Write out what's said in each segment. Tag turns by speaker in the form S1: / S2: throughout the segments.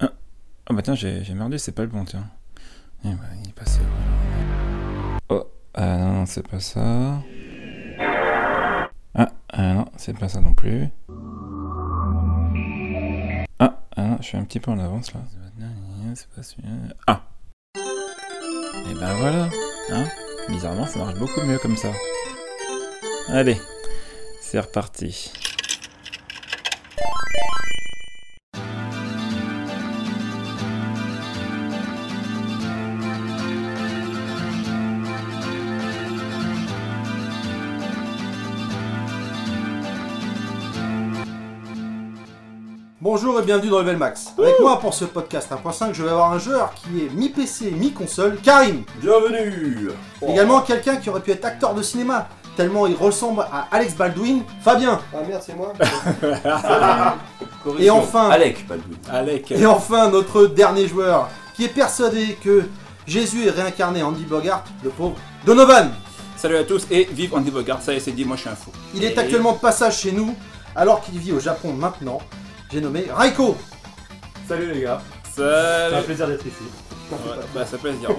S1: Ah bah tiens, j'ai j'ai merdé, c'est pas le bon, tiens. Et ouais, il est passé. voilà. Oh, ah non, non, c'est pas ça. Ah, ah non, c'est pas ça non plus. Ah, ah non, je suis un petit peu en avance là. C'est pas celui-là. Ah Et ben voilà Hein Bizarrement, ça marche beaucoup mieux comme ça. Allez, c'est reparti.
S2: Bonjour et bienvenue dans Level Max. Avec moi pour ce podcast 1.5, je vais avoir un joueur qui est mi-PC, mi-console, Karim.
S3: Bienvenue
S4: Oh.
S2: Également quelqu'un qui aurait pu être acteur de cinéma, tellement il ressemble à Alex Baldwin, Fabien.
S4: Ah merde, c'est moi
S2: Et enfin-
S3: Alec, pas Louis.
S1: Alec
S2: Et enfin, notre dernier joueur, qui est persuadé que Jésus est réincarné en Andy Bogart, le pauvre Donovan.
S5: Salut à tous et vive Andy Bogart, ça y est, c'est dit, moi je suis un fou.
S2: Il est actuellement de passage chez nous, alors qu'il vit au Japon maintenant. J'ai nommé Raiko.
S4: Salut les gars, c'est un
S5: Salut
S4: plaisir d'être ici.
S5: Euh, Ouais, Bah ça peut se dire.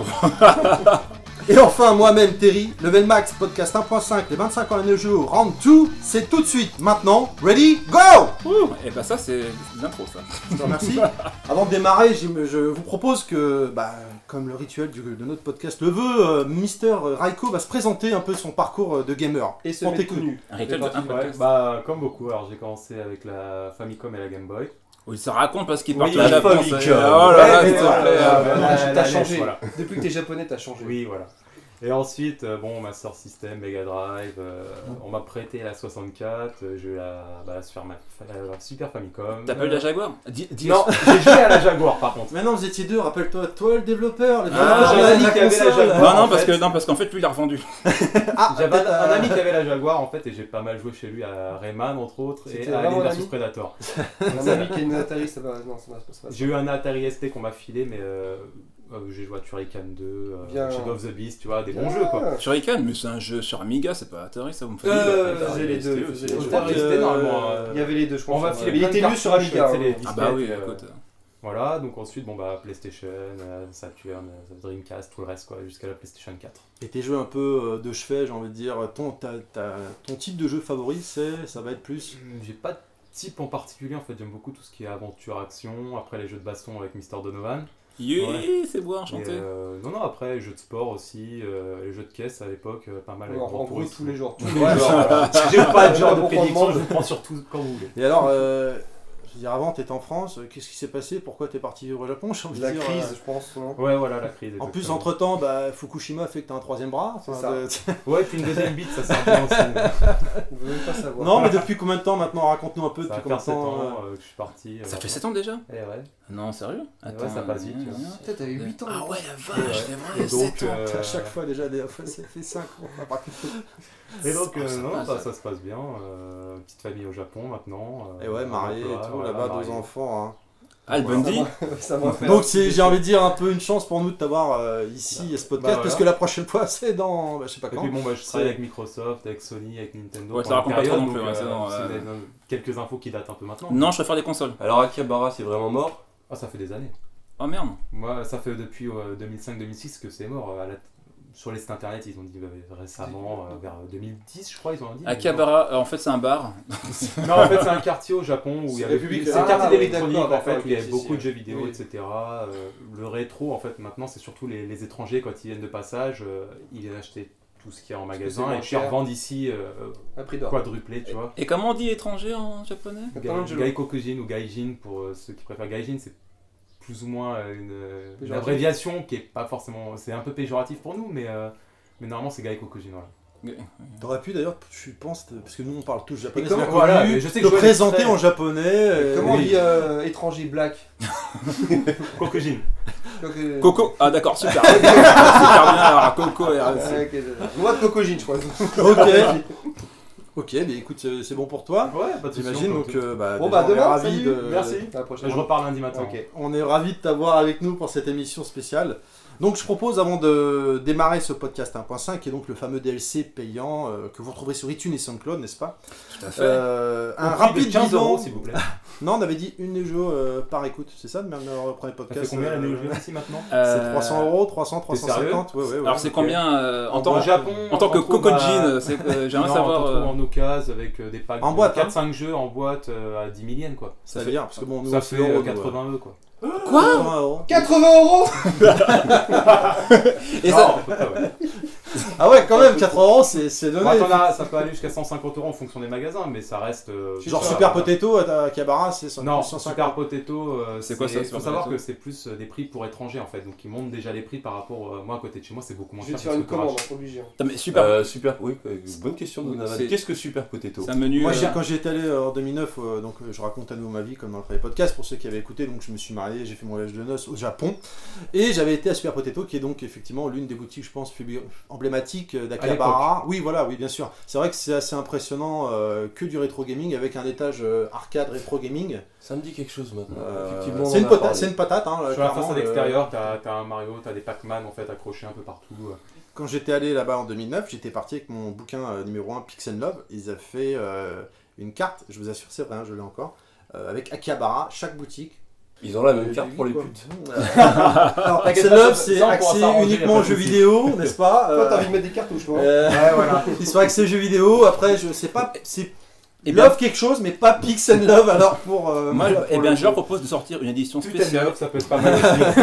S2: Et enfin, moi-même, Terry, Level Max, podcast 1.5, les 25 ans à nos jeux, round 2, c'est tout de suite, maintenant, ready, go
S5: et bah ça c'est l'intro ça.
S2: Je te remercie. Avant de démarrer, j'im- je vous propose que, bah, comme le rituel du- de notre podcast le veut, euh, Mister Raiko va se présenter un peu son parcours euh, de gamer.
S4: Et ce
S2: On
S4: mec
S2: t'écoute.
S4: tout nu.
S5: Un rituel de
S4: Ouais,
S5: un podcast.
S4: Bah comme beaucoup, alors j'ai commencé avec la Famicom et la Game Boy.
S5: Oui, ça raconte parce qu'il
S4: Oui,
S5: part de
S4: la
S5: la France.
S3: folie,
S5: eh.
S3: quoi.
S5: Oh là là,
S4: Ouais,
S5: s'il
S4: mais
S5: te
S4: voilà,
S5: plaît.
S4: voilà,
S5: euh.
S4: voilà,
S6: Non, tu-
S4: la-
S6: t'as
S4: la
S6: changé.
S4: lèche, voilà.
S6: Depuis que t'es japonais, t'as changé.
S4: Oui voilà. Et ensuite, euh, bon, Master System, Mega Drive, euh, on m'a prêté la 64, euh, j'ai eu la, bah, la Super, Ma- la Super Famicom.
S5: T'as pas eu la Jaguar Dis- dis-
S4: Non, j'ai joué à la Jaguar par contre.
S2: Maintenant, vous étiez deux, rappelle-toi, toi le développeur, le
S5: Ah,
S2: développeur de la
S4: j'avais
S2: Ligue
S4: dit qu'il y avait la
S2: console.
S4: Jaguar.
S5: Non, non,
S4: en
S5: parce
S4: fait.
S5: que non, parce qu'en euh, fait lui il a revendu.
S2: Ah,
S4: J'avais un,
S2: peut-être,
S4: un
S2: euh,
S4: ami qui avait la Jaguar en fait et j'ai pas mal joué chez lui à Rayman entre autres et
S6: C'était
S4: à
S6: vraiment
S4: Alien
S6: un
S4: vs
S6: ami
S4: Predator.
S6: Un ami qui est une Atari, ça va. Non, ça va, ça va.
S4: J'ai eu un Atari ST qu'on m'a filé mais euh, euh, j'ai joué à Turrican 2, euh,
S6: Bien.
S4: Shadow of the Beast, tu vois, des bons jeux
S6: Ah,
S4: quoi.
S5: Shuriken, mais c'est un jeu sur Amiga, c'est pas Atari ça, vous me faites
S6: Euh,
S5: du
S6: il
S5: mal.
S6: faisait les deux. il faisait les
S4: Je
S6: deux.
S4: crois qu'il était normalement, euh,
S6: Il y avait les deux, je pense.
S4: On va
S6: Ouais.
S4: filer
S6: Mais Il
S4: plein de
S6: était mieux
S4: cartouches,
S6: sur Amiga.
S4: tu sais, les
S6: hein.
S5: Ah bah oui,
S4: disquettes, euh,
S5: écoute.
S4: Voilà, donc ensuite bon bah PlayStation, euh, Saturn, euh, Dreamcast, tout le reste quoi, jusqu'à la PlayStation 4.
S2: Et tes jeux un peu euh, de chevet, j'ai envie de dire, ton, ta- ta- ton type de jeu favori, c'est, ça va être plus.
S4: J'ai pas de type en particulier en fait, j'aime beaucoup tout ce qui est aventure action, après les jeux de baston avec Mister Donovan.
S5: Yui, c'est moi,
S4: Et,
S5: enchanté.
S4: euh, non, non, après, jeux de sport aussi, euh, les jeux de caisse à l'époque, euh, pas mal. avec
S6: Alors,
S4: Grand
S6: En gros,
S4: Tourisme.
S6: tous les jours.
S4: Tous les genres, voilà. J'ai pas de genre de
S6: Pour
S4: prédiction,
S6: prendre
S4: je prends surtout quand vous voulez.
S2: Et alors, euh, je veux dire, avant, t'étais en France, euh, qu'est-ce qui s'est passé Pourquoi t'es parti vivre au Japon J'ai envie de
S6: La
S2: dire, euh,
S6: crise, je pense. non
S4: Ouais, voilà la crise.
S2: En plus,
S4: exactement.
S2: entre temps, bah, Fukushima fait que t'as un troisième bras. Enfin,
S6: C'est ça.
S2: de-
S4: Ouais, puis une deuxième bite, ça sert bien aussi.
S6: On veut même pas savoir.
S2: Non, mais depuis combien de temps maintenant Raconte-nous un peu
S4: Ça
S2: depuis
S4: va
S2: combien
S4: faire
S2: de
S4: 7
S2: temps.
S4: ans euh, que je suis parti.
S5: Ça fait 7 ans déjà
S4: Eh ouais.
S5: Non, sérieux euh,
S4: Ouais, ça passe vite,
S5: gna,
S4: hein.
S5: gna.
S6: Putain, t'avais 8 ans.
S5: Ah ouais, la vache, c'est vrai,
S4: Et donc,
S5: 7 ans.
S2: euh,
S4: euh,
S2: À chaque fois déjà, des fois, ça fait 5 ans.
S4: Et donc, euh,
S5: Ça
S4: non,
S5: passe.
S4: bah, ça se passe bien. euh, petite famille au Japon maintenant. euh,
S2: Et Eh ouais,
S4: un
S2: marié et
S4: emploi,
S2: tout,
S4: voilà,
S2: là-bas, deux
S4: marié.
S2: enfants. hein.
S5: Al
S4: voilà.
S5: Bundy,
S6: Ça m'a fait.
S2: Donc c'est, j'ai envie de dire, un peu une chance pour nous de t'avoir euh, ici à ce podcast,
S4: bah, voilà.
S2: parce que la prochaine fois, c'est dans, bah, je sais pas
S4: Et
S2: quand.
S4: puis bon, bah, je
S2: C'est-
S4: travaille avec Microsoft, avec Sony, avec Nintendo.
S5: Ouais, ça raconte
S4: pendant
S5: pas
S4: une
S5: trop
S4: période,
S5: non plus,
S4: donc,
S5: ouais, c'est dans,
S4: c'est
S5: euh,
S4: des- Quelques infos qui datent un peu maintenant.
S5: non, je préfère les consoles.
S3: Alors Akihabara, c'est vraiment mort
S4: Ah, ça fait des années.
S5: Oh merde.
S4: Moi, ça fait depuis euh, 2005-2006 que c'est mort. euh, à la- Sur les sites internet, ils ont dit bah, récemment, euh, vers 2010, je crois, ils ont dit.
S5: Akihabara, euh, en fait, c'est un bar.
S4: Non, en fait, c'est un quartier au Japon où il y
S6: C'est
S4: avait
S6: République-
S4: c'est un
S6: Ah, oui,
S4: quartier d'électronique
S6: d'accord,
S4: en fait,
S6: d'accord,
S4: où il y
S6: ok,
S4: avait
S6: si,
S4: beaucoup
S6: si,
S4: de jeux vidéo,
S6: oui.
S4: etc. Euh, le rétro, en fait, maintenant, c'est surtout les, les étrangers quand ils viennent de passage, euh, ils viennent acheter tout ce qu'il y a en
S6: que
S4: magasin
S6: c'est
S4: et
S6: moins
S4: puis ils
S6: cher.
S4: revendent ici euh,
S6: Un prix d'or.
S4: quadruplé, tu vois.
S5: Et comment on dit étranger en japonais
S6: Attends,
S4: Gai-
S6: Angelo.
S4: Gaikokujin ou Gaijin pour euh, ceux qui préfèrent Gaijin, c'est plus ou moins euh, une, euh, une
S6: Péjoratif.
S4: abréviation qui est pas forcément. C'est un peu péjoratif pour nous, mais, euh, mais normalement c'est Gaikokujin. Voilà.
S2: T'aurais pu d'ailleurs, je pense, te- parce que nous on parle tous japonais,
S6: Et comment-
S2: c'est bien
S4: voilà,
S2: connu,
S4: mais je sais que
S2: te
S4: je vois
S2: présenter
S4: l'extrait.
S2: en japonais. euh,
S6: Comment on
S2: oui.
S6: dit euh, étranger black
S4: Kokujin.
S6: Donc, euh,
S5: Coco Ah d'accord, super. super bien, alors Coco et
S6: ouais, Ah, ok, je- Moi de Cocogine, je crois.
S2: Ok. Ok, mais écoute, c'est c'est bon pour
S6: Ah
S2: toi.
S4: Ouais, pas de soucis,
S2: J'imagine
S4: on
S2: donc
S4: peut-
S2: euh, bah,
S6: Bon,
S2: déjà,
S6: bah,
S2: on est
S6: demain,
S2: ravis
S6: salut.
S2: de-
S6: Merci. À la prochaine.
S4: Je repars lundi matin.
S6: euh, Ok.
S2: On est ravis de t'avoir avec nous pour cette émission spéciale. Donc je propose avant de démarrer ce podcast 1.5 qui est donc le fameux DLC payant euh, que vous retrouverez sur iTunes et SoundCloud, n'est-ce pas
S5: Tout à fait.
S2: Euh, Un
S4: Au prix de
S2: rapide
S4: 15
S2: bilan.
S4: euros, s'il vous plaît.
S2: Non, on avait dit une Neo-Geo par écoute, c'est ça, même dans le premier
S4: Ça
S2: podcast.
S4: fait combien la
S2: euh,
S4: Neo Geo ici maintenant
S2: C'est 300 euros, 300,
S4: T'es sérieux
S2: 350. Ouais, ouais, ouais.
S5: Euh, Alors c'est
S4: ok.
S5: combien euh, en,
S4: En
S5: tant,
S4: boîte. Japon,
S5: en tant que
S4: on trouve
S5: Coco
S4: à-
S5: Jean, c'est- euh, J'aimerais
S4: Non,
S5: savoir.
S4: t'en trouves
S5: euh,
S4: en occasion avec euh, des packs
S2: En boîte,
S4: 4-5 jeux en boîte euh, à 10 000 yens quoi.
S2: Ça veut dire, parce que bon, nous,
S4: Ça
S2: on
S4: fait
S2: fait
S4: euh,
S2: euros, nous,
S4: 80 euros quoi.
S2: ouais. 80 euros.
S7: 80 euros
S5: et ça-
S4: Non, à peu près, ouais.
S2: Ah ouais, quand même, 80 euros, c'est c'est
S4: Bon,
S2: donné.
S4: attends, là, ça peut aller jusqu'à 150 euros en fonction des magasins, mais ça reste. euh,
S2: Genre
S4: ça,
S2: Super
S4: voilà.
S2: Potato à Cabara, c'est cent-
S4: Non,
S2: 150.
S4: Super Potato, euh,
S5: C'est quoi ça,
S4: Il
S5: Super
S4: faut savoir
S5: Potato
S4: que c'est plus euh, des prix pour étrangers en fait, donc ils montent déjà les prix par rapport. euh, moi à côté de chez moi, c'est beaucoup moins
S7: Je vais
S4: cher.
S7: te
S4: parce
S7: faire une
S4: que t'en
S7: commande,
S4: rachètes.
S7: obligé. hein.
S5: Putain, mais super.
S3: Euh, super, oui, euh, bonne question de Donovan.
S5: C'est-
S3: Qu'est-ce que Super Potato
S5: C'est un menu.
S2: Moi,
S5: euh,
S2: j'ai- quand j'étais allé euh, en 2009, euh, donc euh, je raconte à nouveau ma vie comme dans le premier podcast pour ceux qui avaient écouté. Donc, je me suis marié, j'ai fait mon voyage de noces au Japon et j'avais été à Super Potato, qui est donc effectivement l'une des boutiques, je pense, publi- emblématiques euh, d'Akabara. Oui, voilà, oui, bien sûr. C'est vrai que c'est assez impressionnant euh, que du rétro gaming avec un étage euh, arcade rétro gaming.
S3: Ça me dit quelque chose maintenant.
S2: Euh,
S3: Effectivement, on
S2: c'est une,
S3: en a
S2: pota-
S3: parlé.
S2: c'est une patate. Hein,
S4: Sur la
S2: clairement,
S4: façade
S2: le-
S4: extérieure, t'as t'as un Mario, t'as des Pac-Man en fait accrochés un peu partout. euh.
S2: Quand j'étais allé là-bas en 2009, j'étais parti avec mon bouquin euh, numéro 1, Pix and Love. Ils avaient fait euh, une carte, je vous assure, c'est vrai, hein, je l'ai encore, euh, avec Akihabara, chaque boutique.
S3: Ils ont la
S2: Euh,
S3: même carte
S2: oui,
S3: pour les
S2: quoi.
S3: putes.
S2: Alors, Pix
S4: T'inquiète
S2: and
S4: pas,
S2: Love,
S4: ça-
S2: c'est
S4: ça, on pourra
S2: axé
S4: s'arranger, y a
S2: uniquement
S4: pas de
S2: jeux
S4: souci.
S2: vidéo, n'est-ce pas
S7: Toi, t'as
S2: Euh,
S7: envie de mettre des cartouches, toi. hein.
S2: euh,
S4: voilà.
S2: Ils sont axés jeux vidéo, après, je sais pas, c'est
S5: eh bien,
S2: Love quelque chose, mais pas Pix and Love, alors pour. euh,
S5: moi, je-
S2: pour
S5: eh
S2: le-
S5: bien, je leur propose de sortir une édition
S4: Tout est
S5: spéciale.
S4: neuf, ça peut être pas mal aussi.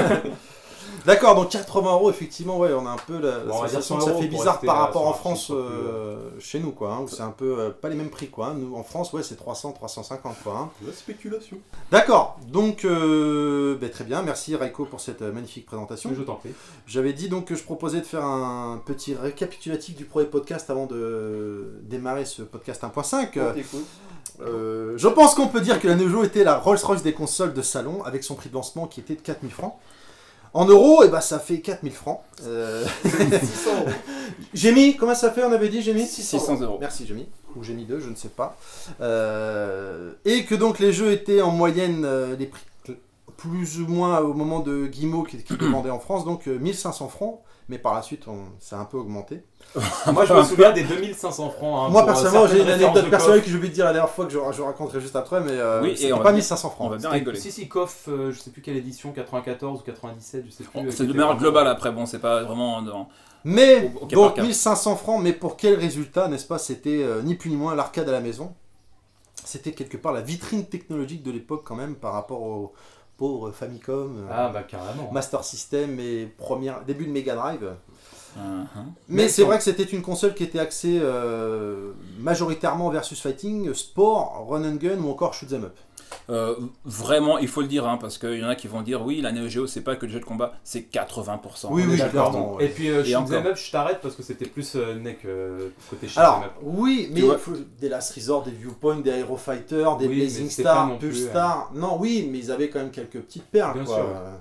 S2: D'accord, donc 80 euros, effectivement, ouais, on a un peu la, la
S4: Bon, on va dire
S2: sensation
S4: 100
S2: que ça
S4: euros
S2: fait
S4: pour
S2: bizarre
S4: rester,
S2: par
S4: euh,
S2: rapport
S4: sur
S2: en
S4: un
S2: France,
S4: chiffre un peu,
S2: euh, chez nous, quoi. hein, où c'est un peu euh, pas les mêmes prix, quoi. hein. Nous, en France, ouais, c'est 300, 350, quoi. hein.
S3: La spéculation.
S2: D'accord, donc euh, ben, très bien, merci Raiko pour cette euh, magnifique présentation.
S4: Je t'en prie.
S2: J'avais dit donc que je proposais de faire un petit récapitulatif du premier podcast avant de démarrer ce podcast 1.5.
S7: On t'écoute.
S2: Euh, je pense qu'on peut dire que la Neo Geo était la Rolls-Royce des consoles de salon avec son prix de lancement qui était de 4000 francs. En euros, et ben, ça fait 4000 francs. Euh,
S7: 600 euros.
S2: J'ai mis, comment ça fait On avait dit j'ai mis
S5: 600 euros.
S2: Merci Jimmy, ou j'ai mis 2, je ne sais pas. Euh, et que donc les jeux étaient en moyenne euh, les prix cl- plus ou moins au moment de Guimau qui, qui demandait en France, donc euh, 1500 francs, mais par la suite on, ça a un peu augmenté.
S4: Moi, je me souviens des 2500 francs. hein,
S2: Moi
S4: pour, euh,
S2: personnellement j'ai une
S4: certaines références
S2: anecdote
S4: de
S2: personnelle que j'ai oublié de dire la dernière fois que je, je raconterai juste après, mais euh,
S5: Oui, et
S2: c'était
S5: on va
S2: pas
S5: bien-
S2: 1500 francs.
S5: On va bien
S2: C'était-
S5: rigoler.
S4: Si, si, Coff, euh, je sais plus quelle édition, 94 ou 97, je sais plus. euh, qui
S5: Oh, C'est de
S4: était
S5: manière
S4: vraiment-
S5: globale après, bon, c'est pas vraiment. dans-
S2: Mais
S5: Au- au cas par
S2: donc
S5: cas.
S2: 1500 francs, mais pour quel résultat, n'est-ce pas C'était euh, ni plus ni moins l'arcade à la maison. C'était quelque part la vitrine technologique de l'époque quand même par rapport aux pauvres Famicom, euh,
S4: Ah, bah carrément.
S2: Master System et première, début de Mega Drive.
S5: Hein, hein.
S2: Mais
S4: Mais
S2: c'est
S4: sur-
S2: vrai que c'était une console qui était axée euh, majoritairement versus fighting, sport, run and gun ou encore shoot 'em up.
S5: Euh, vraiment, il faut le dire, hein, parce qu'il y en a qui vont dire oui, la Neo Geo, c'est pas que le jeu de combat, c'est 80%.
S2: Oui,
S4: On est
S2: oui,
S4: d'accord.
S2: clairement, ouais.
S4: Et puis, euh,
S5: Et
S4: Shinzem
S5: encore.
S4: Up, je t'arrête parce que c'était plus euh, neck euh, côté Shinzem
S2: Alors,
S4: Up.
S2: oui, mais
S5: Tu vois-
S2: il faut- des Last Resort, des Viewpoint, des Aero Fighter, des
S4: Oui, mais
S2: Blazing
S4: c'était pas
S2: Star,
S4: non plus,
S2: Pulse
S4: euh,
S2: Star. Non, oui, mais ils avaient quand même quelques petites perles.
S4: Bien
S2: quoi.
S4: sûr.
S2: Euh,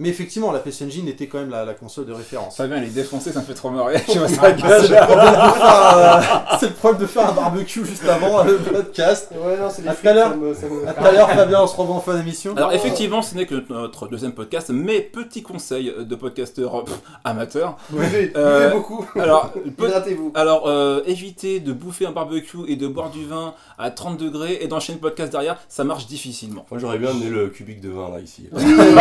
S2: Mais effectivement, la PC Engine était quand même la, la console de référence.
S5: Ça vient, elle est défoncée, ça me fait trop marrer. Je vois ça gage.
S2: C'est le problème de faire, euh, c'est le problème de faire un barbecue juste avant le podcast.
S7: Ouais, non, c'est des
S2: À
S7: frites,
S2: tout à l'heure.
S7: ça me- ça me-
S2: À tout à l'heure, Fabien, on se revoit en fin d'émission.
S5: Alors effectivement, ce n'est que notre deuxième podcast, mais petit conseil de podcasteur euh, pff, amateur.
S7: Buvez,
S5: Euh,
S7: buvez beaucoup.
S5: Alors, peut-
S7: Hydratez-vous.
S5: alors euh, évitez de bouffer un barbecue et de boire du vin à 30 degrés et d'enchaîner le podcast derrière, ça marche difficilement.
S3: Moi j'aurais bien amené le cubique de vin là ici.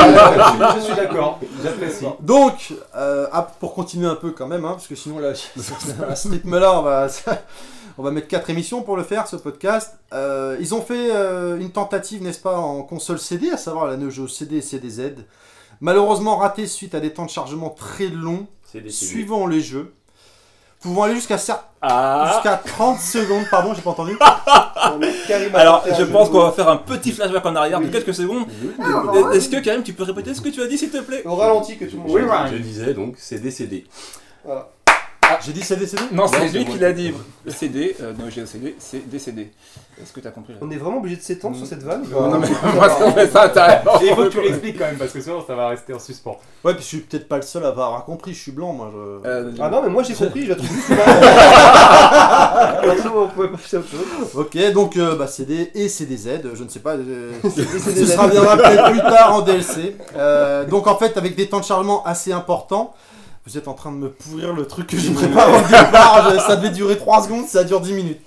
S4: je suis d'accord, j'apprécie.
S2: Donc, euh, ah, pour continuer un peu quand même, hein, parce que sinon là, à ce rythme-là, on va, on va mettre quatre émissions pour le faire, ce podcast. Euh, ils ont fait euh, une tentative, n'est-ce pas, en console CD, à savoir la Neo Geo CD et CDZ. Malheureusement ratée suite à des temps de chargement très longs,
S3: C'est des
S2: suivant les jeux, pouvant aller jusqu'à cer-
S5: Ah
S2: jusqu'à 30 secondes, pardon, j'ai pas entendu.
S7: Non, mais Karim a
S5: Alors
S7: fait un
S5: je
S7: jeu
S5: pense
S7: de
S5: qu'on
S7: mots.
S5: va faire un petit flashback en arrière de
S7: Oui.
S5: quelques secondes. Est-ce que Karim, tu peux répéter ce que tu as dit s'il te plaît
S7: Au ralenti que tout le monde.
S4: Oui,
S7: voilà.
S4: Ryan.
S3: Je disais donc c'est décédé.
S2: J'ai dit CD, CD
S5: Non,
S3: Ouais,
S5: c'est
S3: c'est
S5: lui
S3: moi.
S5: qui l'a dit. CD, euh, Neo Geo CD, c'est décédé. Est-ce que t'as compris là
S7: On est vraiment obligé de s'étendre sur cette vanne
S5: Non, non, mais moi, ça me ça intéressant.
S4: Et il faut que tu l'expliques quand même parce que sinon ça va rester en suspens.
S2: Ouais, puis je suis peut-être pas le seul à avoir compris, je suis blanc, moi. Je...
S5: Euh,
S7: Ah non, mais moi j'ai compris, je la trouve juste mal. Perso, on pouvait pas faire autre chose.
S2: Ok, donc euh, bah, CD et CDZ, je ne sais pas. euh,
S7: Et c'est
S2: Ce
S7: des-
S2: sera viendra peut-être plus tard en DLC. Euh, donc en fait, avec des temps de chargement assez importants, vous êtes en train de me pourrir le truc que j'ai préparé au départ. Je- Ça devait durer 3 secondes, ça dure 10 minutes.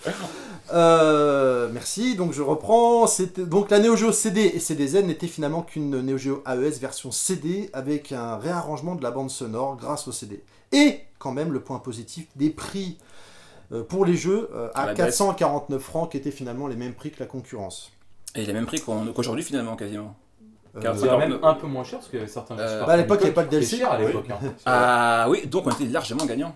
S2: Euh, merci, donc je reprends. C'était- Donc la Neo Geo CD et CDZ n'était finalement qu'une Neo Geo AES version CD avec un réarrangement de la bande sonore grâce au CD. Et quand même le point positif des prix euh, pour les jeux euh,
S3: Ah,
S5: À
S2: à
S5: la baisse.
S2: 449 francs qui étaient finalement les mêmes prix que la concurrence.
S5: Et les mêmes prix qu'on- qu'aujourd'hui finalement quasiment.
S2: Euh,
S5: Car-
S4: C'est quand même un peu moins cher parce que certains jeux
S5: Euh,
S4: Super
S2: bah, à l'époque, il y avait pas de
S4: Nintendo
S2: DLC.
S4: coûtaient cher à l'époque. hein.
S5: Ah oui, donc on était largement gagnant.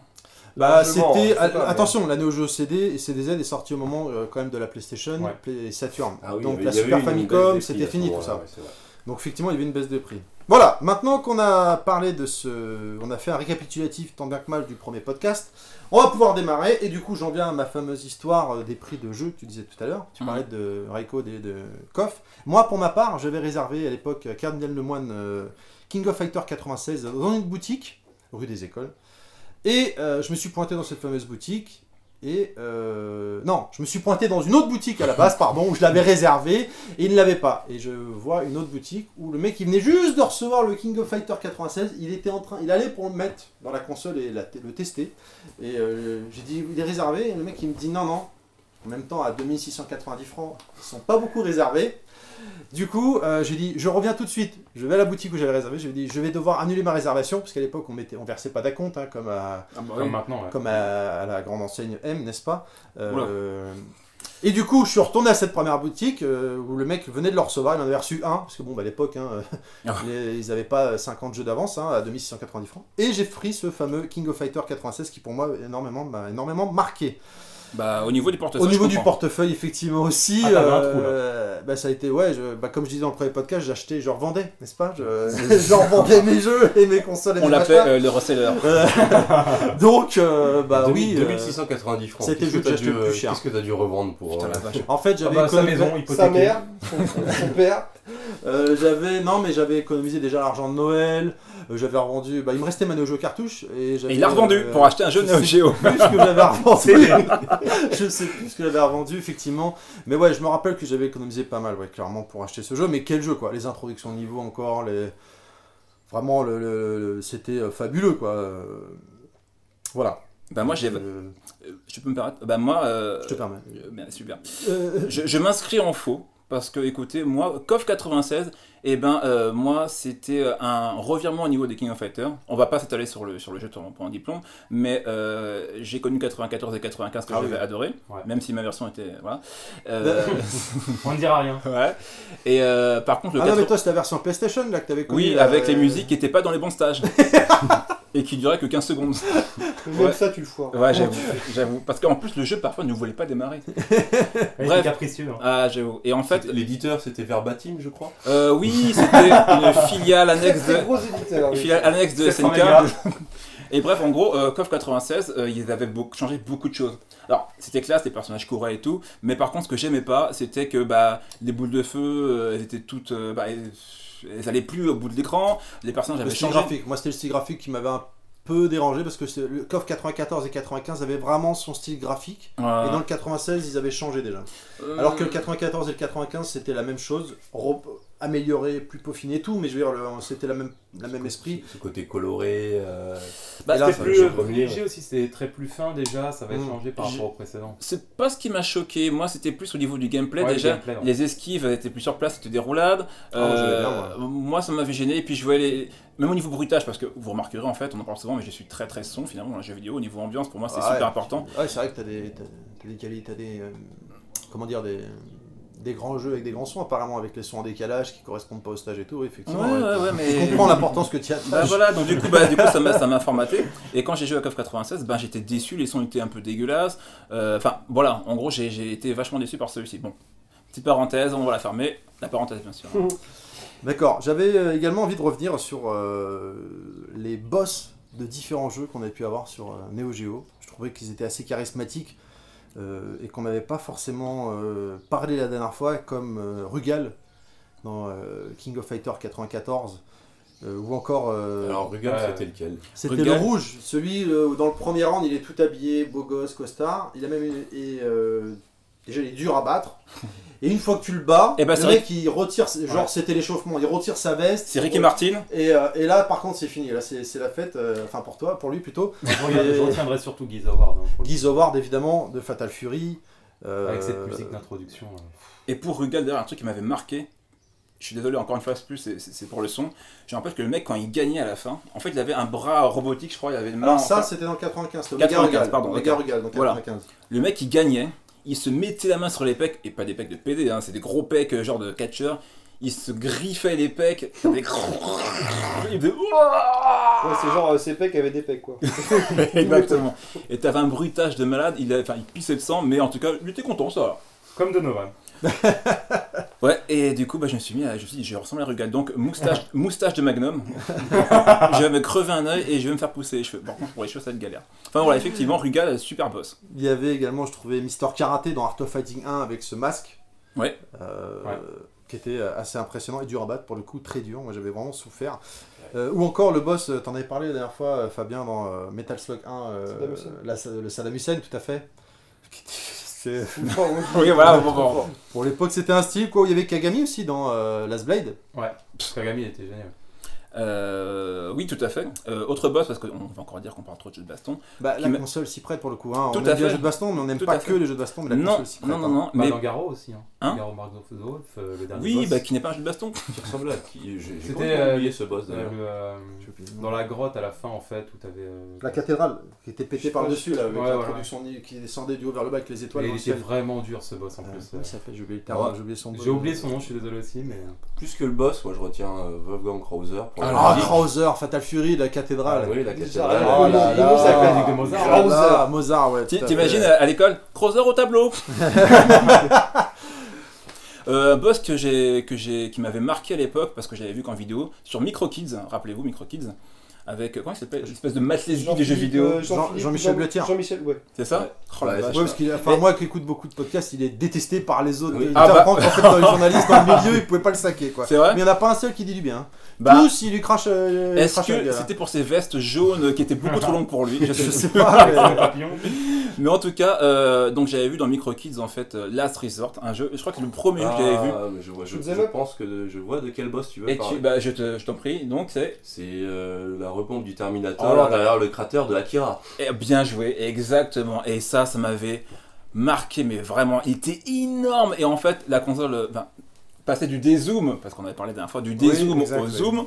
S2: Bah,
S3: Largement,
S2: c'était.
S3: hein, c'est pas, mais-
S2: Attention, la Neo Geo CD et CDZ est sortie au moment euh, quand même de la PlayStation
S4: Ouais.
S2: et Saturn.
S3: Ah oui,
S2: Donc
S3: il y
S2: la
S3: avait eu
S2: Super
S3: une baisse des
S2: Famicom,
S3: prix euh,
S2: c'était
S3: à ce
S2: fini tout
S3: moment-là,
S2: ça.
S3: ouais, c'est vrai.
S2: Donc effectivement, il y avait une baisse de prix. Voilà, maintenant qu'on a parlé de ce... On a fait un récapitulatif tant bien que mal du premier podcast, on va pouvoir démarrer. Et du coup, j'en viens à ma fameuse histoire euh, des prix de jeu que tu disais tout à l'heure. Tu
S5: Mhm.
S2: parlais de Raiko et de Koff. Moi, pour ma part, j'avais réservé à l'époque euh, Cardinal Lemoine euh, King of Fighter 96 dans une boutique, rue des écoles. Et euh, je me suis pointé dans cette fameuse boutique. Et euh, non, je me suis pointé dans une autre boutique à la base, pardon, où je l'avais réservé et il ne l'avait pas. Et je vois une autre boutique où le mec il venait juste de recevoir le King of Fighter 96, il était en train, il allait pour le mettre dans la console et la- le tester. Et euh, j'ai dit il est réservé, et le mec il me dit non non. En même temps à 2690 francs, ils sont pas beaucoup réservés. Du coup, euh, j'ai dit je reviens tout de suite. Je vais à la boutique où j'avais réservé, je lui ai dit je vais devoir annuler ma réservation parce qu'à l'époque on mettait on versait pas d'acompte hein, comme à
S5: Ah bah
S4: Comme euh, maintenant, ouais.
S2: comme à, à la grande enseigne M, n'est-ce pas Euh, Et du coup, je suis retourné à cette première boutique euh, où le mec venait de le recevoir, il en avait reçu un, parce que bon, bah, à l'époque, hein, euh,
S5: Ah.
S2: les- ils n'avaient pas 50 jeux d'avance hein, à 2690 francs. Et j'ai pris ce fameux King of Fighter 96 qui, pour moi, énormément, m'a énormément marqué.
S5: Bah au niveau du portefeuille.
S2: Au niveau
S5: je
S2: du
S5: comprends.
S2: portefeuille, effectivement aussi,
S4: Ah, t'avais un trou, là.
S2: euh, bah, ça a été, ouais, je- bah, comme je disais dans le premier podcast, j'achetais, je revendais, n'est-ce pas Je, je revendais mes jeux et mes consoles et
S5: On
S2: mes
S5: l'appelait
S2: machins.
S5: euh, le reseller.
S2: Euh, Donc, euh, bah oui. euh,
S3: 2690 francs.
S2: c'était
S3: Qu'est-ce
S2: le
S3: que
S2: jeu
S3: t'as
S2: que
S3: dû,
S2: j'achetais le plus
S3: euh,
S2: cher.
S3: Qu'est-ce que t'as dû revendre pour.
S5: Putain la
S3: euh,
S5: vache.
S2: En fait,
S4: Ah
S2: j'avais
S4: bah, sa
S2: économisé-
S4: maison
S6: Sa
S4: hypothéquée.
S6: mère, son, son père.
S2: euh, j'avais non mais j'avais économisé déjà l'argent de Noël, euh, j'avais revendu bah il me restait ma Neo Geo cartouche et j'avais
S5: Et il l'a revendu
S2: euh,
S5: pour acheter un jeu
S2: je
S5: Neo
S2: sais
S5: Geo.
S2: plus ce que j'avais revendu. je sais plus ce que j'avais revendu effectivement, mais ouais, je me rappelle que j'avais économisé pas mal ouais clairement pour acheter ce jeu, mais quel jeu quoi, les introductions de niveau encore, les vraiment le, le- le- c'était euh, fabuleux quoi. euh, Voilà.
S5: Bah moi j'ai.
S2: Euh,
S5: euh, Je peux me permettre. Bah moi. euh,
S2: je te permets.
S5: euh, merde, super.
S2: Euh,
S5: Je, je m'inscris en faux parce que, écoutez, moi, KOF 96, eh ben, euh, moi, c'était euh, un revirement au niveau des King of Fighters. On va pas s'étaler sur le, sur le jeu pour pour un diplôme, mais euh, j'ai connu 94 et 95 que
S2: Ah
S5: j'avais
S2: oui.
S5: adoré,
S4: Ouais.
S5: même si ma version était. Voilà. Euh,
S4: On ne dira rien.
S5: ouais. Et euh, par contre, le
S2: Ah non
S5: 80
S2: mais toi c'était la version PlayStation là que t'avais connu.
S5: Oui,
S2: là,
S5: avec les
S2: euh,
S5: musiques qui n'étaient pas dans les bons stages. Et qui duraient que 15 secondes.
S6: Même
S5: Ouais.
S6: ça, tu le foires.
S5: Ouais, j'avoue, j'avoue. Parce qu'en plus, le jeu parfois ne voulait pas démarrer.
S4: Ouais,
S5: Bref.
S4: C'est capricieux. hein.
S5: Ah, j'avoue. Et en fait,
S3: c'était- L'éditeur, c'était Verbatim, je crois.
S5: euh, oui, c'était une filiale
S6: Très,
S5: annexe de,
S6: très gros éditeur.
S5: Et
S6: oui.
S5: puis annexe de
S4: 700
S5: SNK.
S4: mégas.
S5: Et bref, en gros, euh, KOF 96, euh, ils avaient beau- changé beaucoup de choses. Alors, c'était classe, les personnages couraient et tout, mais par contre, ce que j'aimais pas, c'était que bah, les boules de feu, euh, elles étaient toutes. euh, bah, elles, elles allaient plus au bout de l'écran, les personnages
S2: Le
S5: avaient
S2: style
S5: changé.
S2: graphique, moi c'était le style graphique qui m'avait un peu dérangé parce que c'est- le KOF 94 et 95 avaient vraiment son style graphique.
S5: Ah.
S2: Et dans le 96, ils avaient changé déjà. Alors que le 94 et le 95, c'était la même chose, re- amélioré, plus peaufiné et tout, mais je veux dire, le- c'était la même, la même esprit.
S3: Ce côté coloré. euh,
S5: Bah,
S2: Et là,
S4: C'était
S3: ça,
S4: plus
S3: je
S4: euh,
S3: peux le
S4: léger aussi, c'était très plus fin déjà, ça va
S2: Mm.
S4: être changé par
S5: J'ai-
S4: rapport au précédent.
S5: C'est pas ce qui m'a choqué, moi c'était plus au niveau du gameplay
S4: Ouais, le
S5: déjà.
S4: gameplay, ouais.
S5: Les esquives elles étaient plus sur place, c'était des roulades. Euh,
S2: Ah, moi, j'aimais bien,
S5: moi ça m'avait gêné, et puis je voyais les. Même au niveau bruitage, parce que vous remarquerez en fait, on en parle souvent, mais je suis très très son finalement dans le jeu vidéo. Au niveau ambiance, pour moi c'est
S2: Ah ouais.
S5: super important.
S2: Ouais, c'est vrai que t'as des, t'as, t'as des quali- t'as des, euh, comment dire, des, des grands jeux avec des grands sons apparemment, avec les sons en décalage qui correspondent pas au stage et tout, oui,
S5: Ouais,
S2: effectivement.
S5: ouais,
S2: ouais.
S5: ouais,
S2: Je
S5: mais.
S2: comprends l'importance que tu as.
S5: Bah voilà, donc du coup, bah, du coup ça m'a ça m'a formaté. Et quand j'ai joué à KOF 96, ben j'étais déçu, les sons étaient un peu dégueulasses. Euh, Enfin voilà, en gros j'ai- j'ai été vachement déçu par celui-ci. Bon, petite parenthèse, on va la fermer. La parenthèse bien sûr.
S2: D'accord, j'avais euh, également envie de revenir sur euh, les boss de différents jeux qu'on avait pu avoir sur euh, Neo Geo. Je trouvais qu'ils étaient assez charismatiques euh, et qu'on n'avait pas forcément euh, parlé la dernière fois, comme euh, Rugal dans euh, King of Fighter 94, euh, ou encore. euh,
S3: Alors, regarde,
S4: Ouais.
S3: c'était lequel
S2: c'était
S5: Rugal.
S2: le rouge, celui euh, où dans le premier round il est tout habillé, beau gosse, costard. Il a même une- et, euh, déjà il est dur à battre. Et une fois que tu le bats,
S5: Eh ben,
S2: le
S5: c'est
S2: mec il retire, genre
S4: Ouais.
S2: c'était l'échauffement, il retire sa veste.
S5: C'est Ricky Martin.
S2: Et, euh, et là, par contre, c'est fini. Là, c'est c'est la fête. euh, Enfin, pour toi, pour lui plutôt.
S4: Moi, je, regarde- je retiendrai surtout Geese Award. hein, pour le-
S2: Guy Howard, évidemment, de Fatal Fury. Euh,
S4: Avec cette musique d'introduction. euh,
S5: Et pour Rugal, d'ailleurs, un truc qui m'avait marqué, je suis désolé encore une fois, c'est plus, c'est- c'est c'est pour le son. Je me rappelle que le mec, quand il gagnait à la fin, en fait, il avait un bras robotique, je crois, il avait une main.
S2: Alors
S5: en
S2: ça,
S5: face.
S2: c'était dans 95, c'était Omega
S5: 95,
S2: Rugal.
S5: pardon,
S2: Omega
S5: ok.
S2: Rugal, donc
S5: Voilà.
S2: 95.
S5: Le mec, il gagnait, il se mettait la main sur les pecs, et pas des pecs de PD, hein, c'est des gros pecs, euh, genre de catcheur. Il se griffait les pecs, ça faisait il faisait
S6: Ouais, c'est genre euh, CP qui avait des pecs, quoi.
S5: Exactement. Et t'avais un bruitage de malade, il, avait- enfin, il pissait le sang, mais en tout cas, il était content, ça. alors.
S4: Comme Donovan.
S5: Ouais, et du coup, bah, je me suis mis à. Je me suis dit, je ressemble à Rugal. Donc, moustache, moustache de Magnum. je vais me crever un œil et je vais me faire pousser les cheveux. Par contre, pour les cheveux, ça va être galère. Enfin, voilà, effectivement, Rugal, super boss.
S2: Il y avait également, je trouvais Mister Karaté dans Art of Fighting 1 avec ce masque.
S5: Ouais.
S2: Euh,
S4: Ouais.
S2: Qui était assez impressionnant et dur à battre pour le coup, très dur. Moi j'avais vraiment souffert. Euh, ou encore le boss, euh, t'en avais parlé la dernière fois, euh, Fabien, dans euh, Metal Slug 1, euh,
S6: Saddam Hussein.
S2: la sa- le Saddam Hussein, tout à fait. C'est-
S5: Oui, voilà, bon, bon.
S2: Pour l'époque, c'était un style quoi. Il y avait Kagami aussi dans euh, Last Blade.
S4: Kagami il était génial.
S5: Euh, oui, tout à fait. Euh, autre boss, parce qu'on va encore dire qu'on parle trop de jeux de baston.
S2: Bah, la
S5: Qui m'a-
S2: console s'y prête pour le coup. hein.
S5: Tout
S2: on
S5: à
S2: aime bien
S5: fait.
S2: les jeux de baston, mais on n'aime
S5: Tout
S2: pas
S5: à fait.
S2: que les jeux de baston, mais la
S5: non,
S2: console s'y prête.
S5: non, non,
S2: hein.
S5: non,
S4: Bah,
S5: mais.
S4: dans Garo aussi. Hein.
S5: Hein
S4: Garo Mark of the Wolf, euh, le dernier
S5: Oui,
S4: boss.
S5: bah, qui n'est pas un jeu de baston.
S3: Qui ressemble à qui J'ai j'ai
S4: C'était,
S3: complètement oublié
S4: euh,
S3: ce boss
S4: Euh,
S3: d'ailleurs.
S4: le, euh,
S2: Je sais plus.
S4: dans la grotte à la fin en fait où t'avais. euh,
S2: La cathédrale qui était pétée par-dessus, là, avec
S4: Ouais,
S2: la
S4: voilà.
S2: production qui descendait du haut vers le bas avec les étoiles.
S4: Et
S2: dans
S4: il
S2: le
S4: était
S2: ciel.
S4: vraiment dur ce boss en
S2: Euh,
S4: plus.
S2: comment il s'appelle J'ai oublié le terme,
S3: Alors,
S2: j'ai oublié son nom.
S4: J'ai oublié son nom, je suis désolé aussi, mais. euh,
S3: Plus que le boss, moi je retiens euh, Wolfgang Krauser. pour la
S5: Ah,
S2: Ah,
S3: musique.
S2: Krauser, Fatal Fury, la cathédrale.
S3: Ah oui, la cathédrale.
S6: Ah,
S2: Oh là
S6: Il nous
S2: là.
S6: a fait la musique de
S2: Mozart. Ah
S6: Mozart.
S2: Mozart, ouais.
S5: Ti-
S2: tout à
S5: T'imagines
S2: fait.
S5: à, à l'école Crozer au tableau Euh, boss que j'ai que j'ai qui m'avait marqué à l'époque parce que j'avais vu qu'en vidéo sur Micro Kids, rappelez-vous Micro Kids avec euh, comment il s'appelle l'espèce de Matt Leslie des jeux vidéo,
S6: euh, Jean-Philippe-
S2: Jean-Michel
S6: Jean-
S2: Blottier.
S6: Jean-Michel, ouais.
S5: c'est ça
S3: Ouais.
S5: Oh la
S3: Ouais,
S5: vache.
S2: Ouais, parce qu'il, enfin, moi qui écoute beaucoup de podcasts, il est détesté par les autres.
S3: Oui.
S2: Il
S5: Ah,
S2: t'apprend qu'en fait, dans les journalistes, dans le milieu, ils pouvaient pas le saquer, quoi.
S5: C'est vrai
S2: Mais il n'y en a pas un seul qui dit du bien.
S5: Bah,
S2: Tous, ils lui crachent. euh, ils
S5: est-ce
S2: crachent la
S5: que
S2: gueule, hein.
S5: c'était pour ses vestes jaunes qui étaient beaucoup trop longues pour lui Je sais
S2: Je
S5: pas.
S2: sais pas. mais-
S4: papillon.
S5: Mais en tout cas, euh, donc j'avais vu dans Micro Kids en fait euh, Last Resort, un jeu, je crois que c'est le premier jeu que j'avais vu.
S3: Ah, mais je, vois, je,
S6: Shoot 'em
S3: je
S6: up.
S3: pense que de- je vois de quel boss tu veux
S5: Et
S3: parler.
S5: tu, bah, je te- je t'en prie, donc c'est
S3: C'est euh, la repompe du Terminator
S5: Oh là là.
S3: derrière le cratère de Akira.
S5: Eh, Bien joué, exactement. Et ça, ça m'avait marqué, mais vraiment, il était énorme. Et en fait, la console euh, ben, passait du dézoom, parce qu'on avait parlé la dernière fois, du dézoom
S2: exact,
S5: au
S2: oui.
S5: zoom.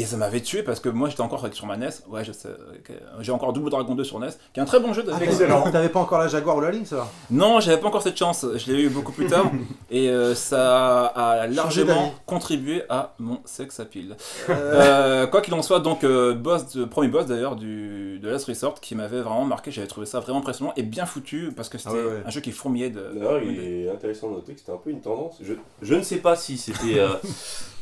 S5: Et ça m'avait tué parce que moi j'étais encore sur ma NES. Ouais, je sais, euh, que- j'ai encore Double Dragon 2 sur NES, qui est un très bon jeu
S2: Ah,
S5: d'ailleurs.
S2: t'avais-
S4: Excellent.
S2: T'avais pas encore la Jaguar ou la Lynx, alors
S5: Non, j'avais pas encore cette chance. Je l'ai eu beaucoup plus tard. et euh, ça a
S2: d'avis.
S5: largement contribué à mon sex appeal. Euh, quoi qu'il en soit, donc euh, boss, de- premier boss d'ailleurs du de Last Resort qui m'avait vraiment marqué. J'avais trouvé ça vraiment impressionnant et bien foutu parce que c'était
S2: Ah ouais, ouais.
S5: un jeu qui fourmillait de.
S3: D'ailleurs, il est intéressant de noter que c'était un peu une tendance. Je, je ne sais pas si c'était. euh,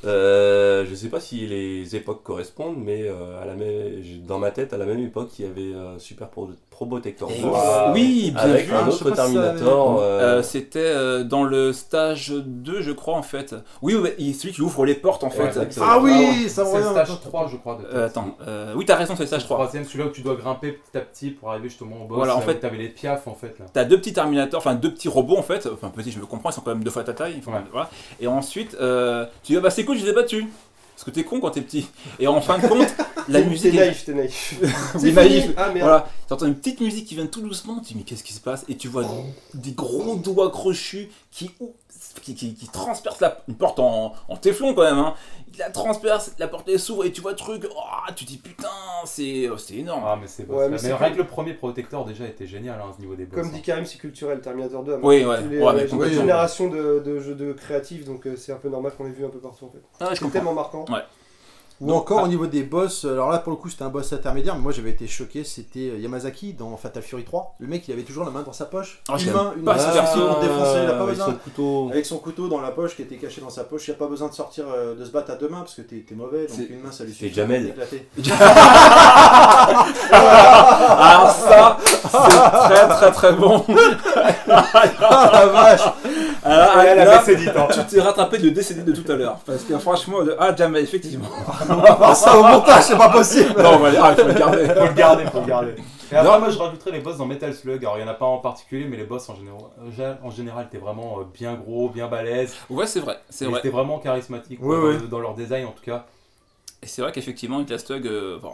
S3: euh, je ne sais pas si les époques correspondent, mais euh, à la même, j'ai- dans ma tête, à la même époque, il y avait euh, Super Pro, Probotector 2
S5: Et-
S4: Wow.
S5: Oui, bien
S3: avec
S5: vu.
S2: Ah,
S3: un
S2: je sais
S3: autre
S2: pas si ça avait-
S3: Terminator. euh,
S5: Euh, c'était euh, dans le stage 2, je crois, en fait. Oui, oui, il- celui qui ouvre les portes, en
S4: Ouais,
S5: fait.
S4: exactement.
S2: Ah oui,
S4: ouais.
S2: ça me
S4: C'est le
S2: revient.
S4: stage 3, je crois. De
S5: Euh, attends, euh, oui, t'as raison, c'est le
S4: Le
S5: stage 3.
S4: troisième, celui-là où tu dois grimper petit à petit pour arriver justement au boss.
S5: Voilà, en
S4: là où
S5: fait-
S4: T'avais les piafs en fait là.
S5: T'as deux petits Terminators, enfin deux petits robots en fait, enfin petits, je me comprends, ils sont quand même deux fois ta taille. Enfin,
S4: Ouais.
S5: voilà. Et ensuite, euh, tu dis ah bah c'est cool, je les ai battus. Parce que t'es con quand t'es petit. Et en fin de compte, la musique.
S6: T'es
S5: est-
S6: naïf, t'es naïf.
S5: Oui,
S6: C'est
S5: naïf.
S6: fini. Ah merde.
S5: Voilà, t'entends une petite musique qui vient tout doucement, tu dis mais qu'est-ce qui se passe Et tu vois des gros doigts crochus qui, ou- qui, qui, qui transpercent la une porte en, en téflon quand même. Hein. Ils la transpercent, la porte elle s'ouvre et tu vois le truc, oh, tu dis putain, c'est oh, c'est énorme.
S4: Ah, mais c'est boss.
S6: Ouais,
S4: là.
S6: mais
S4: mais
S6: c'est
S4: rien que le premier Protector déjà était génial hein, à ce niveau des boss.
S6: Comme dit Karim, c'est culturel, Terminator 2. à
S5: oui,
S6: mon
S5: ouais,
S6: avis, tous les-
S5: ouais, mais hein.
S6: j'ai une
S5: complètement.
S6: génération de, de jeux de créatifs, donc euh, c'est un peu normal qu'on ait vu un peu partout en fait.
S5: Ah, je
S6: C'est
S5: comprends.
S6: tellement marquant.
S2: Ou
S5: Donc,
S2: encore
S5: ah.
S2: au niveau des boss, euh, alors là pour le coup c'était un boss intermédiaire, mais moi j'avais été choqué, c'était euh, Yamazaki dans Fatal Fury 3. Le mec il avait toujours la main dans sa poche,
S5: Ah, je
S2: une main, une
S5: pas euh,
S2: main
S5: ce
S2: sur
S5: perso.
S2: pour défoncer, il a pas
S3: avec son
S2: besoin.
S3: couteau.
S2: Avec son couteau dans la poche qui était caché dans sa poche, il a pas besoin de sortir, euh, de se battre à deux mains parce que t'es t'es mauvais, donc
S5: C'est-
S2: une main ça lui
S3: c'est
S2: suffit.
S3: Jamel.
S2: pour t'éclater.
S5: Ah ça, c'est très très très bon.
S2: Ah la vache
S5: Alors,
S4: elle
S5: là,
S4: a baissé dit hein.
S5: tu t'es rattrapé de décédé de tout à l'heure. Parce que franchement, de... ah jamais, effectivement.
S2: On va voir ça au montage, Ah, c'est pas possible
S5: Non, mais ah, il faut le garder.
S4: Faut le garder, faut le garder. Et après,
S5: Non.
S4: moi, je rajouterais les boss dans Metal Slug. Alors, il n'y en a pas en particulier, mais les boss en général, en gé- en général étaient vraiment euh, bien gros, bien balèzes.
S5: Ouais, c'est vrai, c'est
S4: Ils
S5: vrai.
S4: étaient vraiment charismatiques
S2: Ouais,
S4: quoi,
S2: ouais.
S4: Dans, dans leur design en tout cas.
S5: Et c'est vrai qu'effectivement, Nicolas Tug, euh, bon,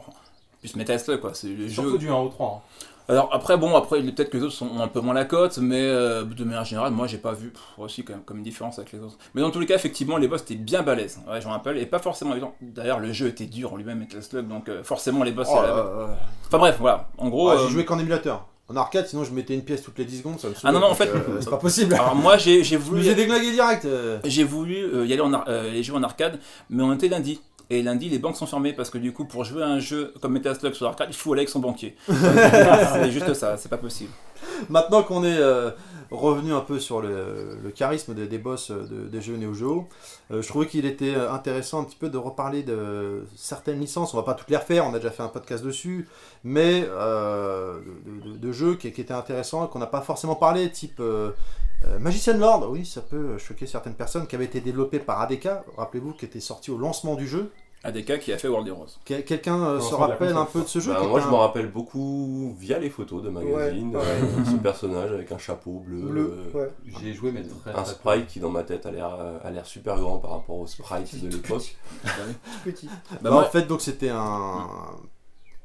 S5: puissent mettre à cela, quoi. C'est le
S4: Surtout
S5: jeu.
S4: du 1 au 3. hein.
S5: Alors après, bon, après, il- peut-être que les autres sont un peu moins la cote, mais euh, de manière générale, moi, j'ai pas vu pff, aussi quand même, comme différence avec les autres. Mais dans tous les cas, effectivement, les boss étaient bien balèzes, hein, ouais, j'en rappelle, et pas forcément évident. D'ailleurs, le jeu était dur en lui-même, Metal Slug, donc euh, forcément, les boss.
S2: Oh
S5: c'est
S2: là
S5: la-
S2: là là.
S5: Enfin bref, voilà. En gros.
S2: Ah,
S5: euh,
S2: J'ai joué qu'en émulateur. En arcade, sinon je mettais une pièce toutes les 10 secondes. Ça me
S5: Ah non, non, en fait- Ah,
S2: saoulait, donc, euh, c'est pas possible.
S5: Alors moi, j'ai j'ai
S2: Je me
S5: voulu.
S2: faisais déglinguer direct. euh.
S5: J'ai voulu euh, y aller en ar- euh, les jouer en arcade, mais on était lundi. Et lundi, les banques sont fermées parce que du coup, pour jouer à un jeu comme Metal Slug sur arcade, il faut aller avec son banquier. c'est juste ça, c'est pas possible.
S2: Maintenant qu'on est euh, revenu un peu sur le, le charisme des, des boss euh, de- des jeux Neo Geo, euh, je trouvais qu'il était euh, intéressant un petit peu de reparler de certaines licences. On va pas toutes les refaire, on a déjà fait un podcast dessus, mais euh, de, de- de jeux qui, qui étaient intéressants et qu'on n'a pas forcément parlé, type euh, euh, Magician Lord. Oui, ça peut euh, choquer certaines personnes, qui avait été développé par ADK, rappelez-vous, qui était sorti au lancement du jeu.
S5: ADK qui a fait World Heroes.
S2: Quel- Quelqu'un euh, se
S4: Lancement de la
S2: rappelle un
S4: console.
S2: peu de ce jeu
S3: Bah,
S2: qui
S3: moi,
S2: était
S3: je
S2: un-
S3: m'en rappelle beaucoup via les photos de magazines.
S7: Ouais,
S3: euh, ce personnage avec un chapeau bleu,
S7: Bleu,
S3: euh,
S7: ouais.
S4: J'ai joué, mais très.
S5: Ah,
S3: un sprite qui, dans ma tête, a l'air euh, a l'air super grand par rapport au sprite de l'époque.
S7: Petit.
S5: Bah,
S2: Bah,
S5: moi,
S2: En fait, donc c'était un.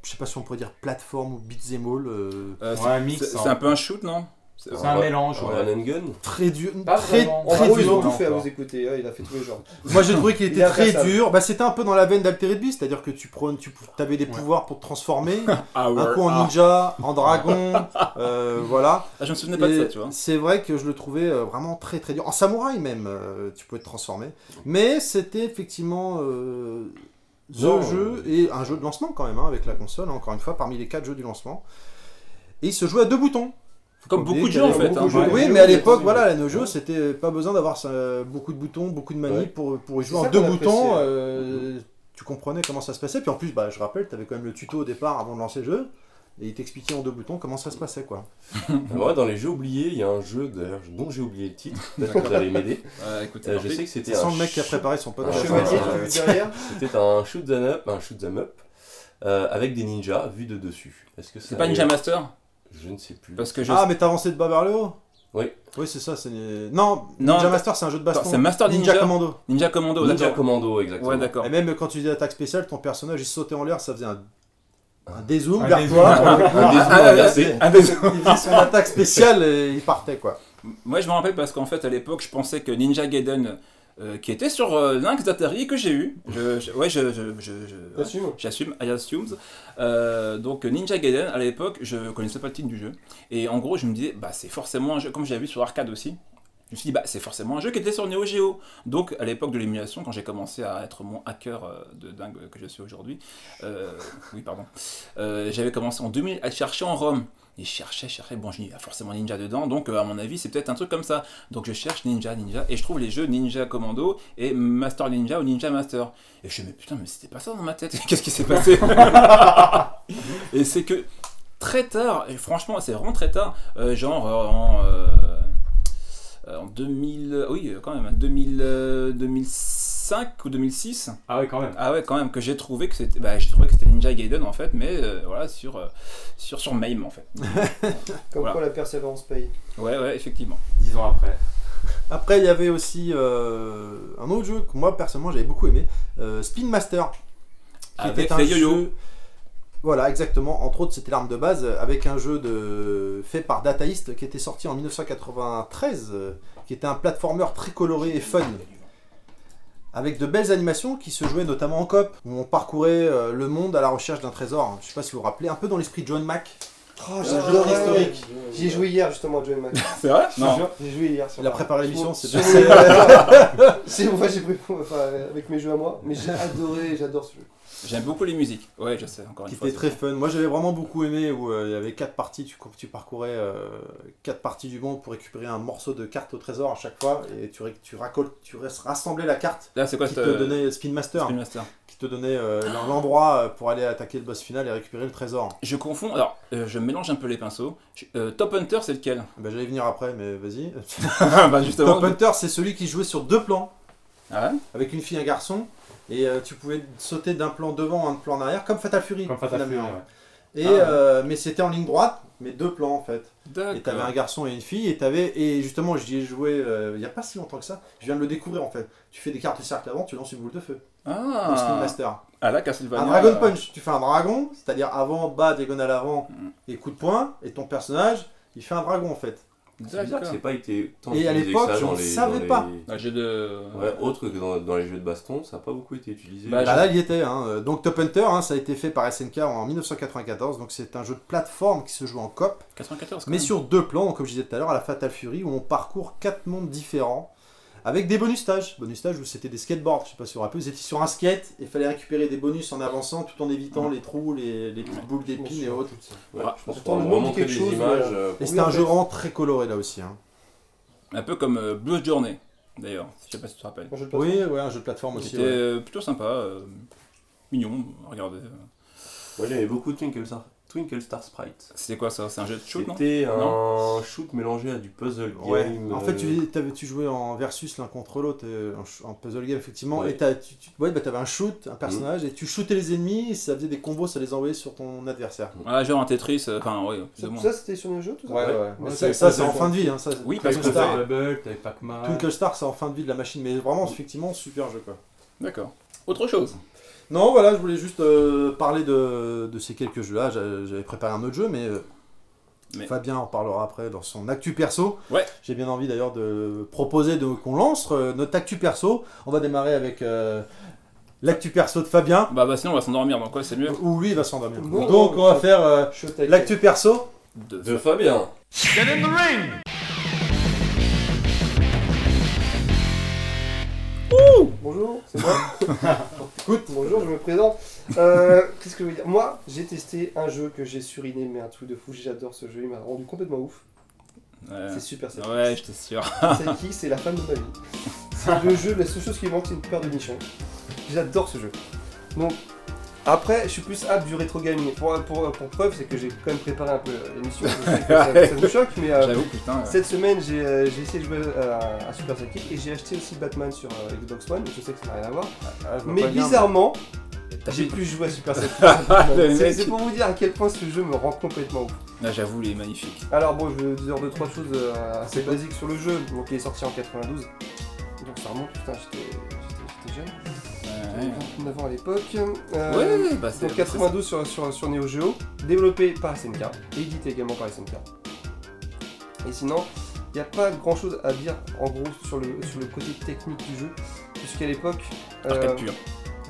S2: Je sais pas si on pourrait dire plateforme ou beat'em all. euh,
S5: euh, c'est-
S4: Ouais, un mix.
S5: c'est
S4: hein.
S5: c'est un peu un shoot, non C'est-
S4: C'est un
S3: Ouais.
S4: mélange.
S3: Un
S4: ouais.
S3: run and gun
S2: très dur.
S4: Pas
S2: Très,
S4: vraiment.
S7: En
S2: très
S7: gros, ils
S2: dur.
S7: ont tout
S4: violent,
S7: fait à
S4: quoi.
S7: vous écouter. ouais, il a fait tous les genres.
S2: Moi j'ai trouvé qu'il
S7: Il est
S2: était très
S7: incassable.
S2: dur. Bah, c'était un peu dans la veine d'Altered Beast, c'est-à-dire que tu prônes, tu avais des pouvoirs pour te transformer.
S5: Ah, ouais.
S2: un coup en
S5: Ah.
S2: ninja, en dragon, euh, voilà.
S5: Ah, je me souvenais pas
S2: Et
S5: de ça, tu vois.
S2: C'est vrai que je le trouvais euh, vraiment très très dur. En samouraï même, euh, tu peux te transformer. Mais c'était effectivement euh, the
S3: Non,
S2: jeu et un jeu de lancement quand même, hein, avec la console, hein, encore une fois, parmi les quatre jeux du lancement. Et il se jouait à deux boutons. Faut
S5: Comme
S2: pas
S5: beaucoup
S2: oublier qu'il
S5: de jeux,
S2: y
S5: en
S2: avait
S5: fait.
S2: beaucoup de
S5: hein.
S2: jeux. Oui,
S7: Ouais.
S2: mais à
S7: Ouais.
S2: l'époque,
S7: Ouais.
S2: voilà, la Neo Geo, c'était pas besoin d'avoir ça- beaucoup de boutons, beaucoup de manips pour, pour y
S7: C'est
S2: jouer
S7: ça
S2: en deux
S7: qu'on appréciait.
S2: boutons. euh, Tu comprenais comment ça se passait. Puis en plus, bah, je rappelle, t'avais quand même le tuto au départ avant de lancer le jeu. Et il t'expliquait en deux boutons comment ça se passait, quoi.
S3: Moi, dans les jeux oubliés, il y a un jeu d'ailleurs dont j'ai oublié le titre. Peut-être que vous allez m'aider.
S5: Ouais, écoute,
S3: Euh,
S5: alors,
S3: je sais que c'était
S2: Tu sens
S3: un
S2: le mec qui a
S3: shoot-
S2: préparé son
S7: Le
S2: podcast.
S7: chevalier,
S3: ouais.
S7: tu vu derrière
S3: C'était un shoot 'em up, un shoot 'em up euh, avec des ninjas vus de dessus. Est-ce que ça
S5: c'est pas
S3: est-
S5: Ninja Master
S3: Je ne sais plus.
S5: Parce que je.
S2: Ah, mais t'as avancé de bas vers le haut
S3: Oui.
S2: Oui, c'est ça, c'est... Non,
S5: Non,
S2: Ninja
S5: attends.
S2: Master, c'est un jeu de
S5: Attends,
S2: baston.
S5: c'est Master
S2: Ninja,
S5: Ninja,
S2: Commando.
S5: Ninja Commando,
S3: Ninja
S5: d'accord.
S3: Commando, exactement.
S5: Ouais, d'accord.
S2: Et même quand tu faisais attaque spéciale, ton personnage, il sautait en l'air, ça faisait un... Un dézoom
S4: Un
S2: vers
S4: dézoom.
S2: toi. pour le
S3: Un
S2: voir.
S3: dézoom inversé.
S5: Ah, mais-
S2: il faisait son attaque spéciale et il partait, quoi.
S5: Moi, je me rappelle parce qu'en fait, à l'époque, je pensais que Ninja Gaiden, euh, qui était sur euh, Lynx d'Atari et que j'ai eu, je, je- ouais, je, je- je- je-
S7: Assume.
S5: j'assume, I assumes. Euh, donc, Ninja Gaiden, à l'époque, je connaissais pas le titre du jeu. Et en gros, je me disais, bah, c'est forcément un jeu, comme j'avais vu sur arcade aussi. Je me suis dit, bah, c'est forcément un jeu qui était sur Neo Geo. Donc, à l'époque de l'émulation, quand j'ai commencé à être mon hacker euh, de dingue que je suis aujourd'hui, euh, oui, pardon, euh, j'avais commencé en 2000 à chercher en ROM. Et je cherchais, je cherchais, bon, je dis, il y a forcément Ninja dedans, donc euh, à mon avis, c'est peut-être un truc comme ça. Donc je cherche Ninja, Ninja, et je trouve les jeux Ninja Commando et Master Ninja ou Ninja Master. Et je me dis, mais putain, mais c'était pas ça dans ma tête, qu'est-ce qui s'est passé Et c'est que très tard, et franchement, c'est vraiment très tard, euh, genre euh, en. euh, euh, en 2000, euh, oui, euh, quand même, hein, 2000, euh, 2005 ou 2006,
S4: Ah ouais, quand même.
S5: ah ouais, quand même, que j'ai trouvé que c'était bah, j'ai trouvé que c'était Ninja Gaiden en fait, mais euh, voilà, sur, euh, sur, sur MAME en fait.
S7: Comme
S5: Voilà.
S7: quoi la persévérance paye.
S5: Ouais, ouais, effectivement.
S4: Dix ans après.
S2: Après, il y avait aussi euh, un autre jeu que moi, personnellement, j'avais beaucoup aimé. euh, Spin Master. qui
S5: Ah, Avec
S2: était un
S5: les yo-yo.
S2: jeu- Voilà, exactement. Entre autres, c'était l'arme de base euh, avec un jeu de... fait par Data East qui était sorti en 1993, euh, qui était un platformer très coloré et fun. Avec de belles animations qui se jouaient notamment en cop, où on parcourait euh, le monde à la recherche d'un trésor. Je sais pas si vous vous rappelez, un peu dans l'esprit de John Mack.
S7: Oh,
S2: Ah, j'adore l'historique.
S7: J'y ai joué hier justement, Joey Mac.
S5: C'est vrai
S7: Je te jure, J'ai joué hier. sur-
S2: Il a préparé l'émission, c'est
S7: Sur-
S2: bien.
S7: sur- euh, C'est moi j'ai pris enfin, euh, avec mes jeux à moi, mais j'ai adoré, j'adore ce jeu.
S5: J'aime beaucoup les musiques. Ouais, je sais, encore une
S2: qui
S5: fois.
S2: était très fun. Moi j'avais vraiment beaucoup aimé où euh, il y avait quatre parties, tu, cou- tu parcourais euh, quatre parties du monde pour récupérer un morceau de carte au trésor à chaque fois et tu, ré- tu, racol- tu res- rassemblais la carte
S5: Là, c'est quoi
S2: qui
S5: cette,
S2: te
S5: euh,
S2: donnait Spin Master,
S5: Spin Master
S2: qui te donnait euh, l'endroit euh, pour aller attaquer le boss final et récupérer le trésor.
S5: Je confonds, alors, euh, je mélange un peu les pinceaux. Je- euh, Top Hunter, c'est lequel
S2: Ben, J'allais venir après, mais vas-y.
S5: Bah,
S2: Top
S5: justement.
S2: Hunter, c'est celui qui jouait sur deux plans,
S5: Ah ouais
S2: avec une fille et un garçon, et euh, tu pouvais sauter d'un plan devant à un plan en arrière, comme Fatal Fury.
S4: Comme Fatal Fury.
S2: finalement.
S4: ouais.
S2: Et,
S5: Ah.
S2: euh, mais c'était en ligne droite, mais deux plans en fait. Et t'avais
S5: D'accord.
S2: un garçon et une fille, et t'avais et justement j'y ai joué euh, il y a pas si longtemps que ça. Je viens de le découvrir en fait. Tu fais des cartes de cercle avant, tu lances une boule de feu. Le Spin
S5: Ah,
S2: Master.
S5: à la Castlevania.
S2: Un dragon
S5: euh,
S2: punch. Tu fais un dragon, c'est-à-dire avant, bas, diagonale avant et coup de poing, et ton personnage il fait un dragon en fait.
S3: C'est bizarre que
S5: D'accord.
S3: c'est pas été tant
S2: Et à
S3: utilisé
S2: l'époque,
S3: que ça
S2: je
S3: dans
S2: ne
S3: les-
S2: savais
S3: dans
S2: pas.
S3: les-
S5: Un jeu de.
S3: Ouais, autre que dans, dans les jeux de baston, ça n'a pas beaucoup été utilisé.
S5: Bah,
S2: Bah là, il y était. hein. Euh, Donc Top Hunter, hein, ça a été fait par SNK en 1994. Donc c'est un jeu de plateforme qui se joue en cop,
S5: 94. quand
S2: mais
S5: même.
S2: sur deux plans, donc, comme je disais tout à l'heure, à la Fatal Fury, où on parcourt quatre mondes différents, avec des bonus stages. Bonus stages où c'était des skateboards, je sais pas si vous vous rappelez, vous étiez sur un skate et fallait récupérer des bonus en avançant tout en évitant les trous, les, les petites boules d'épines et autres.
S3: Ouais,
S5: Ah,
S3: je pense
S7: attends, le
S3: qu'on va
S7: nom dit
S3: remonter
S7: quelque
S3: des
S7: chose,
S3: images.
S7: mais-
S3: euh,
S2: Et
S7: Oui,
S2: c'était un
S7: en fait.
S2: jeu vraiment très coloré là aussi. hein.
S5: Un peu comme euh, Blue Journey, d'ailleurs. Je sais pas si tu te rappelles.
S7: Un jeu de plateforme.
S2: Oui, ouais, un jeu de plateforme aussi.
S5: C'était
S2: ouais.
S5: euh, plutôt sympa. euh, Mignon, regardez.
S3: Moi j'aimais beaucoup Twinkle Star, Twinkle Star Sprite.
S5: C'était quoi ça C'est un jeu de shoot, non
S3: C'était
S5: Non.
S3: un shoot mélangé à du puzzle
S2: Ouais.
S3: game.
S2: En fait,
S3: euh,
S2: tu, t'avais- tu jouais en versus l'un contre l'autre, euh, en, ch- en puzzle game, effectivement.
S3: Ouais.
S2: Et t'as- tu, tu ouais, bah, t'avais un shoot, un personnage,
S4: Mm.
S2: et tu shootais les ennemis, et ça faisait des combos, ça les envoyait sur ton adversaire.
S5: Ah, genre un Tetris, euh, enfin, ouais, plus ou
S7: Ça,
S5: moins.
S7: ça, c'était sur le jeu, tout ça
S2: Mais
S4: Ouais,
S2: ça,
S4: c'est-
S2: ça,
S4: c'est-
S2: c'est en
S4: c'est-
S2: fin de vie. Hein, ça, c'est-
S5: Oui, parce
S4: T'avais
S5: que
S2: Star.
S4: Star Bubble, t'avais Pac-Man.
S2: Twinkle Star, c'est en fin de vie de la machine, mais vraiment, effectivement, super jeu quoi.
S5: D'accord. Autre chose.
S2: Non, voilà, je voulais juste euh, parler de, de ces quelques jeux-là. J'a- J'avais préparé un autre jeu, mais, euh,
S5: Mais-
S2: Fabien en parlera après dans son actu perso.
S5: Ouais.
S2: J'ai bien envie d'ailleurs de proposer de- qu'on lance euh, notre actu perso. On va démarrer avec euh, l'actu perso de Fabien,
S5: Bah, bah sinon, on va s'endormir, donc ouais, c'est mieux.
S2: où lui il va s'endormir.
S7: Bon,
S2: Donc on va
S7: ça-
S2: faire euh,
S7: Je suis au taquet.
S2: l'actu perso.
S5: De-
S3: De Fabien.
S7: Bonjour, c'est moi. Écoute, bonjour, je me présente. Euh, Qu'est-ce que je veux dire Moi, j'ai testé un jeu que j'ai suriné, mais un truc de fou, j'adore ce jeu, il m'a rendu complètement ouf.
S5: Ouais,
S7: C'est super, c'est
S5: Euh, ouais j'étais sûr.
S7: C'est qui C'est la femme de ma vie. C'est le jeu, la seule chose qui me manque, c'est une paire de nichons. J'adore ce jeu. Donc, après, je suis plus apte du rétro gaming. Pour, pour, pour preuve, c'est que j'ai quand même préparé un peu euh, l'émission. Je sais que ça, ça vous choque, mais euh,
S5: J'avoue, putain. ouais.
S7: cette semaine, j'ai euh, j'ai essayé de jouer à, à Super Sidekick et j'ai acheté aussi Batman sur euh, Xbox One. Je sais que ça n'a rien à voir. Mais bizarrement, j'ai plus joué à Super Sidekick.
S5: Ah, Le
S7: C'est-
S5: mec.
S7: C'est pour vous dire à quel point ce jeu me rend complètement ouf.
S5: Là, Ah, j'avoue, il est magnifique.
S7: Alors bon, je vais vous dire deux trois choses euh, assez basiques sur le jeu. Donc il est sorti en 92. Donc ça remonte, putain, j'étais j'étais- j'étais jeune.
S5: Ouais,
S7: J'avais 29 ans à l'époque. Euh,
S5: ouais, ouais, bah, c'est.
S7: Donc 92 sur, sur, sur Neo Geo, développé par SNK, édité également par SNK. Et sinon, il n'y a pas grand chose à dire en gros sur le, sur le côté technique du jeu, puisqu'à l'époque,
S5: c'est Arcade
S7: euh,
S5: pure.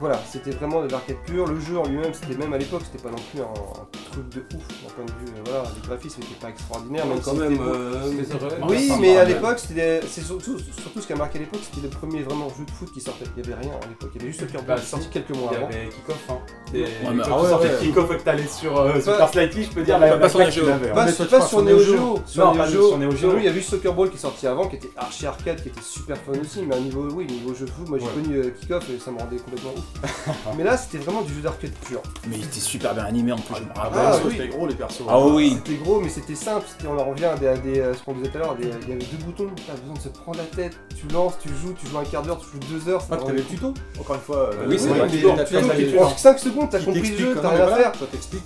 S7: voilà, c'était vraiment de l'arcade pure. Le jeu en lui-même, c'était même à l'époque, c'était pas non plus un, un truc de ouf d'un point de vue. euh, voilà, les graphismes n'étaient pas extraordinaires, même
S3: quand
S7: si
S3: même.
S7: c'était beau.
S3: euh,
S4: C'était sur-
S5: Bon,
S7: Oui,
S5: ça me
S7: mais à
S5: rappelle.
S7: l'époque, c'était c'est surtout, surtout ce qui a marqué à l'époque, c'était le premier vraiment jeu de foot qui sortait. Il n'y avait rien à l'époque, il y avait juste le Kirby
S4: Bah,
S7: qui est sorti quelques mois
S4: Il y
S7: avant.
S4: avait Kickoff, hein. Et
S5: Ouais, mais- ah
S4: quand tu
S2: ouais,
S4: sortais
S2: ouais.
S4: Kickoff et que t'allais sur euh, Super Slighty, je peux dire
S5: Pas-
S4: la
S5: pas sur
S4: claque
S5: Neo
S4: que
S5: Geo.
S4: t'avais, hein.
S7: Pas,
S2: Mais
S7: sur-
S2: toi,
S7: pas
S2: tu
S7: sur
S2: parles
S7: Neo
S2: sur Neo
S7: Geo.
S4: Non,
S7: Sur Neo
S4: pas
S7: Geo.
S4: sur Neo Geo.
S7: Sur Neo, il y a eu Soccer Ball qui est sorti avant, qui était archi arcade, qui était super fun aussi, mais à un niveau, oui, niveau jeu fou, moi j'ai
S4: Ouais.
S7: connu euh, Kickoff et ça me rendait complètement ouf. mais là, c'était vraiment du jeu d'arcade pur.
S5: Mais il était super bien animé en plus, je me
S2: Ah,
S5: rappelle.
S2: bah,
S7: Ah,
S2: oui.
S7: oui.
S2: c'était gros les persos.
S5: Ah oui.
S7: C'était gros, mais c'était simple. c'était- on en revient à, des, à des, euh, ce qu'on disait tout à l'heure, à des- il y avait deux boutons, pas besoin de se prendre la tête. Tu lances, tu joues, tu joues un quart d'heure, tu joues deux heures. ça
S2: Ah, puis
S7: te
S2: t'avais
S7: rendait
S2: le tuto, encore une fois.
S4: Oui, c'est vrai,
S2: mais
S4: tuto,
S2: t'as-
S4: tuto
S2: t'as-
S4: qui
S2: t'as-
S4: tue.
S7: fou. En 5 secondes, t'as
S2: qui
S7: compris le
S2: t'explique
S7: jeu,
S2: quand
S7: t'as
S2: même,
S7: rien à
S2: voilà,
S7: faire.
S2: Toi t'expliques.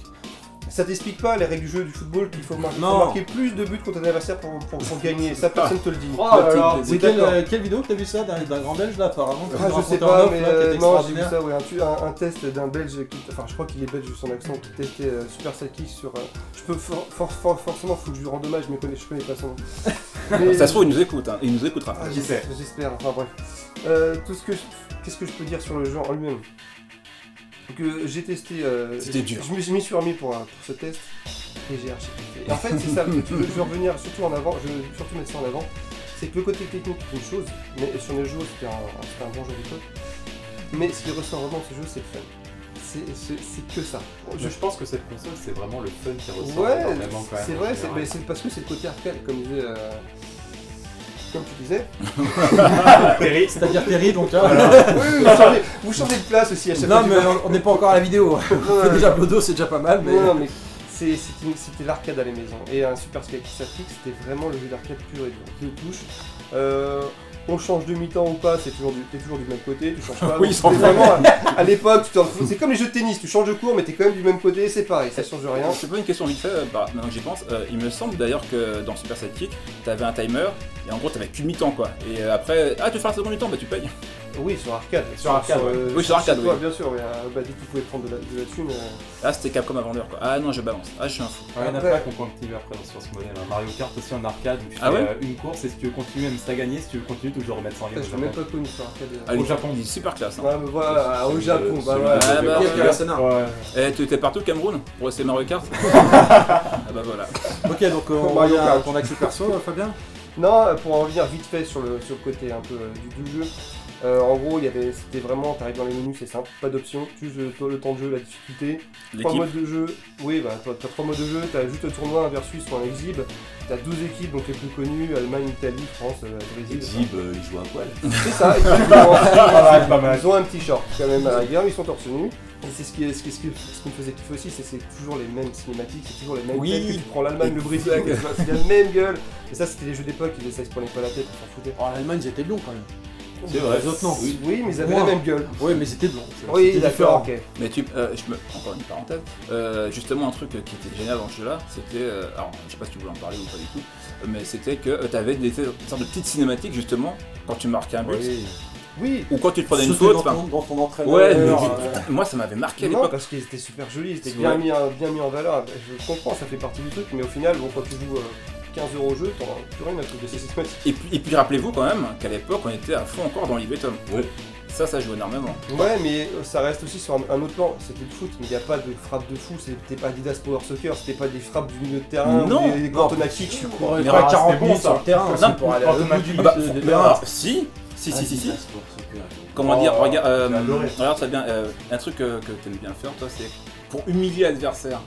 S7: Ça t'explique pas les règles du jeu du football qu'il faut, mar- faut
S2: Non.
S7: marquer plus de buts contre ton adversaire pour, pour, pour gagner. Ça, personne te le dit.
S4: Oh là là.
S2: C'est
S7: Oui,
S2: quelle,
S7: d'accord.
S2: euh, quelle vidéo que t'as vu ça d'un d'un grand belge là apparemment que tu
S7: Ah,
S2: nous
S7: je sais
S2: racontais en
S7: pas,
S2: off,
S7: mais
S2: là, qui était
S7: euh, non, j'ai vu
S2: extraordinaire.
S7: ça, ouais, un, tu- un- un test d'un belge, qui, enfin je crois qu'il est belge vu son accent, qui testait euh, Super Sidekick sur... euh, je peux for- for- for- forcément, faut que je lui rende hommage, mais connais, je connais pas son nom. Mais-
S5: Ça se trouve, il nous écoute, hein. il nous écoutera.
S7: ah,
S4: j'espère.
S7: j'espère. J'espère, enfin bref. Euh, tout ce que je- Qu'est-ce que je peux dire sur le jeu en lui-même Que j'ai testé... euh,
S5: C'était dur.
S7: Je m'y- je m'y suis remis pour, euh, pour ce test, et j'ai archi kiffé. Et en fait, c'est ça, le truc, je veux, je veux revenir surtout en avant, je veux surtout mettre ça en avant, c'est que le côté technique est une chose, mais sur les jeux, c'était un, c'était un bon jeu à l'époque. Mais ce qui ressort vraiment de ce jeu, c'est le fun. C'est- C'est c'est que ça. Je-
S4: Je je pense que cette console, c'est vraiment le fun qui ressort.
S7: Ouais,
S4: énormément, quand même,
S7: c'est
S4: en
S7: vrai, c'est
S4: général.
S7: mais c'est parce que c'est le côté arcade, comme, disait, euh, comme tu disais.
S2: C'est-à-dire Terry donc là.
S7: Oui, oui, vous, changez, vous changez de place aussi à chaque fois.
S2: Non
S7: du
S2: mais on- on n'est pas encore à la vidéo.
S7: Non,
S2: On
S7: non,
S2: fait déjà Blodo c'est déjà pas mal mais.
S7: Non, non, mais c'est- c'était c'était l'arcade à la maison. Et un Super Skate qui s'applique, c'était vraiment le jeu d'arcade pur et dur. Deux touches. Euh, on change de mi-temps ou pas, c'est toujours du, t'es toujours du même côté, tu changes pas.
S5: Oui,
S7: donc
S5: ils s'en
S7: t'es
S5: foutent.
S7: vraiment à, à l'époque, tu t'en fous. C'est comme les jeux de tennis, tu changes de cours, mais t'es quand même du même côté, c'est pareil, ça change rien.
S5: C'est pas une question vite fait, euh, bah, maintenant que j'y pense. euh, il me semble d'ailleurs que dans Super Sidekick, t'avais un timer et en gros t'avais qu'une mi-temps quoi. Et euh, après, ah tu veux faire la seconde mi-temps, bah tu payes.
S7: Oui, sur arcade.
S4: Sur arcade, ouais.
S7: euh,
S5: Oui, sur arcade,
S7: toi,
S5: oui.
S7: Bien sûr, oui. euh, bah, dès que tu pouvais prendre de la, de la thune. euh,
S5: Là c'était Capcom avant l'heure quoi. Ah non, je balance. Ah je suis un fou.
S4: Ouais, il y en a
S7: Après-
S4: plein qui ont continué après sur ce modèle. hein. Mario Kart aussi en arcade où tu
S5: Ah
S4: fais
S5: ouais
S4: euh, une course et si tu veux continuer, même si t'as gagné, si tu veux continuer, tu dois remettre 100
S7: ça,
S4: livres.
S7: je l'ai même pas connu sur arcade.
S5: Ah, lui,
S4: Japon.
S5: il est super classe. Hein.
S7: Ouais, mais voilà, au
S3: Celui de-
S7: Japon, bah
S3: celui
S7: voilà.
S3: de-
S5: Ah, bah,
S2: Pire que
S5: ouais.
S2: l'arsenal.
S5: Eh, tu étais partout au Cameroun pour essayer Mario Kart Ah bah voilà.
S2: Ok, donc euh, on
S7: Mario
S2: revient à
S7: Kart.
S2: ton accès perso, euh, Fabien
S7: Non, euh, pour en revenir vite fait sur le, sur le côté un peu euh, du, du jeu, euh, en gros, il y avait, c'était vraiment, t'arrives dans les menus, c'est simple, pas d'options, juste euh, toi, le temps de jeu, la difficulté, trois
S5: L'équipe.
S7: modes de jeu, oui, bah t'as t'as trois modes de jeu, t'as juste le tournoi, un versus ou un exhib, t'as 12 équipes, donc les plus connues, Allemagne, Italie, France, euh, Brésil.
S3: Exib, euh, il joue à poil.
S7: C'est ça, exactement.
S4: Pas mal, pas mal.
S7: Ils ont un petit short quand même à la rigueur, ils sont torse nu. Et c'est ce qui, est- ce, qui, ce, qui, ce qui me faisait kiffer aussi, c'est c'est toujours les mêmes cinématiques, c'est toujours les mêmes
S5: Oui,
S7: têtes que tu prends l'Allemagne, le Brésil,
S5: exact.
S7: tu vois, c'est la même gueule. Et ça, c'était les jeux d'époque, ils ça, ils se prenaient pas la tête, ils s'en foutaient.
S2: Oh, l'Allemagne, ils étaient blonds quand même.
S3: C'est vrai.
S2: Les autres, non.
S3: Oui.
S7: Oui, mais ils avaient
S2: Moi.
S7: la même gueule.
S2: Oui, mais ils étaient blonds. c'est-
S7: Oui,
S2: c'était
S7: d'accord, ok.
S5: Mais tu, euh, je me, encore une parenthèse, Euh, justement un truc qui était génial dans ce jeu-là, c'était, euh, alors je sais pas si tu voulais en parler ou pas du tout, euh, mais c'était que tu avais des, des sortes de petites cinématiques justement quand tu marquais un but
S2: Oui.
S7: Oui.
S5: ou quand tu te prenais une
S2: Sauter
S5: faute.
S2: dans
S5: enfin,
S2: ton, dans ton entraîneur.
S5: Ouais,
S7: Euh,
S5: mais
S7: alors,
S5: tu-
S7: euh,
S5: moi ça m'avait marqué à
S7: non,
S5: l'époque.
S7: parce qu'ils étaient super jolis, ils étaient
S5: C'est
S7: bien
S5: vrai.
S7: mis, en- bien mis en valeur. Je comprends, ça fait partie du truc, mais au final, bon, quand tu joues euh, 15 euros au jeu, t'en as plus rien à truc de ces cinématiques.
S5: Et puis, et puis rappelez-vous quand même qu'à l'époque on était à fond encore dans l'Ivetom.
S3: Ouais.
S5: Ça, ça joue énormément.
S7: Ouais, mais ça reste aussi sur un, un autre plan. C'était le foot, mais il n'y a pas de frappe de fou. C'était pas Adidas Power Soccer, c'était pas des frappes du milieu de terrain,
S5: Non.
S7: ou des, des cantona kick, je suis con.
S2: On aurait
S5: Mais
S2: pas
S4: ah,
S2: 40
S4: c'était
S2: minutes
S4: bon,
S2: sur le
S4: ça.
S2: terrain.
S4: Non,
S2: c'est pour aller à l'autre bout du
S5: Ah bah,
S2: du
S5: mais
S2: terrain. Ah,
S5: alors, si, si, si, si, si.
S3: Adidas pour ce cœur.
S5: Comment
S4: Oh,
S5: dire, regarde, euh,
S4: j'ai adoré.
S5: regarde ça bien, euh, un truc euh, que tu aimes bien faire toi, c'est pour humilier l'adversaire.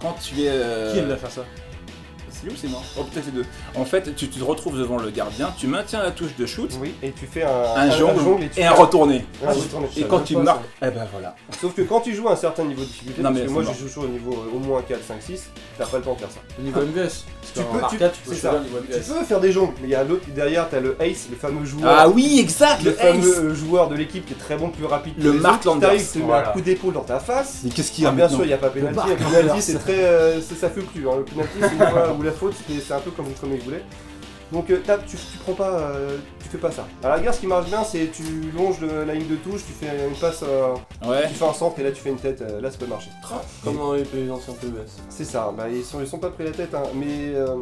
S5: Quand tu es... euh,
S2: Qui aime la faire ça
S5: C'est lui ou c'est moi Oh peut-être les deux. En fait, tu tu te retrouves devant le gardien, tu maintiens la touche de shoot,
S7: Oui, et tu fais un,
S5: un jongle
S7: tu
S5: et
S7: fais
S5: un retourné.
S7: un retourné.
S5: Et quand tu
S7: Pas
S5: marques, eh ben voilà.
S7: ça. Sauf que quand tu joues à un certain niveau de difficulté,
S5: Non,
S7: parce
S5: mais
S7: que
S5: c'est
S7: moi
S5: mort.
S7: je joue toujours au niveau euh, au moins 4, 5, 6, t'as pas le temps de faire ça.
S2: Au niveau MVS.
S7: Tu peux-
S2: en
S7: tu-
S2: arcade, tu peux
S7: c'est
S2: choisir
S7: ça.
S2: au niveau
S7: Tu
S2: MVS.
S7: peux faire des jongles, mais il y a l'autre derrière, t'as le ace, le fameux joueur.
S5: Ah oui, exact,
S7: Le
S5: le ace.
S7: fameux euh, joueur de l'équipe qui est très bon, plus rapide. que
S5: Le
S7: les autres,
S5: Mark
S7: qui t'arrive,
S5: Landers.
S7: te met
S4: Voilà.
S7: un coup d'épaule dans ta face.
S5: Mais qu'est-ce qu'il y
S7: Ah,
S5: a
S7: bien
S5: hein, maintenant
S7: sûr, il n'y a pas pénalty.
S5: Le
S7: Le
S5: Barca.
S7: pénalty, c'est très. euh, c'est- ça fluctue. hein. Le pénalty, c'est une fois ou la faute, c'est c'est un peu comme, comme il voulait. Donc, euh, t'as- tu, tu prends pas. euh, tu fais pas ça. À la gare, ce qui marche bien, c'est tu longes le- la ligne de touche, tu fais une passe. euh,
S5: Ouais.
S7: tu fais un centre et là, tu fais une tête. euh, là, ça peut marcher.
S3: Comme dans les- les anciens PES.
S7: C'est ça. Bah, ils, sont, ils sont pas pris la tête. hein. Mais euh,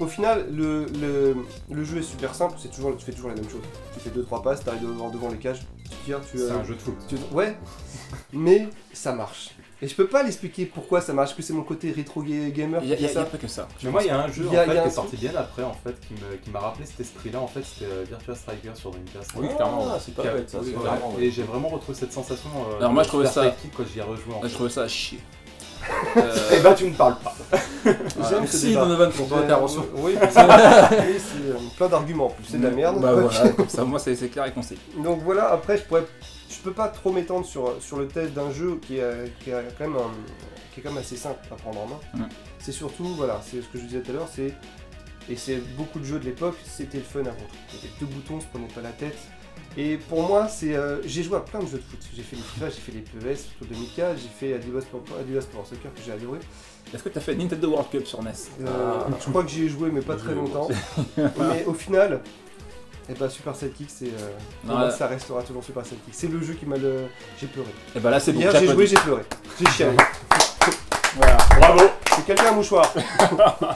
S7: au final, le, le, le jeu est super simple. C'est toujours, tu fais toujours la même chose. Tu fais 2-3 passes, t'arrives devant, devant les cages, tu tires, tu.
S4: C'est
S7: euh,
S4: un jeu de foot.
S7: tu- Ouais, mais ça marche. Et je peux pas l'expliquer pourquoi ça marche, que c'est mon côté rétro ga- gamer
S5: Il
S7: qui
S5: y a, il y a-
S7: fait
S5: il y a
S7: ça.
S5: pas que ça.
S4: Mais moi, il y a un jeu
S7: Il y a-
S4: en fait,
S7: il y a
S4: qui est
S7: un
S4: sorti bien après, en fait, qui me- qui m'a rappelé cet esprit-là. En fait, c'était euh, Virtua Striker sur Dreamcast.
S3: Oui,
S4: Ah,
S3: clairement, c'est pas
S4: qui a-
S3: bête, ça,
S4: oui,
S3: c'est
S4: voilà.
S3: vraiment, ouais.
S4: Et j'ai vraiment retrouvé cette sensation. euh,
S5: Alors moi, je
S4: de
S5: trouvais
S4: Super
S5: ça-
S4: Sidekick quand j'y ai rejoué. en
S3: Ah,
S5: Je
S4: fait.
S5: trouvais ça à chier. Euh,
S7: Eh ben tu ne parles pas.
S5: voilà.
S7: J'aime ce
S2: Merci
S7: débat.
S2: Donovan pour ton
S7: Euh,
S2: intervention.
S7: Oui, oui, c'est oui, c'est, euh, plein d'arguments en plus, c'est de la merde.
S5: Bah voilà, comme ça, moi c'est c'est clair et concis.
S7: Donc voilà, après je pourrais. Je peux pas trop m'étendre sur, sur le test d'un jeu qui est, qui, est quand même un- qui est quand même assez simple à prendre en main.
S5: Mm.
S7: C'est surtout, voilà, c'est ce que je disais tout à l'heure, c'est. Et c'est beaucoup de jeux de l'époque, c'était le fun avant tout. C'était deux boutons, on se prenait pas la tête. Et pour moi, c'est. euh, j'ai joué à plein de jeux de foot. J'ai fait les FIFA, j'ai fait les PES, surtout 2004, j'ai fait Adidas pour, Adidas pour Soccer que j'ai adoré.
S5: Est-ce que t'as fait Nintendo World Cup sur E NES
S7: Euh,
S3: Ah.
S7: Je crois que j'y ai joué, mais pas très
S3: Jeu,
S7: longtemps. mais au final, eh ben, Super Sidekick, c'est. euh, pour
S5: Ouais.
S7: moi, ça restera toujours Super Sidekick. C'est le jeu qui m'a le. J'ai pleuré.
S5: Et bah là c'est bon.
S7: Hier, j'ai
S5: jackpot.
S7: joué, j'ai pleuré. J'ai chialé.
S4: Bravo
S7: J'ai calqué un mouchoir.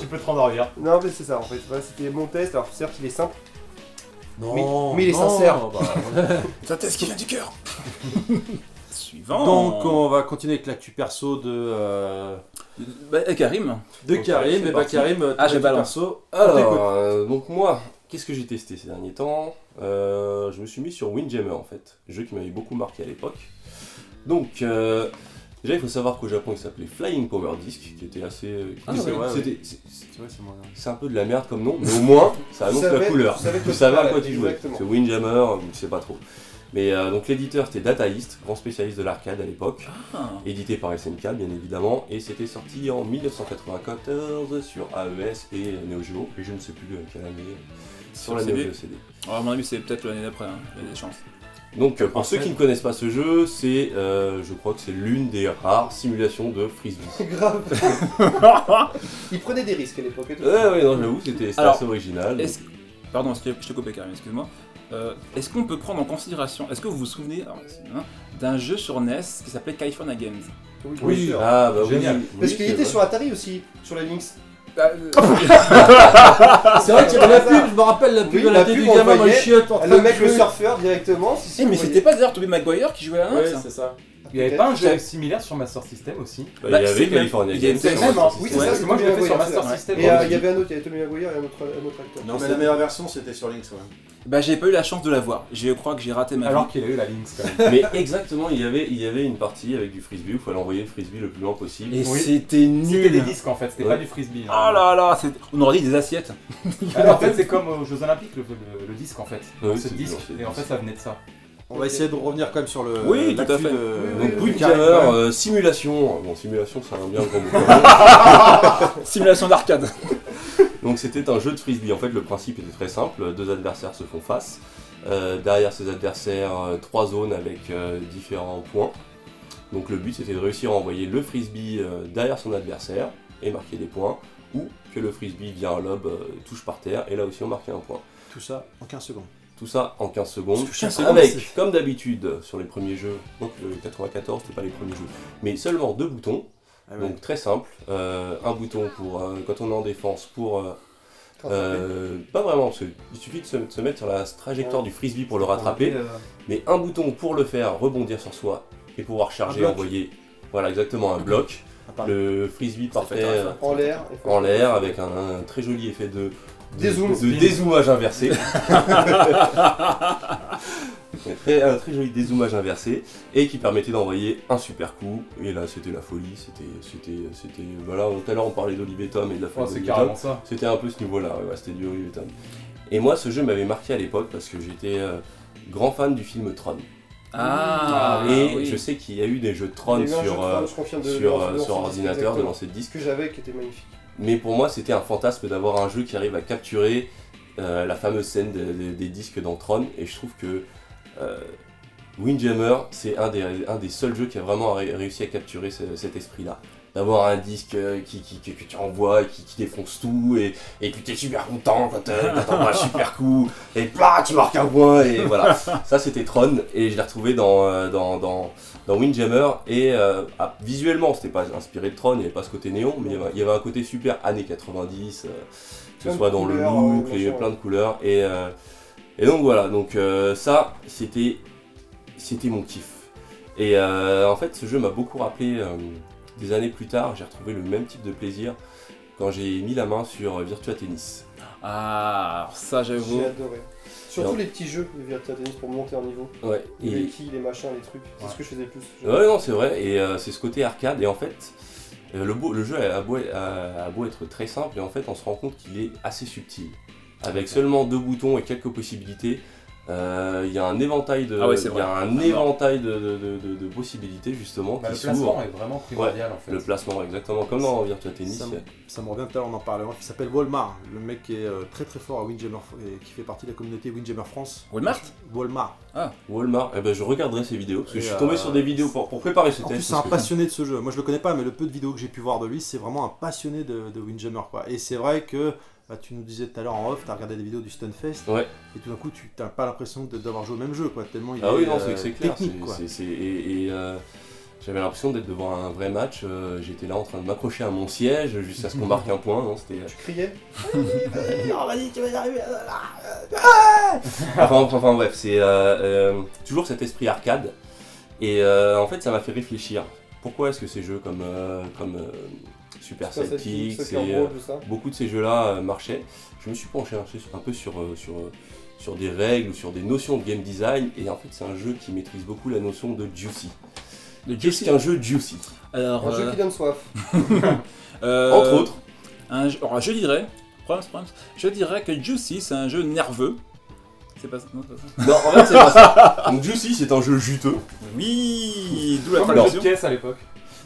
S4: Tu peux te rendormir.
S7: Non, mais c'est ça en fait. Voilà, C'était mon test. Alors, certes, il est simple.
S2: Non,
S7: mais il est
S2: non,
S7: sincère.
S2: bah,
S5: Ça c'est ce qui vient du cœur. Suivant.
S2: Donc on va continuer avec l'actu perso de, euh,
S5: Bah, eh, Karim.
S2: de
S3: Ok,
S2: Karim.
S3: c'est
S2: Et bah
S3: parti.
S2: Karim, ton
S5: Ah, je
S2: actu
S5: balance.
S2: perso. t'écoute.
S3: Alors, euh, donc moi, qu'est-ce que j'ai testé ces derniers temps Euh, Je me suis mis sur Windjammer en fait, jeu qui m'avait beaucoup marqué à l'époque. Donc, euh, déjà il faut savoir qu'au Japon il s'appelait Flying Power Disc, qui était assez. euh,
S2: Ah,
S3: qui-
S2: c'est vrai,
S3: c'était-
S2: ouais.
S3: c'est- c'est-
S2: Ouais, c'est moi.
S3: c'est un peu de la merde comme nom, mais au moins ça annonce la
S7: savais-
S3: couleur.
S7: tu savais
S3: Tu
S7: quoi-
S3: savais à
S7: voilà,
S3: quoi tu jouais.
S7: exactement.
S3: C'est Windjammer, euh, je sais pas trop. Mais euh, donc l'éditeur c'était Dataist, grand spécialiste de l'arcade à l'époque
S5: Ah.
S3: édité par SNK bien évidemment, et c'était sorti en E 1994 sur AES et Neo Geo, et je ne sais plus euh, quelle année, euh, sur la
S5: Sur
S3: Neo
S5: CD.
S3: Geo CD.
S5: Alors, Oh, à mon avis, c'est peut-être l'année d'après, hein. il y a des chances.
S3: Donc, euh, pour ceux qui ne connaissent pas ce jeu, c'est, euh, je crois que c'est l'une des rares simulations de frisbee.
S7: Grave. Il prenait des risques à l'époque et tout.
S3: Ouais, ouais, non, j'avoue, c'était c'était
S5: Alors,
S3: assez original.
S5: Est-ce- Pardon, est-ce que- je te coupé Karim, excuse-moi. Euh, est-ce qu'on peut prendre en considération, est-ce que vous vous souvenez alors, c'est- hein, d'un jeu sur NES qui s'appelait California Games
S7: Oui,
S3: Oui,
S7: bien sûr.
S3: ah bah oui,
S7: Génial.
S3: oui,
S7: Parce
S3: c'est
S7: qu'il était
S3: vrai.
S7: sur Atari aussi, sur la Lynx.
S5: Bah, euh,
S2: C'est vrai qu'il y avait la pub, je me rappelle la pub
S7: Oui,
S2: de la
S7: la
S2: télé
S7: pub,
S2: du
S7: on
S2: gamin dans le
S7: voyait
S2: chiotte en train
S7: Le
S2: de
S7: mec, le
S2: jouer.
S7: surfeur directement. Si, si,
S5: Eh, mais
S7: vous
S5: c'était
S7: voyez.
S5: pas d'ailleurs Toby Maguire qui
S3: Ah,
S5: jouait à E un
S4: Ouais,
S3: hein.
S4: c'est ça. Il n'y avait
S7: Peut-être.
S4: pas un jeu similaire sur Master System aussi
S3: Bah,
S5: Bah,
S3: il y
S5: c'est
S3: avait
S5: même-
S3: California
S5: il y a
S3: Games.
S5: une-
S3: sur
S5: même,
S3: Master
S5: hein,
S7: Oui, c'est
S3: System.
S7: ça,
S4: Parce
S7: c'est
S4: que moi je l'ai fait sur
S7: Maguire,
S4: Master
S7: c'est
S4: System.
S7: Et euh, il y avait un autre, il y avait Tommy Maguire et un autre, un autre acteur.
S2: Non, mais la meilleure version c'était sur Lynx, ouais.
S5: Bah j'ai pas eu la chance de la voir, je crois que j'ai raté ma
S4: Alors
S5: vie.
S4: qu'il a eu la Lynx quand même.
S3: Mais exactement, il y avait, il y avait une partie avec du frisbee où il fallait envoyer le frisbee le plus loin possible.
S5: Et
S4: Oui.
S5: c'était
S4: C'était des
S5: nul
S4: disques en fait, c'était
S3: Ouais. Ah,
S4: pas du frisbee.
S5: Oh là là, c'est- on aurait dit des assiettes.
S4: Alors, en fait, c'est comme aux Jeux Olympiques le, le- le disque en fait.
S3: Ouais,
S4: ce
S3: c'est-
S4: disque,
S3: c'est-
S4: et en fait, ça venait de ça.
S2: On va essayer de revenir quand même sur le.
S5: Oui,
S2: l'actu
S5: tout à fait.
S2: de-
S3: Donc,
S2: de
S3: Boot
S2: Carré,
S3: Jammer,
S2: quand même.
S3: euh, simulation. Bon, simulation, c'est un bien gros mot.
S5: Simulation d'arcade.
S3: Donc, c'était un jeu de frisbee. En fait, le principe était très simple. Deux adversaires se font face. Euh, derrière ces adversaires, euh, trois zones avec euh, différents points. Donc, le but, c'était de réussir à envoyer le frisbee euh, derrière son adversaire et marquer des points. Ou que le frisbee, via un lob, euh, touche par terre. Et là aussi, on marquait un point.
S2: Tout ça en 15 secondes.
S3: Tout ça en 15 secondes.
S5: 15 secondes,
S3: Avec, comme d'habitude, sur les premiers jeux, donc le 94, c'était pas les premiers jeux, mais seulement deux boutons.
S2: Ah ouais.
S3: Donc très simple, Euh, un bouton pour euh, quand on est en défense pour euh, euh, pas vraiment parce qu'il suffit de se, de se mettre sur la trajectoire du frisbee pour le rattraper,
S2: euh,
S3: mais un bouton pour le faire rebondir sur soi et pouvoir charger,
S2: bloc.
S3: envoyer, voilà exactement un bloc.
S2: Ah, pardon.
S3: Le frisbee parfait
S5: fait
S3: euh,
S7: En l'air. et faut-
S3: en l'air avec un, un très joli effet de, de-
S7: Dézoom.
S3: de dézoomage inversé. Et un très joli dézoomage inversé et qui permettait d'envoyer un super coup. Et là, c'était la folie. C'était, c'était, c'était. Voilà, on- tout à l'heure on parlait d'Olivetum et de la
S4: Oh,
S3: folie
S4: c'est
S3: d'Olivetum.
S4: carrément ça.
S3: C'était un peu ce niveau-là. ouais, ouais, c'était du Olivetum. Et moi, ce jeu m'avait marqué à l'époque parce que j'étais euh, grand fan du film Tron.
S5: Ah,
S3: et
S5: oui.
S3: je sais qu'il y a eu des jeux
S7: Il y
S3: Tron
S7: a eu un jeu de
S3: sur, euh,
S7: Tron, je confirme, de-
S3: sur,
S7: de-
S3: euh,
S7: de-
S3: sur
S7: de-
S3: ordinateur, de
S7: exactement.
S3: lancer de disque.
S7: que j'avais qui était magnifique.
S3: Mais pour moi, c'était un fantasme d'avoir un jeu qui arrive à capturer euh, la fameuse scène de- de- des disques dans Tron. Et je trouve que euh, Windjammer, c'est un des, un des seuls jeux qui a vraiment ré- réussi à capturer ce- cet esprit-là. D'avoir un disque euh, qui, qui- que- que tu envoies, et qui, qui défonce tout, et, et puis t'es super content quand euh, quand t'envoies un super coup, et plah, tu marques un point, et voilà. Ça, c'était Tron, et je l'ai retrouvé dans, euh, dans, dans, dans Windjammer. Et euh, ah, visuellement, c'était pas inspiré de Tron, il n'y avait pas ce côté néon, mais il y avait, il y avait un côté super années 90, euh, que
S7: Plein
S3: ce
S7: de
S3: soit dans
S7: couleurs,
S3: le look,
S7: ouais,
S3: les-
S7: bien sûr,
S3: plein
S7: ouais.
S3: de couleurs. Et, euh, et donc voilà, donc euh, ça, c'était, c'était mon kiff. Et euh, en fait, ce jeu m'a beaucoup rappelé euh, des années plus tard, j'ai retrouvé le même type de plaisir quand j'ai mis la main sur euh, Virtua Tennis.
S5: Ah, alors ça j'avoue.
S7: J'ai adoré.
S3: Et en-
S7: Surtout les petits jeux de Virtua Tennis pour monter en niveau.
S3: Ouais,
S7: Les
S3: et-
S7: béquilles, les machins, les trucs. C'est
S4: Ouais.
S7: ce que je faisais le plus.
S3: Ouais, non, c'est vrai, et euh, c'est ce côté arcade, et en fait, euh, le, beau- le jeu a beau, a- a beau être très simple, et en fait, on se rend compte qu'il est assez subtil. Avec seulement deux boutons et quelques possibilités, euh, il y a un éventail de,
S5: Ah ouais, c'est
S3: il y a un éventail de, de- de- de- de possibilités, justement,
S4: Bah,
S3: qui
S4: le placement
S3: s'ouvrent.
S4: est vraiment primordial en fait.
S3: hein. Le placement, exactement, comme dans Virtua Tennis.
S2: Ça me- Ça me revient tout à l'heure, on en parlait, hein, qui s'appelle Walmart, le mec qui est euh, très très fort à Windjammer et qui fait partie de la communauté Windjammer France.
S5: Walmart
S2: Walmart.
S3: Walmart, eh ben, je regarderai ces vidéos, parce que
S2: Et,
S3: je suis tombé
S2: euh,
S3: sur des vidéos pour, pour préparer ce
S2: En
S3: test.
S2: plus, c'est un
S3: parce que-
S2: passionné de ce jeu. Moi, je le connais pas, mais le peu de vidéos que j'ai pu voir de lui, c'est vraiment un passionné de, de Windjammer. Quoi. Et c'est vrai que bah, tu nous disais tout à l'heure en off, tu as regardé des vidéos du Stunfest,
S3: Ouais.
S2: et tout d'un coup, tu n'as pas l'impression de- d'avoir joué au même jeu, quoi, tellement il
S3: Ah
S2: est
S3: oui, non,
S2: euh,
S3: c'est que c'est clair.
S2: technique.
S3: c'est-
S2: quoi.
S3: c'est- c'est- et et, euh, j'avais l'impression d'être devant un vrai match. euh, J'étais là en train de m'accrocher à mon siège jusqu'à ce qu'on marque un point. Non, c'était. euh,
S7: Tu criais
S3: Enfin, enfin, enfin, bref, c'est euh, euh, toujours cet esprit arcade. Et euh, en fait, ça m'a fait réfléchir. Pourquoi est-ce que ces jeux comme, euh, comme euh, Super
S7: Soccer
S3: Celtics et,
S7: Soccer
S3: euh,
S7: Ball, tout ça.
S3: beaucoup de ces jeux-là euh, marchaient. Je me suis penché un, peu sur- un peu sur, euh, sur, euh, sur des règles ou sur des notions de game design. Et en fait, c'est un jeu qui maîtrise beaucoup la notion de juicy.
S5: Le
S3: Qu'est-ce
S5: Juicy.
S3: qu'un jeu juicy
S5: Alors,
S7: Un jeu
S5: euh,
S7: qui donne soif.
S5: euh,
S3: Entre autres.
S5: un jeu- alors, je dirais, promise, promise, je dirais que Juicy c'est un jeu nerveux. C'est pas ça non, c'est pas ça.
S3: Non, en fait, c'est pas ça. Donc, Juicy, c'est un jeu juteux.
S5: Oui, d'où la
S4: Comme le jeu de
S5: traduction.
S4: pièces à l'époque.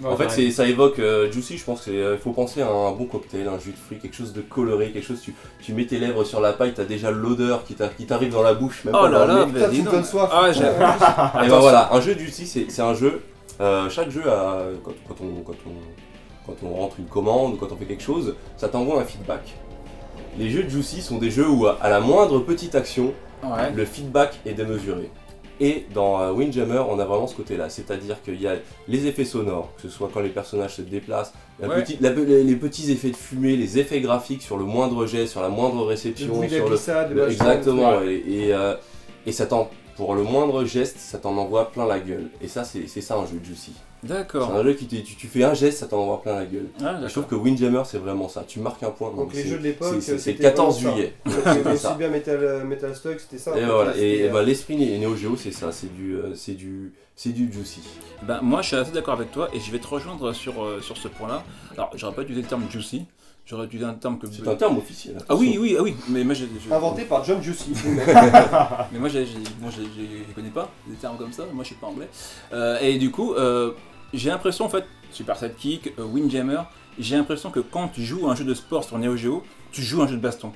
S3: En fait, c'est- ça évoque euh, Juicy, je pense qu'il faut penser à un bon cocktail, un jus de fruits, quelque chose de coloré, quelque chose, tu, tu mets tes lèvres sur la paille, t'as déjà l'odeur qui t'a- qui t'arrive dans la bouche, même
S5: Oh
S3: pas
S5: là
S3: dans le
S5: là,
S3: nez.
S5: bah,
S7: Putain,
S5: dis
S7: tu me
S5: donc.
S7: donnes soif.
S5: Ah, j'ai-
S3: Et ben voilà, un jeu Juicy, c'est c'est un jeu, euh, chaque jeu, a, quand, quand on, quand, on, quand on rentre une commande, ou quand on fait quelque chose, ça t'envoie un feedback. Les jeux Juicy sont des jeux où, à à la moindre petite action,
S5: Ouais.
S3: le feedback est démesuré. Et dans euh, Windjammer, on a vraiment ce côté-là, c'est-à-dire qu'il y a les effets sonores, que ce soit quand les personnages se déplacent, la
S5: Ouais.
S3: petite- la- les, les petits effets de fumée, les effets graphiques sur le moindre jet, sur la moindre
S7: Le
S3: réception,
S7: bruit de la
S3: sur le,
S7: glissade,
S3: le-
S7: le machin,
S3: exactement.
S7: le truc.
S3: Et, et, euh, et ça t'en, pour le moindre geste, ça t'en envoie plein la gueule. Et ça, c'est, c'est ça un jeu de Juicy. C'est
S5: D'accord.
S3: un jeu qui te- tu, tu fais un geste, ça t'en envoie plein la gueule.
S5: Ah,
S3: Je
S5: d'accord.
S3: trouve que Windjammer, c'est vraiment ça. Tu marques un point.
S7: Donc
S3: c'est,
S7: les jeux de l'époque.
S3: c'est- c'est- c'est le
S7: c'était
S3: 14
S7: vraiment ça.
S3: juillet.
S7: C'était
S3: C'était
S7: aussi
S3: ça.
S7: bien Metal, euh, Metal Stock, c'était ça. en
S3: Et
S7: fait,
S3: voilà,
S7: c'était,
S3: et, et
S7: euh,
S3: bah, l'esprit né- Neo Geo, c'est ça, c'est du, euh, c'est du, c'est du juicy.
S5: Ben, moi, je suis assez d'accord avec toi et je vais te rejoindre sur, euh, sur ce point-là. Alors, j'aurais pas utilisé le terme juicy, j'aurais utilisé un terme que.
S3: C'est un terme officiel.
S5: Ah oui, oui, ah oui, mais moi, j'ai. je-
S7: Inventé par John Juicy.
S5: Mais moi, j'ai- j'ai- moi, j'ai- j'ai- je connais pas des termes comme ça, moi, je suis pas anglais. Euh, et du coup, euh, j'ai l'impression, en fait, Super Sidekick, euh, Windjammer, j'ai l'impression que quand tu joues à un jeu de sport sur Neo Geo, tu joues à un jeu de baston.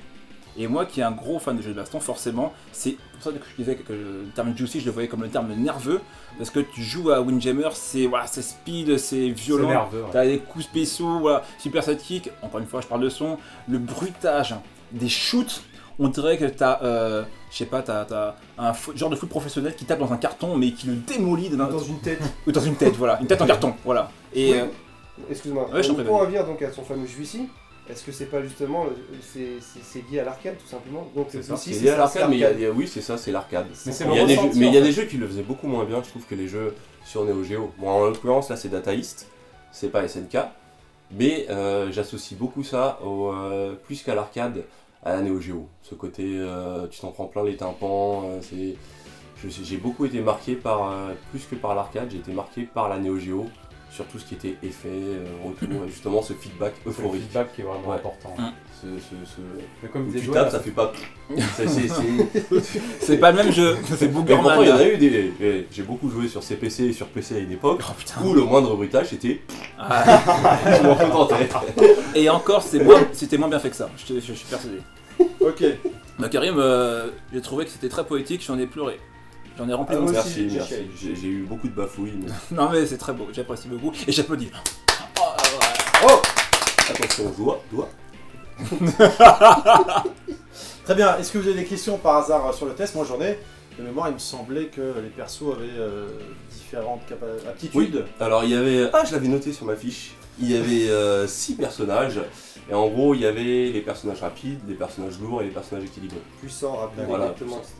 S5: Et moi, qui est un gros fan de jeux de baston, forcément, c'est pour ça que je disais que le terme juicy, je le voyais comme le terme nerveux, parce que tu joues à Windjammer, c'est voilà, c'est speed, c'est violent.
S4: violent. nerveux. ouais.
S5: T'as des coups spéciaux, voilà. super sidekick, encore une fois je parle de son, le bruitage, des shoots, on dirait que t'as, euh, je sais pas, t'as, t'as un fo- genre de foot professionnel qui tape dans un carton mais qui le démolit d'un-
S7: Dans une tête.
S5: ou dans une tête, voilà, une tête en carton, voilà. Et euh,
S7: Excuse-moi.
S5: Ouais, je t'en
S7: Donc,
S5: prie,
S7: pour revenir donc à son fameux Juicy, est-ce que c'est pas justement. le- c'est- C'est c'est lié à l'arcade tout simplement Donc
S4: C'est
S7: le
S4: ça.
S7: Juicy,
S3: c'est lié à
S7: ça, c'est
S3: l'arcade, mais il y a- il y a- oui, c'est ça, c'est l'arcade.
S4: Mais c'est
S3: Il
S4: le
S3: y a des
S4: ressenti,
S3: jeux- mais
S4: en
S3: il y a
S4: fait.
S3: des jeux qui le faisaient beaucoup moins bien, je trouve, que les jeux sur Neo Geo. Bon, en l'occurrence, là, c'est Data East, c'est pas SNK, mais euh, j'associe beaucoup ça au, euh, plus qu'à l'arcade, à la Neo Geo. Ce côté, euh, tu t'en prends plein les tympans, euh, c'est. je sais- J'ai beaucoup été marqué par, euh, plus que par l'arcade, j'ai été marqué par la Neo Geo, sur tout ce qui était effet, euh, retour, et justement ce feedback
S4: C'est le
S3: euphorique.
S4: feedback qui est vraiment
S3: Ouais.
S4: important. hein.
S3: Ce, ce- ce-
S4: Mais comme
S3: où
S4: disait
S3: tu
S4: Joël,
S3: tapes, ça fait pas. C'est- c'est- c'est-
S5: c'est pas le même jeu, c'est
S3: Mais pourtant, il y en
S5: Boogerman.
S3: a eu des. eh, J'ai beaucoup joué sur CPC et sur PC à une époque
S5: Oh putain.
S3: où le moindre bruitage était.
S5: Ah,
S3: Je m'en contentais.
S5: et encore, c'est moins- c'était moins bien fait que ça, je, te- je- je suis persuadé.
S2: Ok.
S5: Bah Karim, euh, j'ai trouvé que c'était très poétique, j'en ai pleuré. J'en ai rempli
S7: Ah,
S5: mon
S7: moi
S5: verre.
S7: aussi,
S3: Merci,
S7: j'ai
S3: merci.
S7: chialé.
S3: J'ai j'ai eu beaucoup de bafouilles. Mais...
S5: Non mais c'est très beau, j'apprécie beaucoup et j'applaudis. Oh, voilà.
S3: Attention, doigt, doigt.
S2: Très bien. Est-ce que vous avez des questions par hasard euh, sur le test Moi, j'en ai. De mémoire, il me semblait que les persos avaient euh, différentes capa- aptitudes.
S3: Alors, il y avait. Ah, je l'avais noté sur ma fiche. Il y avait 6 personnages. Et en gros, il y avait les personnages rapides, les personnages lourds et les personnages équilibrés.
S7: Puissant, rapide,
S3: Voilà.
S7: exactement, etc.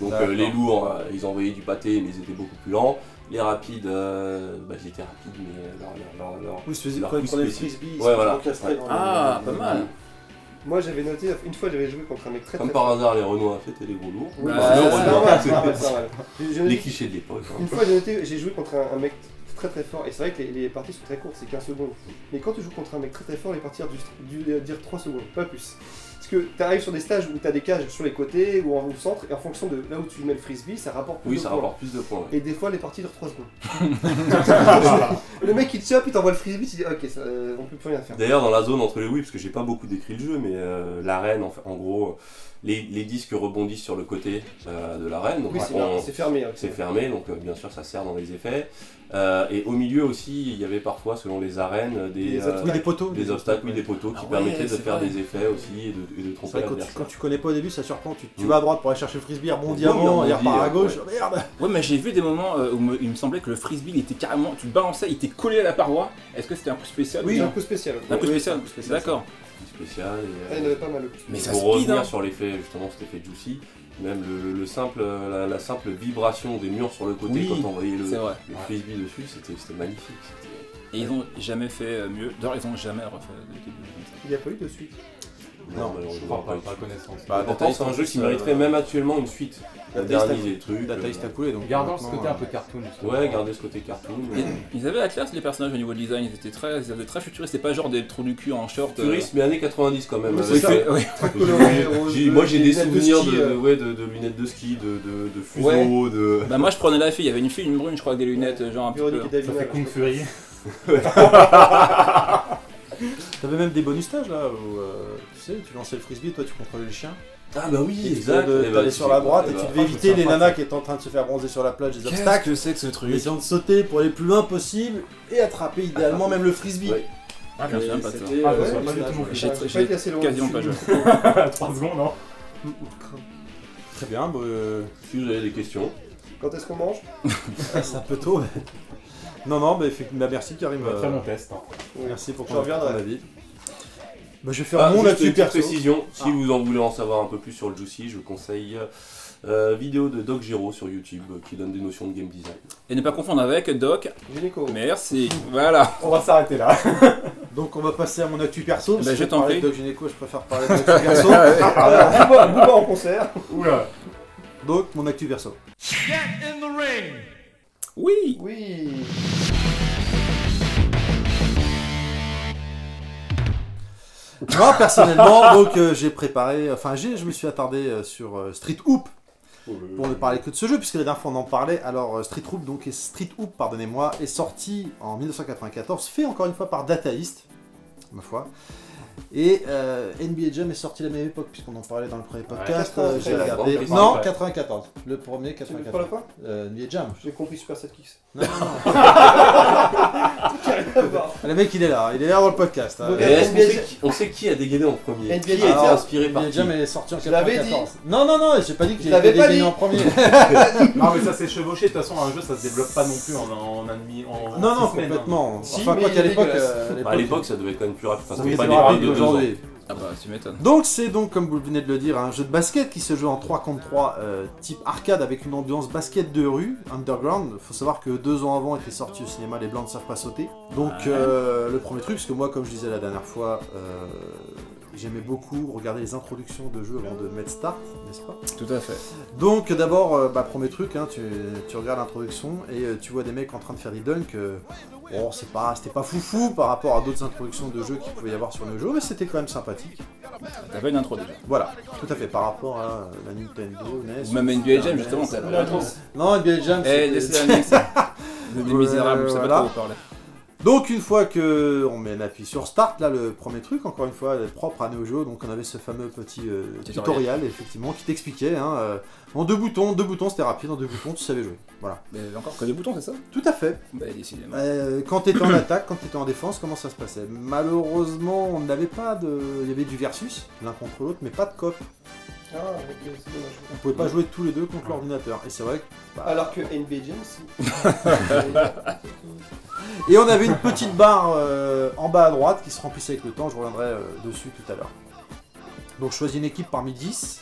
S3: Donc, euh,
S2: D'accord.
S3: les lourds, euh, ils envoyaient du pâté, mais ils étaient beaucoup plus lents. Les rapides, euh, bah, ils étaient rapides, mais leur- leur- leur- leur,
S2: Vous se faisiez
S3: Leur
S2: quand ils
S3: coup
S2: prenaient le
S3: spécifique.
S2: frisbee, ils
S3: Ouais,
S2: se
S3: voilà.
S2: encastraient dans les-
S5: Ah,
S2: dans
S5: pas
S2: les-
S5: mal.
S7: Moi j'avais noté, une fois j'avais joué contre un mec très
S3: Comme
S7: très
S3: par hasard, les Renois, c'était des gros lourds.
S7: Oui,
S5: Bah,
S7: bah,
S5: non,
S7: c'est
S5: ouais.
S7: normal, c'est normal, c'est normal. J'ai- j'ai-
S3: Les clichés de l'époque. hein.
S7: Une fois, j'ai noté- j'ai joué contre un, un mec très très fort, et c'est vrai que les, les parties sont très courtes, c'est 15 secondes. Mais quand tu joues contre un mec très très fort, les parties doivent du- du- dire 3 euh, secondes, pas plus. Parce que t'arrives sur des stages où t'as des cages sur les côtés ou en au centre, et en fonction de là où tu mets le frisbee, ça rapporte plus
S3: Oui,
S7: de
S3: ça
S7: points.
S3: rapporte plus de points. ouais.
S7: Et des fois, les parties durent 3 secondes. le mec il te chope, il t'envoie le frisbee, tu dis ok, ça, euh, on peut plus rien faire.
S3: D'ailleurs, dans la zone entre les oui, parce que j'ai pas beaucoup décrit le jeu, mais euh, l'arène, en, fait- en gros, les, les disques rebondissent sur le côté euh, de l'arène. Donc,
S7: Oui, c'est
S3: on-
S7: c'est fermé. hein,
S3: c'est fermé, donc euh, bien sûr, ça sert dans les effets. Euh, et au milieu aussi, il y avait parfois, selon les arènes, des,
S7: Des
S3: euh,
S2: Oui, des poteaux.
S3: des obstacles, oui, des poteaux
S5: Ah
S3: qui
S5: ouais,
S3: permettaient de
S5: c'est
S3: faire
S5: vrai.
S3: des effets aussi et de, et de
S2: C'est
S3: tromper
S2: vrai, quand, tu,
S3: l'adversaire.
S2: quand tu connais pas au début, ça surprend. Tu, tu
S3: Mm.
S2: vas à droite pour aller chercher le frisbee, rebondis
S3: Oui, on
S2: avant, il
S3: rebondit,
S2: repart à
S3: euh,
S2: gauche. Merde
S5: Ouais, mais j'ai vu des moments euh, où me- il me semblait que le frisbee il était carrément. Tu le balançais, il était collé à la paroi. Est-ce que c'était un coup spécial
S7: Oui,
S5: ou
S7: c'est un
S5: non
S7: coup spécial.
S5: Un coup
S7: Ouais,
S5: spécial.
S7: c'est un coup spécial,
S5: D'accord.
S3: Spécial. euh,
S7: ça. Ah, il y en avait pas mal.
S5: Mais ça speed,
S3: pour revenir
S5: hein.
S3: sur l'effet, justement, cet effet juicy, même le, le simple, la, la simple vibration des murs sur le côté
S5: Oui,
S3: quand on voyait le,
S5: C'est vrai.
S3: le frisbee dessus, c'était c'était magnifique. c'était-
S5: Et ils ont jamais fait euh, mieux. D'ailleurs, ils ont jamais refait de début.
S7: Il n'y a pas eu de suite.
S2: Non,
S3: malheureusement,
S4: je crois pas,
S3: eu de
S4: par connaissance.
S2: Bah,
S3: Pourtant, c'est un jeu qui mériterait même actuellement une suite. Moderniser le truc.
S2: Data East a
S3: euh,
S2: coulé donc.
S4: Gardant ce
S2: maintenant,
S4: côté un
S2: euh,
S4: peu cartoon. justement.
S3: Ouais, garder ce côté cartoon.
S5: Ils,
S3: mais-
S5: ils avaient la classe, les personnages au niveau de design. Ils étaient très, ils étaient très futuristes. C'était pas genre des trous du cul en short. euh,
S3: Futuriste, mais années 90 quand même.
S7: Oui,
S3: avec-
S7: c'est ça.
S5: fait- ouais.
S7: Très
S3: J'ai-
S7: coloré, rose,
S3: j'ai- moi j'ai des
S7: lunettes
S3: souvenirs de,
S7: ski, euh,
S3: de- ouais, de- de lunettes de ski, de, de, de fuseau,
S5: Ouais.
S3: de.
S5: Bah, moi je prenais la fille. Il y avait une fille, une brune, je crois, avec des lunettes, euh, genre un petit peu.
S7: Véronique et David. hein,
S4: Ça fait Kung Fury.
S2: T'avais même des bonus stages là où euh, tu sais, tu lançais le frisbee, toi tu contrôlais les chiens.
S3: Ah bah oui,
S2: Et tu
S3: exact.
S2: devais-
S3: Eh bah,
S2: t'allais
S3: tu
S2: sur
S3: fais
S2: la
S3: quoi
S2: droite
S3: Eh
S2: et
S3: bah,
S2: tu
S3: ah,
S2: devais
S3: je me
S2: éviter les
S3: souviens pas,
S2: nanas
S3: ça.
S2: qui étaient en train de se faire bronzer sur la plage des
S1: Qu'est-ce
S2: obstacles,
S1: que c'est que ce truc
S2: essayant de sauter pour aller plus loin possible et attraper idéalement même le frisbee.
S3: Ouais.
S5: Ah, je me souviens pas de ça.
S2: C'était,
S4: Ah, je
S2: euh,
S4: me souviens pas
S2: c'était
S4: du tout non
S2: un-
S4: plus.
S5: J'ai-
S7: J'ai pas
S5: j'ai
S7: été assez loin.
S5: quasiment pas joué.
S4: 3 secondes, hein. non
S2: Très bien, bah, euh,
S3: Si vous avez des questions.
S7: Quand est-ce qu'on mange
S2: c'est un peu tôt. mais- non, non, bah, effectivement, bah, merci Karim. euh,
S4: Très bon test. hein.
S2: Merci pour
S7: Je
S2: ton
S7: reviendrai.
S2: ton avis. Bah, je vais faire
S3: Ah,
S2: mon
S3: juste
S2: là-dessus
S3: une petite
S2: perso.
S3: précision, si
S2: Ah.
S3: vous en voulez en savoir un peu plus sur le Juicy, je vous conseille euh, vidéo de Doc Giro sur YouTube euh, qui donne des notions de game design.
S5: Et ne pas confondre avec Doc.
S7: Gynéco.
S5: Merci. Voilà.
S4: On va s'arrêter là.
S2: Donc on va passer à mon actu perso. parce
S5: Bah,
S2: que
S5: je t'en
S2: parler
S5: prie.
S2: de Doc Gynéco, je préfère parler de actu perso.
S7: Alors, Booba- Booba en concert.
S4: Ah, Oula.
S2: Donc mon actu perso.
S5: Oui.
S7: Oui.
S2: Moi personnellement, donc euh, j'ai préparé, enfin j'ai, je me suis attardé euh, sur euh, Street Hoop pour ne parler que de ce jeu, puisque la dernière fois on en parlait. Alors euh, Street Hoop, donc est- Street Hoop, pardonnez-moi, est sorti en 1994, fait encore une fois par Dataist, ma foi. Et euh, NBA Jam est sorti à la même époque, puisqu'on en parlait dans le premier podcast.
S7: Ouais,
S2: euh, j'ai regardé.
S3: 94.
S2: Non, 94. Le premier
S7: Tu me parles
S2: 94.
S7: quoi
S2: Euh, NBA Jam.
S7: J'ai compris Super 7 Kicks.
S2: Non, non, non.
S7: Rien à voir.
S2: Le mec il est là, il est là dans le podcast. hein.
S7: Donc,
S3: Et est-ce qu'on sait qui- on, sait qui a dégainé en premier
S7: NBA,
S3: Qui a été
S2: alors,
S3: inspiré par
S2: NBA
S3: qui
S2: Jam est sorti en
S7: Je l'avais
S2: 94. Non, non, non, j'ai pas dit que
S7: Je
S2: j'ai
S7: l'avais
S2: été
S7: pas
S2: dégainé
S7: dit.
S2: en premier.
S4: Non, mais ça s'est chevauché. De toute façon, un jeu, ça se développe pas non plus en, en un demi. En, en
S2: Non, non,
S4: six semaines, hein.
S2: complètement.
S7: Si,
S2: Enfin,
S7: mais
S2: quoi
S7: il
S2: qu'à
S7: est
S2: l'époque.
S7: dégueulasse.
S2: euh,
S3: Bah, À l'époque, ça devait être quand même plus rapide. Enfin,
S2: ça
S3: c'était
S2: faisait
S3: pas des
S2: plus
S3: pays
S2: rapide
S3: de deux ans.
S2: aujourd'hui.
S5: Ah bah tu m'étonnes.
S2: Donc, c'est donc, comme vous venez de le dire, un jeu de basket qui se joue en 3 contre 3 euh, type arcade avec une ambiance basket de rue, underground. Faut savoir que deux ans avant était sorti au cinéma Les Blancs ne savent pas sauter. Donc, euh, le premier truc, parce que moi, comme je disais la dernière fois, euh, j'aimais beaucoup regarder les introductions de jeux avant de mettre start, n'est-ce pas
S5: Tout à fait.
S2: Donc d'abord, euh, bah, premier truc, hein, tu, tu regardes l'introduction et euh, tu vois des mecs en train de faire des dunks. euh, bon, c'est pas, c'était pas foufou par rapport à d'autres introductions de jeux qu'il pouvait y avoir sur le jeu, mais c'était quand même sympathique.
S5: T'avais une intro déjà.
S2: Voilà, tout à fait, par rapport à euh, la Nintendo, NES.
S5: Ou même NBA Jam justement. c'est la
S7: Non,
S5: première
S7: non,
S5: intro.
S2: Non, NBA Jam,
S5: Eh,
S2: c'était-
S5: laissez la mec, ça. Des
S2: Euh,
S5: misérables, je sais pas
S2: voilà.
S5: de quoi vous parlez.
S2: Donc une fois que on met l'appui sur start, là le premier truc, encore une fois, propre à Neo Geo, donc on avait ce fameux petit euh, tutoriel.
S5: Tutoriel.
S2: effectivement qui t'expliquait, hein, euh, en deux boutons, deux boutons c'était rapide, en deux boutons tu savais jouer. Voilà.
S5: Mais encore que des boutons, c'est ça
S2: Tout à fait.
S5: Bah décidément.
S2: Euh, quand t'étais en attaque, quand t'étais en défense, comment ça se passait Malheureusement, on n'avait pas de. Il y avait du versus, l'un contre l'autre, mais pas de cop.
S7: Ah, ok, c'est dommage.
S2: On pouvait pas jouer tous les deux contre l'ordinateur. Et c'est vrai que. bah,
S7: Alors que NBA Jam, si.
S2: Et on avait une petite barre euh, en bas à droite qui se remplissait avec le temps, je reviendrai euh, dessus tout à l'heure. Donc je choisis une équipe parmi 10.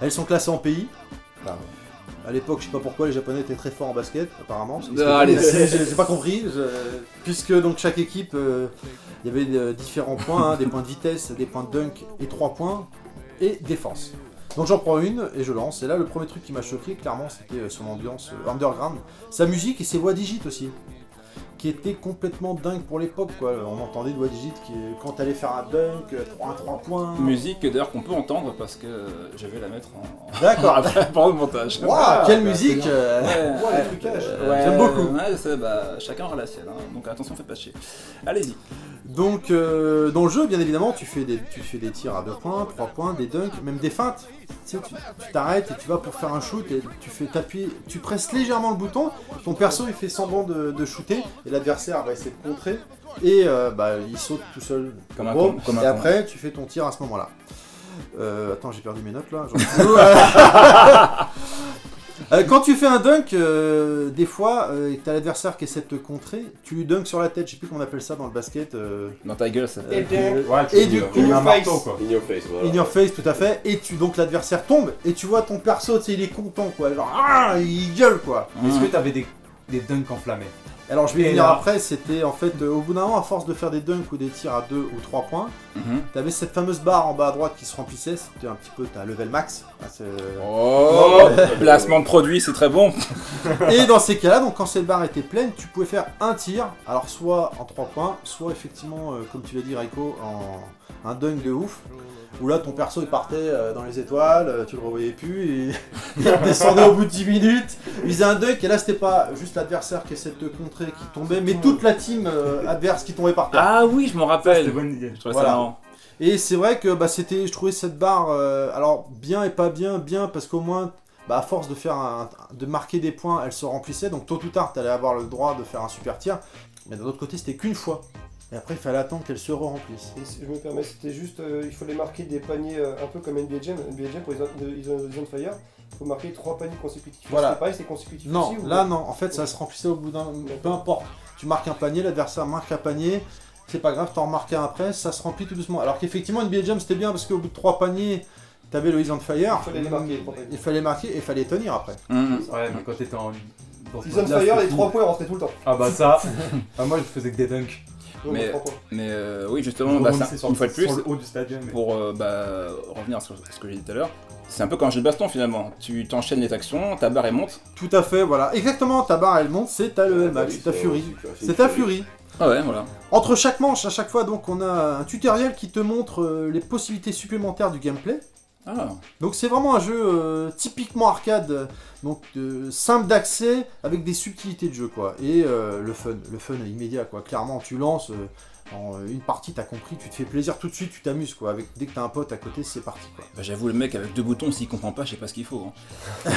S2: Elles sont classées en pays. À l'époque, je sais pas pourquoi les Japonais étaient très forts en basket, apparemment. parce que
S5: Ah,
S2: c'était-
S5: les-
S2: c'est- J'ai j'ai pas compris. je- Puisque donc chaque équipe, euh, il y avait euh, différents points, hein, des points de vitesse, des points de dunk et 3 points et défense. Donc j'en prends une et je lance. Et là, le premier truc qui m'a choqué, clairement, c'était euh, son ambiance euh, underground, sa musique et ses voix digites aussi, qui étaient complètement dingues pour l'époque. quoi. On entendait des voix digites qui, quand t'allais faire un dunk, euh, trois- un 3 points.
S5: Musique d'ailleurs qu'on peut entendre parce que euh, je vais la mettre en.
S2: D'accord.
S5: pendant le montage.
S2: Waouh, quelle
S7: bah,
S2: musique euh,
S7: Moi, les trucages.
S5: Euh,
S2: J'aime beaucoup.
S5: Ouais, c'est- bah, chacun aura la sienne, hein. donc attention, faites pas chier. Allez-y.
S2: Donc, euh, dans le jeu, bien évidemment, tu fais des, tu fais des tirs à deux points, trois points, des dunks, même des feintes. Tu sais, tu tu t'arrêtes et tu vas pour faire un shoot et tu fais t'appuyer, tu presses légèrement le bouton. Ton perso il fait semblant de, de shooter et l'adversaire va essayer de contrer et euh, bah, il saute tout seul.
S5: Comme un
S2: Bon,
S5: con- comme un
S2: et
S5: con.
S2: après, tu fais ton tir à ce moment-là. Euh, attends, j'ai perdu mes notes là. j'en suis où Euh, Quand tu fais un dunk, euh, des fois, euh, et que t'as l'adversaire qui essaie de te contrer, tu lui dunks sur la tête. Je sais plus comment on appelle ça dans le basket. euh,
S5: Dans ta gueule, ça.
S7: Et Eh bien,
S4: Ouais, tu
S2: Et
S4: peux-
S2: du
S4: tu
S2: coup,
S4: mets un
S7: face.
S4: marteau, quoi.
S3: In your face, voilà.
S2: In your face, tout à fait. Et tu donc l'adversaire tombe et tu vois ton perso, tu sais, il est content quoi. Genre, ah, il gueule quoi.
S5: Hein
S4: Est-ce que t'avais des, des dunks enflammés
S2: Alors je vais y
S4: Et
S2: venir
S4: là.
S2: après. C'était en fait euh, au bout d'un moment, à force de faire des dunks ou des tirs à 2 ou 3 points,
S5: Mhm.
S2: t'avais cette fameuse barre en bas à droite qui se remplissait. C'était un petit peu ta level max. Ah, c'est-
S5: Oh, placement de produit, c'est très bon.
S2: Et dans ces cas-là, donc quand cette barre était pleine, tu pouvais faire un tir. Alors soit en 3 points, soit effectivement, euh, comme tu l'as dit Raiko, en un dunk de ouf. Où là ton perso il partait euh, dans les étoiles, euh, tu le revoyais plus, et il descendait au bout de 10 minutes, Il faisait un dunk et là c'était pas juste l'adversaire qui essaie de te contrer qui tombait, mais toute la team euh, adverse qui tombait par terre.
S5: Ah oui, je m'en
S6: C'était
S5: rappelle.
S6: bonne idée.
S5: Je trouvais
S2: Voilà.
S5: ça marrant.
S2: Et c'est vrai que bah, c'était, je trouvais cette barre, euh, alors bien et pas bien, bien parce qu'au moins, bah, à force de faire un- de marquer des points, elle se remplissait. Donc tôt ou tard, t'allais avoir le droit de faire un super tir. Mais d'un autre côté, c'était qu'une fois. Et après, il fallait attendre qu'elle se remplisse.
S7: Et si je me permets, c'était juste, euh, il fallait marquer des paniers euh, un peu comme NBA Jam. NBA Jam pour les, de- ils ont des on fire, il faut marquer trois paniers consécutifs.
S2: Voilà.
S7: C'est pareil, c'est consécutif.
S2: Non,
S7: aussi, ou-
S2: là non. En fait, ça se remplissait au bout d'un. Peu importe. Tu marques un panier, l'adversaire marque un panier. C'est pas grave, t'en remarques un après, ça se remplit tout doucement. Alors qu'effectivement, NBA Jam c'était bien parce qu'au bout de trois paniers, t'avais le Is on Fire. Mm.
S7: Il fallait les marquer, les trois paniers.
S2: Il fallait marquer et il fallait tenir après.
S5: Hum,
S4: Ouais, mais quand t'étais en. Dans ce
S7: Ils on
S4: mode-là,
S7: fire, les
S4: c'était
S7: trois
S4: fini.
S7: points rentraient tout le temps.
S4: Ah bah ça ah, Moi je faisais que des dunks.
S7: Donc,
S5: Mais-
S7: les trois points.
S5: Mais euh, oui,
S4: Je
S5: justement, bah, ça,
S4: rebondissais sur-
S5: une fois de plus,
S4: Sur le haut du stadium. mais-
S5: pour euh, bah, revenir sur ce que j'ai dit tout à l'heure, c'est un peu comme un jeu de baston finalement. Tu t'enchaînes les actions, ta barre elle monte.
S2: Tout à fait, voilà. Exactement, ta barre elle monte, c'est ta
S3: Ah,
S2: le match, c'est ta Fury. C'est ta Fury.
S5: Ah ouais, voilà.
S2: Entre chaque manche, à chaque fois, donc on a un tutoriel qui te montre euh, les possibilités supplémentaires du gameplay.
S5: Ah,
S2: Donc c'est vraiment un jeu euh, typiquement arcade, euh, donc de- simple d'accès avec des subtilités de jeu quoi. Et euh, le fun, le fun est immédiat quoi. Clairement, tu lances euh, en euh, une partie, t'as compris, tu te fais plaisir tout de suite, tu t'amuses quoi. Avec dès que t'as un pote à côté, c'est parti quoi.
S5: bah, j'avoue, le mec avec deux boutons, s'il comprend pas, je sais pas ce qu'il faut. hein.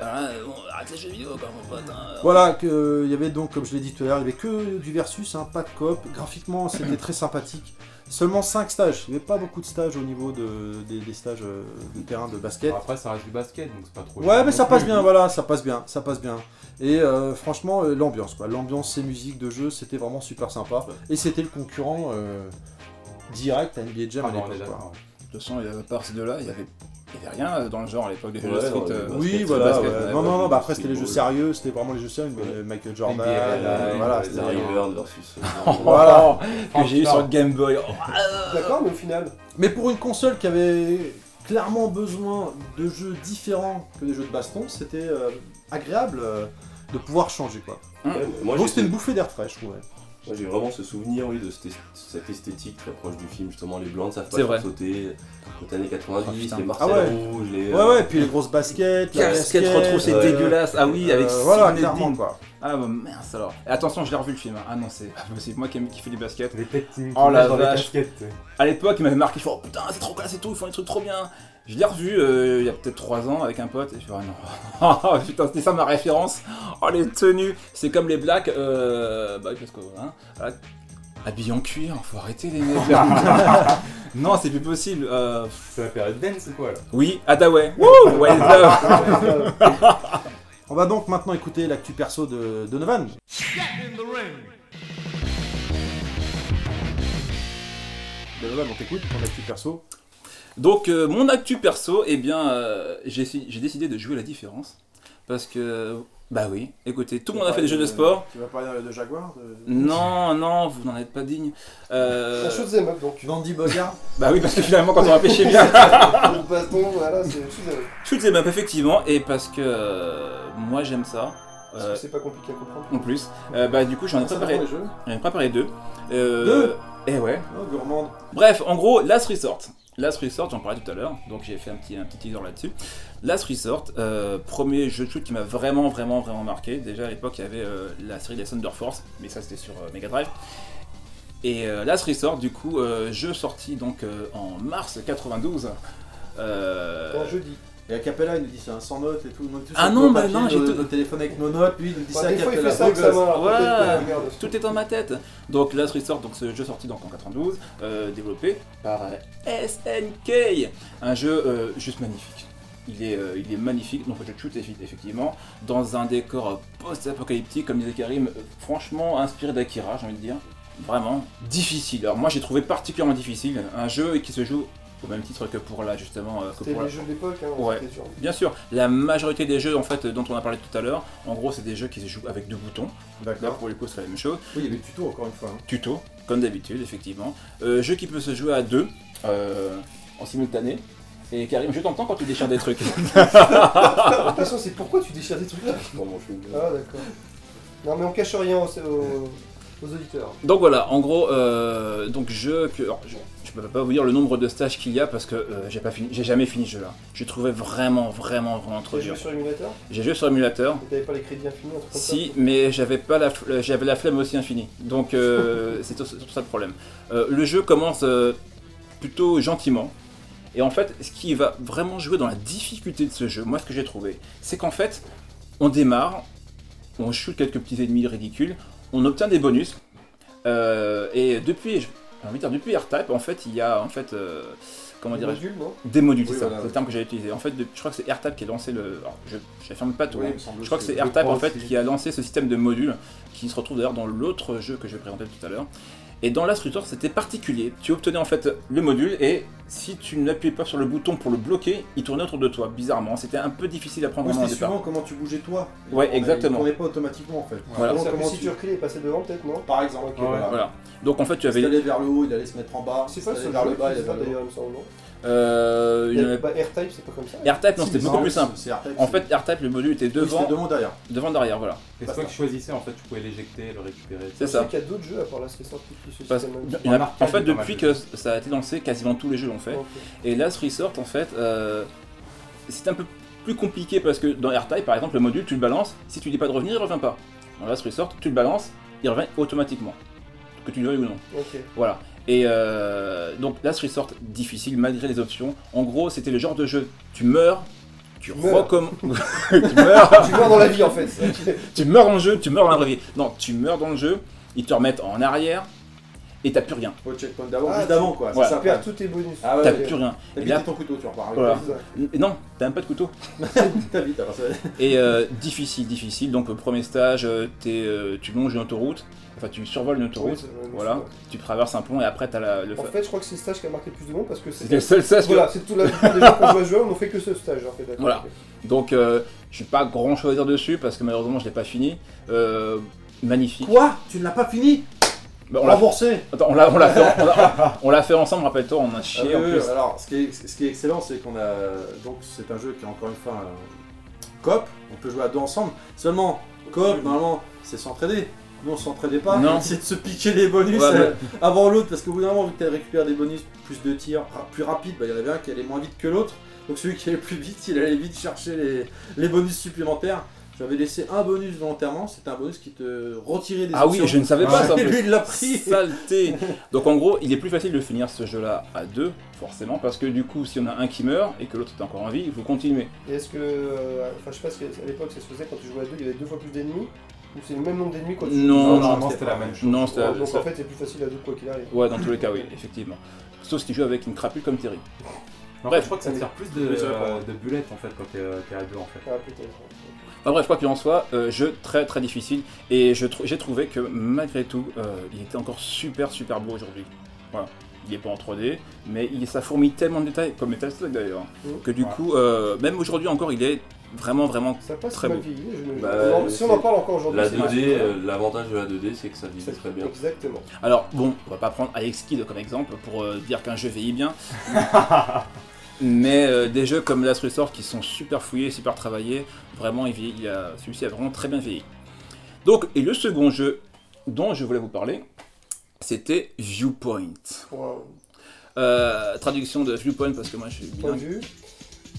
S5: Ah, euh, bon, arrête les jeux vidéo quoi, mon pote. hein.
S2: Voilà, que, euh, il y avait donc, comme je l'ai dit tout à l'heure, il y avait que du versus, hein, pas de coop. Graphiquement, c'était très sympathique. Seulement 5 stages. Il n'y avait pas beaucoup de stages au niveau de- des, des stages euh, de terrain de basket.
S4: Bon, Après ça reste du basket donc c'est pas trop.
S2: Ouais, mais ça
S4: non
S2: passe
S4: plus.
S2: bien, voilà, ça passe bien, ça passe bien. Et euh, franchement, euh, l'ambiance, quoi. L'ambiance, ces musiques de jeu, c'était vraiment super sympa. Et c'était le concurrent euh, direct à NBA Jam
S4: Ah,
S2: à
S4: non, on est
S2: l'époque, quoi.
S4: d'accord.
S5: De toute façon, à part ces deux-là, il y avait, il y avait rien euh, dans le genre à l'époque des jeux
S3: Ouais,
S5: de street.
S3: non,
S5: euh,
S3: ouais.
S2: Oui,
S3: Basket,
S2: voilà.
S5: basket,
S2: ouais.
S5: ouais,
S2: Non, non, non,
S3: ouais,
S2: bah après, c'était les jeux
S3: basketball.
S2: sérieux, c'était vraiment les jeux sérieux. mais Michael Jordan,
S4: NBA,
S2: euh,
S4: ouais,
S2: voilà,
S4: ouais,
S2: c'était-
S4: Larry
S3: River versus. euh,
S4: Oh,
S2: Voilà.
S5: que j'ai eu sur Game Boy.
S7: D'accord, mais au final,
S2: Mais pour une console qui avait clairement besoin de jeux différents que des jeux de baston, c'était euh, agréable euh, de pouvoir changer quoi.
S3: Ouais, mais Moi,
S2: Donc
S3: j'ai
S2: c'était une bouffée d'air frais, je trouvais.
S3: moi, j'ai vraiment ce souvenir, oui, de cette, esth- cette esthétique très proche du film, justement, les blancs ne savent
S5: C'est
S3: pas
S5: vrai.
S3: sauter. Les années 90,
S5: Ah,
S3: les
S5: putain.
S3: Marcel
S2: Ah ouais.
S3: Rouge, les.
S2: Ouais, ouais, et puis les grosses baskets, la
S5: Casquette
S2: basket,
S5: retrousse, c'est
S2: euh,
S5: dégueulasse. Ah oui, avec
S2: euh, voilà,
S5: Sidney
S2: clairement
S5: Dean.
S2: quoi.
S5: Ah bah, mince alors. Et attention, je l'ai revu le film. hein. Ah non, c'est pas possible. Moi qui aime- qui fais du basket.
S4: Les tech teams qui
S5: Oh la
S4: marchent dans les
S5: vache.
S4: casquettes. ouais.
S5: À l'époque, il m'avait marqué. Je fais, oh putain, c'est trop classe et tout, ils font des trucs trop bien. Je l'ai revu euh, il y a peut-être 3 ans avec un pote. Et je fais, ah non. Oh, putain, c'était ça ma référence. Oh les tenues. C'est comme les blacks. Euh, bah oui, parce que. Hein, voilà. Habillés en cuir, hein, faut arrêter les mecs. là. non, c'est plus possible. Euh,
S4: C'est la période dance ou quoi là
S5: oui, euh, Adaway. Wouh, what is up
S7: euh,
S2: On va donc maintenant écouter l'actu perso de Donovan. Donovan, on t'écoute pour l'actu perso.
S5: Donc euh, mon actu perso, eh bien, euh, j'ai j'ai décidé de jouer la différence parce que bah oui, écoutez, tout le monde a fait des jeux de sport.
S2: Tu vas parler de Jaguar
S5: Non, non, vous n'en êtes pas digne.
S7: la
S5: Euh,
S7: chose est up donc.
S2: Vandy Bogart
S5: bah oui, parce que finalement, quand on a pêché bien,
S7: Le baston, voilà, c'est la chose est up.
S5: shoot les maps effectivement, et parce que euh, moi j'aime ça.
S7: Parce
S5: euh,
S7: que c'est pas compliqué à comprendre.
S5: en plus, Euh, bah du coup, j'en ai préparé,
S2: les jeux
S5: j'en ai préparé deux. Euh,
S2: Deux
S5: Eh ouais.
S2: Oh, gourmande.
S5: Bref, en gros, Last Resort. Last Resort, j'en parlais tout à l'heure, donc j'ai fait un petit, un petit teaser là-dessus. Last Resort, euh, premier jeu de shoot qui m'a vraiment, vraiment, vraiment marqué. Déjà à l'époque, il y avait euh, la série des Thunder Force, mais ça c'était sur euh, Mega Drive. Et euh, Last Resort, du coup, euh, jeu sorti donc euh, en mars 92. Euh,
S7: Un jeudi.
S2: Et Acapella, il nous dit c'est un sans notes et tout. Nous, on est tous
S5: Ah
S2: sur
S5: non,
S2: nos
S5: bah
S2: papiers,
S5: non, j'ai
S2: nos-
S5: tout-
S2: Nos téléphones avec nos notes, lui, il nous dit
S7: Bah,
S2: ça
S7: des fois, il
S2: Acapella.
S7: fait ça avec sa main.
S5: Ouais.
S7: peut-être, mais regarde.
S5: Tout est dans ma tête. Donc Last Resort, donc ce jeu sorti donc en 92, euh, développé par euh, SNK, un jeu euh, juste magnifique. Il est, euh, il est magnifique, donc je shoot effi- effectivement, dans un décor euh, post-apocalyptique, comme disait Karim, euh, franchement inspiré d'Akira, j'ai envie de dire. Vraiment difficile. Alors moi j'ai trouvé particulièrement difficile un jeu qui se joue au même titre que pour la justement euh, que
S7: C'était
S5: pour la-
S7: les jeux de l'époque, hein.
S5: Ouais.
S7: c'était genre-
S5: Bien sûr, la majorité des jeux en fait dont on a parlé tout à l'heure, en gros c'est des jeux qui se jouent avec deux boutons. Là
S2: D'accord.
S5: pour le coup c'est la même chose.
S2: Oui, il y avait le tuto encore une fois. hein.
S5: tuto, comme d'habitude, effectivement. Euh, jeu qui peut se jouer à deux, euh, en simultané. Et Karim, je t'entends quand tu déchires des trucs.
S7: Ah, La question
S3: euh,
S7: c'est pourquoi tu déchires des trucs Ah, là
S3: Dans mon chewing-gum.
S7: Ah d'accord. Non mais on cache rien au, au, aux auditeurs.
S5: Donc voilà, en gros, euh, donc je, que, alors, je, je peux pas vous dire le nombre de stages qu'il y a parce que euh, j'ai pas fini, j'ai jamais fini ce jeu-là. Je trouvais vraiment, vraiment, vraiment
S7: Tu
S5: trop
S7: as
S5: dur.
S7: joué sur émulateur
S5: J'ai joué sur émulateur,
S7: Et t'avais pas les crédits infinis, un truc comme
S5: si, mais j'avais pas la, fl- j'avais la flemme aussi infinie. Donc euh, c'est tout- c'est tout ça le problème. Euh, le jeu commence euh, plutôt gentiment. Et en fait, ce qui va vraiment jouer dans la difficulté de ce jeu, moi ce que j'ai trouvé, c'est qu'en fait, on démarre, on shoot quelques petits ennemis ridicules, on obtient des bonus. euh, et depuis, j'ai envie de dire, depuis R-Type, en fait, il y a en fait, euh, comment
S7: ça Des
S5: dirais-je,
S7: modules, non
S5: des modules,
S8: Oui,
S5: c'est ça,
S8: voilà,
S5: c'est le
S8: oui.
S5: terme que j'avais utilisé. En fait, de- je crois que c'est R-Type qui a lancé le. Alors, je j'affirme pas tout.
S8: Oui,
S5: hein.
S8: il me semble
S5: Je crois que c'est
S8: aussi.
S5: AirTap
S4: crois
S5: en fait
S4: aussi.
S5: qui a lancé ce système de modules qui se retrouve d'ailleurs dans l'autre jeu que je vais présenter tout à l'heure. Et dans Last Resort, c'était particulier. Tu obtenais en fait le module et si tu n'appuyais pas sur le bouton pour le bloquer, il tournait autour de toi. Bizarrement, c'était un peu difficile à prendre
S2: Oui,
S5: en main au
S2: c'était
S5: départ.
S2: suivant comment tu bougeais toi.
S5: Ouais,
S2: On a-
S5: exactement.
S2: Il tournait pas automatiquement en fait.
S5: Voilà.
S2: Selon
S7: C'est-à-dire que
S2: comment
S7: Si
S2: tu-
S7: tu reculais et passais devant, peut-être, non
S2: Par exemple, ok,
S4: Ouais.
S2: voilà.
S5: Voilà. Donc en fait, tu
S2: Si
S5: avais.
S2: t'allais vers le haut, il allait se mettre en bas. Si
S7: C'est pas
S2: t'allais
S7: ce
S2: vers le bas, il
S7: qui
S2: allait
S7: se
S2: vers
S7: fait
S2: le haut.
S7: d'ailleurs, il me semble, non
S5: Euh, il y en avait-
S7: Bah, R-Type, c'est pas comme ça
S5: AirType, non,
S2: Si,
S5: c'était
S2: mais
S5: beaucoup
S2: c'est-
S5: plus simple.
S2: c'est R-Type,
S5: En
S2: c'est-
S5: fait, AirType, le module était
S2: oui, c'était
S5: devant,
S2: devant derrière.
S5: devant, derrière, voilà.
S4: Et c'est toi qui choisissais, en fait, tu pouvais l'éjecter, le récupérer.
S5: C'est
S7: Je
S5: ça.
S7: sais qu'il y a d'autres jeux à part la sortie qui se
S5: Parce- il y en a- en fait, depuis que ça a été lancé, quasiment tous les jeux l'ont fait. Et Last Resort, en fait, euh, c'est un peu plus compliqué parce que dans AirType, par exemple, le module, tu le balances, si tu dis pas de revenir, il revient pas. Dans Last Resort, tu le balances, il revient automatiquement, que tu le veuilles ou non.
S7: Ok.
S5: Voilà. Et euh, donc Last Resort, difficile malgré les options. En gros, c'était le genre de jeu, tu meurs, tu
S7: Meurs.
S5: recommences. tu meurs,
S7: Tu meurs dans la vie en fait.
S5: tu meurs dans le jeu, tu meurs dans la vraie vie. Non, tu meurs dans le jeu, ils te remettent en arrière et t'as plus rien.
S2: Au checkpoint d'avant,
S7: Ah,
S2: juste
S7: tu-
S2: d'avant quoi.
S5: Voilà.
S2: C'est
S7: Ça
S2: ça. quoi.
S7: perd tous tes bonus.
S2: Ah ouais,
S5: T'as
S2: ouais.
S5: plus rien.
S2: T'as
S5: Et là-
S2: mis ton couteau, tu repars.
S5: Voilà.
S7: C'est ça.
S5: Non, t'as même pas de couteau.
S2: T'as vite, alors ça-
S5: Et euh, difficile, difficile. Donc, le premier stage, euh, t'es, euh, tu longes une autoroute, enfin, tu survoles une
S7: Oui,
S5: autoroute,
S7: c'est vrai,
S5: voilà, tu traverses un pont et après, t'as la, le.
S7: c'est vrai. En
S5: fa-
S7: fait, je crois que c'est le stage qui a marqué le plus de monde parce que c'est.
S5: C'est le seul stage que-
S7: Voilà, c'est tout la plupart des gens qui ont joué à ce jeu, on n'ont fait que ce stage en fait. d'accord.
S5: Voilà. Donc, euh, je suis pas grand chose à dire dessus parce que malheureusement, je l'ai pas fini. Euh, magnifique.
S2: Quoi Tu ne l'as pas fini
S5: Bah, on l'a-
S2: Remboursé
S5: attends, on l'a on l'a fait, on l'a- on l'a fait ensemble, rappelle-toi, on a chié
S2: Ah
S5: en
S2: oui,
S5: plus.
S2: oui, Alors, ce qui est, ce qui est excellent, c'est qu'on a. Donc, c'est un jeu qui est encore une fois un coop. On peut jouer à deux ensemble. Seulement, coop, normalement, c'est s'entraider. Nous, on s'entraidait pas.
S5: Non.
S2: C'est de se piquer les bonus
S5: Ouais,
S2: euh, avant l'autre. Parce qu'au bout d'un moment, vu que tu récupères des bonus, plus de tirs, ra- plus rapides, bah, il y en avait un qui allait moins vite que l'autre. Donc, celui qui allait plus vite, il allait vite chercher les, les bonus supplémentaires. J'avais laissé un bonus volontairement. C'était un bonus qui te retirait des
S5: Ah oui,
S2: options.
S5: je ne savais pas ça en
S2: Et
S5: plus.
S2: lui, il l'a pris.
S5: Saleté Donc en gros, il est plus facile de finir ce jeu-là à deux, forcément, parce que du coup, si on a un qui meurt et que l'autre est encore en vie, il faut continuer.
S7: Et est-ce que. euh, Enfin, je sais pas si à l'époque ça se faisait quand tu jouais à deux, il y avait deux fois plus d'ennemis ou c'est le même nombre d'ennemis quand tu
S5: Non,
S4: Non,
S7: joues à deux
S4: normalement, c'était la même chose.
S5: Oh, Non, ça-
S7: Ouais, Donc
S5: ça-
S7: en fait, c'est plus facile à deux quoi qu'il arrive.
S5: Ouais, dans tous les cas, oui, effectivement. Sauf si tu joues avec une crapule comme Thierry.
S4: En
S5: Bref.
S4: fait, je crois que ça tire plus de,
S2: Mais c'est vrai, pour moi.
S4: de bullets, en fait, quand t'es euh, t'es à deux, en fait.
S7: Ah, peut-être.
S5: Enfin bref, quoi qu'il en soit, euh, jeu très très difficile et je trou- j'ai trouvé que malgré tout, euh, il était encore super super beau aujourd'hui. Voilà. Il est pas en 3D, mais il, ça fourmille tellement de détails, comme Metal Slug d'ailleurs, hein,
S7: Mhm.
S5: que du
S4: Ouais.
S5: coup, euh, même aujourd'hui encore, il est vraiment vraiment.
S7: Ça passe
S5: Très
S7: mal
S5: beau.
S7: vieilli, je me-
S3: Bah,
S7: Non, Si on en
S3: c'est-
S7: parle encore aujourd'hui,
S3: La
S7: c'est
S3: 2D,
S7: pas-
S3: euh, l'avantage de la 2D, c'est que ça vieillit très bien.
S7: Exactement.
S5: Alors bon, on va pas prendre Alex Kidd comme exemple pour euh, dire qu'un jeu vieillit bien, mais euh, des jeux comme Last Resort qui sont super fouillés, super travaillés, vraiment, il vieillit- il a- celui-ci a vraiment très bien vieilli. Donc, et le second jeu dont je voulais vous parler, c'était Viewpoint.
S7: Pour un
S5: Euh, traduction de Viewpoint parce que moi je suis
S7: point de
S5: bilingue.
S7: vue,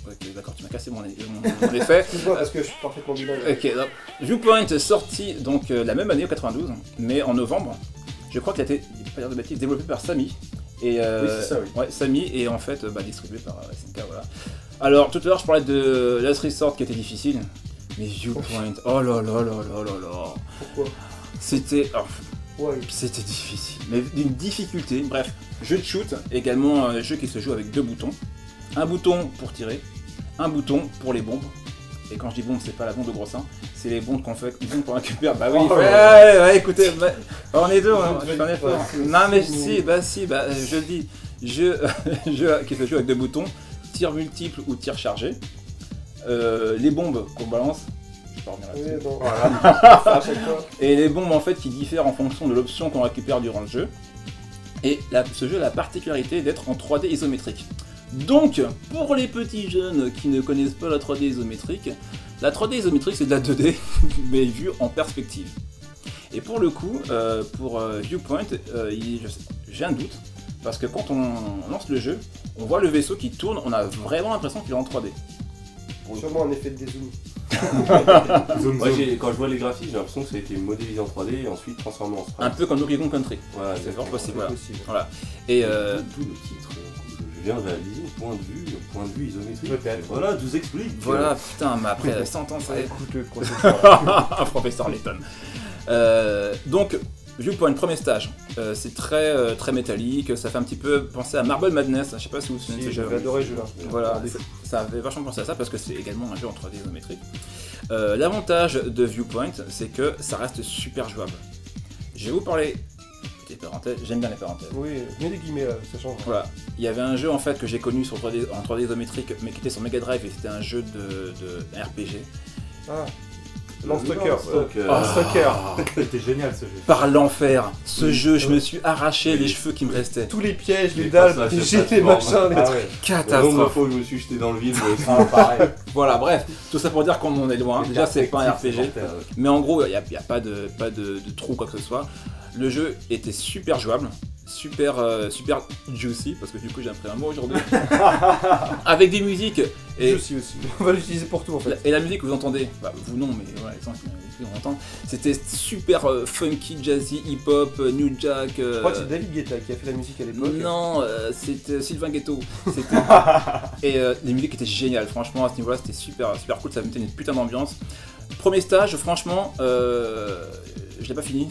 S5: Ok, d'accord, tu m'as cassé mon, mon- mon effet.
S7: excuse-moi parce que je suis parfaitement bilingue.
S5: Euh, Ok, donc, Viewpoint est sorti donc euh, la même année, en 92, mais en novembre. Je crois qu'il a été, pas dire de bêtises, développé par Samy. Et, euh,
S2: Oui, c'est ça, oui.
S5: Ouais, Samy, et en fait euh, bah, distribué par euh, SNK, voilà. Alors, tout à l'heure, je parlais de Last Resort qui était difficile, mais Viewpoint, oh là là là là là là.
S7: Pourquoi
S5: C'était. alors,
S7: Ouais,
S5: c'était difficile, mais d'une difficulté. Bref, jeu de shoot, également un jeu qui se joue avec deux boutons. Un bouton pour tirer, un bouton pour les bombes. Et quand je dis bombe, c'est pas la bombe de gros sein, c'est les bombes qu'on fait qu'on qu'on récupère. Bah oui, ouais, ouais, ouais, écoutez, bah, on est deux, hein, je fais un effort. Non mais si, bah si, bah euh, je le dis, jeu, jeu qui se joue avec deux boutons, tir multiple ou tir chargé. Euh, les bombes qu'on balance, je vais pas revenir là-dessus.
S7: oui, non. Ça, à chaque fois.
S5: Et les bombes en fait qui diffèrent en fonction de l'option qu'on récupère durant le jeu. Et la- ce jeu a la particularité d'être en 3D isométrique. Donc, pour les petits jeunes qui ne connaissent pas la 3D isométrique, la 3D isométrique c'est de la 2D, mais vue en perspective. Et pour le coup, euh, pour euh, Viewpoint, euh, il- je sais- j'ai un doute, parce que quand on lance le jeu, on voit le vaisseau qui tourne, on a vraiment l'impression qu'il est en 3D.
S7: Sûrement un effet de dézoom.
S4: Zoom,
S3: Moi,
S4: zoom.
S3: j'ai- quand je vois les graphismes, j'ai l'impression que ça a été modélisé en 3D et ensuite transformé en
S5: Un
S3: sprite.
S5: peu comme Donkey Kong Country.
S3: Voilà,
S5: C'est fort
S3: exactement.
S5: possible,
S7: C'est
S5: voilà.
S7: possible.
S5: Et
S3: D'où
S5: euh,
S3: d'où le titre, euh, je viens de réaliser au point de vue, au point de vue isométrique.
S4: Peut-être.
S3: Voilà, tout s'explique.
S5: voilà, putain, mais après 100 ans, ça
S7: Ah,
S5: va
S7: écoute, le projet.
S5: Professeur Letton. Euh, donc, Viewpoint, premier stage. Euh, c'est très, euh, très métallique, ça fait un petit peu penser à Marble Madness. hein, Je sais pas si vous vous souvenez de
S7: Si,
S5: ce jeu.
S7: J'avais adoré le jeu là.
S5: Voilà, ça- ça avait vachement pensé à ça parce que c'est également un jeu en 3D isométrique. Euh, L'avantage de Viewpoint, c'est que ça reste super jouable. Je vais vous parler. Des parenthèses, j'aime bien les parenthèses.
S7: Oui, mets des guillemets là, ça change.
S5: Voilà, il y avait un jeu en fait que j'ai connu sur 3D, en 3D isométrique mais qui était sur Mega Drive et c'était un jeu de, de un RPG.
S7: Ah,
S3: Lance
S7: Landstalker.
S5: Ah.
S7: Stalker.
S4: C'était génial ce jeu.
S5: Par l'enfer, ce jeu, je
S7: Ouais.
S5: me suis arraché
S3: Oui.
S5: les cheveux qui me restaient.
S7: Tous les pièges, les
S3: Les
S7: dalles,
S3: passages,
S7: les
S3: les
S7: jets, les
S3: plateformes.
S7: machins, les
S4: Ah ouais.
S3: Le nombre de
S5: Catastrophe.
S3: fois où je me suis jeté dans le vide, euh, moi aussi.
S4: Ah, pareil.
S5: Voilà, bref, tout ça pour dire qu'on en est loin. Déjà, c'est pas un
S4: Perspective,
S5: RPG.
S4: c'est
S3: euh.
S4: mortel.
S5: Mais en gros, il n'y a, y a pas, de, pas de, de trou quoi que ce soit. Le jeu était super jouable, super, euh, super juicy, parce que du coup j'ai appris un mot aujourd'hui. Avec des musiques.
S7: Et...
S5: Et,
S7: Je suis aussi. On va l'utiliser pour tout en fait.
S5: la- et la musique que vous entendez, bah, vous non, mais voilà, les gens qui qui nous entendent, c'était super euh, funky, jazzy, hip-hop, euh, new jack. euh,
S7: Je crois que c'est David Guetta qui a fait la musique à l'époque.
S5: non, euh, c'était Sylvain Ghetto. C'était- et euh, les musiques étaient géniales, franchement, à ce niveau-là, c'était super, super cool, ça mettait une putain d'ambiance. Premier stage, franchement, euh, je l'ai pas fini.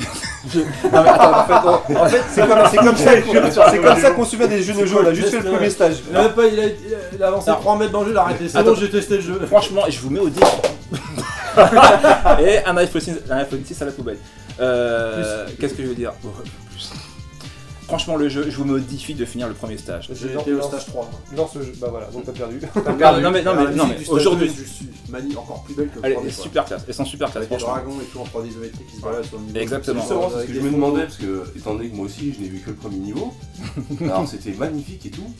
S5: Je- non, mais attends, en fait, on-
S7: En fait, c'est comme, c'est comme ça qu'on- c'est comme ça qu'on se souvient des jeux de jeu. On a juste fait le premier stage.
S2: Il a, même pas, il a, il a avancé
S5: Alors-
S2: 3 mètres dans le jeu, il a arrêté. C'est
S5: Attends.
S2: bon, j'ai testé le jeu.
S5: franchement, et je vous mets au 10. et un iPhone 6, un iPhone 6 à la poubelle. Euh, Qu'est-ce que je veux dire Oh, plus. Franchement, le jeu, je vous modifie de finir le premier stage.
S2: J'ai été au stage 3.
S7: Dans ce jeu, bah voilà, donc t'as perdu.
S5: non, mais, non, mais, non, mais aujourd'hui,
S2: je suis Mani encore plus belle que le
S5: elle
S2: premier,
S5: est
S2: quoi.
S5: super classe, elles sont super classe,
S2: Avec les
S5: franchement.
S2: dragons et tout en 3D isométrique qui se baladent sur le niveau.
S5: Exactement.
S3: Justement, c'est ce que je me demandais, parce que, étant donné que moi aussi, je n'ai vu que le premier niveau, alors c'était magnifique et tout,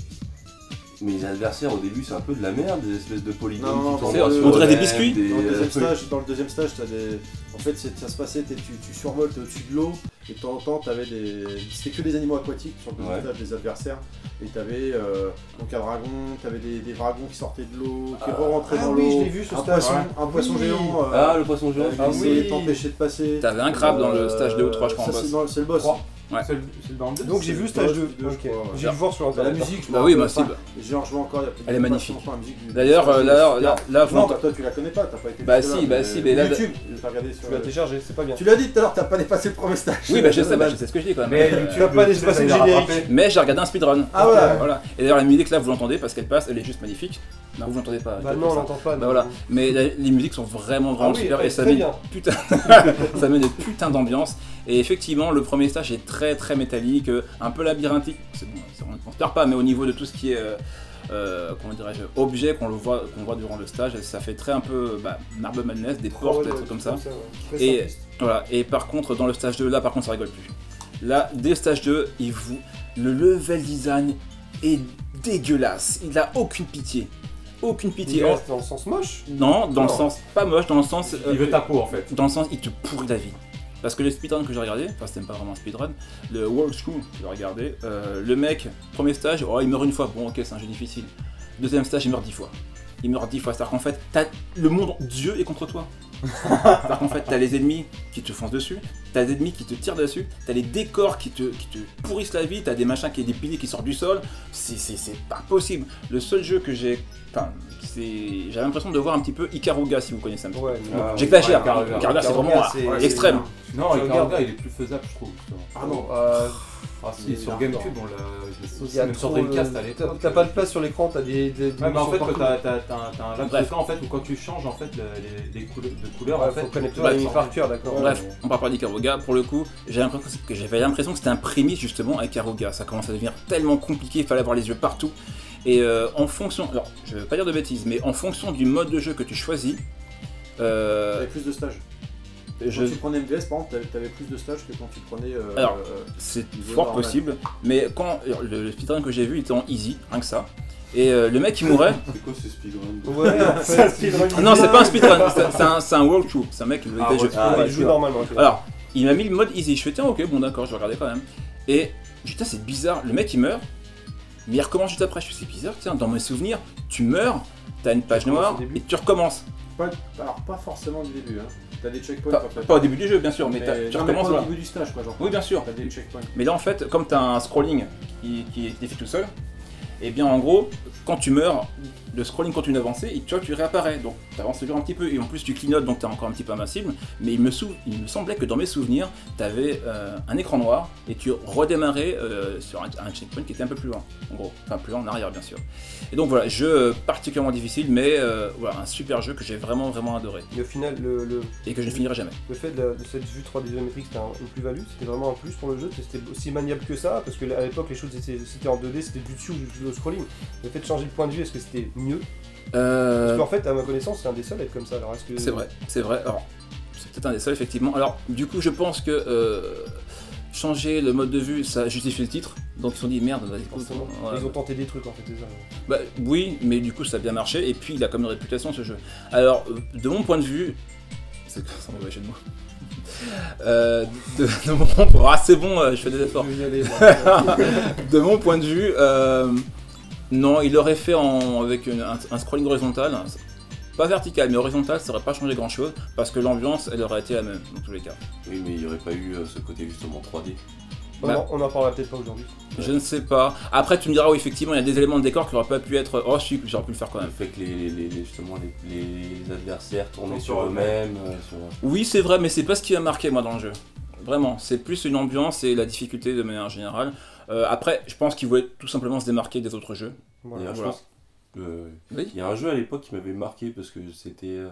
S3: mais les adversaires au début, c'est un peu de la merde, des espèces de polygones
S2: Non,
S3: qui tournent
S2: c'est-
S3: en
S2: on
S3: sur
S2: dirait
S3: eux-mêmes,
S5: des biscuits.
S3: des-
S2: Dans le
S3: euh,
S2: deuxième stage, dans le deuxième stage, t'as des. En fait, c'est- ça se passait, t'es- tu, tu survoles, t'es au-dessus de l'eau, et de temps en temps, t'avais des. C'était que des animaux aquatiques sur le deuxième
S3: Ouais.
S2: stage, des adversaires, et t'avais euh, donc un dragon, t'avais des, des dragons qui sortaient de l'eau, qui re-rentraient
S7: ah
S2: dans
S7: oui,
S2: l'eau.
S7: je l'ai vu, ce
S2: un
S7: stage.
S2: Poisson, un
S7: Oui.
S2: poisson géant. euh,
S3: Ah, le poisson géant,
S2: euh, qui
S4: ah
S2: essayait
S4: oui.
S2: de t'empêcher de passer.
S5: T'avais un crabe dans le
S2: Euh,
S5: stage de haut 3, je crois, en
S2: ça,
S5: boss.
S2: c'est dans le- C'est le boss.
S4: Trois.
S5: Ouais.
S4: C'est le c'est le dans le deux
S7: Donc j'ai vu stage 2.
S2: deux, je
S7: Ok.
S2: crois, ouais.
S7: J'ai dû le voir sur
S2: Bah, La
S7: internet.
S2: musique, je
S5: Bah
S2: m'en
S5: oui,
S2: rappelle
S5: bah si.
S2: pas. J'ai rejoint encore il y a peut-être
S5: Elle est
S2: pas
S5: magnifique.
S2: longtemps la musique du-
S5: D'ailleurs, euh, là, là, là, vous
S2: Non,
S5: l'entendez.
S2: bah, toi tu la connais pas, t'as pas été
S5: Bah
S2: jusque-là,
S5: si, bah
S2: mais
S5: si, mais là-
S2: YouTube, t'as regardé sur
S7: Tu l'as
S2: le-
S7: téléchargé, c'est pas bien.
S2: Tu l'as dit tout à l'heure, t'as pas dépassé le premier stage.
S5: Oui, bah je sais, bah, je sais ce que je dis quand même.
S4: Mais
S5: Euh,
S4: YouTube,
S7: Tu vas pas laisser
S4: ça,
S7: passer
S4: ça
S7: le
S4: les a
S7: générique.
S4: rattrapés.
S5: mais j'ai regardé un speedrun.
S2: Ah ouais.
S5: Voilà. Et d'ailleurs, la musique là, vous l'entendez parce qu'elle passe, elle est juste magnifique. Non, vous l'entendez pas.
S7: Bah
S5: elle
S7: non, on
S5: passe.
S7: l'entend pas.
S5: Bah
S7: non.
S5: voilà. Mais la- les musiques sont vraiment,
S7: Ah
S5: vraiment
S7: oui,
S5: super
S7: elle
S5: et
S7: est
S5: ça
S7: très
S5: met,
S7: bien.
S5: putain, ça met des putains d'ambiance. Et effectivement, le premier stage est très, très métallique, euh, un peu labyrinthique. C'est bon, c'est- on ne se perd pas, mais au niveau de tout ce qui est. euh, euh, comment dirais-je, objet qu'on le voit, qu'on voit durant le stage, ça fait très un peu bah, Marble Madness, des
S7: Oh, Ouais,
S5: portes,
S7: ouais,
S5: des trucs comme ça.
S7: ouais. Très
S5: Et-
S7: simpliste.
S5: Voilà, et par contre, dans le stage 2, là, par contre, ça rigole plus. Là, dès stage 2, il vous... le level design est dégueulasse. Il a aucune pitié. Aucune pitié.
S7: Il reste dans le sens moche.
S5: Non, dans le
S7: Non.
S5: sens, pas moche, dans le sens. euh,
S4: Il veut ta peau en fait.
S5: Dans le sens, il te pourrit la vie. Parce que le speedrun que j'ai regardé, enfin, c'était pas vraiment un speedrun, le World School que j'ai regardé, euh, le mec, premier stage, oh, il meurt une fois, bon, ok, c'est un jeu difficile. Deuxième stage, il meurt dix fois. Il meurt dix fois, c'est-à-dire qu'en fait, t'as le monde, Dieu est contre toi. c'est-à-dire qu'en fait, t'as les ennemis qui te foncent dessus, t'as des ennemis qui te tirent dessus, t'as les décors qui te, qui te pourrissent la vie, t'as des machins qui des piliers qui sortent du sol, c'est- c'est c'est pas possible. Le seul jeu que j'ai. Enfin, c'est- j'avais l'impression de voir un petit peu Ikaruga si vous connaissez un petit peu.
S7: Ouais, bah, mais-
S4: Ah,
S5: J'exagère,
S4: ouais, Ikaruga.
S5: Ikaruga c'est vraiment
S7: Ikaruga, hein. c'est-
S5: euh, extrême.
S4: Non,
S7: Je
S4: le
S7: regarde.
S4: Garuga, il est plus faisable, je trouve. justement.
S2: Ah non.
S7: Euh,
S4: Ah,
S2: Il
S4: si,
S2: est
S4: sur
S2: hardcore.
S4: GameCube, on l'a. je l'ai
S7: il
S4: saucé,
S7: y a
S4: Même sur
S7: trop, euh,
S4: Dreamcast à
S7: t'as-
S4: l'époque.
S7: T'as pas de place sur l'écran, t'as des. des
S4: Ouais, mais en fait, quand
S7: dimensions partout.
S4: t'as t'as- t'as un t'as un laps de
S5: Bref.
S4: temps en fait, où quand tu changes en fait le- les, les couleurs, de couleur,
S7: Ouais,
S4: en fait,
S7: faut connaître
S4: ouais,
S7: l'ennemi par cœur, d'accord.
S5: Bref, on part pas d'Ikaruga. Pour le coup, j'ai l'impression que- que j'avais l'impression que c'était un prémisse justement à Ikaruga. Ça commence à devenir tellement compliqué, il fallait avoir les yeux partout. Et euh, en fonction, alors je veux pas dire de bêtises, mais en fonction du mode de jeu que tu choisis,
S2: Il y
S5: euh,
S2: avait plus de stages.
S5: je-
S2: Quand tu prenais MVS, par exemple, t'avais- t'avais plus de stages que quand tu prenais. euh,
S5: Alors,
S2: euh,
S5: c'est
S2: Il est
S5: fort
S2: normal.
S5: possible. Mais quand alors, le, le speedrun que j'ai vu il était en easy, rien que ça. Et euh, le mec il mourait. Ah
S3: C'est quoi ce speedrun
S7: Ouais, en fait,
S5: non, c'est pas un speedrun, c'est- c'est un, c'est un walkthrough. C'est un mec qui veut
S4: Ah,
S5: le jeu.
S4: walkthrough.
S7: Ah,
S3: Ah,
S7: il joue normalement. ok.
S5: Alors, Il m'a mis le mode easy. Je fais tiens, ok, bon d'accord, je vais regarder quand même. Et je dis, putain, c'est bizarre. Le mec il meurt, mais il recommence juste après. Je fais c'est bizarre, tiens, dans mes souvenirs, tu meurs, t'as une page
S7: recommences
S5: noire
S7: au début.
S5: et tu recommences.
S2: Pas- alors, pas forcément du début. Hein. T'as des checkpoints
S5: Pas,
S2: en fait.
S5: pas au début du jeu, bien sûr, mais,
S2: Mais-
S5: t'as- tu
S2: non, mais
S5: recommences.
S2: pas au
S5: voilà.
S2: début du stage, quoi. Genre,
S5: Oui, bien sûr.
S2: t'as des checkpoints.
S5: Mais là, en fait, comme tu as un scrolling qui, qui est fait tout seul, et bien en gros, quand tu meurs, le scrolling continue d'avancer et tu vois, tu réapparais. Donc tu avances toujours un petit peu et en plus tu clignotes donc tu es encore un petit peu invincible. Mais il me, sou- il me semblait que dans mes souvenirs, tu avais un écran noir et tu redémarrais euh, sur un, un checkpoint qui était un peu plus loin, en gros. Enfin, plus loin en arrière, bien sûr. Et donc voilà, jeu euh, particulièrement difficile, mais euh, voilà, un super jeu que j'ai vraiment, vraiment adoré
S7: Et au final, le, le,
S5: et que je ne finirai jamais.
S7: le fait de, la- de cette vue 3D isométrique, c'était un- une plus-value, c'était vraiment un plus pour le jeu, c'était aussi maniable que ça, parce que à l'époque, les choses étaient, c'était en 2D, c'était du dessus ou du, du scrolling. Le fait de changer de point de vue, est-ce que c'était mieux
S5: Euh,
S7: Parce qu'en fait, à ma connaissance, c'est un des seuls à être comme ça. Alors, est-ce que
S5: C'est vrai, c'est vrai. Alors, c'est peut-être un des seuls, effectivement. Alors, du coup, je pense que euh, changer le mode de vue, ça justifie le titre. Donc, ils se sont dit merde, vas-y, pour ça.
S7: Forcément.
S5: Ouais.
S7: Ils ont tenté des trucs en fait déjà.
S5: Bah, oui, mais du coup, ça a bien marché. Et puis, il a comme une réputation ce jeu. Alors, euh, de mon point de vue, c'est c'est un mauvais jeu de mots. Euh, de, de mon... Ah, c'est bon, euh, je fais des efforts.
S7: Je vais y aller, moi.
S5: de mon point de vue, euh, non, il aurait fait en- avec une- un, un scrolling horizontal, hein, pas vertical, mais horizontal, ça aurait pas changé grand chose parce que l'ambiance, elle aurait été la même dans tous les cas.
S3: Oui, mais il n'y aurait pas eu euh, ce côté justement 3D.
S7: On en- on en parlera peut-être pas aujourd'hui.
S5: Je ne sais pas. Après, tu me diras, oui, effectivement, il y a des éléments de décor qui auraient pas pu être. Oh, si, j'aurais pu le faire quand
S3: Le
S5: même.
S3: fait que les, les- les- justement les, les adversaires tournaient
S4: Tournent
S3: sur
S4: sur
S3: eux-mêmes. euh, sur-
S5: Oui, c'est vrai, mais c'est pas ce qui m'a marqué, moi, dans le jeu. Vraiment, c'est plus une ambiance et la difficulté de manière générale. Euh, après, je pense qu'il voulait tout simplement se démarquer des autres jeux.
S7: Voilà.
S3: D'ailleurs, je
S5: Voilà.
S3: pense que, euh,
S5: Oui.
S3: Il y a un jeu à l'époque qui m'avait marqué parce que c'était. euh,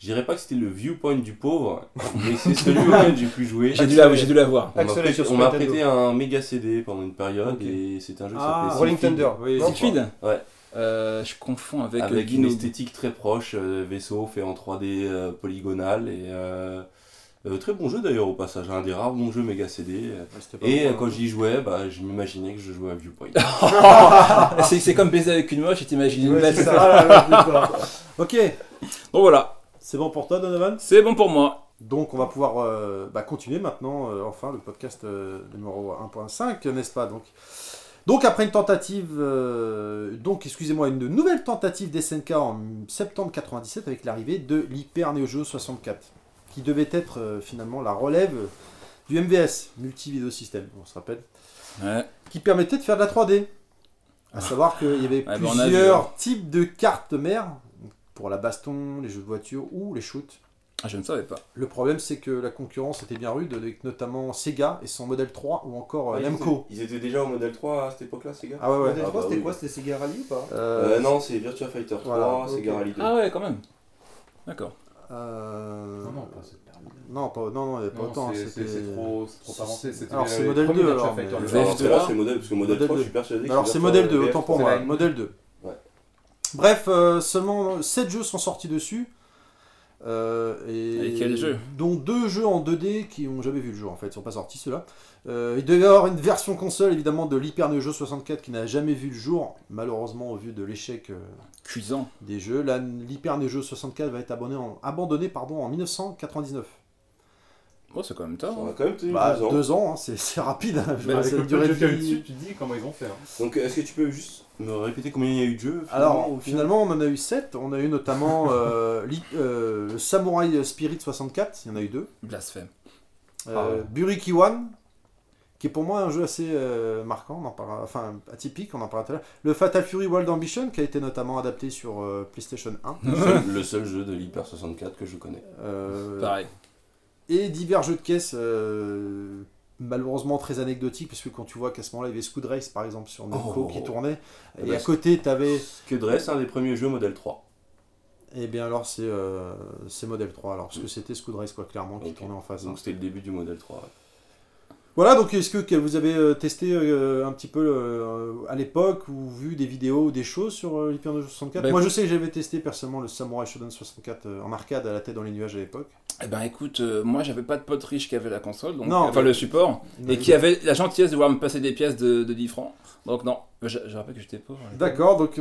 S3: je dirais pas que c'était le viewpoint du pauvre, mais c'est celui auquel j'ai pu jouer.
S5: J'ai dû la, j'ai dû la voir.
S3: On m'a
S7: Axel
S3: prêté-
S7: sur
S3: on m'a
S7: Nintendo.
S3: prêté un méga CD pendant une période et c'était un jeu qui
S2: Ah,
S3: s'appelait
S7: Rolling
S3: Sylphid,
S7: Thunder.
S2: Oui,
S7: Non,
S2: c'est
S5: Siegfried
S3: Ouais.
S5: Euh, je confonds avec, euh,
S3: avec une
S5: Dino.
S3: esthétique très proche, euh, vaisseau fait en 3D euh, polygonal et euh, euh, très bon jeu d'ailleurs au passage, un des rares bons jeux méga CD. euh,
S2: Ouais, c'était pas
S3: Et
S2: bon,
S3: euh,
S2: hein.
S3: quand j'y jouais, bah, je m'imaginais que je jouais à Viewpoint.
S5: c'est, c'est comme baiser avec une moche et t'imagines une
S7: Ouais,
S5: belle.
S7: c'est ça. Ah là là, je vais pas.
S2: Ok,
S5: Bon voilà,
S2: c'est bon pour toi, Donovan
S5: c'est bon pour moi.
S2: Donc, on va pouvoir euh, bah, continuer maintenant, euh, enfin, le podcast euh, numéro 1.5, n'est-ce pas donc, donc, après une tentative, euh, donc, excusez-moi, une nouvelle tentative d'SNK en septembre 97 avec l'arrivée de l'Hyper Neo Geo 64, qui devait être euh, finalement la relève du MVS, Multivideo System, on se rappelle,
S5: Ouais.
S2: qui permettait de faire de la 3D. À savoir qu'il y avait
S5: Ouais, bah, on a vu,
S2: plusieurs types de cartes mères, pour la baston, les jeux de voiture ou les shoots.
S5: Ah, Je ne savais pas.
S2: Le problème, c'est que la concurrence était bien rude, avec notamment Sega et son modèle 3 ou encore euh,
S3: Ils étaient-
S2: Namco.
S3: Ils étaient déjà au modèle 3 à cette époque-là, ces gars
S2: Ah ouais, ouais.
S3: Ah
S7: Modèle 3,
S3: bah
S7: c'était
S3: oui.
S7: quoi C'était Sega Rally ou pas
S2: Euh,
S3: Euh, Non, c'est Virtua Fighter 3,
S2: Voilà,
S3: c'est
S7: ok.
S3: Garali 2.
S5: Ah ouais, quand même. D'accord.
S2: euh,
S4: Non, non, pas cette période.
S2: non, pas, non, non, il y a pas
S4: Non,
S2: autant.
S4: c'est-
S2: hein,
S4: c'est c'est trop, c'est trop avancé.
S2: c'est-
S4: C'était
S2: alors,
S4: les-
S2: c'est
S4: les
S2: modèle
S4: premiers
S2: 2,
S4: Virtua
S2: alors,
S4: Fighter.
S2: mais-
S5: Le
S3: Alors,
S5: F3.
S3: c'est là, c'est modèle, parce que modèle,
S2: Modèle
S3: 3, je
S2: Ah, deux.
S3: suis persuadé que
S2: Alors, c'est
S3: Virtua
S2: modèle 2,
S3: VF,
S2: autant pour
S4: c'est
S2: moi.
S4: la-
S2: Modèle 2.
S3: Ouais.
S2: Bref, euh, seulement 7 jeux sont sortis dessus. Euh, et,
S5: Et quels jeux
S2: Dont deux jeux en 2D qui ont jamais vu le jour en fait, ils sont pas sortis ceux-là. Euh, il devait y avoir une version console évidemment de l'Hyper Neo Geo 64 qui n'a jamais vu le jour, malheureusement au vu de l'échec euh,
S5: Cuisant.
S2: des jeux. Là, l'hyper Neo Geo 64 va être abonné en- abandonné pardon, en 1999.
S5: Oh, c'est quand même tard.
S3: On
S5: hein.
S3: a quand même tenu
S2: Bah,
S3: 2 ans.
S2: deux ans, hein, c'est c'est rapide. hein, je
S4: Mais
S2: vois,
S4: avec
S2: c'est
S4: Bah, le
S2: la durée
S4: durée
S2: de
S4: de
S2: vie.
S4: dessus, tu te dis comment ils ont fait. hein.
S3: Donc, euh, est-ce que tu peux juste me répéter combien il y a eu de jeux
S2: Alors,
S3: au final
S2: finalement, on en a eu 7. On a eu notamment euh, l'hy- euh, le Samurai Spirit 64, il y en a eu deux.
S5: Blasphème.
S2: Euh,
S4: Ah ouais.
S2: Buriki One, qui est pour moi un jeu assez euh, marquant, on en parlera- enfin atypique, on en parlera tout à l'heure. Le Fatal Fury World Ambition, qui a été notamment adapté sur euh, PlayStation 1.
S3: Le seul- le seul jeu de l'Hyper 64 que je connais.
S2: Euh,
S5: Pareil.
S2: et divers jeux de caisse, euh, malheureusement très anecdotiques, parce que quand tu vois qu'à ce moment-là, il y avait Scoot Race, par exemple, sur Namco
S3: Oh.
S2: qui tournait,
S3: Eh
S2: et
S3: ben,
S2: à
S3: c'est-
S2: côté, tu avais...
S3: Que Dress, un des premiers jeux modèle 3.
S2: Eh bien alors, c'est euh, c'est Model 3, alors, parce que c'était Scoot Race, quoi, clairement, qui
S3: Mm. Ok.
S2: tournait en face. hein.
S3: Donc, c'était le début du modèle 3. ouais.
S2: Voilà, donc est-ce que que vous avez euh, testé euh, un petit peu euh, à l'époque ou vu des vidéos ou des choses sur euh, l'Hyper Neo Geo 64
S5: Bah,
S2: Moi, je sais que j'avais testé personnellement le Samurai Shodown 64 euh, en arcade à la tête dans les nuages à l'époque.
S5: Eh ben écoute, euh, moi j'avais pas de pote riche qui avait la console, donc,
S2: Non.
S5: enfin le support, et qui avait la gentillesse de vouloir me passer des pièces de, de 10 francs. Donc non, je, je rappelle que j'étais pauvre.
S2: D'accord, donc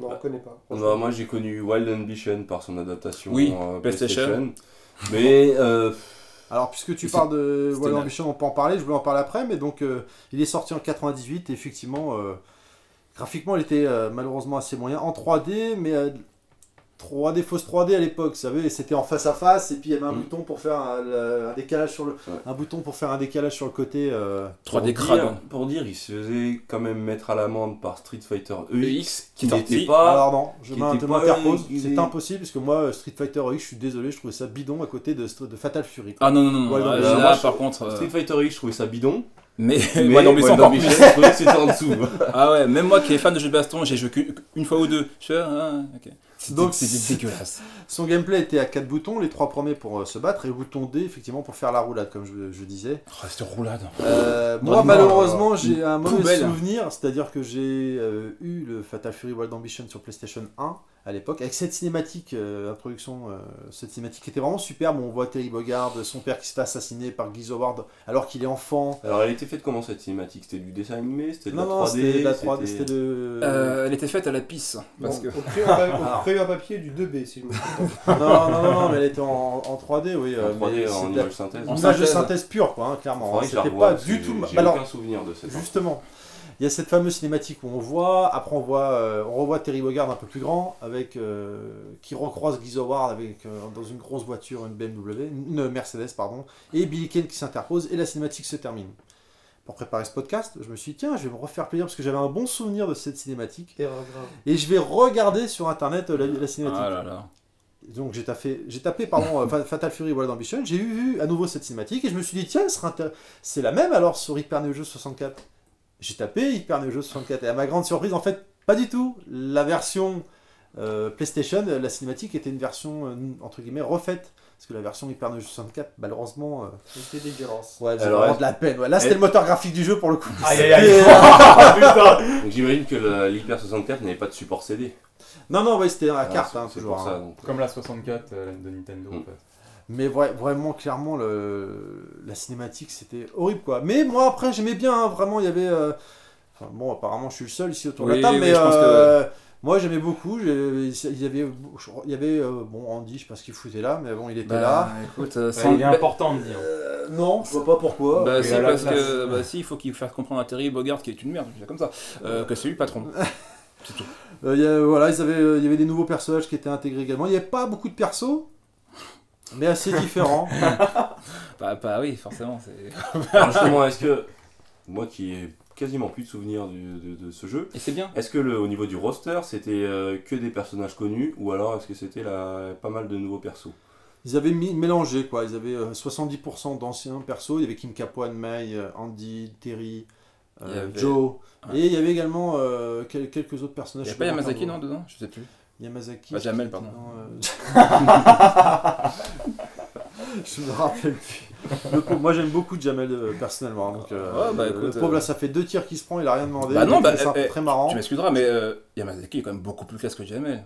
S7: Non, on connaît pas.
S3: Bah, moi j'ai connu Wild Ambition par son adaptation
S5: Oui,
S3: euh,
S5: PlayStation.
S3: Mais euh, pff,
S2: Alors, puisque tu
S5: Et
S2: parles de
S5: c'était
S2: Wild
S5: mal.
S2: Ambition, on peut en parler, je voulais en parler après, mais donc euh, il est sorti en 98, et effectivement, euh, graphiquement, il était euh, malheureusement assez moyen en 3D, mais euh, 3D, fausse 3D à l'époque, vous savez, c'était en face à face, et puis il y avait un
S5: Mm.
S2: bouton pour faire un, le- un décalage sur le,
S3: Ouais.
S2: un bouton pour faire un décalage sur le côté. euh,
S5: 3D
S3: Pour
S5: crade.
S3: dire- Pour dire, il se faisait quand même mettre à l'amende par Street Fighter EX,
S5: qui
S3: qui
S5: est
S3: n'était
S5: sorti.
S3: pas.
S2: Alors non, je
S3: qui
S2: m'in-
S3: était
S2: je
S3: pas-
S2: m'interpose,
S3: il-
S2: c'est
S3: il-
S2: impossible, parce que moi, euh, Street Fighter X, je suis désolé, je trouvais ça bidon à côté de, Str- de Fatal Fury.
S5: Ah non, non, non, non.
S2: Wild
S5: là,
S2: Ambition.
S5: là, par contre. euh,
S3: Street Fighter EX, je trouvais ça bidon.
S5: Mais,
S3: Mais
S5: Wild Ambition,
S3: Wild
S5: encore plus.
S3: Ambition, je trouvais que c'était en dessous.
S5: Ah ouais, même moi qui est fan de jeux de baston, j'ai joué qu'une une fois ou deux. Je fais, ah, ok. C'était-
S2: Donc,
S5: c'était dégueulasse.
S2: Son gameplay était à 4 boutons, les 3 premiers pour euh, se battre et le bouton D effectivement pour faire la roulade comme je, je disais.
S5: Oh, c'était roulade.
S2: Euh,
S5: Bon,
S2: moi
S5: dis-moi,
S2: malheureusement j'ai un mauvais
S5: poubelle.
S2: souvenir, c'est-à-dire que j'ai euh, eu le Fatal Fury Wild Ambition sur PlayStation 1 à l'époque avec cette cinématique, euh, introduction, euh, cette cinématique qui était vraiment superbe, on voit Terry Bogard, son père qui se fait assassiner par Guy Howard alors qu'il est enfant.
S3: Alors, elle était faite comment cette cinématique C'était du dessin animé C'était de la
S2: Non non,
S3: 3D
S2: c'était de la 3D, c'était de...
S5: Euh, elle était faite à la pisse. Parce que.
S7: On crée un, pa- on crée un papier du 2B, si je me trompe.
S2: Non, non, non, non, mais elle était en, en 3D, oui.
S3: en
S2: euh,
S3: 3D
S2: mais
S3: en
S2: c'est de la-
S3: image synthèse.
S5: en
S2: une image de
S5: synthèse.
S2: synthèse pure, quoi, hein, clairement.
S3: Faudrait
S2: hein,
S3: que je la
S2: C'était
S3: revoie,
S2: pas
S3: parce
S2: du
S3: que
S2: tout...
S3: J'ai
S2: bah, alors,
S3: aucun souvenir de cette.
S2: Justement, il y a cette fameuse cinématique où on voit, après on voit, euh, on revoit Terry Bogard un peu plus grand, avec euh, qui recroise Guy Howard avec euh, dans une grosse voiture, une BMW, une Mercedes pardon, et Billy Kane qui s'interpose et la cinématique se termine. Pour préparer ce podcast, je me suis dit tiens, je vais me refaire plaisir parce que j'avais un bon souvenir de cette cinématique
S7: Erreur grave.
S2: et je vais regarder sur internet euh, la, la
S5: Ah
S2: cinématique.
S5: là là.
S2: Donc j'ai tapé, j'ai tapé pardon, euh, Fa- Fatal Fury Wild Ambition, j'ai eu, vu à nouveau cette cinématique et je me suis dit tiens, ce sera intér- c'est la même alors sur Hyper Neo Geo 64. J'ai tapé Hyper Neo Geo 64 et à ma grande surprise en fait pas du tout. La version euh, PlayStation, euh, la cinématique était une version euh, entre guillemets refaite parce que la version Hyper Neo Geo 64 malheureusement euh,
S7: C'était dégueulasse.
S2: ouais, elle faisait
S3: Alors,
S2: vraiment
S3: elle-
S2: de la peine. Ouais, là c'était
S3: elle-
S2: le moteur graphique du jeu pour le coup.
S4: Aïe aïe aïe
S2: Et-
S4: Putain
S3: Donc, j'imagine que le- l'Hyper 64 n'avait pas de support CD.
S2: non non ouais c'était à
S3: Ah,
S2: carte
S3: c'est-
S2: hein,
S3: c'est
S2: toujours.
S3: pour
S2: hein.
S3: ça. donc.
S4: Comme la 64 euh, de Nintendo en
S3: Mm.
S4: fait.
S2: Mais vra- vraiment, clairement, le, la cinématique, c'était horrible, quoi. Mais moi, après, j'aimais bien, hein, vraiment, il y avait... euh, enfin, bon, apparemment, je suis le seul ici autour de
S5: Oui,
S2: la table,
S5: oui,
S2: mais
S5: je pense
S2: euh, moi, j'aimais beaucoup. j'ai- Il y avait, il y avait euh, bon, Andy, je sais pas ce qu'il foutait là, mais bon, il était là.
S5: écoute, euh,
S4: Ouais,
S5: sans-
S4: il est important de dire.
S2: Euh, non, je vois pas pourquoi.
S5: Bah
S4: Et
S5: si,
S4: à la
S5: parce
S4: place.
S5: que bah, si, il faut qu'il fasse comprendre à Terry Bogard qui est une merde, je dis ça comme ça, euh, que c'est lui le patron. C'est tout.
S2: Euh, il y a- voilà, ils avaient, euh, il y avait des nouveaux personnages qui étaient intégrés également. Il n'y avait pas beaucoup de persos, mais assez différents.
S5: Bah, bah oui, forcément. c'est-
S3: Alors, justement, est-ce que. Moi qui ai quasiment plus de souvenirs du- de, de ce jeu,
S5: Et c'est bien.
S3: est-ce que le, au niveau du roster, c'était euh, que des personnages connus ou alors est-ce que c'était la- pas mal de nouveaux persos
S2: Ils avaient mis- mélangé quoi, ils avaient euh, 70% d'anciens persos, il y avait Kim Kapoan, May, euh, Andy, Terry, euh,
S5: Il y avait-
S2: Joe,
S5: Ouais.
S2: et il y avait également euh, quel- quelques autres personnages.
S5: Il n'y a
S2: Je
S5: pas
S2: sais
S5: Yamazaki
S2: comment-
S5: non dedans Je sais plus.
S2: Yamazaki.
S5: Bah, Jamel, pardon.
S2: Non, euh, je me rappelle plus. Le pauvre- moi j'aime beaucoup Jamel euh, personnellement. hein, donc, euh,
S5: Ouais, bah,
S2: le-
S5: écoute,
S2: le pauvre
S5: euh,
S2: là ça fait deux tirs qu'il se prend, il a rien demandé.
S5: Bah non,
S2: il
S5: bah,
S2: fait ça
S5: eh, eh,
S2: très marrant.
S5: Tu m'excuseras, mais euh, Yamazaki est quand même beaucoup plus classe que Jamel.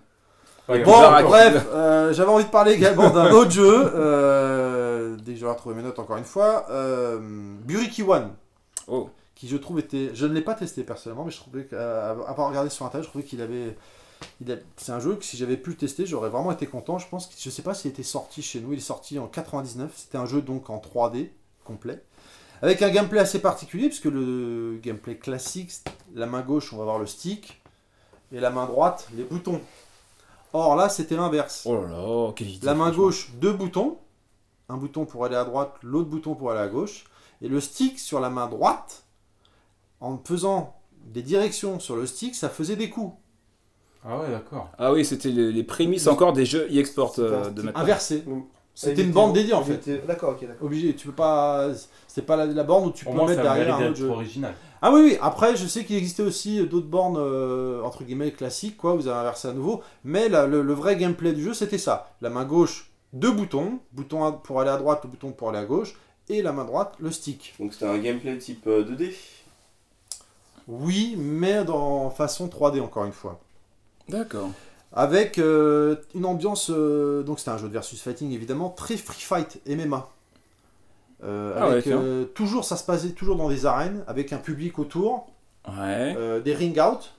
S4: Ouais,
S2: Bon,
S5: Bizarre, hein,
S2: bref, euh, j'avais envie de parler également d'un autre jeu. euh, dès que j'aurai retrouvé mes notes encore une fois. euh, Buriki One.
S5: Oh.
S2: Qui je trouve était. Je ne l'ai pas testé personnellement, mais je trouvais qu'avoir regardé sur internet, je trouvais qu'il avait. il a- C'est un jeu que si j'avais pu le tester, j'aurais vraiment été content. Je pense que je sais pas s'il était sorti chez nous. Il est sorti en 99. C'était un jeu donc en 3D complet. Avec un gameplay assez particulier, puisque le gameplay classique, c'est la main gauche, on va avoir le stick, et la main droite, les boutons. Or là, c'était l'inverse.
S5: Oh là là, quelle idée.
S2: La main
S5: franchement.
S2: gauche, deux boutons. Un bouton pour aller à droite, l'autre bouton pour aller à gauche. Et le stick sur la main droite, en faisant des directions sur le stick, ça faisait des coups.
S4: Ah ouais d'accord.
S5: Ah oui, c'était les, les prémices encore des jeux e-export euh,
S7: C'était un
S5: de
S7: style
S5: maintenant.
S2: Inversé.
S7: Donc,
S2: C'était
S7: Il
S2: une
S7: était-
S2: bande dédiée en
S7: il
S2: fait.
S7: était- D'accord, ok, d'accord.
S2: Obligé, tu peux pas. C'est pas la, la borne où tu
S4: Au
S2: peux
S4: moins
S2: mettre
S4: ça mérite
S2: derrière un autre
S4: d'être
S2: jeu.
S4: original.
S2: Ah oui, oui, après, je sais qu'il existait aussi d'autres bornes, euh, entre guillemets, classiques, quoi, vous avez inversé à nouveau, mais la- le, le vrai gameplay du jeu, c'était ça. La main gauche, deux boutons, bouton à- pour aller à droite, le bouton pour aller à gauche, et la main droite, le stick.
S3: Donc c'était un gameplay type euh, 2D
S2: Oui, mais dans façon 3D, encore une fois.
S5: D'accord.
S2: Avec euh, une ambiance, euh, donc c'était un jeu de versus fighting, évidemment, très free fight, MMA. Euh,
S5: Ah
S2: avec,
S5: ouais, tiens.
S2: euh, toujours, ça se passait toujours dans des arènes, avec un public autour,
S5: Ouais.
S2: euh, des ring-out,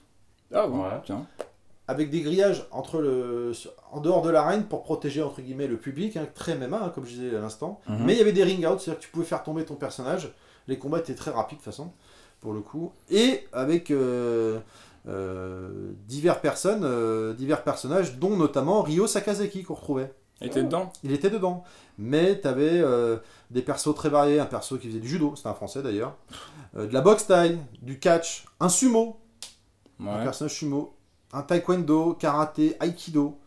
S5: Ah bon,
S4: Ouais.
S5: tiens.
S2: avec des grillages entre le, sur- en dehors de l'arène pour protéger entre guillemets le public, hein, très MMA hein, comme je disais à l'instant.
S1: Mhm.
S2: Mais il y avait des ring out, c'est-à-dire que tu pouvais faire tomber ton personnage. Les combats étaient très rapides de toute façon, pour le coup. Et avec euh, euh, divers personnes, euh, divers personnages, dont notamment Ryo Sakazaki qu'on retrouvait.
S5: Il était dedans
S2: Il était dedans. Mais tu avais des persos très variés. Un perso qui faisait du judo, c'était un français d'ailleurs. Euh, de la boxe style, du catch, un sumo, un
S5: Ouais.
S2: personnage sumo, un taekwondo, karaté, aikido.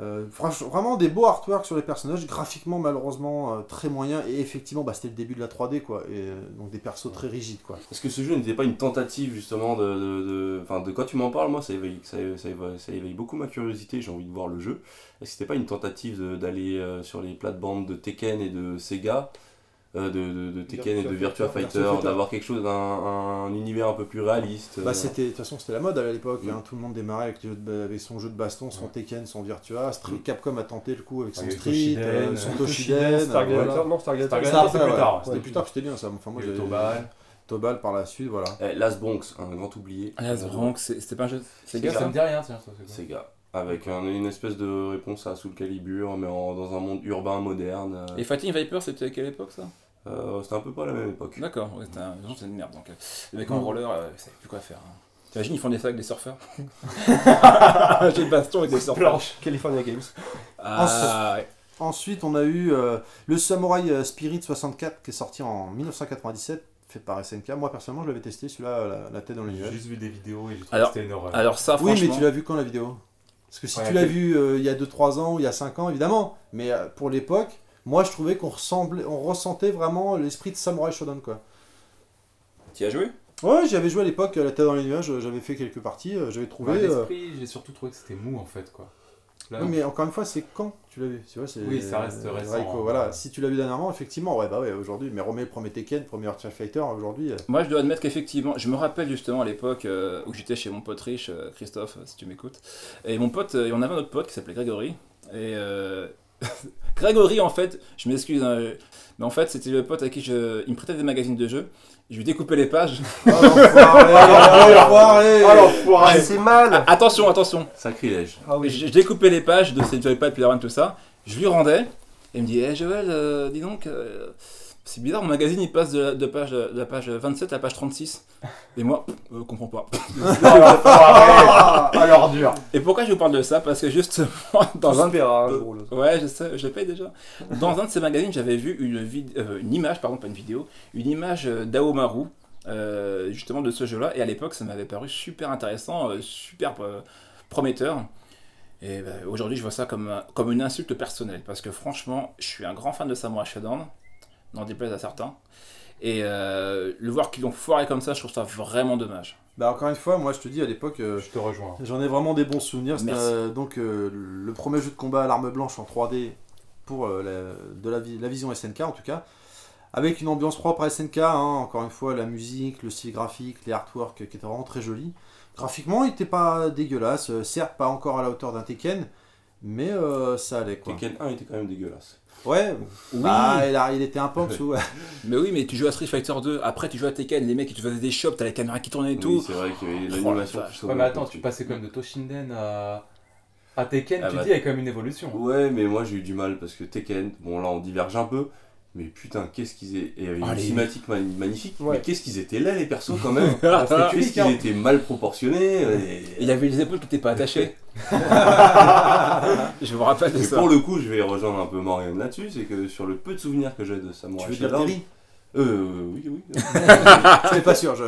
S2: Euh, franchement, vraiment des beaux artworks sur les personnages, graphiquement malheureusement euh, très moyen et effectivement bah, c'était le début de la 3D quoi, et euh, donc des persos très rigides quoi.
S3: Est-ce que ce jeu n'était pas une tentative justement de. de, de- enfin, de quand tu m'en parles, moi, ça éveille, ça, éveille, ça éveille- ça éveille beaucoup ma curiosité, j'ai envie de voir le jeu. Est-ce que c'était pas une tentative de- d'aller euh, sur les plates-bandes de Tekken et de Sega euh, de, de- de Tekken et de
S2: Virtua
S3: Virtua
S2: Fighter,
S3: Fighter,
S2: Virtua Fighter.
S3: d'avoir quelque chose, un, un univers un peu plus réaliste. euh,
S2: Bah c'était de toute façon c'était la mode à l'époque,
S3: Mm.
S2: hein, tout le monde démarrait avec, les jeux de ba- avec son jeu de baston, son Tekken, son Virtua, Street, Capcom a tenté le coup avec son
S4: Avec
S2: Street,
S4: Toshiden,
S2: euh, son
S4: euh,
S2: Toshiden,
S7: Stargazer,
S2: voilà.
S7: non, Stargazer.
S4: Stargazer,
S2: Ça,
S4: C'était
S2: après,
S4: plus
S2: ouais.
S4: tard,
S2: C'était plus tard, c'était bien ça. Enfin, moi,
S4: Et le
S2: j'avais-
S4: Tobal.
S2: Tobal par la suite, voilà.
S3: eh, Last Bronx, un grand oublié.
S5: Ah, ce Bronx, c'est- c'était pas un jeu. C'est
S3: Sega.
S5: gars,
S4: Ça
S5: ça
S4: me dit rien, tiens, ça, c'est quoi
S3: Sega. Avec un- une espèce de réponse à Soul Calibur, mais en- dans un monde urbain, moderne. euh,
S5: Et Fighting Viper, c'était à quelle époque ça
S3: euh, c'était un peu pas la même époque.
S5: D'accord, ouais, c'était un... genre, c'est une merde. Donc, euh, les mecs en roller, euh, ils savaient plus quoi faire. hein. T'imagines, ils font des sacs avec des surfeurs J'ai le baston et des surfeurs.
S7: Planche. California Games.
S5: Ah, ouais.
S2: Ensuite, on a eu euh, le Samurai euh, Spirit 64 qui est sorti en 1997, fait par SNK. Moi, personnellement, je l'avais testé, celui-là, la, la tête dans les
S4: J'ai
S2: nuages.
S4: juste vu des vidéos et j'ai trouvé que
S5: Alors-
S4: c'était une horreur.
S5: Alors, ça,
S2: Oui, mais
S5: franchement.
S2: tu l'as vu quand la vidéo Parce que si
S4: Ouais,
S2: tu l'as
S4: quel-
S2: vu euh, il y a 2-3 ans, il y a 5 ans, évidemment. Mais euh, pour l'époque, moi, je trouvais qu'on ressemblait, on ressentait vraiment l'esprit de Samurai Shodown, quoi.
S5: Tu y as joué
S2: Ouais, j'avais joué à l'époque euh, la tête dans les nuages, euh, j'avais fait quelques parties, euh, j'avais trouvé.
S4: Bah,
S2: euh,
S4: l'esprit, j'ai surtout trouvé que c'était mou en fait, quoi. Là,
S2: Oui, mais encore une fois, c'est quand tu l'as vu tu vois, c'est-
S4: Oui, ça reste
S2: euh,
S4: récent,
S2: Raiko,
S4: hein.
S2: voilà. Si tu l'as vu dernièrement, effectivement, ouais, bah ouais, aujourd'hui. Mais Romé, premier Tekken, premier Virtua Fighter, aujourd'hui. euh,
S5: Moi, je dois admettre qu'effectivement, je me rappelle justement à l'époque euh, où j'étais chez mon pote riche, euh, Christophe, si tu m'écoutes. Et mon pote, euh, et on avait un autre pote qui s'appelait Grégory. Et euh, Grégory, en fait, je m'excuse, hein, euh, mais en fait, c'était le pote à qui je, il me prêtait des magazines de jeux. Je lui découpais les pages.
S2: Oh l'enfoiré, l'enfoiré.
S7: Oh l'enfoiré C'est mal
S5: Ah, attention, attention.
S3: Sacrilège.
S7: Ah oui,
S5: Je, je découpais les pages de ces Joypad, puis tout ça. Je lui rendais. Et il me dit, Eh Joël, euh, dis donc, euh, c'est bizarre, mon magazine, il passe de la, de page, de la page 27 à la page 36. Et moi, euh, je comprends pas.
S7: Ah,
S4: alors dur.
S5: Et pourquoi je vous parle de ça Parce que justement, dans
S7: on
S5: un...
S7: se verra un jour ou l'autre.
S5: Ouais, hein, je sais, je le paye déjà. Dans un de ces magazines, j'avais vu une, vid- euh, une image, pardon, pas une vidéo, une image euh, d'Aomaru, euh, justement de ce jeu-là. Et à l'époque, ça m'avait paru super intéressant, euh, super euh, prometteur. Et bah, aujourd'hui, je vois ça comme, un- comme une insulte personnelle. Parce que franchement, je suis un grand fan de Samurai Shodown, n'en déplaise à certains. Et euh, le voir qu'ils l'ont foiré comme ça, je trouve ça vraiment dommage.
S2: Bah encore une fois, moi je te dis à l'époque. euh,
S4: Je te rejoins.
S2: J'en ai vraiment des bons souvenirs. C'était,
S5: Merci.
S2: euh, donc euh, le premier jeu de combat à l'arme blanche en 3D pour euh, la, de la, vi- la vision SNK en tout cas, avec une ambiance propre à SNK. hein. encore une fois, la musique, le style graphique, les artworks euh, qui étaient vraiment très jolis. Graphiquement, il n'était pas dégueulasse. euh, certes, pas encore à la hauteur d'un Tekken, mais euh, ça allait quoi.
S3: Tekken 1 était quand même dégueulasse.
S2: Ouais.
S5: Oui.
S2: Bah, il, a- il était un peu en dessous. ouais.
S5: Mais oui, mais tu joues à Street Fighter 2, après tu joues à Tekken, les mecs ils te faisaient des shops, t'as la caméra qui tournait et
S3: Oui,
S5: tout.
S3: c'est vrai qu'il y avait
S5: Oh la
S3: l'animation
S5: vache.
S3: qui
S4: Ouais,
S3: sauvait
S4: mais
S3: le
S4: attends,
S3: truc.
S4: tu passais quand même de Toshinden à, à Tekken,
S3: Ah
S4: tu
S3: bah.
S4: dis, il y a quand même une évolution. hein.
S3: Ouais, mais moi j'ai eu du mal parce que Tekken, bon là on diverge un peu, mais putain, qu'est-ce qu'ils étaient. Il y avait une
S5: Allez.
S3: cinématique ma- magnifique,
S7: Ouais.
S3: mais qu'est-ce qu'ils étaient là les persos quand même
S5: Ah,
S4: Parce
S3: Qu'est-ce qu'ils étaient mal proportionnés
S5: Et
S3: et-
S5: Il y avait les épaules qui n'étaient pas attachées. je me rappelle de
S3: Mais
S5: ça.
S3: pour le coup, je vais rejoindre un peu Morgan là-dessus, c'est que sur le peu de souvenirs que j'ai de Samurai
S2: tu veux dire
S3: Shodown-
S2: Terry
S3: Euh, oui, oui.
S2: C'est pas sûr. Je...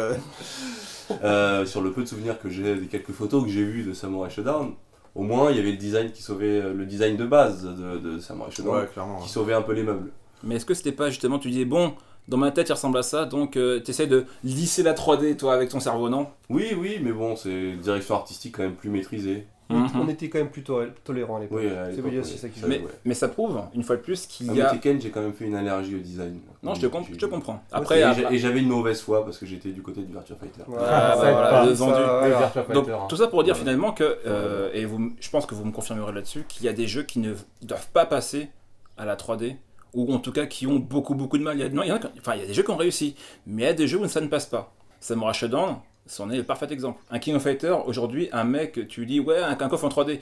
S3: Euh, sur le peu de souvenirs que j'ai des quelques photos que j'ai vues de Samurai Shodown, au moins il y avait le design qui sauvait euh, le design de base de, de Samurai Shodown,
S2: Ouais, clairement.
S3: qui sauvait un peu les meubles.
S5: Mais est-ce que c'était pas justement, tu disais, bon, dans ma tête il ressemble à ça, donc euh, t'essayes de lisser la 3D toi avec ton cerveau, non
S3: Oui, oui, mais bon, c'est une direction artistique quand même plus maîtrisée.
S5: Mhm.
S7: On était quand même plus tolé- tolérant à l'époque.
S3: Oui, à
S7: C'est
S3: l'époque,
S7: oui,
S3: oui.
S7: c'est ça qui
S3: Ça,
S7: joue.
S5: Mais,
S3: ouais.
S5: mais ça prouve, une fois de plus, qu'il
S3: Ah,
S5: y
S3: mais
S5: a.
S3: Tekken, j'ai quand même fait une allergie au design.
S5: Non, je te, com-
S3: J'ai-
S5: je te comprends.
S3: Et
S5: Après,
S3: j'ai-
S5: à-
S3: et j'avais une mauvaise foi parce que j'étais du côté du Virtua Fighter.
S5: Ah, bah, voilà, le vendu.
S4: Le
S7: voilà.
S4: Virtua
S5: Donc,
S4: Fighter, hein.
S5: tout ça pour dire finalement que, euh, et vous, m- je pense que vous me confirmerez là-dessus, qu'il y a des jeux qui ne doivent pas passer à la 3D, ou en tout cas qui ont beaucoup beaucoup de mal. Il y a, non, il y en a qui- enfin, il y a des jeux qui ont réussi, mais il y a des jeux où ça ne passe pas. Samurai Shodown, c'en est le parfait exemple. Un King of Fighter, aujourd'hui, un mec, tu lui dis, ouais, un King of en 3D.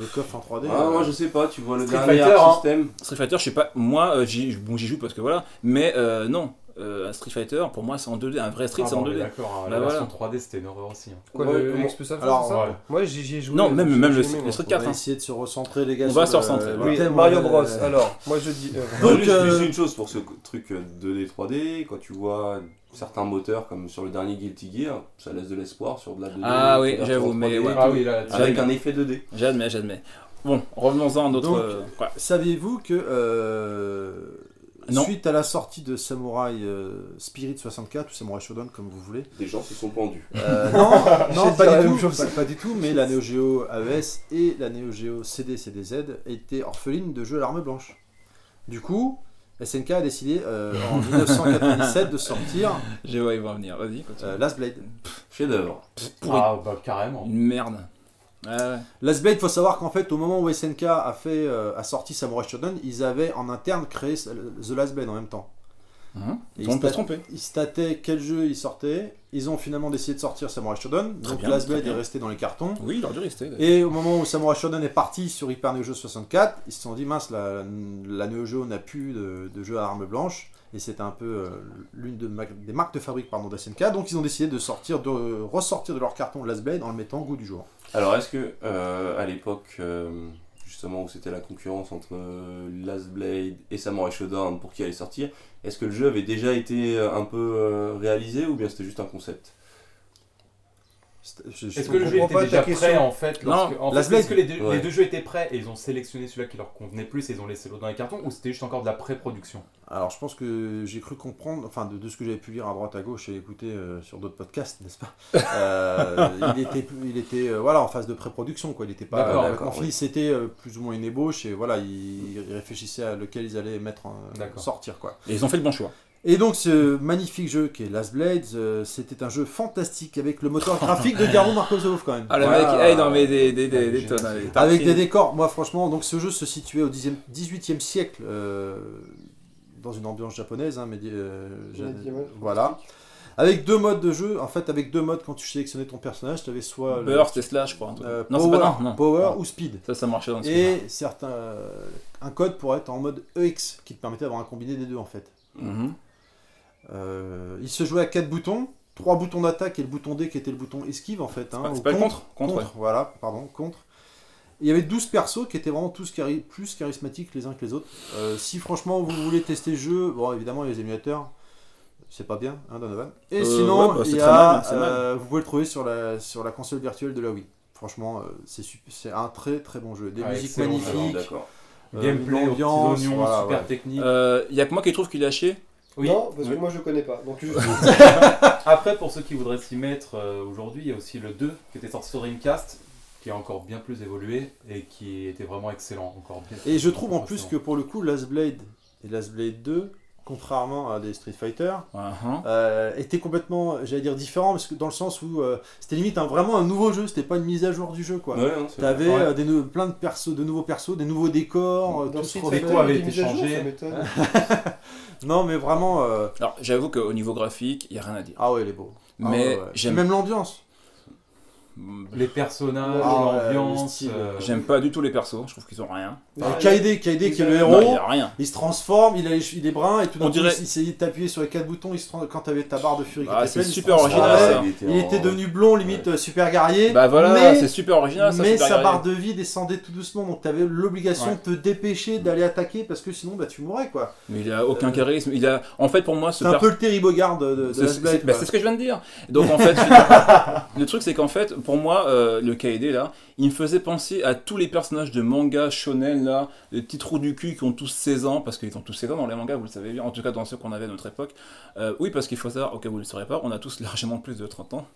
S2: Le coffre en 3D.
S3: Ah,
S2: euh,
S3: moi je sais pas, tu vois le
S2: Street
S3: dernier
S2: Fighter,
S5: hein.
S3: Arc système.
S5: Street Fighter, je sais pas, moi, euh, j'y bon, j'y joue parce que voilà, mais euh, non, Euh, un Street Fighter, pour moi, c'est en 2D, un vrai Street,
S4: Ah,
S5: c'est
S4: bon,
S5: en
S4: on est
S5: 2D.
S4: D'accord, hein,
S5: Bah
S4: la version
S5: voilà.
S4: 3D c'était une horreur aussi. hein.
S7: Quoi,
S3: Ouais,
S7: le
S3: comment-
S7: Expulsal
S2: Alors,
S7: c'est ça
S4: ouais.
S7: Moi, j'y j'y ai joué.
S5: Non, même, même le,
S7: j'ai aimé,
S5: le
S7: moi.
S5: Street
S2: on
S5: Card,
S2: va essayer de se recentrer, les gars.
S5: On va
S2: sur
S5: se
S2: le-
S5: recentrer,
S2: le
S7: Oui,
S2: thème,
S7: Mario
S2: euh,
S7: Bros. Alors, moi je dis. euh,
S2: Donc,
S3: Donc, juste,
S2: euh,
S3: juste une chose pour ce truc euh, 2D, 3D, quand tu vois certains moteurs comme sur le dernier Guilty Gear, ça laisse de l'espoir sur de la 2D.
S5: Ah oui,
S3: sur la
S5: j'avoue, mais
S3: 3D,
S5: ouais.
S4: Ah oui, là,
S5: Ah,
S3: Avec
S5: oui.
S3: un effet 2D.
S5: J'admets, j'admets. Bon, revenons-en à notre.
S2: Donc,
S5: euh, ouais.
S2: Saviez-vous que euh,
S5: Non.
S2: suite à la sortie de Samurai euh, Spirit 64 ou Samurai Shodown comme vous voulez,
S3: Des gens se sont pendus.
S2: euh, non, non
S7: J'allais dire
S2: pas,
S7: la
S2: du
S7: même
S2: tout,
S7: chose.
S2: pas, pas du tout, mais la Neo Geo AES et la Neo Geo CD CDZ étaient orphelines de jeux à l'arme blanche. Du coup, SNK a décidé euh, en 1997 de sortir
S5: J'ai ouais, ils vont venir, vas-y. continue.
S2: euh, Last Blade.
S3: Chef d'œuvre.
S5: pourri.
S4: Ah bah carrément.
S5: Une merde. Ouais, ouais.
S2: Last Blade, faut savoir qu'en fait, au moment où SNK a, fait, euh, a sorti Samurai Shodown, ils avaient en interne créé The Last Blade en même temps.
S5: Hein
S2: Et
S5: on
S2: ils se
S5: peut se tromper.
S2: Ils se tâtaient quel jeu ils sortaient. Ils ont finalement décidé de sortir Samurai Shodown.
S5: Très
S2: Donc
S5: bien,
S2: Last
S5: très
S2: Blade est
S5: bien.
S2: resté dans les cartons.
S5: Oui, il aurait dû rester. d'ailleurs.
S2: Et au moment où Samurai Shodown est parti sur Hyper Neo Geo 64, ils se sont dit mince, la, la Neo Geo n'a plus de, de jeu à armes blanches. Et c'était un peu euh, l'une de ma- des marques de fabrique pardon, d'SNK. Donc ils ont décidé de, sortir, de ressortir de leur carton Last Blade en le mettant au goût du jour.
S3: Alors est-ce que euh, à l'époque, euh, justement où c'était la concurrence entre euh, Last Blade et Samurai Shodown pour qui allait sortir, est-ce que le jeu avait déjà été euh, un peu euh, réalisé ou bien c'était juste un concept
S2: C'était- je- je
S4: Est-ce que le jeu
S7: comprends
S4: était
S7: pas
S4: déjà
S7: ta
S4: prêt
S7: question.
S4: en fait
S5: Non,
S4: lorsque- en
S2: la
S4: fait,
S2: Blade-
S4: Est-ce que les deux, les
S3: Ouais.
S4: deux jeux étaient prêts et ils ont sélectionné celui qui leur convenait plus et ils ont laissé l'autre dans les cartons ou c'était juste encore de la pré-production
S2: Alors je pense que j'ai cru comprendre, enfin de, de ce que j'avais pu lire à droite à gauche et écouter euh, sur d'autres podcasts, n'est-ce pas Euh, Il était, plus- il était euh, voilà, en phase de pré-production, quoi. il n'était pas
S4: D'accord,
S2: euh,
S3: d'accord,
S2: en fini, c'était euh, plus ou moins une ébauche et voilà, ils il réfléchissaient à lequel ils allaient mettre en-
S4: D'accord.
S2: sortir. quoi.
S5: Et ils ont fait le bon choix.
S2: Et donc ce magnifique jeu qui est Last Blades, euh, c'était un jeu fantastique avec le moteur graphique de Garou Markozov quand même.
S5: Ah, le
S3: Ouais.
S5: mec, eh, il en met des, des,
S4: Ouais,
S5: des, des
S4: génial.
S5: tonnes. hein, des
S2: Ah, Avec
S5: tartines.
S2: des décors, moi franchement, donc ce jeu se situait au 10e 18e siècle euh, dans une ambiance japonaise, hein, médi- euh, ja-
S7: Médiéval.
S2: voilà. Avec deux modes de jeu, en fait, avec deux modes quand tu sélectionnais ton personnage, tu avais soit le-
S5: Burst et Slash, je crois. un truc.
S2: euh,
S5: non,
S2: power,
S5: c'est pas non, non.
S2: power
S5: Non.
S2: ou speed.
S5: Ça, ça marchait dans le
S2: Et certains, euh, un code pour être en mode EX qui te permettait d'avoir un combiné des deux en fait.
S5: Mhm.
S2: Euh, il se jouait à quatre boutons, trois boutons d'attaque et le bouton D qui était le bouton esquive en fait. hein,
S5: Ah,
S2: ou
S5: c'est pas le contre Contre, ouais.
S2: Contre, voilà, pardon, contre. Il y avait 12 persos qui étaient vraiment tous chari- plus charismatiques les uns que les autres. Euh, si franchement vous voulez tester le jeu, bon évidemment les émulateurs, c'est pas bien, hein, Donovan. Et
S5: Euh,
S2: sinon,
S5: ouais, bah, c'est
S2: il y
S5: très
S2: a,
S5: mal, c'est mal.
S2: euh, vous pouvez le trouver sur la, sur la console virtuelle de la Wii. Franchement, euh, c'est sup- c'est un très très bon jeu. Des
S4: Ah,
S2: musiques
S4: excellent jeu,
S2: magnifiques.
S3: D'accord.
S2: Euh,
S4: Gameplay,
S2: une
S4: aux petits
S2: ambiance,
S4: oignons,
S2: voilà,
S4: super
S2: ouais.
S4: technique.
S5: Euh, y a que moi qui trouve qu'il a chié.
S4: Oui.
S7: Non, parce que
S4: Oui.
S7: moi je connais pas. Donc, je-
S4: Euh, Après, pour ceux qui voudraient s'y mettre euh, aujourd'hui, il y a aussi le 2 qui était sorti sur Dreamcast, qui est encore bien plus évolué et qui était vraiment excellent. Encore bien
S2: Et je trouve en plus
S4: excellent.
S2: que pour le coup, Last Blade et Last Blade 2, contrairement à des Street Fighter,
S5: Ah, hein.
S2: euh, était complètement, j'allais dire différent, parce que dans le sens où euh, c'était limite un- vraiment un nouveau jeu, c'était pas une mise à jour du jeu quoi.
S3: Ouais, non, c'est vrai.
S2: T'avais
S4: Ouais.
S2: euh, des nou- plein de persos, de nouveaux persos, des nouveaux décors, euh,
S7: Dans
S2: tout
S7: Street
S2: se
S7: Fighter,
S2: refait.
S4: avait
S7: il y a des
S4: été
S7: mises à jour,
S4: changé.
S7: ça m'étonne.
S2: Non mais vraiment, euh,
S5: Alors, j'avoue qu'au niveau graphique, il a rien à dire.
S2: ah ouais, il est beau. Ah
S5: Mais
S2: ouais, ouais.
S5: j'aime-
S2: même l'ambiance.
S4: Les personnages,
S7: Ah,
S2: ouais, le
S4: l'ambiance.
S2: style.
S4: euh,
S5: J'aime pas du tout les persos, je trouve qu'ils ont rien.
S2: Et Kaede, Kaede qui est le héros.
S5: Non, il a rien.
S2: Il se transforme, il, a les che- il est brun et tout d'un
S5: On
S2: coup
S5: dirait-
S2: il s'est appuyé sur les quatre boutons, il se trans- quand t'avais ta barre de furie
S5: Ah,
S2: qui était
S5: c'est
S2: pleine, il se
S5: super
S2: transformait.
S5: original, ça.
S2: Il était devenu blond, limite euh, super guerrier.
S5: Bah voilà,
S2: mais-
S5: c'est super original Ah, ça.
S2: mais
S5: super
S2: sa
S5: guerrier.
S2: barre de vie descendait tout doucement, donc t'avais l'obligation
S4: Ouais.
S2: de te dépêcher d'aller attaquer parce que sinon bah tu mourrais quoi.
S5: Mais il a aucun
S2: Euh,
S5: charisme. Il a... En fait, pour moi, ce
S2: C'est un
S5: perso-
S2: peu le Terry Bogard de, de, de
S5: C'est
S2: Last
S5: c'est-
S2: Blade,
S5: bah,
S2: quoi.
S5: c'est ce que je viens de dire. Donc en fait, finalement, le truc c'est qu'en fait, pour moi, euh, le KD là, il me faisait penser à tous les personnages de manga shonen là, les petits trous du cul qui ont tous 16 ans, parce qu'ils ont tous 16 ans dans les mangas, vous le savez bien, en tout cas dans ceux qu'on avait à notre époque. Euh, oui, parce qu'il faut savoir, ok, vous ne le saurez pas, on a tous largement plus de 30 ans.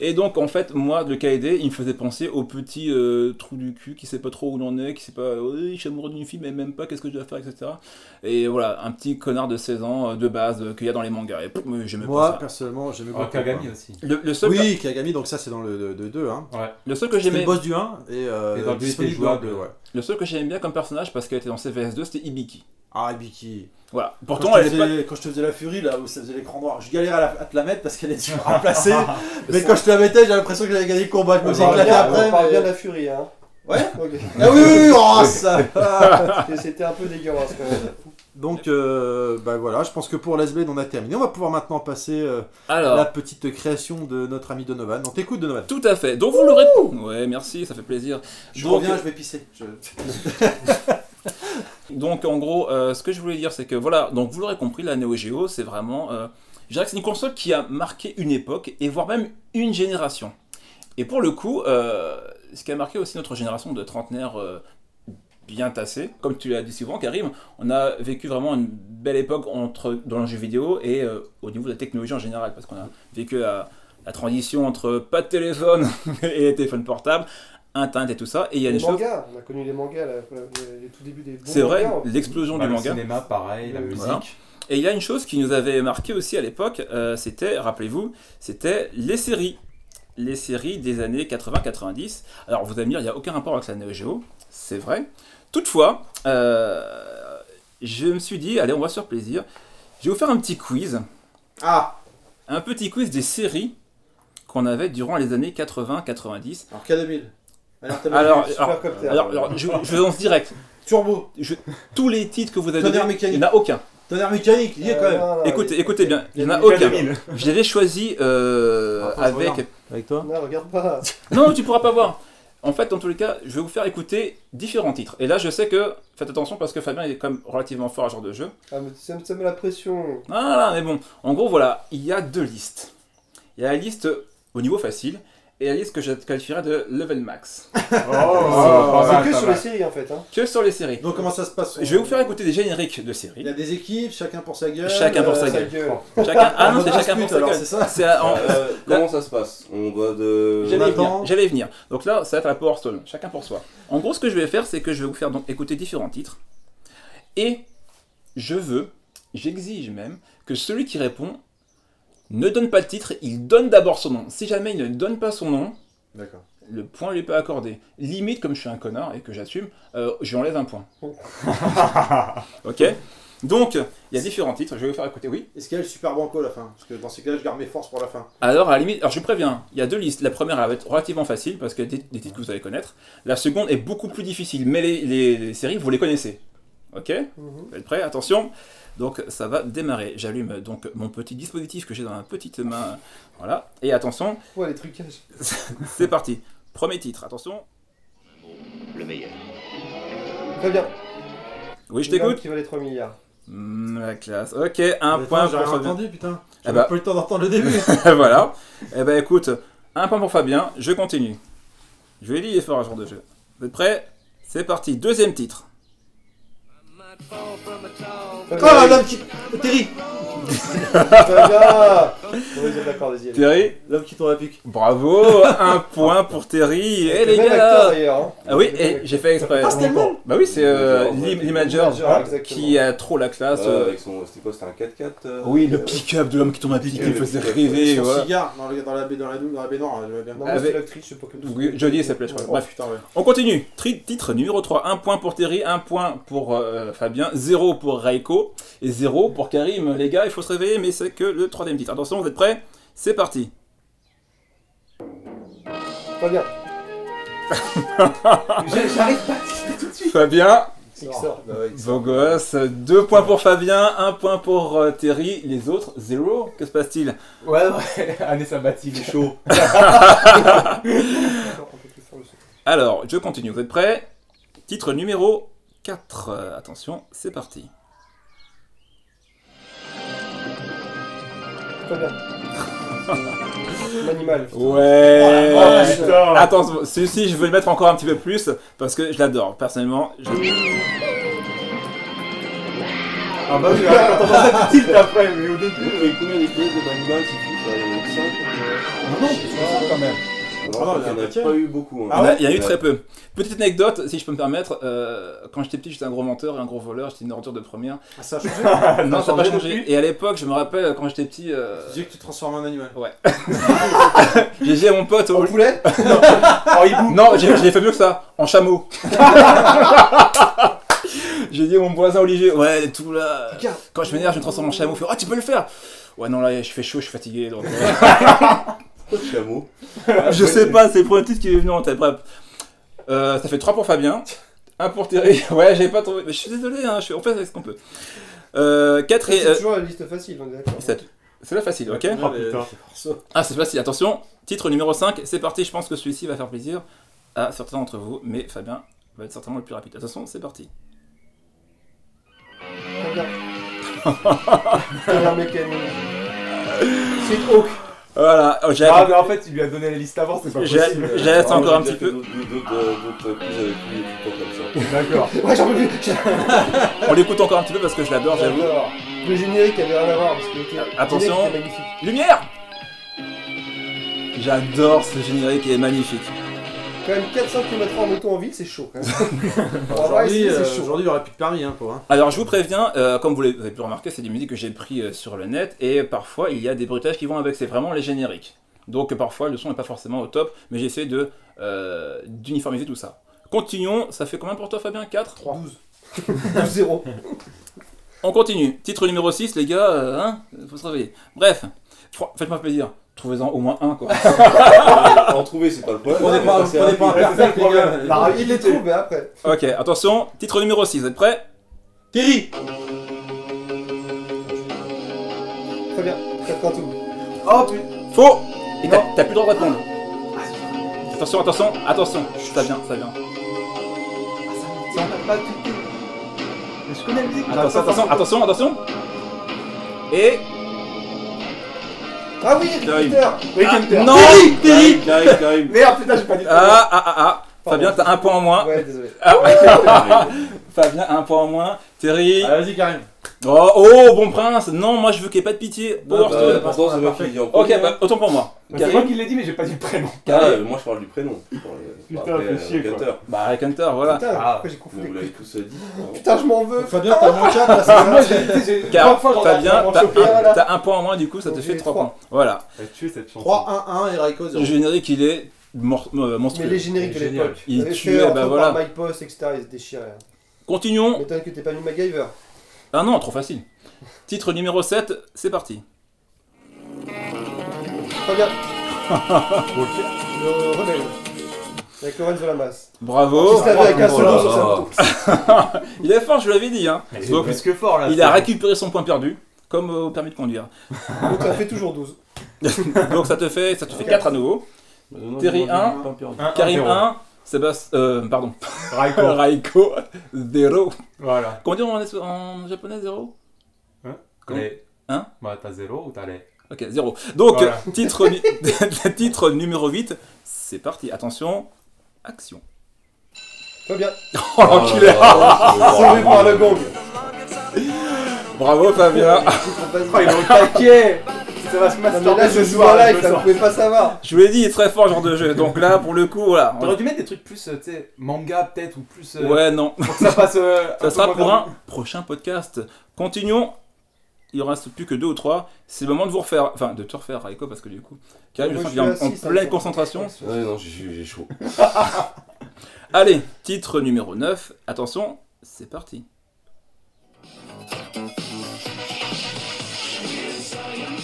S5: Et donc en fait, moi, le KD, il me faisait penser au petit euh, trou du cul qui sait pas trop où l'on est, qui sait pas, euh, oui, je suis amoureux d'une fille, mais même pas, qu'est-ce que je dois faire, etc. Et voilà, un petit connard de 16 ans euh, de base euh, qu'il y a dans les mangas. Et pouf, mais j'aimais
S2: Moi,
S5: pas ça.
S2: personnellement, j'aimais
S4: Ah,
S2: beaucoup.
S4: Kagami
S2: quoi.
S4: aussi.
S5: Le, le seul,
S2: Oui, Kagami, donc ça, c'est dans le 2 hein.
S5: le seul que
S2: C'était le
S5: j'aimais,
S2: boss du 1 et, euh,
S4: Et dans le deux,
S2: disponible
S4: c'était jouable.
S2: dans le deux, ouais.
S5: le seul que j'aimais bien comme personnage parce qu'elle était dans CVS2, c'était Ibiki.
S2: Arabiki.
S5: Voilà.
S2: Ah, quand,
S5: Pourtant,
S2: je
S5: elle est pas.
S2: faisais- quand je te faisais la furie, là où ça faisait l'écran noir, je galérais à, la- à te la mettre parce qu'elle est dure à placer. mais quand je te la mettais, j'avais l'impression que j'avais gagné le combat. Je me
S5: Ah,
S7: On
S2: faisais
S7: parle
S2: éclater
S5: bah,
S7: bien, on
S2: après.
S7: parle
S2: mais-
S7: bien de la furie, hein.
S2: Ouais.
S7: Ok.
S2: Ah oui, oui, oui, oh, ça va.
S7: Parce que C'était un peu dégueulasse quand même.
S2: Donc, euh, bah voilà, je pense que pour Lesblade, on a terminé. On va pouvoir maintenant passer euh, à la
S5: Alors.
S2: petite création de notre ami Donovan. On t'écoute, Donovan.
S5: Tout à fait. Donc vous l'aurez. Ouais, merci, ça fait plaisir.
S2: Je
S5: Donc- euh,
S2: reviens, je vais pisser. Je-
S5: Donc en gros, euh, ce que je voulais dire, c'est que voilà, donc vous l'aurez compris, la Neo Geo, c'est vraiment, euh, je dirais que c'est une console qui a marqué une époque et voire même une génération. Et pour le coup, euh, ce qui a marqué aussi notre génération de trentenaires euh, bien tassés, comme tu l'as dit souvent, Karim, on a vécu vraiment une belle époque entre dans le jeu vidéo et euh, au niveau de la technologie en général, parce qu'on a vécu la, la transition entre pas de téléphone et téléphone portable, internet et tout ça. Et il y a des
S7: Les
S5: choses.
S7: mangas, on a connu les mangas, là, voilà, les, les tout débuts des bons
S5: C'est vrai,
S7: mangas, hein.
S5: l'explosion
S4: Bah,
S5: du
S4: le
S5: manga.
S4: cinéma, pareil, la musique.
S5: Voilà. Et il y a une chose qui nous avait marqué aussi à l'époque, euh, c'était, rappelez-vous, c'était les séries. Les séries des années 80-90. Alors vous allez me dire, il n'y a aucun rapport avec la Neo Geo, c'est vrai. Toutefois, euh, je me suis dit, allez, on va se faire plaisir. Je vais vous faire un petit quiz.
S2: Ah
S5: Un petit quiz des séries qu'on avait durant les années 80-90.
S2: Alors, K2000. Alors, t'as vu,
S5: Alors, alors, euh,
S2: supercopter.
S5: alors, alors, je, je lance direct.
S2: Turbo,
S5: Je- tous les titres que vous avez
S2: Tonnerre
S5: donnés, il n'y
S2: mécanique. Ah,
S5: en a aucun.
S2: tonnerre mécanique, il y est quand même.
S7: Euh, non, non,
S5: Écoutez,
S7: les-
S5: écoutez bien, il n'y en a
S7: Il y a
S5: aucun.
S7: 2000.
S5: Je l'avais choisi euh,
S2: Attends, je
S5: avec...
S2: regarde. Avec toi
S7: Non, regarde pas.
S5: Non, tu pourras pas voir. En fait, dans tous les cas, je vais vous faire écouter différents titres. Et là, je sais que faites attention parce que Fabien il est quand même relativement fort à ce genre de jeu.
S7: Ah, mais ça, me- ça met la pression.
S5: Ah, mais bon, en gros, voilà, il y a deux listes. Il y a la liste au niveau facile et la liste que je qualifierais de level max.
S4: Oh,
S7: c'est
S4: pas
S7: que
S4: mal,
S7: sur
S4: pas
S7: les séries en fait. Hein.
S5: Que sur les séries.
S2: Donc, comment ça se passe
S5: Je vais vous faire écouter des génériques de séries.
S2: Il y a des équipes, chacun pour sa gueule.
S5: Chacun pour sa
S7: sa
S5: gueule.
S7: gueule.
S5: Chacun. Ah non,
S2: On
S5: c'est chacun
S2: discute,
S5: pour sa
S2: alors,
S5: gueule.
S2: c'est ça
S5: C'est à- en-
S3: Euh, comment ça se passe euh, On doit de.
S5: J'allais y
S2: Nathan.
S5: venir, j'allais y venir. Donc là, ça va être la Power Stone, chacun pour soi. En gros, ce que je vais faire, c'est que je vais vous faire donc écouter différents titres. Et je veux, j'exige même, que celui qui répond ne donne pas le titre, il donne d'abord son nom. Si jamais il ne donne pas son nom,
S2: D'accord.
S5: le point lui est pas accordé. Limite, comme je suis un connard et que j'assume, euh, je lui enlève un point. ok Donc, il y a différents titres, je vais vous faire écouter. Oui
S2: Est-ce qu'il y a le super banco à la fin Parce que dans ces cas-là, je garde mes forces pour la fin.
S5: Alors, à la limite, alors je préviens, il y a deux listes. La première, elle va être relativement facile parce qu'il y a des, des titres que vous allez connaître. La seconde est beaucoup plus difficile, mais les, les- les séries, vous les connaissez. Ok
S7: Mhm.
S5: Vous êtes prêts Attention Donc, ça va démarrer. J'allume donc mon petit dispositif que j'ai dans ma petite main. Voilà. Et attention,
S7: Ouais, les trucages.
S5: c'est parti. Premier titre, attention.
S8: le meilleur.
S7: Très bien.
S5: Oui, je
S7: Le homme
S5: t'écoute.
S7: Qui valait 3 milliards.
S5: Hmm, la classe. Ok, un
S2: Mais
S5: point
S2: attends, j'ai
S5: pour
S2: rien
S5: Fabien.
S2: entendu, putain.
S5: Ah
S2: J'ai
S5: bah.
S2: pas eu le temps d'entendre le début.
S5: voilà. Eh ben, écoute, un point pour Fabien. Je continue. Je vais lier fort à ce genre de jeu. Vous êtes prêts C'est parti. Deuxième titre.
S2: Oh, l'homme qui. Terry
S7: Très bien On va dire d'accord, vas-y. allez.
S5: Terry,
S2: L'homme qui tourne la pique.
S5: Bravo, un point pour Terry. Eh les
S7: Même
S5: gars
S7: acteur, d'ailleurs, hein.
S5: Ah oui, et j'ai fait exprès.
S2: Ah, c'était le même
S5: Bah oui, c'est euh, Lee- Lee Major,
S7: Lee Major,
S5: hein,
S7: exactement.
S5: qui a trop la classe.
S3: Euh,
S5: euh.
S3: avec son. C'était quoi C'était un 4x4 euh,
S5: Oui, le
S3: euh,
S5: pick-up de l'homme qui tombe à pic,
S3: Et
S5: il me
S3: le
S5: faisait
S3: pick-up,
S5: rêver.
S2: Son
S5: ouais.
S2: cigare dans, le- dans la baie dans la double, dans la baie noire, j'avais bien
S7: Non,
S2: compris.
S7: mais
S5: Avec-
S7: c'est l'actrice, je sais pas comment
S5: Oui, Jodie s'appelait, je crois.
S2: Oh,
S5: Bref,
S2: putain, ouais.
S5: on continue. Tri- titre numéro 3, un point pour Terry, un point pour euh, Fabien, 0 pour Raiko et 0 pour Karim. Les gars, il faut se réveiller, mais c'est que le troisième titre. Attention, vous êtes prêts C'est parti.
S7: Très bien.
S2: Ah,
S7: J'ai- J'arrive pas.
S5: Fabien,
S7: Xor.
S2: Bah ouais.
S5: Beau gosse, deux points pour Fabien, un point pour euh, Terry, les autres, zéro. Que se passe-t-il
S4: Ouais, ouais, année sabbatique, chaud.
S7: Encore un peu plus fort le son.
S5: Alors, je continue, vous êtes prêts Titre numéro 4. attention, c'est parti.
S7: Très bien. L'animal.
S5: Ouais
S4: Ah, putain.
S5: Attends, celui-ci, je veux le mettre encore un petit peu plus parce que je l'adore, personnellement. je-
S4: Ah bah oui, attends, ça tilt après, mais au début.
S3: Vous avez combien d'épisodes de Bangman si tout Il y en a 5
S4: Non, c'est ça quand même.
S2: Ah,
S3: il n'y en
S2: il y en
S3: a
S2: a
S3: pas eu beaucoup. hein.
S5: Il y en a- il y en a eu
S3: Ouais.
S5: très peu. Petite anecdote, si je peux me permettre, euh, quand j'étais petit, j'étais un gros menteur et un gros voleur, j'étais une ordure de première.
S2: Ah, ça a changé.
S5: non, ça n'a pas
S4: changé
S5: changé. Et à l'époque, je me rappelle, quand j'étais petit, euh,
S2: Tu disais que tu te transformes en animal.
S5: j'ai dit à mon pote euh, au,
S7: En poulet
S5: Non, j'ai j'ai fait mieux que ça, en chameau. J'ai dit à mon voisin Olivier, ouais, et tout là.
S7: Regarde.
S5: Quand je m'énerve, je me transforme en chameau. Il fait, ah, tu peux le faire Ouais, non, là, je fais chaud, je suis fatigué. donc, euh,
S3: Chameau.
S5: je sais pas, c'est le premier titre qui est venu en tête. Bref, Euh, ça fait 3 pour Fabien, 1 pour Thierry. Ouais, j'avais pas trouvé. Mais je suis désolé, hein, je fais- on fait avec ce qu'on peut. 4 et.
S7: C'est
S5: euh,
S7: toujours la liste facile, on est d'accord.
S5: sept. C'est la facile, ok
S3: Oh putain.
S5: Ah, c'est facile, attention. Titre numéro 5, c'est parti. Je pense que celui-ci va faire plaisir à certains d'entre vous, mais Fabien va être certainement le plus rapide. Attention, c'est parti.
S7: Regarde. Regarde, mec, elle est- C'est Hawk.
S5: Voilà, oh, j'ai
S4: Ah, mais en fait, il lui a donné la liste avant, c'est pas
S5: j'ai-
S4: possible. Ah,
S5: j'ai hâte encore un petit
S3: Déjà fait
S5: peu.
S3: d'autres- D'autres d'autres- d'autres prises avec lui et tout le temps comme ça.
S4: D'accord.
S7: Ouais, j'en peux plus. J'adore.
S5: On l'écoute encore un petit peu parce que je l'adore, j'avoue.
S7: Le générique avait rien à voir parce que était-
S5: Ah, attention.
S7: le générique était magnifique.
S5: Lumière J'adore ce générique, il est magnifique.
S7: Quand même 400 km en moto en ville, c'est chaud. quand même. On va
S2: Aujourd'hui,
S7: essayer,
S2: euh,
S7: c'est chaud.
S2: aujourd'hui, il n'y aurait plus de permis, hein, pour. Hein.
S5: Alors je vous préviens, euh, comme vous l'avez- vous avez pu le remarquer, c'est des musiques que j'ai pris euh, sur le net et parfois il y a des bruitages qui vont avec, c'est vraiment les génériques. Donc euh, parfois le son n'est pas forcément au top, mais j'essaie de euh, d'uniformiser tout ça. Continuons, ça fait combien pour toi Fabien 4
S7: 12. 0
S5: On continue. Titre numéro 6 les gars, euh, hein faut se réveiller. Bref, fr- faites-moi plaisir, trouvez-en au moins un quoi.
S3: Euh, En trouver, c'est pas le problème.
S2: On n'est pas,
S3: Ça, c'est
S2: on
S3: un
S2: n'est pas un
S3: truc.
S2: perfect, les gars.
S7: Bah, il les trouve, mais après.
S5: ok, attention, titre numéro 6, vous êtes prêts Terry
S7: Très bien. 4 tout.
S2: Oh putain.
S5: Faux Et t'as t'as plus le droit de répondre. Attention, attention, attention, ça vient, ça vient.
S2: Ah,
S7: Pas tout.
S6: Mais je connais la musique.
S5: Attention, attention, attention, attention Et...
S7: Ah oui,
S5: Karim.
S7: Richter
S5: Ah,
S7: Richter
S5: non
S3: Karim, Karim, Karim.
S7: Merde, putain, j'ai pas dit.
S5: Ah, ah, ah, ah.
S7: Pardon.
S5: Fabien, t'as un point en moins.
S7: Ouais, désolé.
S5: Fabien, un point en moins. Thierry.
S2: Ah, vas-y, Karim.
S5: Oh, oh, bon prince. Non, moi, je veux qu'il n'y ait pas de pitié.
S3: Bah,
S5: Power Stone.
S3: bah, Pourtant, c'est moi qui le dis en
S5: Ok,
S3: premier.
S5: bah, autant pour moi.
S4: C'est moi
S5: Karim.
S4: qui l'ai dit, mais j'ai pas dit le prénom.
S3: Ah,
S5: Karim.
S3: euh, moi je parle du prénom. Pour les-
S4: Putain,
S3: après,
S4: fais
S3: euh,
S4: chier, quoi.
S3: Hunter.
S5: Bah, avec Hunter, voilà.
S7: Putain,
S4: Ah.
S7: pourquoi j'ai
S3: Mais
S7: confondu
S3: vous l'avez tous dit.
S7: Putain, je m'en veux. Ah,
S2: Fabien, t'as mon chat, là, c'est
S4: Moi, j'ai- j'ai.
S5: Car-
S4: trois fois, j'en ai
S5: Fabien,
S4: vraiment
S5: t'as
S4: chopé.
S7: un.
S5: un,
S7: voilà.
S5: t'as un point en moins, du coup, ça te
S7: Donc,
S5: fait
S7: j'ai
S5: trois
S7: trois.
S5: points. Voilà.
S4: Elle a tué cette chanson.
S2: 3-1-1 et Raiko
S5: Le
S2: 0.
S5: générique, il est mor- euh,
S7: Mais
S5: monstrueux.
S7: les génériques de
S4: Génial.
S7: l'époque.
S5: Il
S7: Ils
S5: tuait, bah voilà.
S7: My Post, etc. Ils se déchiraient.
S5: Continuons.
S7: M'étonne que t'aies pas lu MacGyver.
S5: Ah non, trop facile. Titre numéro 7, c'est parti.
S7: Très bien. Le rebelle. Avec Lorenzo Lamas.
S5: Bravo.
S7: Qui se lavait avec un
S3: oh
S7: seul
S3: là
S7: doigt sur sa
S3: là.
S7: moto.
S5: Il est fort, je vous l'avais dit. Hein.
S4: Elle est
S5: Donc,
S4: plus que fort là.
S5: il a récupéré son point perdu, comme euh, au permis de conduire.
S7: Donc ça fait toujours 12.
S5: Donc ça te fait, ça te fait 4 à nouveau. Terry un, Karim 1, Sébastien, euh, pardon,
S4: Raiko.
S5: Raiko 0.
S4: Voilà.
S5: Comment dire en, es- en japonais 0
S4: Les-
S5: Hein
S4: Bah, t'as zéro ou t'as les.
S5: Ok, 0. Donc,
S4: Voilà.
S5: titre, nu- le titre numéro 8, c'est parti. Attention, action.
S7: Très bien.
S5: Oh l'enculé
S3: Ah,
S7: Sauvé par le gong.
S5: Bravo Fabien
S4: Oh, il est au taquet Ça va se
S7: Non, mais là,
S4: masturber
S7: je
S4: Ah, ce
S7: joue en
S4: soir, je
S7: live,
S4: me
S7: ça
S4: sens.
S7: pouvait pas savoir.
S5: Je vous l'ai dit, il est très fort genre de jeu. Donc là, pour le coup, voilà.
S4: T'aurais dû mettre des trucs plus, euh, tu sais, manga peut-être, ou plus... euh,
S5: Ouais, non.
S4: Pour que ça passe... euh,
S5: Ça
S4: peu
S5: sera
S4: moins
S5: pour
S4: perdu.
S5: un prochain podcast. Continuons. Il ne reste plus que deux ou trois. C'est le moment de vous refaire, enfin de te refaire, Raiko, parce que du coup, Karim, je
S7: Moi,
S5: sens qu'il
S7: je
S5: est en,
S7: suis
S5: en
S7: assis, ça
S5: pleine
S7: me
S5: concentration.
S3: Ouais, non, j'ai j'ai chaud.
S5: Allez, titre numéro 9. Attention, c'est parti.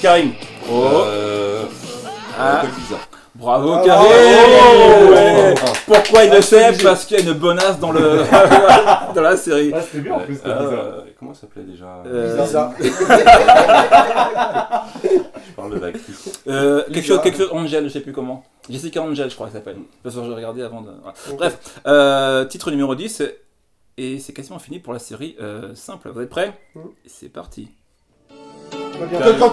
S3: Karim.
S5: Oh,
S3: Euh,
S5: Ah.
S3: Michael Pizza.
S5: bravo
S7: Ah,
S5: Karim
S7: bravo. Ah,
S5: Ouais. Pourquoi il le sait
S4: obligé.
S5: Parce qu'il y a une bonasse dans, le... dans la série.
S4: Ah, c'était bien en plus, t'as dit ça.
S3: Euh, Comment ça s'appelait déjà
S5: Euh,
S7: Bizarre.
S3: Je parle de l'actrice.
S5: Euh, quelque chose,
S7: Lisa.
S5: quelque chose, Angel, je sais plus comment. Jessica Angel, je crois qu'elle s'appelle. Parce que je regardais avant de. voilà. Bref, euh, titre numéro 10, et c'est quasiment fini pour la série euh, simple. Vous êtes prêts
S7: Mhm.
S5: C'est parti.
S7: Très bien.
S4: Karim.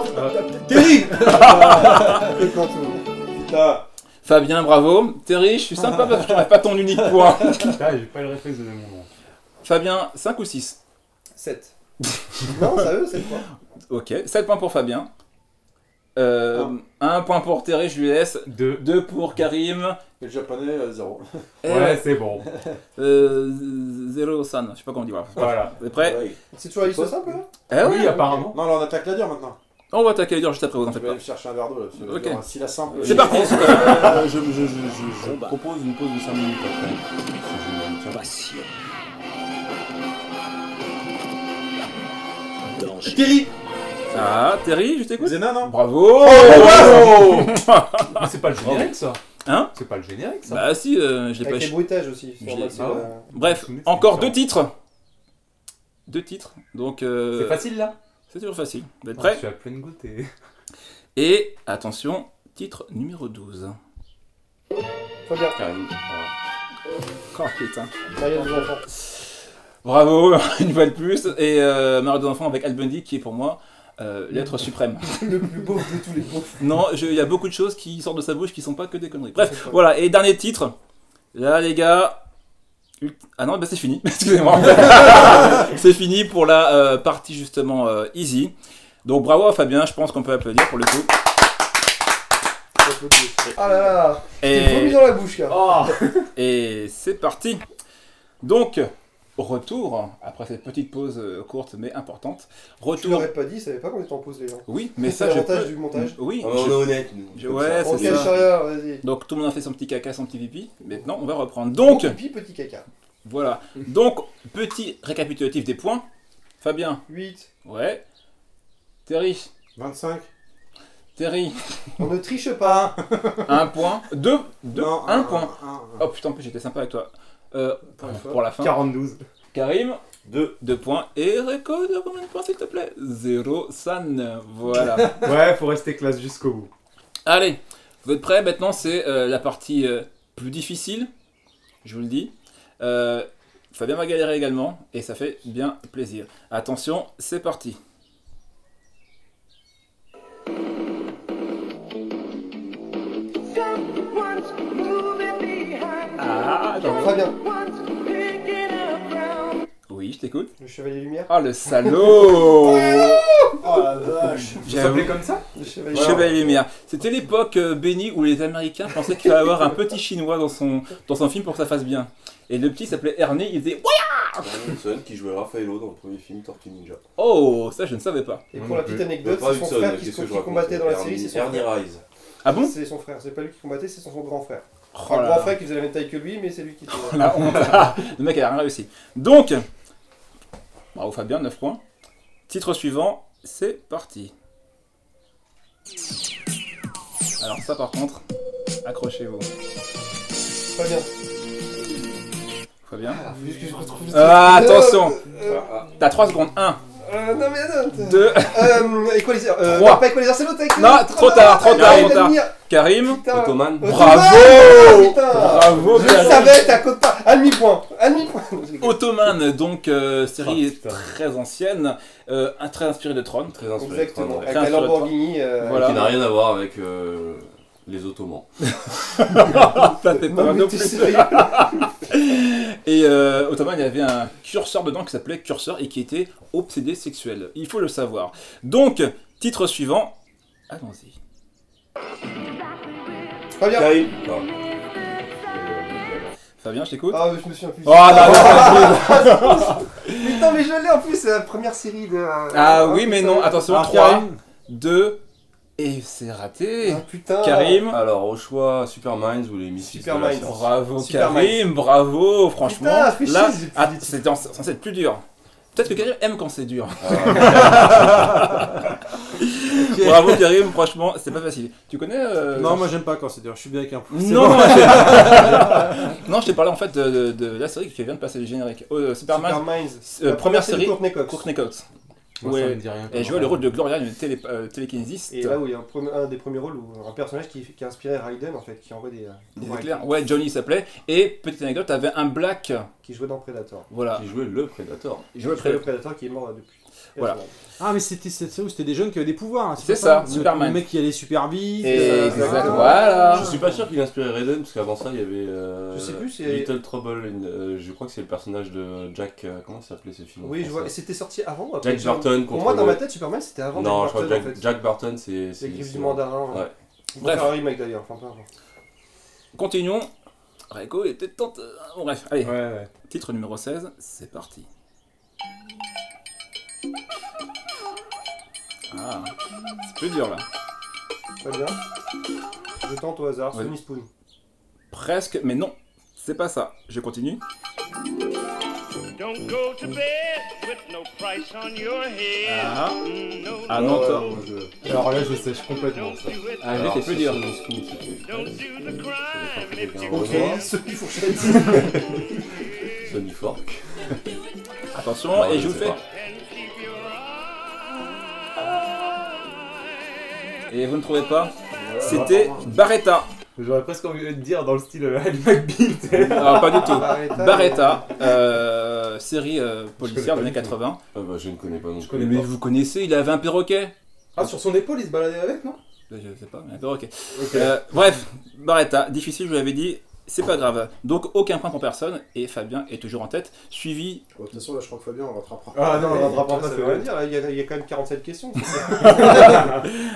S7: Terry
S1: Ah.
S7: Putain.
S5: Fabien, bravo. Terry, je suis sympa parce que je n'aurais pas ton unique point.
S4: Putain, Ah, j'ai pas eu le réflexe de donner mon nom.
S5: Fabien, 5 ou 6
S7: 7. Non, sérieux, cette fois.
S5: Ok, 7 points pour Fabien. Euh, Un point pour Terry, je lui laisse.
S4: Deux.
S5: 2 pour Karim.
S2: Et le japonais, euh, 0.
S4: Eh Ouais, c'est bon.
S5: Euh, Zero San, je sais pas comment on dit. Voilà.
S4: Voilà.
S5: Vous êtes prêts
S3: Ouais.
S7: C'est toujours la liste simple, hein. là
S5: Eh
S4: oui,
S5: ouais.
S4: apparemment.
S2: Non, là, on attaque la dure maintenant.
S5: On va attaquer les juste après, vous en
S2: Je
S5: faites
S2: vais
S5: pas.
S2: aller me chercher un verre d'eau là. parce que la
S5: Ok.
S2: dure, Si la simple.
S5: C'est parti
S3: Euh, Je, je, je, je, je
S1: bah.
S3: propose une pause de 5 minutes après. Parce que je me tiens.
S8: Passion.
S9: blanche.
S2: Terry
S1: Ah, Terry, je t'écoute.
S2: Xena, non
S3: Oh,
S1: Bravo
S4: Mais c'est pas le générique ça
S1: Hein
S4: C'est pas le générique ça
S1: Bah si, euh, je l'ai pas...
S7: Avec les
S1: ch-
S7: bruitages aussi. sur
S1: Je
S7: la-
S1: l'ai-
S7: c'est
S4: ah ouais.
S7: la-
S1: Bref,
S4: Souvenez, c'est
S1: encore
S4: différent.
S1: deux titres. Deux titres, donc euh,
S4: C'est facile là Ah,
S1: c'est toujours facile. Vous êtes prêts
S4: Je suis à pleine goutte et.
S1: Et attention, titre numéro 12.
S7: Faut bien.
S1: Oh putain.
S7: Mariage des enfants.
S1: Bravo, une fois de plus. Et euh, Mario des enfants avec Al Bundy qui est pour moi euh, l'être suprême.
S7: Le plus beau de tous les beaux.
S1: Non, je- il y a beaucoup de choses qui sortent de sa bouche qui sont pas que des conneries. Bref, voilà, et dernier titre. Là, les gars. ult- Ah non, bah c'est fini, excusez-moi. c'est fini pour la euh, partie justement euh, easy. Donc bravo à Fabien, je pense qu'on peut applaudir pour le coup.
S7: Ah là là T'es
S1: Et,
S7: vomi dans la bouche, là
S4: Oh
S1: et c'est parti. Donc, retour, après cette petite pause euh, courte mais importante.
S7: Tu
S1: Retour.
S7: l'aurais pas dit, ils savaient pas qu'on était en pause, les gens.
S1: Oui, mais
S7: C'est
S1: ça, je.
S7: l'avantage
S1: peux-
S7: du montage.
S1: Oui,
S3: On
S1: je-
S3: est honnête, nous.
S1: je- ouais,
S7: On
S1: c'est
S7: cache
S1: ça.
S7: rien, vas-y.
S1: Donc tout le monde a fait son petit caca, son petit pipi. Maintenant, on va reprendre. Donc,
S7: Pipi, petit caca.
S1: Voilà. Donc, petit récapitulatif des points. Fabien,
S7: 8.
S1: ouais. Terry,
S2: 25
S1: Terry,
S7: On ne triche pas.
S1: un point. Deux, deux,
S2: Non,
S1: un point.
S2: un, un,
S1: Oh putain, en plus, j'étais sympa avec toi. Euh,
S2: Pour une fois.
S1: pour la fin.
S4: 42
S1: Karim,
S3: Deux.
S1: deux points. Et Reco, de combien de points, s'il te plaît Zéro, San. Voilà.
S4: Ouais, faut rester classe jusqu'au bout.
S1: Allez, vous êtes prêts Maintenant, c'est euh, la partie euh, plus difficile. Je vous le dis. Euh, Fabien va galérer également. Et ça fait bien plaisir. Attention, c'est parti. Ah, non.
S7: Fabien,
S1: Oui, je t'écoute.
S7: le chevalier lumière.
S1: Ah, le salaud
S2: Oh la vache
S4: Ça
S1: J'avoue.
S4: s'appelait comme ça
S7: Le chevalier
S1: Voilà. Chevalier Lumière. C'était l'époque euh, bénie où les Américains pensaient qu'il fallait avoir un petit chinois dans son, dans son film pour que ça fasse bien. Et le petit s'appelait Ernie, il faisait Ouais
S3: Wilson qui jouait Raffaello dans le premier film Tortue Ninja.
S1: Oh, ça je ne savais pas.
S7: Et
S4: Moi non
S7: pour la petite
S4: plus.
S7: anecdote,
S3: Pas
S7: c'est son
S3: Wilson,
S7: frère
S3: qu'est-ce
S7: qui,
S3: que
S7: qui
S3: je raconte
S7: combattait dans la série, c'est
S3: Ernie-
S7: son
S3: Ernie
S7: frère.
S3: Rise.
S1: Ah bon
S7: C'est son frère, c'est pas lui qui combattait, c'est son grand frère.
S1: Oh
S7: Enfin,
S1: là
S7: le
S1: là.
S7: grand frère qui faisait la même taille que lui, mais c'est lui qui.
S1: Oh, la honte. Ah, Le mec a rien réussi. Donc, bravo Fabien, 9 points. Titre suivant, c'est parti. Alors ça par contre, accrochez-vous.
S7: Fabien.
S1: Fabien.
S7: Ah, faut juste que je retrouve le
S1: Ah,
S7: truc.
S1: attention.
S7: Euh,
S1: T'as 3 secondes. 1,
S7: euh, euh, non, mais attends.
S1: 2,
S7: Euh, Equalizer. Euh,
S1: Trois.
S7: non, pas Equalizer, c'est l'autre avec
S1: Non,
S7: le-
S1: trop tard, trop
S7: Ah,
S1: tard,
S7: il
S1: trop
S7: a
S1: tard.
S7: mis-
S1: Karim.
S7: Putain. Euh,
S3: Ottoman.
S1: Bravo
S7: Putain.
S1: Bravo
S7: Je
S1: Karim.
S7: le savais, t'as cote pas. À demi-point. À demi-point.
S1: Ottoman, donc euh,
S7: Ah,
S1: série
S4: putain.
S1: très ancienne, euh, un- très inspirée de Tron.
S3: Très inspiré. de
S7: Exactement.
S3: Tron, ouais.
S7: Avec
S1: Quinze
S7: la
S1: sur le trois.
S7: Lamborghini. euh,
S1: Voilà.
S3: Qui n'a rien à voir avec euh, les Ottomans.
S1: Ça, c'est pas
S7: Non,
S1: mal
S7: mais
S1: non
S7: t'es
S1: plus.
S7: sérieux
S1: Et euh, Ottoman, il y avait un curseur dedans qui s'appelait Curseur et qui était obsédé sexuel. Il faut le savoir. Donc, titre suivant. Allons-y.
S7: Fabien.
S3: Karim. Non.
S1: Fabien, je t'écoute.
S7: Ah, je me souviens plus.
S1: Oh, là, là, là.
S7: Ah, Putain, mais je l'ai en plus, c'est la première série de. euh,
S1: ah oui, mais non, attention.
S2: Un
S1: 3,
S2: Karim.
S1: 2, et c'est raté.
S7: Ah, putain.
S1: Karim.
S3: Alors, au choix, Super Minds ou les Mystiques de la
S7: Superminds.
S3: Science.
S1: Bravo
S7: Super
S1: Karim, bravo, franchement.
S7: Putain, fais chier,
S1: là,
S7: j'ai plus
S1: ah,
S7: dit.
S1: c'est dans- c'est censé être plus dur. Peut-être que Karim aime quand c'est dur.
S7: Ah.
S1: Bravo Karim, franchement, c'est pas facile. Tu connais euh,
S2: Non, moi j'aime pas quand c'est dur, je suis bien avec un point. C'est
S1: Non,
S2: bon.
S1: je- non, je t'ai parlé en fait de, de- de la série qui vient de passer le générique. Oh, euh, Superman,
S7: Super Minds.
S1: euh,
S7: La
S1: première
S7: série
S1: série,
S7: de Courtney Cox.
S1: Courtney Cox.
S4: Moi,
S1: Ouais.
S4: ça me dit rien.
S1: Elle jouait le rôle de Gloria, une télé, euh, télékinésiste.
S7: Et là où il y a un, premier- un des premiers rôles où euh, un personnage qui, qui a inspiré Raiden en fait, qui envoie des. euh,
S1: Des
S7: ouais,
S1: éclairs. Ouais, Johnny s'appelait. Et petite anecdote, t'avais un black.
S7: qui jouait dans Predator.
S1: Voilà.
S3: Qui jouait le Predator.
S1: Je le
S7: Qui jouait
S1: pré-
S7: le Predator qui est mort là, depuis.
S1: Voilà.
S2: Ah, mais c'était cette série où c'était des jeunes qui avaient des pouvoirs. hein,
S1: C'est
S2: pas
S1: ça,
S2: Le-
S1: Superman.
S2: Le mec qui allait super vite.
S1: Et
S2: euh,
S1: exact,
S2: ah.
S1: voilà.
S3: Je suis pas sûr qu'il inspirait Raiden parce qu'avant ça il y avait. euh,
S7: Je sais plus, c'est-
S3: Little Trouble. in- euh, je crois que c'est le personnage de Jack. euh, comment s'appelait ce film en
S7: Oui, je vois. Et
S3: français
S7: c'était sorti avant ou après
S3: Jack Burton
S7: Pour
S3: contre.
S7: moi, dans
S3: le-
S7: ma tête, Superman c'était avant
S3: Non, je
S7: Jack
S3: crois que
S7: Burton
S3: Jack,
S7: en fait.
S3: Jack Burton c'est.
S7: Les griffes
S3: c'est-
S7: du mandarin.
S3: Ouais.
S7: Ils vont
S1: Bref.
S7: faire un remake d'ailleurs, enfin peu importe.
S1: Continuons. Reiko était tenté. Bon, bref, allez.
S4: Ouais, ouais.
S1: Titre numéro 16, c'est parti. Ah, c'est plus dur là.
S7: Très bien. Je tente au hasard,
S1: Ouais.
S7: Sony Spoon.
S1: Presque, mais non, c'est pas ça. Je continue.
S10: Don't go to bed
S5: Ah,
S8: Ah
S5: ah non,
S3: Ouais,
S5: encore.
S3: moi, je-
S4: Alors là, je sèche complètement ça.
S5: Ah, je vais t'es plus dur.
S2: Ok, Sony Fourchette.
S3: Sony Fork.
S7: Ah,
S5: Attention,
S3: Ouais,
S5: et je
S3: je
S5: vous
S3: sais
S5: fais.
S3: pas.
S5: Et vous ne trouvez pas C'était Barretta.
S4: J'aurais presque envie de dire dans le style euh, Ali McBeal. tu sais.
S5: Alors, pas du tout.
S4: Bah,
S7: Barretta.
S5: Barretta, euh, série euh, policière des années 80.
S3: Ah bah, je ne connais pas non plus.
S4: connais
S5: Mais
S4: pas.
S5: vous connaissez, il avait un perroquet
S4: Ah, sur son épaule, il se baladait avec, non
S5: Euh, Je sais pas, mais un perroquet.
S4: Ok.
S5: Euh, bref, Barretta, difficile, je vous l'avais dit, c'est pas grave. Donc, aucun point pour personne, et Fabien est toujours en tête, suivi.
S2: De toute façon, là, je crois que Fabien, on rattrapera.
S4: Ah non, on rattrapera
S7: Ça
S4: pas, c'est
S7: veut rien
S4: vrai.
S7: dire, là, il y, a, il y a quand même 47 questions.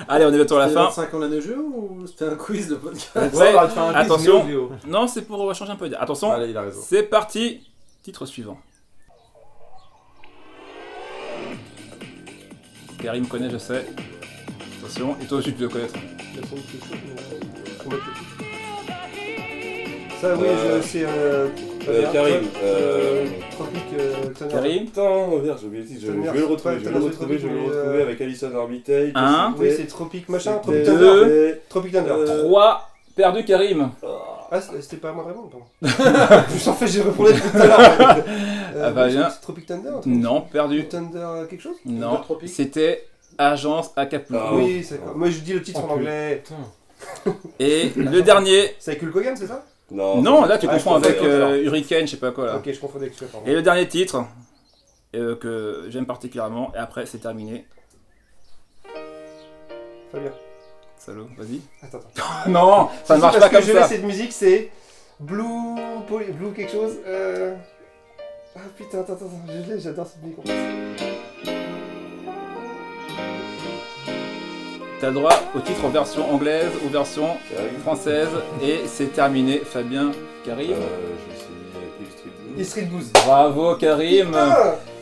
S5: Allez, on est bientôt à la
S2: C'était
S5: fin.
S2: 25 ans l'année jeu ou c'était un quiz de podcast
S5: Ouais,
S4: Ça, on aurait fait un quiz
S5: attention.
S4: Néo-Géo.
S5: Non, c'est pour changer un peu. d'air. Attention,
S2: Allez, il a raison.
S5: c'est parti. Titre suivant. Perry me connaît, je sais. Attention, et toi aussi tu dois connaître.
S7: Ça, oui,
S3: Euh,
S7: je- c'est. Euh,
S3: Euh, Karim.
S7: Euh,
S3: Euh...
S7: Tropic, euh, Thunder.
S5: Perry
S3: Putain, merde, j'ai oublié le titre. Je, je vais le retrouver, je vais le retrouver, je vais le retrouver
S2: euh,
S3: avec Alison Armitage.
S2: Hein
S5: Un.
S7: Oui, c'est Tropic machin, Tropic
S5: Deux.
S7: Thunder. Tropic Thunder.
S3: Euh,
S5: 3 perdu Karim.
S7: Ah, c'est- c'était pas à moi de répondre, pardon. en fait, j'ai répondu tout à l'heure. Euh,
S5: Ah bah,
S7: c'est-
S5: bien.
S7: c'est Tropic Thunder un truc
S5: Non, perdu.
S7: Tropic Thunder euh, quelque chose
S5: Non,
S2: Tropique.
S5: c'était Agence Acapulco.
S3: Ah
S7: Oui, c'est quoi Moi, je dis le titre
S4: Oh,
S7: en anglais.
S5: Et le dernier.
S7: C'est avec Hulk Hogan, c'est ça
S3: Non,
S5: Non, là tu
S7: Ah,
S5: confonds
S7: je pensais
S5: avec
S7: que c'était
S5: euh, Hurricane, je sais pas quoi là.
S7: Ok, je confonds avec celui-là, pardon.
S5: Et le dernier titre euh, que j'aime particulièrement. Et après, c'est terminé.
S7: Fabien.
S5: Salaud, vas-y.
S7: Attends, attends.
S5: non, ça ne
S7: Si,
S5: marche
S7: parce
S5: pas comme
S7: que je l'ai,
S5: ça.
S7: cette musique, c'est Blue... Poly- Blue quelque chose euh... Ah putain, attends, attends, attends, je l'ai, j'adore cette musique. en fait.
S5: T'as droit au titre en version anglaise ou version
S3: Karim.
S5: française. Et c'est terminé. Fabien, Karim.
S3: Euh, je sais, Hill Street Blues.
S7: Et Street Blues.
S5: Bravo Karim.
S7: Putain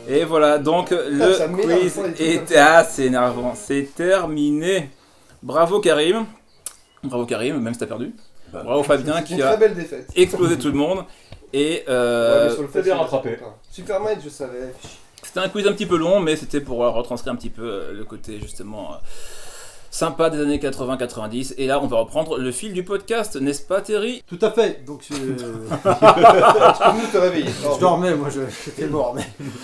S5: Et voilà, donc
S7: Ah, ça
S5: le
S7: m'énerve
S5: quiz
S7: pas, les trucs comme
S5: est ah, c'est énervant. C'est terminé. Bravo Karim. Bravo Karim, même si t'as perdu.
S3: Bah.
S5: Bravo Fabien
S7: C'est une
S5: qui
S7: très
S5: a
S7: belle défaite.
S5: explosé tout le monde. Et
S7: Ouais,
S5: euh,
S7: mais sur le
S4: t'as bien
S7: facile,
S4: rattrapé.
S7: je sais pas. Superman, je savais.
S5: c'était un quiz un petit peu long, mais c'était pour euh, retranscrire un petit peu euh, le côté justement euh, sympa des années 80-90. Et là, on va reprendre le fil du podcast, n'est-ce pas Terry
S2: Tout à fait. Donc, euh, je, je Ah
S7: Comme nous te réveiller.
S2: dormais, moi, je- j'étais mort. Mais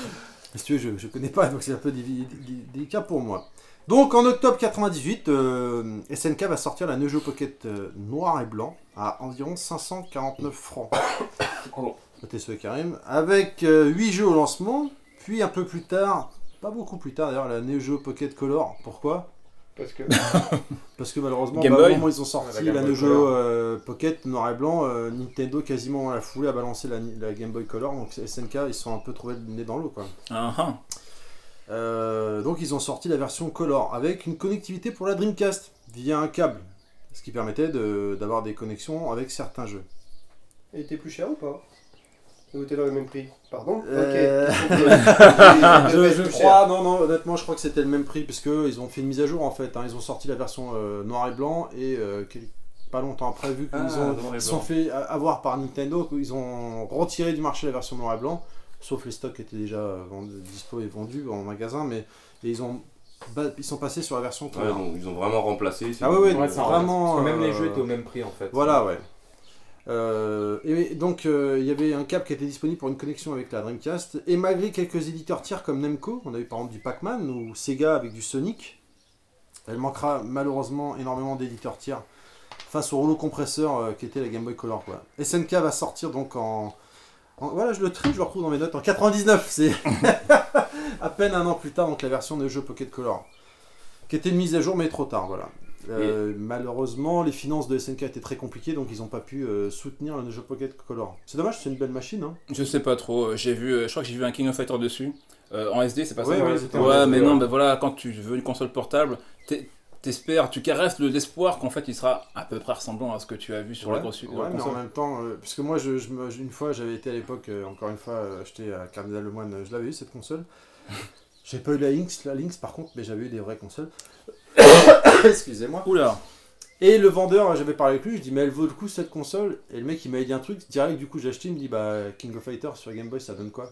S2: si tu veux, je, je connais pas, donc c'est un peu dévi- dé- délicat pour moi. Donc, en octobre 98, euh, SNK va sortir la Neo Geo Pocket euh, noir et blanc à environ 549 francs.
S3: Pardon.
S2: Notez ce Karim. Avec euh, 8 jeux au lancement, puis un peu plus tard, pas beaucoup plus tard d'ailleurs, la Neo Geo Pocket Color. Pourquoi
S7: Parce que...
S2: Parce que malheureusement,
S5: Game
S2: bah,
S5: Boy.
S2: au moment où ils ont sorti
S7: Ah, la
S2: la,
S7: Game Boy
S2: Neo Geo,
S7: Color.
S2: euh, Pocket noir et blanc, euh, Nintendo quasiment à la foulée a balancé la, la Game Boy Color, donc SNK ils sont un peu trouvés le nez dans l'eau quoi.
S5: Ah, ah.
S2: Euh, donc ils ont sorti la version Color avec une connectivité pour la Dreamcast via un câble, ce qui permettait de- d'avoir des connexions avec certains jeux.
S7: Il était plus cher ou pas Ou t'es dans le même prix Pardon
S2: Euh,
S7: Ok.
S4: Ah,
S7: je,
S2: je, je crois, non, non, honnêtement, je crois que c'était le même prix parce que ils ont fait une mise à jour en fait. hein. ils ont sorti la version euh, noir et blanc et euh, quel- pas longtemps après, vu qu'ils
S4: Ah,
S2: ont,
S4: noir et
S2: ils se sont
S4: blanc.
S2: fait a- avoir par Nintendo, ils ont retiré du marché la version noir et blanc, sauf les stocks qui étaient déjà euh, vend- dispo et vendus en magasin, mais et ils ont ba- ils sont passés sur la version
S3: Ouais,
S2: couleur.
S3: donc, ils ont vraiment remplacé. c'est-
S2: Ah ouais, ouais,
S4: Ouais, c'est un
S2: vraiment.
S4: Parce que même les
S2: euh,
S4: jeux étaient au même prix en fait.
S2: voilà, ouais. Euh, et donc euh, il y avait un câble qui était disponible pour une connexion avec la Dreamcast. Et malgré quelques éditeurs tiers comme Nemco, on a eu par exemple du Pac-Man ou Sega avec du Sonic, elle manquera malheureusement énormément d'éditeurs tiers face au rouleau compresseur euh, qui était la Game Boy Color. Quoi. SNK va sortir donc en, en- Voilà, je le trie, je le retrouve dans mes notes. En 99, c'est à peine un an plus tard, donc la version de jeu Pocket Color, qui était une mise à jour mais trop tard, voilà. Euh, Malheureusement, les finances de SNK étaient très compliquées, donc ils n'ont pas pu euh, soutenir le jeu Pocket Color. C'est dommage, c'est une belle machine. Hein.
S5: Je sais pas trop, euh, j'ai vu, euh, je crois que j'ai vu un King of Fighters dessus. Euh, en SD, c'est pas
S2: Ouais,
S5: ça
S2: ouais, c'était en SD,
S5: mais
S2: ouais.
S5: non, bah voilà, quand tu veux une console portable, t'es- t'espères, tu caresses le- l'espoir qu'en fait il sera à peu près ressemblant à ce que tu as vu sur la
S2: Ouais,
S5: grosse sur la
S2: ouais, mais en
S5: console.
S2: même temps, euh, puisque moi, je, je me- une fois, j'avais été à l'époque, euh, encore une fois, euh, acheté à Cardinal Lemoine, euh, je l'avais eu cette console. J'ai pas eu la Lynx, la Lynx par contre, mais j'avais eu des vraies consoles. Excusez-moi.
S5: Oula,
S2: Et le vendeur, euh, j'avais parlé avec lui, je dis mais elle vaut le coup cette console. Et le mec il m'avait dit un truc direct, du coup j'ai acheté, il me dit bah King of Fighters sur Game Boy ça donne quoi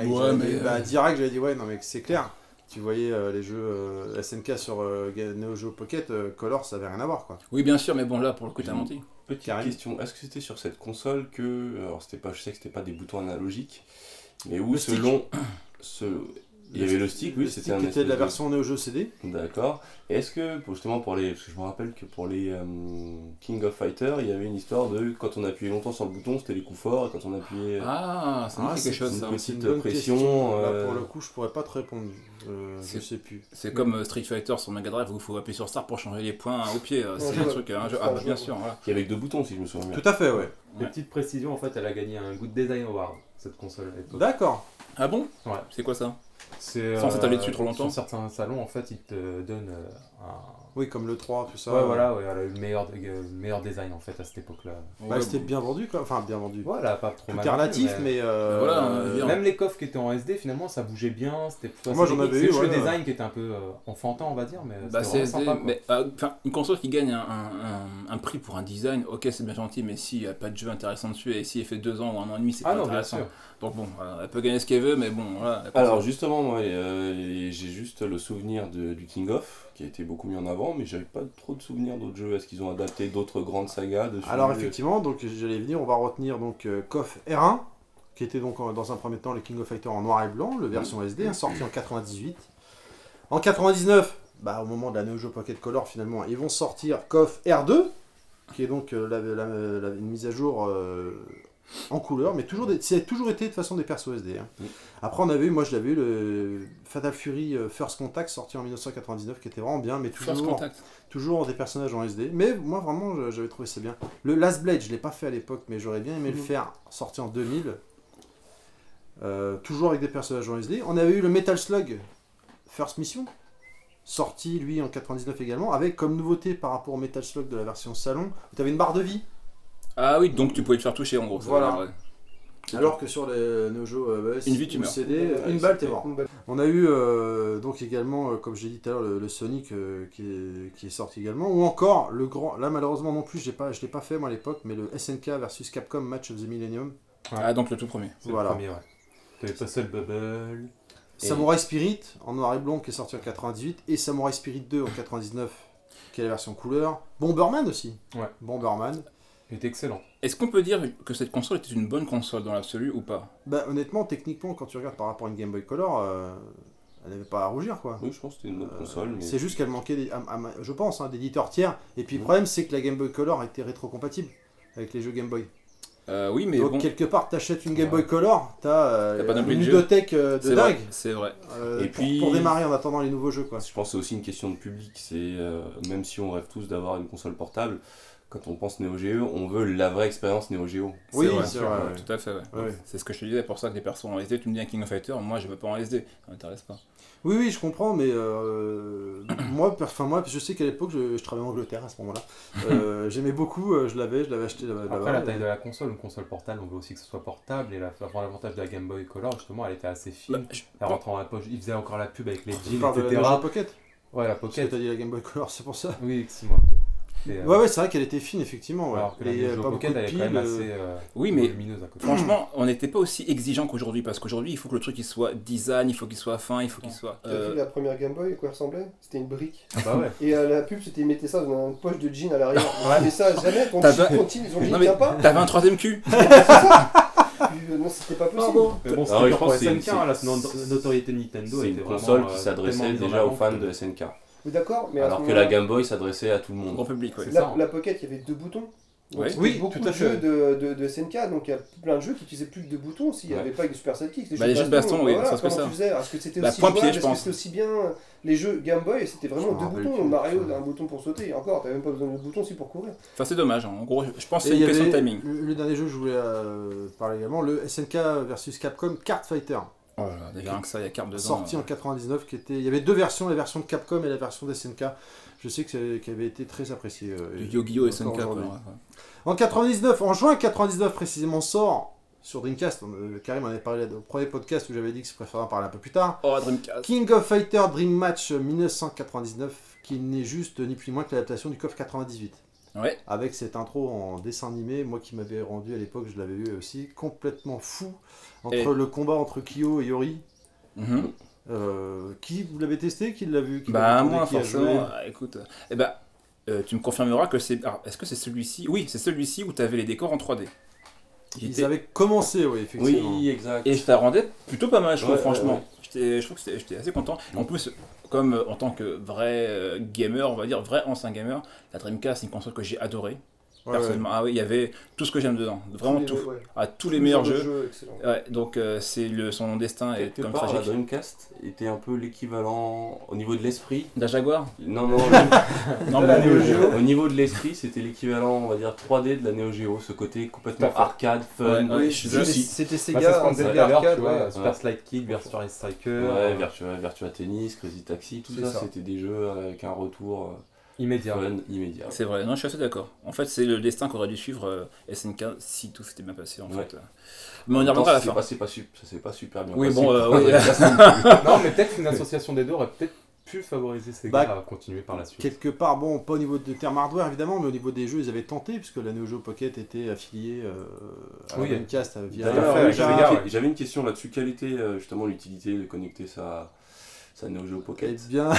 S2: Et
S5: Ouais,
S2: j'avais-
S5: mais,
S2: bah,
S5: euh,
S2: direct, j'avais dit, ouais, non, mais c'est clair. Tu voyais euh, les jeux euh, SNK sur euh, Ga- Neo Geo Pocket, euh, Color, ça avait rien à voir, quoi.
S5: Oui, bien sûr, mais bon, là, pour le coup,
S2: Mmh.
S5: t'as menti.
S3: Petite
S2: Karine.
S3: question, est-ce que c'était sur cette console que. Alors, c'était pas, je sais que c'était pas des boutons analogiques, mais où
S2: Le stick.
S3: selon. Ce... Il y avait le stick, oui,
S2: Le
S3: c'était
S2: stick
S3: un
S2: qui était de la
S3: espèce de-
S2: version Neo Geo CD.
S3: D'accord. Et Est-ce que, pour- justement, pour les. Parce que je me rappelle que pour les euh, King of Fighter, il y avait une histoire de quand on appuyait longtemps sur le bouton, c'était les coups forts, et quand on appuyait.
S5: Ah, ça me dit quelque chose,
S3: une
S5: ça.
S3: petite
S2: Euh, C'est une bonne
S3: pression,
S2: question. Là,
S3: euh,
S2: pour le coup, je pourrais pas te répondre. Euh, je
S5: C'est-
S2: sais plus.
S5: C'est comme euh, Street Fighter sur Mega Drive où il faut appuyer sur Star pour changer les points au pied. euh, C'est
S7: Ouais,
S5: un
S7: ouais.
S5: truc. euh, un jeu-
S7: C'est
S5: Ah,
S7: un
S5: bah,
S7: jeu,
S5: bien
S7: ouais.
S5: sûr, voilà.
S3: Il y avait que deux boutons, si je me souviens bien.
S2: Tout à fait, ouais.
S4: Des petites précisions, en fait, elle a gagné un Good Design Award, cette console. Elle est top.
S2: D'accord.
S5: Ah bon
S4: Ouais.
S5: C'est quoi ça
S4: C'est,
S5: Sans
S4: euh,
S5: s'étaler dessus trop longtemps.
S4: Sur certains salons, en fait, ils te donnent euh, un.
S2: Oui, comme le 3, tout ça.
S4: ouais, voilà, ouais, elle a eu le meilleur, euh, le meilleur design en fait à cette époque-là.
S2: Bah, c'était bien vendu, quoi. Enfin, bien vendu.
S4: Voilà, pas trop
S2: Tout
S4: mal.
S2: est relatif,
S4: mais-
S2: mais. euh,
S5: Voilà,
S2: euh,
S5: bien.
S4: Même les coffres qui étaient en SD, finalement, ça bougeait bien. C'était plutôt
S2: Moi,
S4: assez
S2: j'en
S4: technique.
S2: avais
S4: C'est
S2: eu,
S4: juste le
S2: ouais.
S4: design qui était un peu euh, enfantin, on va dire, mais
S5: Bah,
S4: c'était
S5: c'est
S4: vraiment sympa. quoi.
S5: mais euh, enfin, une console qui gagne un, un- un- un prix pour un design, ok, c'est bien gentil, mais s'il n'y a pas de jeu intéressant dessus et s'il fait deux ans ou un an et demi, c'est
S4: Ah
S5: pas
S4: non, bien
S5: intéressant.
S4: sûr.
S5: Donc bon, euh, elle peut gagner ce qu'elle veut, mais bon, voilà. la
S3: Alors
S5: console-
S3: justement, moi, euh, j'ai juste le souvenir de- du King of, qui a été beaucoup mis en avant, mais j'avais pas trop de souvenirs d'autres jeux. Est-ce qu'ils ont adapté d'autres grandes sagas dessus
S2: Alors effectivement, donc j'allais venir, on va retenir donc euh, KOF R1, qui était donc en- dans un premier temps le King of Fighter en noir et blanc, le version SD, hein, sorti en 98. En 99, bah, au moment de la Neo Geo Pocket Color finalement, ils vont sortir KOF R2, qui est donc euh, la- la- la- une mise à jour euh, en couleur, mais toujours des- c'est toujours été de façon des persos SD. hein.
S3: Oui.
S2: Après on avait eu, moi je l'avais eu, le Fatal Fury euh, First Contact sorti en 1999, qui était vraiment bien, mais toujours
S5: First Contact.
S2: toujours des personnages en SD. Mais moi, vraiment, je- j'avais trouvé ça bien. Le Last Blade, je l'ai pas fait à l'époque, mais j'aurais bien
S5: Mhm.
S2: aimé le faire, sorti en 2000. Euh, toujours avec des personnages en SD. On avait eu le Metal Slug First Mission, sorti lui en 99 également, avec comme nouveauté par rapport au Metal Slug de la version salon, tu avais une barre de vie.
S5: Ah oui, donc tu pouvais te faire toucher en gros. ça,
S2: Voilà.
S5: ouais.
S2: Alors que sur les, nos jeux euh, bah,
S5: Une vie, tu
S2: ou
S5: meurs.
S2: CD, euh,
S3: Ouais,
S2: une balle, t'es
S3: c'était-
S2: mort.
S7: Une balle.
S2: On a eu euh, donc également, euh, comme j'ai dit tout à l'heure, le, le Sonic euh, qui, est, qui est sorti également, ou encore le grand. Là malheureusement non plus, j'ai pas, je l'ai pas fait moi à l'époque, mais le SNK versus Capcom Match of the Millennium,
S5: Ah, donc le tout premier.
S4: C'est
S2: Voilà.
S4: le premier, ouais. T'avais pas seul Bubble.
S3: Et-
S2: Samurai Spirit en noir et blanc qui est sorti en 98 et Samurai Spirit 2 en 99 qui est la version couleur. Bomberman aussi.
S4: Ouais.
S2: Bomberman.
S4: Il était excellent.
S5: Est-ce qu'on peut dire que cette console était une bonne console dans l'absolu ou pas
S2: Bah honnêtement, techniquement, quand tu regardes par rapport à une Game Boy Color, euh, elle n'avait pas à rougir quoi.
S3: Oui, je pense que c'était une autre console, mais
S2: C'est juste qu'elle manquait, des- à- à- je pense, hein, d'éditeurs tiers. Et puis le
S3: Mhm.
S2: problème, c'est que la Game Boy Color était rétrocompatible avec les jeux Game Boy.
S5: Euh, Oui, mais
S2: Donc
S5: bon.
S2: quelque part, t'achètes une Game Boy Color, t'as
S5: T'as
S2: euh,
S5: pas
S2: une
S5: d'abri de jeu.
S2: ludothèque euh, de
S5: C'est vrai,
S2: dingue
S5: c'est vrai.
S2: euh,
S3: Et
S2: pour,
S3: puis-
S2: pour démarrer en attendant les nouveaux jeux. quoi.
S3: je pense que c'est aussi une question de public. C'est euh, même si on rêve tous d'avoir une console portable, quand on pense Neo Geo, on veut la vraie expérience Neo Geo.
S2: Oui,
S5: vrai,
S2: c'est vrai. ouais.
S5: Tout à fait, ouais.
S2: Ouais.
S5: C'est ce que je te disais, pour ça que les persos en SD, tu me dis un King of Fighter, moi je veux pas en SD, ça m'intéresse pas.
S2: Oui, oui, je comprends, mais euh, moi, per- enfin, moi, je sais qu'à l'époque, je, je travaillais en Angleterre à ce moment-là. Euh, J'aimais beaucoup, euh, je l'avais, je l'avais acheté là- là-bas. euh,
S4: Après, la taille de la console, une console portable, on veut aussi que ce soit portable. Et la, avoir l'avantage de la Game Boy Color, justement, elle était assez fine.
S5: Bah, je-
S4: Elle rentrait dans la poche. Il faisait encore la pub avec les
S2: Tu
S4: jeans,
S2: parles de la- de
S4: etc.
S2: la Pocket
S4: Ouais, la
S2: Parce que
S4: pocket.
S2: t'as dit la Game Boy Color, c'est pour ça.
S4: Oui, excuse-moi. Et, euh,
S2: Ouais, ouais, c'est vrai qu'elle était fine, effectivement. Ouais.
S4: Alors que la
S2: Et il y
S4: Neo
S2: avait
S4: Geo
S2: pas
S4: Pocket,
S2: beaucoup
S4: elle
S2: de
S4: est quand même
S2: piles, euh,
S4: assez euh,
S5: Oui, mais-
S4: lumineuse à côté.
S5: Franchement,
S4: Hmm.
S5: on n'était pas aussi exigeant qu'aujourd'hui, parce qu'aujourd'hui, il faut que le truc il soit design, il faut qu'il soit fin, il faut qu'il soit.
S7: T'as
S5: euh,
S7: vu la première Game Boy, à quoi elle ressemblait C'était une brique.
S4: Ah bah ouais.
S7: Et à la pub, c'était ils mettaient ça dans une poche de jean à l'arrière. Mais ça, jamais, quand
S5: T'as pas-
S7: ils continuent, ils ont dit,
S5: Non, mais-
S7: tiens pas.
S5: T'avais un troisième cul
S7: Puis, euh, Non, c'était pas possible.
S4: Mais bon,
S3: Ah ouais,
S4: c'était
S3: je
S4: dur pour
S3: pense que
S4: SNK,
S3: c'est-
S4: hein, la
S3: c'est-
S4: no- notoriété de Nintendo
S3: C'est
S4: était
S3: une
S4: vraiment,
S3: console
S4: euh,
S3: qui
S4: tellement
S3: s'adressait
S4: mise en
S3: déjà aux
S4: avant
S3: fans
S4: que-
S3: de SNK,
S7: Oui, d'accord, mais à
S3: alors
S7: ce
S3: que la
S7: moment-là,
S3: Game Boy s'adressait à tout le
S5: Grand
S3: monde.
S5: public, ouais.
S4: C'est
S7: la-
S4: ça, hein.
S7: la Pocket, il y avait deux boutons. Donc,
S5: Ouais.
S7: c'était
S2: Oui,
S7: beaucoup
S2: tout à
S7: de
S2: fait.
S7: jeux de, de, de SNK, donc il y a plein de jeux qui utilisaient plus que deux boutons s'il n'y
S3: Ouais.
S7: avait pas une Super Sidekick.
S5: Bah, les jeux de baston, oui,
S7: voilà,
S5: ça se fait
S7: comment
S5: ça.
S7: tu faisais Est-ce que c'était
S5: Bah,
S7: aussi
S5: point
S7: jouable
S5: pied, je
S7: Est-ce que
S5: pense.
S7: c'était aussi bien Les jeux Game Boy, c'était
S2: Je
S7: vraiment
S2: me
S7: deux
S2: rappelle
S7: boutons.
S2: plus.
S7: Mario, t'as un bouton pour sauter, et encore, t'avais même pas besoin de boutons aussi pour courir.
S5: Enfin, c'est dommage, hein. en gros, je pense que
S2: et
S5: c'est
S2: il y
S5: une question de
S2: avait
S5: timing.
S2: Le, le dernier jeu que je voulais euh, parler également, le SNK versus Capcom Card Fighter,
S5: Oh là là, déjà rien que ça, il y a carte de
S2: sorti en 99, qui était, il y avait deux versions, la version de Capcom et la version de SNK. Je sais que c'est- qui avait été très appréciée. euh,
S5: Du
S2: et-
S5: Yu-Gi-Oh! et
S2: encore
S5: SNK, quoi.
S2: aujourd'hui.
S5: ouais, ouais.
S2: En 99, en juin 99 précisément, sort sur Dreamcast. on, euh, Karim en avait parlé au premier podcast où j'avais dit que je préférais en parler un peu plus tard.
S5: Oh, Dreamcast
S2: King of Fighter Dream Match 1999, qui n'est juste ni plus ni moins que l'adaptation du KOF 98.
S5: Ouais.
S2: avec cette intro en dessin animé, moi qui m'avais rendu à l'époque, je l'avais vu aussi, complètement fou, entre
S5: Et-
S2: le combat entre Kyo et Yori.
S5: Mhm.
S2: Euh, qui vous l'avez testé Qui l'a vu Qui l'a
S5: Bah
S2: entendu
S5: moi
S2: Qui a joué
S5: forcément, ah, écoute, euh, eh ben, euh, tu me confirmeras que c'est... alors, Est-ce que c'est celui-ci Oui, c'est celui-ci où tu avais les décors en 3D.
S2: Ils
S5: J'étais-
S2: avaient commencé, oui, effectivement.
S3: Oui, exact.
S5: Et ça rendait plutôt pas mal, je trouve,
S3: Ouais,
S5: franchement.
S3: ouais,
S5: J'étais- Je trouve que c'était- j'étais assez content. En plus, comme euh, en tant que vrai euh, gamer, on va dire, vrai ancien gamer, la Dreamcast, c'est une console que j'ai adorée,
S2: Ouais, ouais.
S5: personnellement. Ah oui, il y avait tout ce que j'aime dedans, vraiment tout.
S7: ouais.
S5: Ah, tous les
S7: Toujours
S5: meilleurs
S7: des
S5: jeux.
S7: excellents.
S5: Ouais, donc euh, c'est le son destin est
S3: Quelque
S5: comme
S3: part, la
S5: tragique.
S3: euh, Dreamcast était un peu l'équivalent au niveau de l'esprit.
S5: D'un Jaguar
S3: Non, non, le-
S5: Non,
S7: la
S5: mais-
S7: Neo Geo.
S3: au niveau de l'esprit, c'était l'équivalent, on va dire, 3D de la Neo Geo, ce côté complètement
S4: Tout à fait.
S3: arcade, fun.
S5: Ouais, ouais, je suis
S3: juicy.
S5: désolé.
S7: C'était
S4: Bah, c'est ce
S7: Sega,
S4: qu'on
S7: en
S4: disait tout
S7: Sega
S4: à l'heure,
S7: arcade,
S4: tu vois,
S7: ouais.
S4: Super Slide Kick, Virtua Striker,
S3: Ouais,
S4: euh,
S3: Virtua, Virtua Tennis, Crazy Taxi, tout
S4: C'est
S3: ça,
S4: ça.
S3: c'était des jeux avec un retour euh,
S4: immédiat.
S3: fun immédiat.
S5: C'est vrai, non, je suis assez d'accord. En fait, c'est le destin qu'aurait dû suivre euh, SNK si tout s'était bien passé, en
S3: Ouais.
S5: fait. Mais on y reviendra à la
S3: Ça s'est
S5: fin.
S3: passé pas sup- ça s'est pas super bien
S5: Oui,
S3: passé.
S5: bon, euh, oui.
S4: non, mais peut-être qu'une association des deux aurait peut-être pu favoriser ces
S2: Bah,
S4: gars à continuer par la suite.
S2: Quelque part, bon, pas au niveau de terme hardware évidemment, mais au niveau des jeux, ils avaient tenté, puisque la Neo Geo Pocket était affiliée euh, à la
S4: Oui.
S2: Dreamcast euh, via
S3: D'ailleurs,
S4: fait,
S3: euh,
S4: avec
S2: Sega.
S4: Sega,
S3: j'avais une-
S4: ouais.
S3: j'avais une question là-dessus. Quelle était euh, justement l'utilité de connecter sa, sa Neo Geo
S2: Eh
S3: Pocket
S2: bien,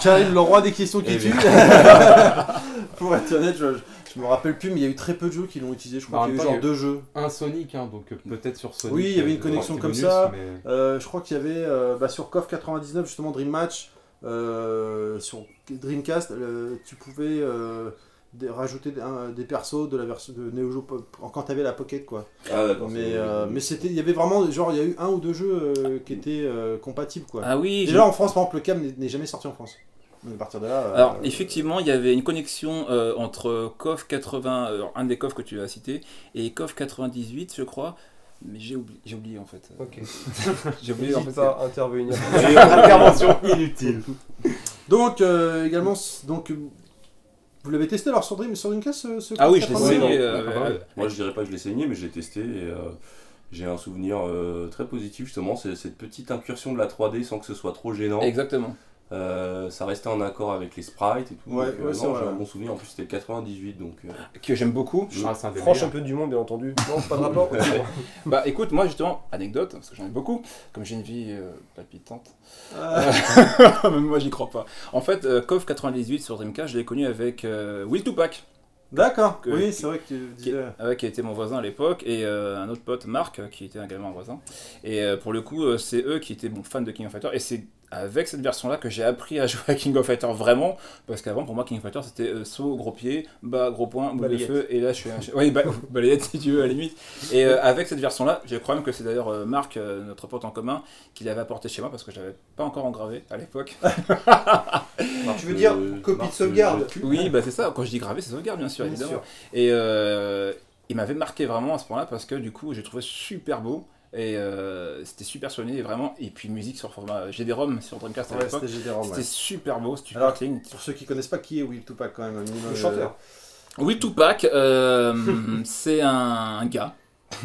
S2: Karim, le roi des questions qui
S3: Eh
S2: tuent.
S3: bien.
S2: Pour être honnête, je, je me rappelle plus, mais il y a eu très peu de jeux qui l'ont utilisé. Je
S4: Bah,
S2: crois
S4: en
S2: qu'il y a eu
S4: même
S2: genre
S4: temps,
S2: deux jeux.
S4: Un Sonic, hein, donc euh, peut-être sur Sonic.
S2: Oui, il y avait
S4: euh,
S2: une connexion
S4: c'était
S2: comme
S4: bonus,
S2: ça.
S4: mais-
S2: Euh, je crois qu'il y avait euh, bah, sur KOF 99, justement, Dream Match, euh, sur Dreamcast, euh, tu pouvais euh, des- rajouter des, un- des persos de la version de Neo Geo Pop- quand t'avais la Pocket, quoi.
S3: Ah, d'accord,
S2: mais
S3: c'est-
S2: euh, mais c'était, il y avait vraiment, genre, il y a eu un ou deux jeux euh, qui étaient euh, compatibles, quoi.
S5: Ah oui, je-
S2: Déjà en France, par exemple, le CAM n'est- n'est jamais sorti en France. Mais À partir de là. euh,
S5: Alors,
S2: euh,
S5: effectivement, il y avait une connexion euh, entre COF 80, alors, un des COF que tu as cité, et COF 98, je crois. Mais j'ai oublié, j'ai oublié en fait.
S7: Ok.
S5: J'ai oublié en
S7: N'hésite
S5: fait.
S7: pas à intervenir.
S4: Intervention inutile.
S2: Donc, euh, également, c- donc, euh, vous l'avez testé alors sur Dream, sur Dreamcast ce, ce
S5: Ah oui, je l'ai
S2: Crash
S3: Ouais,
S5: essayé.
S3: non.
S5: euh,
S4: Ah, bah ouais.
S5: euh,
S3: Moi, je dirais pas que je l'ai saigné, mais j'ai testé et euh, j'ai un souvenir euh, très positif justement. C'est cette petite incursion de la 3D sans que ce soit trop gênant.
S5: Exactement.
S3: Euh, ça restait en accord avec les sprites et tout.
S2: Ouais,
S3: donc, euh,
S2: ouais, c'est
S3: non,
S2: vrai.
S3: j'ai un bon souvenir. En plus, c'était le 98, donc. euh,
S5: Que j'aime beaucoup.
S4: Ah, c'est un des
S7: Franche un
S4: meilleurs.
S7: peu du monde, bien entendu. Non, pas de rapport.
S5: Bah écoute, moi justement, anecdote, parce que j'en ai beaucoup, comme j'ai une vie euh, palpitante.
S2: Ah.
S5: Même moi, j'y crois pas. En fait, euh, COF 98 sur Dreamcast, je l'ai connu avec euh, Will Tupac.
S2: D'accord,
S5: Que-
S2: oui, c'est vrai que tu
S5: qui,
S2: disais.
S5: ouais, qui était mon voisin à l'époque, et euh, un autre pote, Marc, euh, qui était également un voisin. Et euh, pour le coup, euh, c'est eux qui étaient bon, fans de King of Fighters, et c'est avec cette version-là que j'ai appris à jouer à King of Fighters vraiment, parce qu'avant, pour moi, King of Fighters, c'était euh, saut, gros pied, bas, gros point, boule de
S7: Balayette.
S5: feu, et là, je suis... un- Oui, ba- balayette, si tu veux, à la limite. Et euh, avec cette version-là, je crois même que c'est d'ailleurs euh, Marc, euh, notre pote en commun, qui l'avait apporté chez moi, parce que je l'avais pas encore engravé à l'époque.
S3: marque,
S7: Tu veux dire
S3: euh,
S7: copie de
S3: marque,
S7: sauvegarde
S3: euh,
S5: Oui, bah c'est ça. Quand je dis gravé, c'est sauvegarde, bien sûr,
S7: Bien
S5: évidemment. Et euh, il m'avait marqué vraiment à ce point-là parce que du coup, j'ai trouvé super beau. Et euh, c'était super soigné, et vraiment. Et puis, musique sur format euh, GD-ROM sur Dreamcast à
S2: Ouais,
S5: l'époque.
S2: c'était Gédéron,
S5: C'était
S2: ouais.
S5: super beau, super
S2: Alors-
S5: clean.
S2: Pour ceux qui connaissent pas, qui est Will Tupac quand même un minimum, euh,
S7: Le chanteur.
S5: Oui, Tupac, euh, c'est un gars.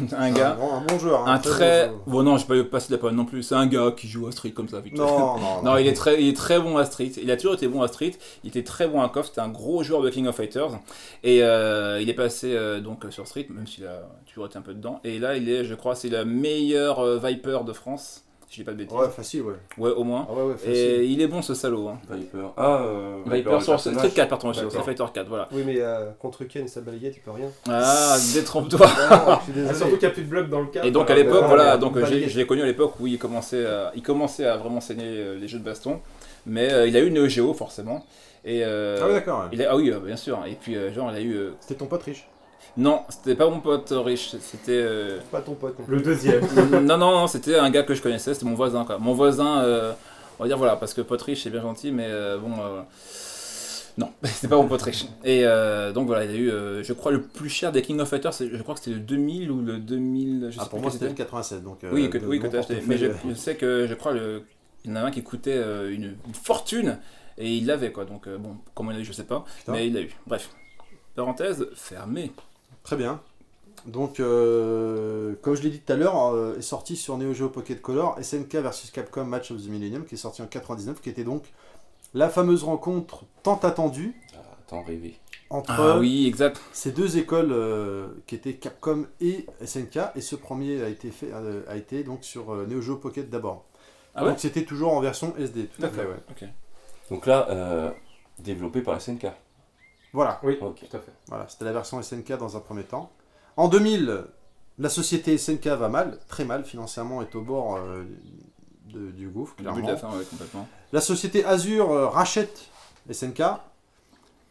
S2: euh,
S5: Un
S2: Un,
S5: gars.
S2: grand- un bon joueur. hein,
S5: Un très.
S2: bon joueur.
S5: Bon, non, je vais pas passer de la parole non plus. C'est un gars qui joue à Street comme ça, vite.
S2: Non, non,
S5: Non, il est, très, il est très bon à Street. Il a toujours été bon à Street. Il était très bon à KOF. C'était un gros joueur de King of Fighters. Et euh, il est passé euh, donc sur Street, même s'il a toujours été un peu dedans. Et là, il est, je crois, c'est la meilleure euh, Viper de France. Si je dis pas de bêtises.
S2: Ouais, facile, ouais.
S5: Ouais, au moins.
S2: Ah ouais, ouais, facile.
S5: Et il est bon ce salaud. hein.
S3: Viper. Ah, euh,
S5: Viper sur
S3: personnage.
S5: Street 4, pardon, sur
S7: D'accord.
S5: Street Fighter 4, voilà.
S7: Oui, mais euh, contre Ken et sa balayette, il peut rien.
S5: Ah, détrompe-toi.
S7: Non, je suis
S4: Ah,
S7: désolé.
S4: surtout qu'il n'y a plus de bloc dans le cadre.
S5: Et donc à
S4: alors,
S5: l'époque,
S7: euh,
S5: voilà,
S7: euh,
S5: donc
S7: une
S5: euh, j'ai-
S7: balayette.
S5: je l'ai connu à l'époque où il commençait à, il commençait à vraiment saigner euh, les jeux de baston. Mais euh, il a eu Neo Geo, forcément. Et, euh,
S2: Ah ouais, d'accord. ouais.
S5: il a- ah oui, euh, bien sûr. Et puis, euh, genre, il a eu euh,
S2: C'était ton pote riche.
S5: Non, c'était pas mon pote euh, riche, c'était. euh,
S7: Pas ton pote. non.
S4: Le deuxième.
S5: non, non, non, c'était un gars que je connaissais, c'était mon voisin quoi. Mon voisin, euh, on va dire voilà, parce que pote riche c'est bien gentil, mais euh, bon. euh, Non, c'était pas mon pote riche. Et euh, donc voilà, il y a eu, euh, je crois, le plus cher des King of Fighters, c'est- je crois que c'était le 2000 ou le 2000, je sais
S2: Ah, pour
S5: plus
S2: moi,
S5: quel
S2: c'était le 96. Donc, euh,
S5: oui, que,
S2: de
S5: oui, que
S2: mon
S5: t'as acheté. Mais
S2: portefeuille,
S5: je,
S2: euh,
S5: je sais que je crois le, il y en a un qui coûtait euh, une, une fortune et il l'avait quoi. Donc euh, bon, comment il l'a eu, je sais pas,
S2: Putain.
S5: mais il l'a eu. Bref. Parenthèse fermée.
S2: Très bien. Donc, euh, comme je l'ai dit tout à l'heure, euh, est sorti sur Neo Geo Pocket Color SNK versus Capcom Match of the Millennium, qui est sorti en 99, qui était donc la fameuse rencontre tant attendue
S3: tant rêvé.
S2: entre
S5: Ah oui, exact.
S2: ces deux écoles euh, qui étaient Capcom et SNK, et ce premier a été, fait, euh, a été donc sur euh, Neo Geo Pocket d'abord.
S5: Ah ouais
S2: donc c'était toujours en version SD. tout à fait,
S5: D'accord.
S2: ouais.
S5: Ok.
S3: Donc là, euh, développé par SNK.
S2: Voilà,
S4: Oui,
S3: Ok.
S4: tout à fait.
S2: voilà c'était la version SNK dans un premier temps. En 2000, la société SNK va mal, très mal financièrement, est au bord euh, de- du gouffre,
S5: Le
S2: clairement.
S5: début de la fin, ouais, complètement.
S2: La société Azure euh, rachète SNK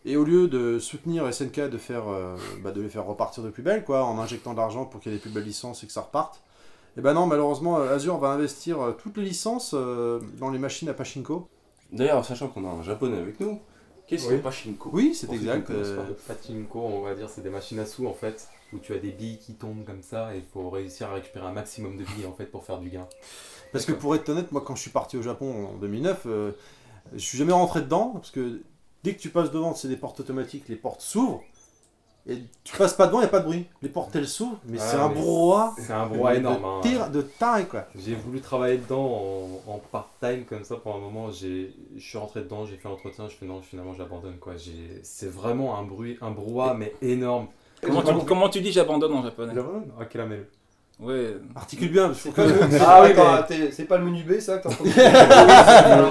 S2: et au lieu de soutenir SNK et de faire euh, bah, de les faire repartir de plus belle quoi en injectant de l'argent pour qu'il y ait des plus belles licences et que ça reparte. Et ben non malheureusement euh, Azure va investir euh, toutes les licences euh, dans les machines à pachinko.
S3: D'ailleurs, sachant qu'on a un japonais avec nous, qu'est-ce
S4: Oui.
S3: que Pachinko
S2: Oui c'est
S3: Pour ceux qui
S2: exact.
S3: ne connaissent
S2: euh,
S4: Patinko, on va dire, c'est des machines à sous en fait, où tu as des billes qui tombent comme ça et il faut réussir à récupérer un maximum de billes en fait pour faire du gain.
S2: Parce que pour être honnête, moi quand je suis parti au Japon en 2009, euh, je suis jamais rentré dedans parce que dès que tu passes devant, c'est des portes automatiques, les portes s'ouvrent et tu passes pas devant, il n'y a pas de bruit. Les portes elles s'ouvrent, mais
S4: Ah,
S2: c'est un
S4: mais
S2: brouhaha
S4: C'est un brouhaha
S2: de
S4: énorme. hein.
S2: tir- de taré quoi.
S4: J'ai voulu travailler dedans en, en part-time comme ça pour un moment. J'ai, je suis rentré dedans, j'ai fait l'entretien, je fais non, finalement j'abandonne quoi. J'ai, c'est vraiment un bruit, un brouhaha mais énorme.
S5: Comment tu, comment tu dis j'abandonne en japonais
S4: J'abandonne Ah quelle amène.
S5: Ouais. euh,
S2: Articule bien, parce que
S7: Ah oui,
S4: Attends,
S7: c'est pas le menu B, ça que Ah,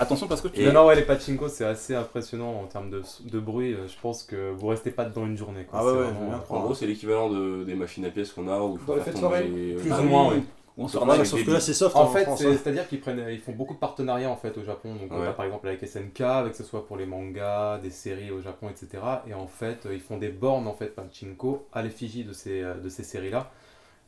S5: Attention parce que tu.
S4: Non non ouais les pachinko c'est assez impressionnant en termes de, de bruit. Euh, Je pense que vous restez pas dedans une journée quoi.
S2: Ah ouais,
S4: C'est
S2: ouais,
S4: vraiment-
S2: je veux bien
S3: En
S2: croire.
S3: gros, c'est l'équivalent de- des machines à pièces qu'on a où il faut
S7: Dans les
S3: faire
S7: fêtes
S3: tomber-
S7: foraines,
S3: euh,
S7: plus
S3: ah
S7: ou
S3: oui,
S7: moins,
S3: oui.
S7: oui.
S5: Ou on
S3: Sauf
S5: sort
S3: là,
S5: avec
S2: sauf
S3: des
S2: que là
S3: billes.
S2: c'est soft
S4: En
S2: hein,
S4: fait,
S2: France,
S4: c'est-
S2: hein.
S4: c'est-à-dire qu'ils prennent, ils font beaucoup de partenariats en fait au Japon. Donc on
S3: Ouais.
S4: a, par exemple avec SNK, avec que ce soit pour les mangas, des séries au Japon, etc. Et en fait, euh, ils font des bornes en fait pachinko à l'effigie de ces euh, de ces séries-là.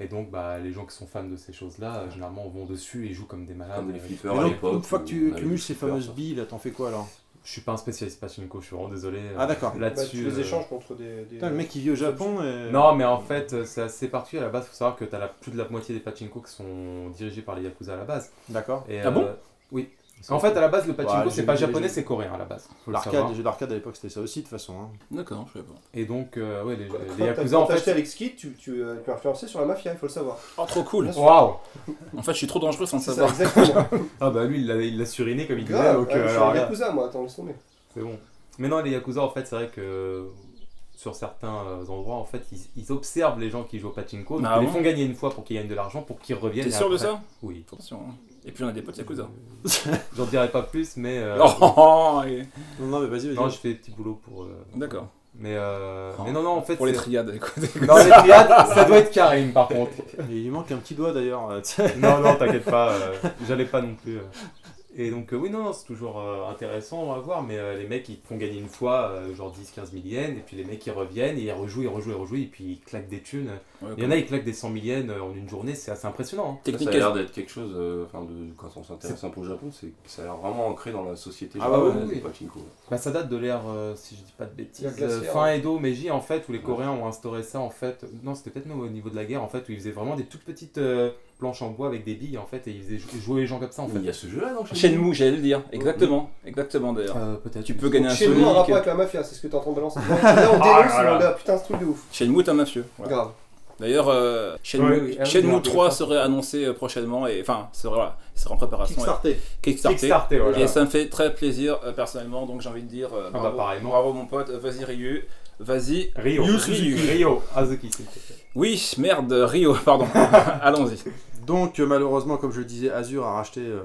S4: Et donc, bah, les gens qui sont fans de ces choses-là, euh, généralement, vont dessus et jouent comme des malades.
S3: Comme les
S4: Euh,
S3: flippers
S2: Mais
S3: à
S2: donc,
S3: l'époque.
S2: une fois que
S3: où on
S2: tu
S3: avait
S2: cumules
S3: des
S2: ces
S3: flippers,
S2: fameuses
S3: ça.
S2: billes, là, t'en fais quoi alors
S4: Euh, Je suis pas un spécialiste pachinko, je suis vraiment désolé. euh,
S2: Ah, d'accord.
S4: Là-dessus.
S7: Bah, tu les
S4: euh,
S7: échanges contre des. des-
S2: Putain, le mec qui vit au Japon et.
S4: Non, mais en fait, euh, c'est assez particulier. À la base, faut savoir que t'as la, plus de la moitié des pachinko qui sont dirigés par les yakuza à la base.
S2: D'accord.
S4: Et, euh,
S5: Ah bon Bah,
S4: Oui. En fait, à la base, le pachinko,
S2: Ouais,
S4: c'est
S2: j'ai
S4: pas
S2: vu les-
S4: japonais, c'est coréen à la base. Faut le
S2: L'arcade,
S4: savoir.
S2: les jeux d'arcade à l'époque c'était ça aussi de toute façon. hein.
S5: D'accord, je sais pas.
S4: Et donc, euh, ouais, les,
S7: Quand
S4: les
S7: t'as-
S4: Yakuza,
S7: quand
S4: en
S7: t'as acheté
S4: fait.
S7: avec Skid, tu, tu, euh, tu as influencé sur la mafia, il faut le savoir.
S5: Oh, trop cool
S4: Waouh
S5: En fait, je suis trop dangereux sans le
S7: C'est ça,
S5: savoir.
S7: exactement.
S4: Ah bah lui, il l'a- il l'a suriné comme il disait.
S7: Grave,
S4: donc,
S7: ah,
S4: euh,
S7: je suis
S4: alors,
S7: un
S4: regarde,
S7: Yakuza, moi, attends, laisse tomber.
S4: c'est bon. Mais non, les Yakuza, en fait, c'est vrai que euh, sur certains euh, endroits, en fait, ils, ils observent les gens qui jouent au pachinko. Donc
S5: Ah
S4: ils les
S5: bon
S4: font gagner une fois pour qu'ils gagnent de l'argent, pour qu'ils reviennent.
S5: T'es
S4: et
S5: sûr de
S4: après-
S5: ça
S4: Oui.
S5: Attention. hein. Et puis on a des potes Yakuza.
S4: J'en dirai pas plus, mais. euh,
S5: Oh, oh, oh, et-
S2: Non, non, mais vas-y,
S4: Non,
S2: vas-y.
S4: je fais des petits boulots pour. euh,
S5: D'accord.
S4: Mais, euh,
S5: Oh.
S4: mais non, non, en fait.
S5: Pour les
S4: c'est-
S5: triades. quoi.
S4: Non, les triades, ça doit être Karim par contre.
S2: Et Il manque un petit doigt d'ailleurs. euh, tu sais.
S4: Non, non, t'inquiète pas, euh, j'allais pas non plus. euh. Et donc, euh, oui, non, non, c'est toujours euh, intéressant à voir, mais euh, les mecs, ils te font gagner une fois, euh, genre 10-15 000 yens, et puis les mecs, ils reviennent, et ils rejouent, ils rejouent, ils rejouent, et puis ils claquent des thunes.
S5: Ouais,
S4: Il y en a, ils claquent des 100 000 yens euh, en une journée, c'est assez impressionnant. hein.
S3: Ça, Ça
S5: Technique
S3: a l'air d'être quelque chose, euh, enfin, de- quand on s'intéresse un peu au Japon, c'est que ça a l'air vraiment ancré dans la société
S2: Ah bah
S3: japonaise,
S4: oui, oui.
S3: les pachinko.
S4: Bah, ça date de l'ère, euh, si je dis pas de bêtises,
S7: L'ère glaciaire,
S4: euh,
S5: hein.
S4: fin Edo, Meiji, en fait, où les Coréens ont instauré ça, en fait. euh, Non, c'était peut-être même au niveau de la guerre, en fait, où ils faisaient vraiment des toutes petites euh, planches en bois avec des billes, en fait, et ils faisaient jou- jouer les gens comme ça, en
S3: Mais
S4: fait.
S3: Il y a ce jeu-là dans
S5: Shenmue, j'allais le dire. Exactement. Exactement d'ailleurs.
S4: Euh, peut-être.
S5: Tu peux gagner un
S7: Chez nous, en rapport
S5: Sonic.
S7: avec la mafia, c'est ce que t'es en train de balancer.
S2: Ah,
S7: Là, on dénonce,
S4: là là.
S7: on a- putain, c'est un truc de ouf.
S5: Shenmue est un mafieux. Voilà.
S7: Grave.
S5: D'ailleurs, euh, Shenmue,
S4: Ouais, oui, oui.
S5: Shenmue
S4: Ah oui,
S5: 3 serait annoncé euh, prochainement, et enfin, serait, voilà, il sera en préparation.
S2: Kickstarter.
S5: et- Kickstarter.
S4: Kickstarter, voilà.
S5: Et ça me fait très plaisir euh, personnellement, donc j'ai envie de dire euh,
S4: bah,
S5: bravo,
S4: pareillement.
S5: bravo mon pote, vas-y Ryu, vas-y.
S4: Rio.
S5: Yu Suzuki.
S4: Rio. Azuki, s'il te plaît.
S5: Oui, merde, Ryu, pardon, allons-y.
S2: Donc euh, malheureusement, comme je le disais, Azure a racheté, euh,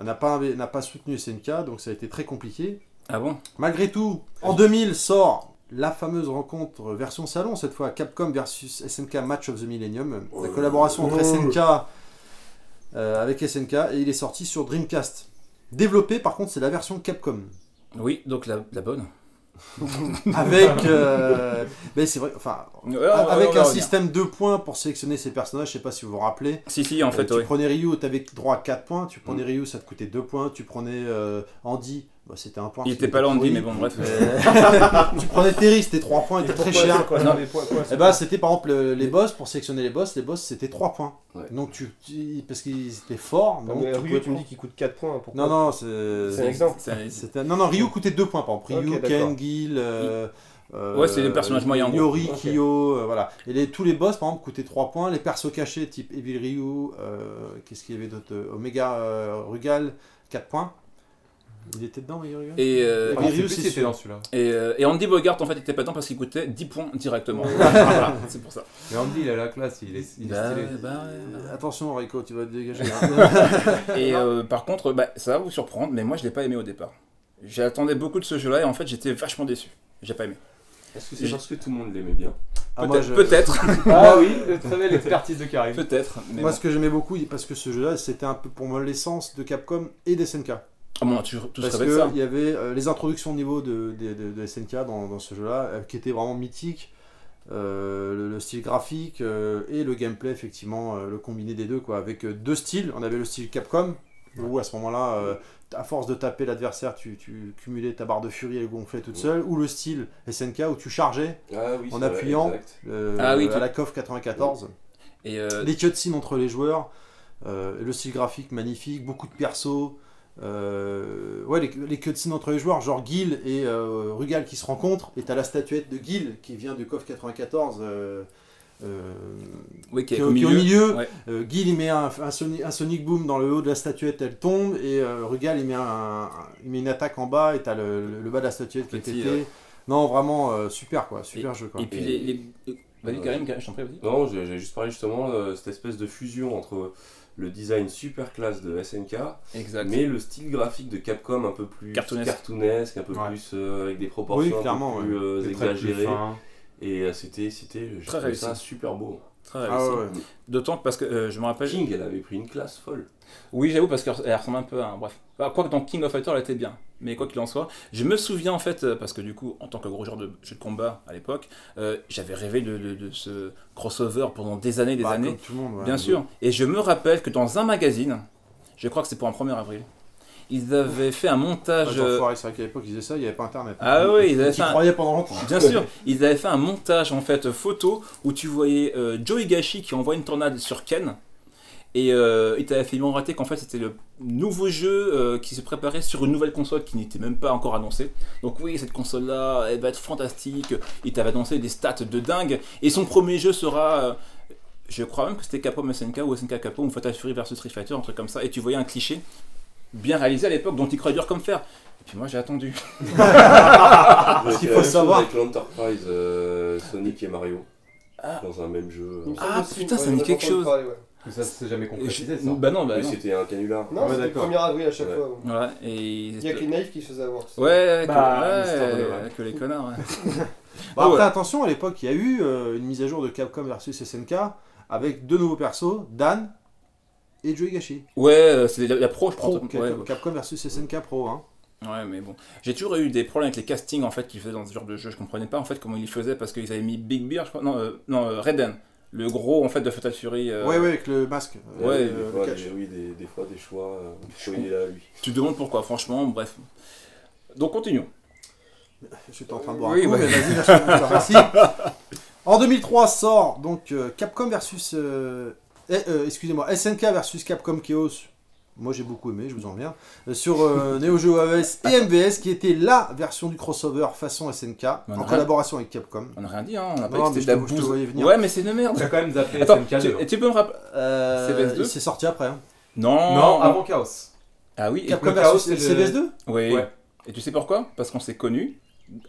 S2: n'a pas, inv- n'a pas soutenu SNK, donc ça a été très compliqué.
S5: Ah bon
S2: Malgré tout, en 2000 sort la fameuse rencontre version salon, cette fois Capcom versus SNK Match of the Millennium, la collaboration entre SNK euh, avec SNK, et il est sorti sur Dreamcast. Développé par contre, c'est la version Capcom.
S5: Oui, donc la, la bonne.
S2: Avec. euh, ben, c'est vrai, enfin,
S5: Ouais,
S2: Euh, Ah, avec
S5: ouais, ouais,
S2: un
S5: ouais,
S2: système de points pour sélectionner ses personnages, je sais pas si vous vous rappelez.
S5: Si, si, en
S2: Euh,
S5: fait,
S2: tu
S5: oui.
S2: prenais Ryu, t'avais droit à 4 points. Tu prenais Ryu, ça te coûtait 2 points. Tu prenais euh, Andy, bah, c'était un point.
S5: Il
S2: parce
S5: était
S2: qu'il
S5: pas là, on dit,
S2: pourri.
S5: mais bon, bref.
S2: Euh, tu prenais Terry, c'était 3 points, il était très cher.
S5: Non.
S2: Et bah c'était par exemple le- les boss, pour sélectionner les boss, les boss c'était 3 points.
S3: Ouais.
S2: Donc tu, tu- Parce qu'ils étaient forts.
S7: Non,
S2: donc
S7: Ah, mais
S2: Ah, tu
S7: Ryu,
S2: pouvais-
S7: tu me dis qu'il coûte 4 points. hein, Pourquoi
S2: Non, Euh, non,
S7: C'est un
S2: c'est.
S7: exemple.
S5: Ça-
S2: c'était- Non, non, Ryu coûtait 2 points par exemple. Ryu,
S7: Ok, d'accord.
S2: Ken, Gil. euh, euh,
S5: Ouais, c'est des personnages moyens, en gros.
S2: Yori,
S7: Ok.
S2: Kyo, euh, voilà. Et les, tous les boss, par exemple, coûtaient 3 points. Les persos cachés, type Evil Ryu, euh, qu'est-ce qu'il y avait d'autre Omega euh, Rugal, 4 euh, points. Il était dedans, Yuri Gagarin
S5: Et, euh,
S4: Ah,
S2: Mais
S4: je sais
S2: Ryu,
S4: plus
S2: c'est
S4: si
S2: sûr.
S4: c'était dans celui-là.
S5: et, euh, et Andy Bogart en fait était pas dedans parce qu'il coûtait 10 points directement. Voilà, c'est pour ça.
S4: Mais Andy, il a la classe, il est, il est
S5: Bah,
S4: stylé.
S5: bah, ouais,
S2: Attention, Rico, tu vas te dégager. hein.
S5: bah. Et euh, par contre, bah, ça va vous surprendre, mais moi je l'ai pas aimé au départ. J'attendais beaucoup de ce jeu-là et en fait j'étais vachement déçu. J'ai pas aimé.
S3: Est-ce que c'est parce que tout le monde l'aimait bien
S2: Ah, moi,
S5: Peut-être,
S2: je-
S5: peut-être,
S4: Ah oui, très belle expertise de Karim.
S5: peut-être, mais
S2: Moi,
S5: bon.
S2: ce que j'aimais beaucoup, parce que ce jeu-là, c'était un peu pour moi l'essence de Capcom et d'SNK.
S5: Ah bon, tu, tu
S2: Parce
S5: te rappelles ça
S2: qu'il y avait euh, les introductions de niveau de, de, de- de SNK dans, dans ce jeu-là, euh, qui étaient vraiment mythiques. Euh, le, le style graphique euh, et le gameplay, effectivement, euh, le combiné des deux, quoi. Avec euh, deux styles, on avait le style Capcom, où à ce moment-là, euh, à force de taper l'adversaire, tu, tu cumulais ta barre de furie et le gonflais toute
S3: Ouais.
S2: seule, ou le style SNK, où tu chargeais
S3: Ah oui,
S2: En
S3: c'est vrai,
S2: appuyant.
S3: exact.
S2: euh,
S5: Ah oui,
S2: à
S5: tu-
S2: la COF 94.
S5: Et euh,
S2: Les cutscenes entre les joueurs, euh, le style graphique magnifique, beaucoup de persos. euh, ouais, les, les cutscenes entre les joueurs, genre Gil et euh, Rugal qui se rencontrent, et t'as la statuette de Gil qui vient de KOF 94. euh, euh,
S5: oui,
S2: qui
S5: qui est
S2: est
S5: au
S2: qui est
S5: milieu.
S2: au milieu.
S5: Ouais.
S2: euh, Gil il met un, un Sonic, un Sonic Boom dans le haut de la statuette, elle tombe, et euh, Rugal il met, un- il met une attaque en bas, et t'as le, le- le bas de la statuette qui est
S5: Petit,
S2: pété.
S5: ouais.
S2: Non, vraiment euh, super quoi, super jeu quoi.
S5: Et puis les. les- Vas-y,
S3: Ouais.
S5: Karim, Karim, je t'en prie, vas-y.
S3: Non, j'ai j'ai juste parlé justement euh, cette espèce de fusion entre euh, le design super classe de SNK,
S5: Exact.
S3: mais le style graphique de Capcom un peu plus
S5: Cartoonesque.
S3: cartoonesque, un peu
S4: Ouais.
S3: plus euh, avec des proportions
S2: Oui,
S3: un peu
S2: clairement,
S3: plus euh,
S4: Des traits plus
S3: exagérées.
S4: fins.
S3: Et euh, c'était, c'était, je
S5: Très
S3: trouvais
S5: réussi.
S3: ça super beau.
S5: Très
S2: Ah
S5: réussi.
S2: ouais, ouais.
S5: D'autant que parce que euh, je me rappelle.
S3: King, elle avait pris une classe folle.
S5: Oui, j'avoue, parce qu'elle elle ressemble un peu à un. Bref. Enfin, Quoique dans King of Fighters, elle était bien. Mais quoi qu'il en soit, je me souviens en fait, euh, parce que du coup, en tant que gros joueur de jeu de combat à l'époque, euh, j'avais rêvé de, de- de ce crossover pendant des années des
S2: Bah,
S5: années.
S2: comme tout le monde, ouais.
S5: Bien sûr. Et je me rappelle que dans un magazine, je crois que c'est pour un 1er avril, ils avaient fait un montage.
S2: Attends,
S5: euh,
S2: foiré, c'est vrai qu'à l'époque, ils disaient ça, il n'y avait pas internet.
S5: Ah oui, ils avaient
S2: Qui
S5: fait un-
S2: croyaient pendant longtemps.
S5: Bien sûr, ils avaient fait un montage en fait photo où tu voyais euh, Joe Higashi qui envoie une tornade sur Ken. Et euh, il t'avait fait raté qu'en fait c'était le nouveau jeu euh, qui se préparait sur une nouvelle console qui n'était même pas encore annoncée. Donc oui, cette console là, elle va être fantastique. Il t'avait annoncé des stats de dingue. Et son premier jeu sera, euh, je crois même que c'était Capcom SNK ou SNK Capcom ou Fatal Fury versus Street Fighter, un truc comme ça. Et tu voyais un cliché bien réalisé à l'époque dont il croyait dur comme fer. Et puis moi j'ai attendu.
S3: Parce
S2: qu'il faut savoir-
S3: Avec l'Enterprise, euh, Sonic et Mario.
S5: Ah.
S3: Dans un même jeu.
S7: Il me semble
S3: euh,
S5: Ah,
S7: aussi,
S5: putain,
S7: ouais,
S5: ça
S7: j'en
S5: me dit
S7: ai
S5: quelque
S7: entendu
S5: chose.
S7: parler, ouais.
S4: Mais Ça, c'est jamais concrétisé, ça.
S5: Je- Bah non, bah
S3: mais
S5: non.
S3: c'était un canular.
S7: Non,
S2: ouais,
S7: c'était le
S2: d'accord.
S7: 1er avril à chaque
S3: Ouais.
S7: fois. ouais.
S5: Voilà, et ils
S7: Il n'y a que les naïfs qui se faisaient avoir.
S5: Ouais, ouais,
S4: Bah,
S5: que,
S4: l'histoire de
S5: ouais,
S4: Noël.
S5: que les connards. ouais.
S2: Bon,
S5: Ah
S2: après,
S5: ouais.
S2: attention, à l'époque, il y a eu euh, une mise à jour de Capcom versus SNK avec deux nouveaux persos, Dan et Joey Gashi.
S5: Ouais, euh, c'est la, la pro, je
S2: Pro,
S5: crois.
S2: Cap-
S5: Ouais,
S2: Euh, Capcom versus SNK Pro. Hein.
S5: ouais, mais bon. J'ai toujours eu des problèmes avec les castings en fait qu'ils faisaient dans ce genre de jeu. Je comprenais pas en fait comment ils faisaient parce qu'ils avaient mis Big Beer, je crois. Non, euh, non euh, Raiden, le gros en fait de Fatal Fury. euh,
S2: Ouais, ouais, avec le masque.
S3: Ouais,
S5: Ouais,
S3: des,
S2: le
S3: fois,
S2: catch.
S3: des, oui, des, des fois des choix. euh, faut y aller à lui.
S5: Tu te demandes pourquoi, franchement, bref. Donc continuons.
S2: J'étais en train de boire
S5: Oui,
S2: un coup,
S5: bah.
S2: mais vas-y, lâche ton mouchoir, merci. En 2003 sort donc euh, Capcom versus... euh, eh, euh, Excusez-moi, SNK versus Capcom Chaos. Moi j'ai beaucoup aimé, je vous en reviens. Euh, sur euh, Neo Geo AES et MVS, qui était LA version du crossover façon SNK,
S5: Bon,
S2: en
S5: ouais.
S2: collaboration avec Capcom.
S5: On a rien dit, hein. On
S2: Non,
S5: a pas dit que
S2: mais
S5: c'était de
S2: je
S5: la
S2: te- je te
S5: bouse.
S2: voyais venir.
S5: Ouais, mais c'est une
S4: Tu as
S5: merde.
S4: quand même zappé
S5: Attends,
S4: SNK
S5: tu,
S4: 2.
S5: et tu peux me rappeler
S2: Euh,
S5: CVS2?
S2: il s'est sorti après. hein.
S5: Non,
S4: Non, avant Chaos.
S5: Ah oui, et-
S2: Capcom
S4: le chaos,
S2: versus
S4: c'est le-
S2: CVS2
S5: oui.
S4: Ouais.
S5: Et tu sais pourquoi Parce qu'on s'est connus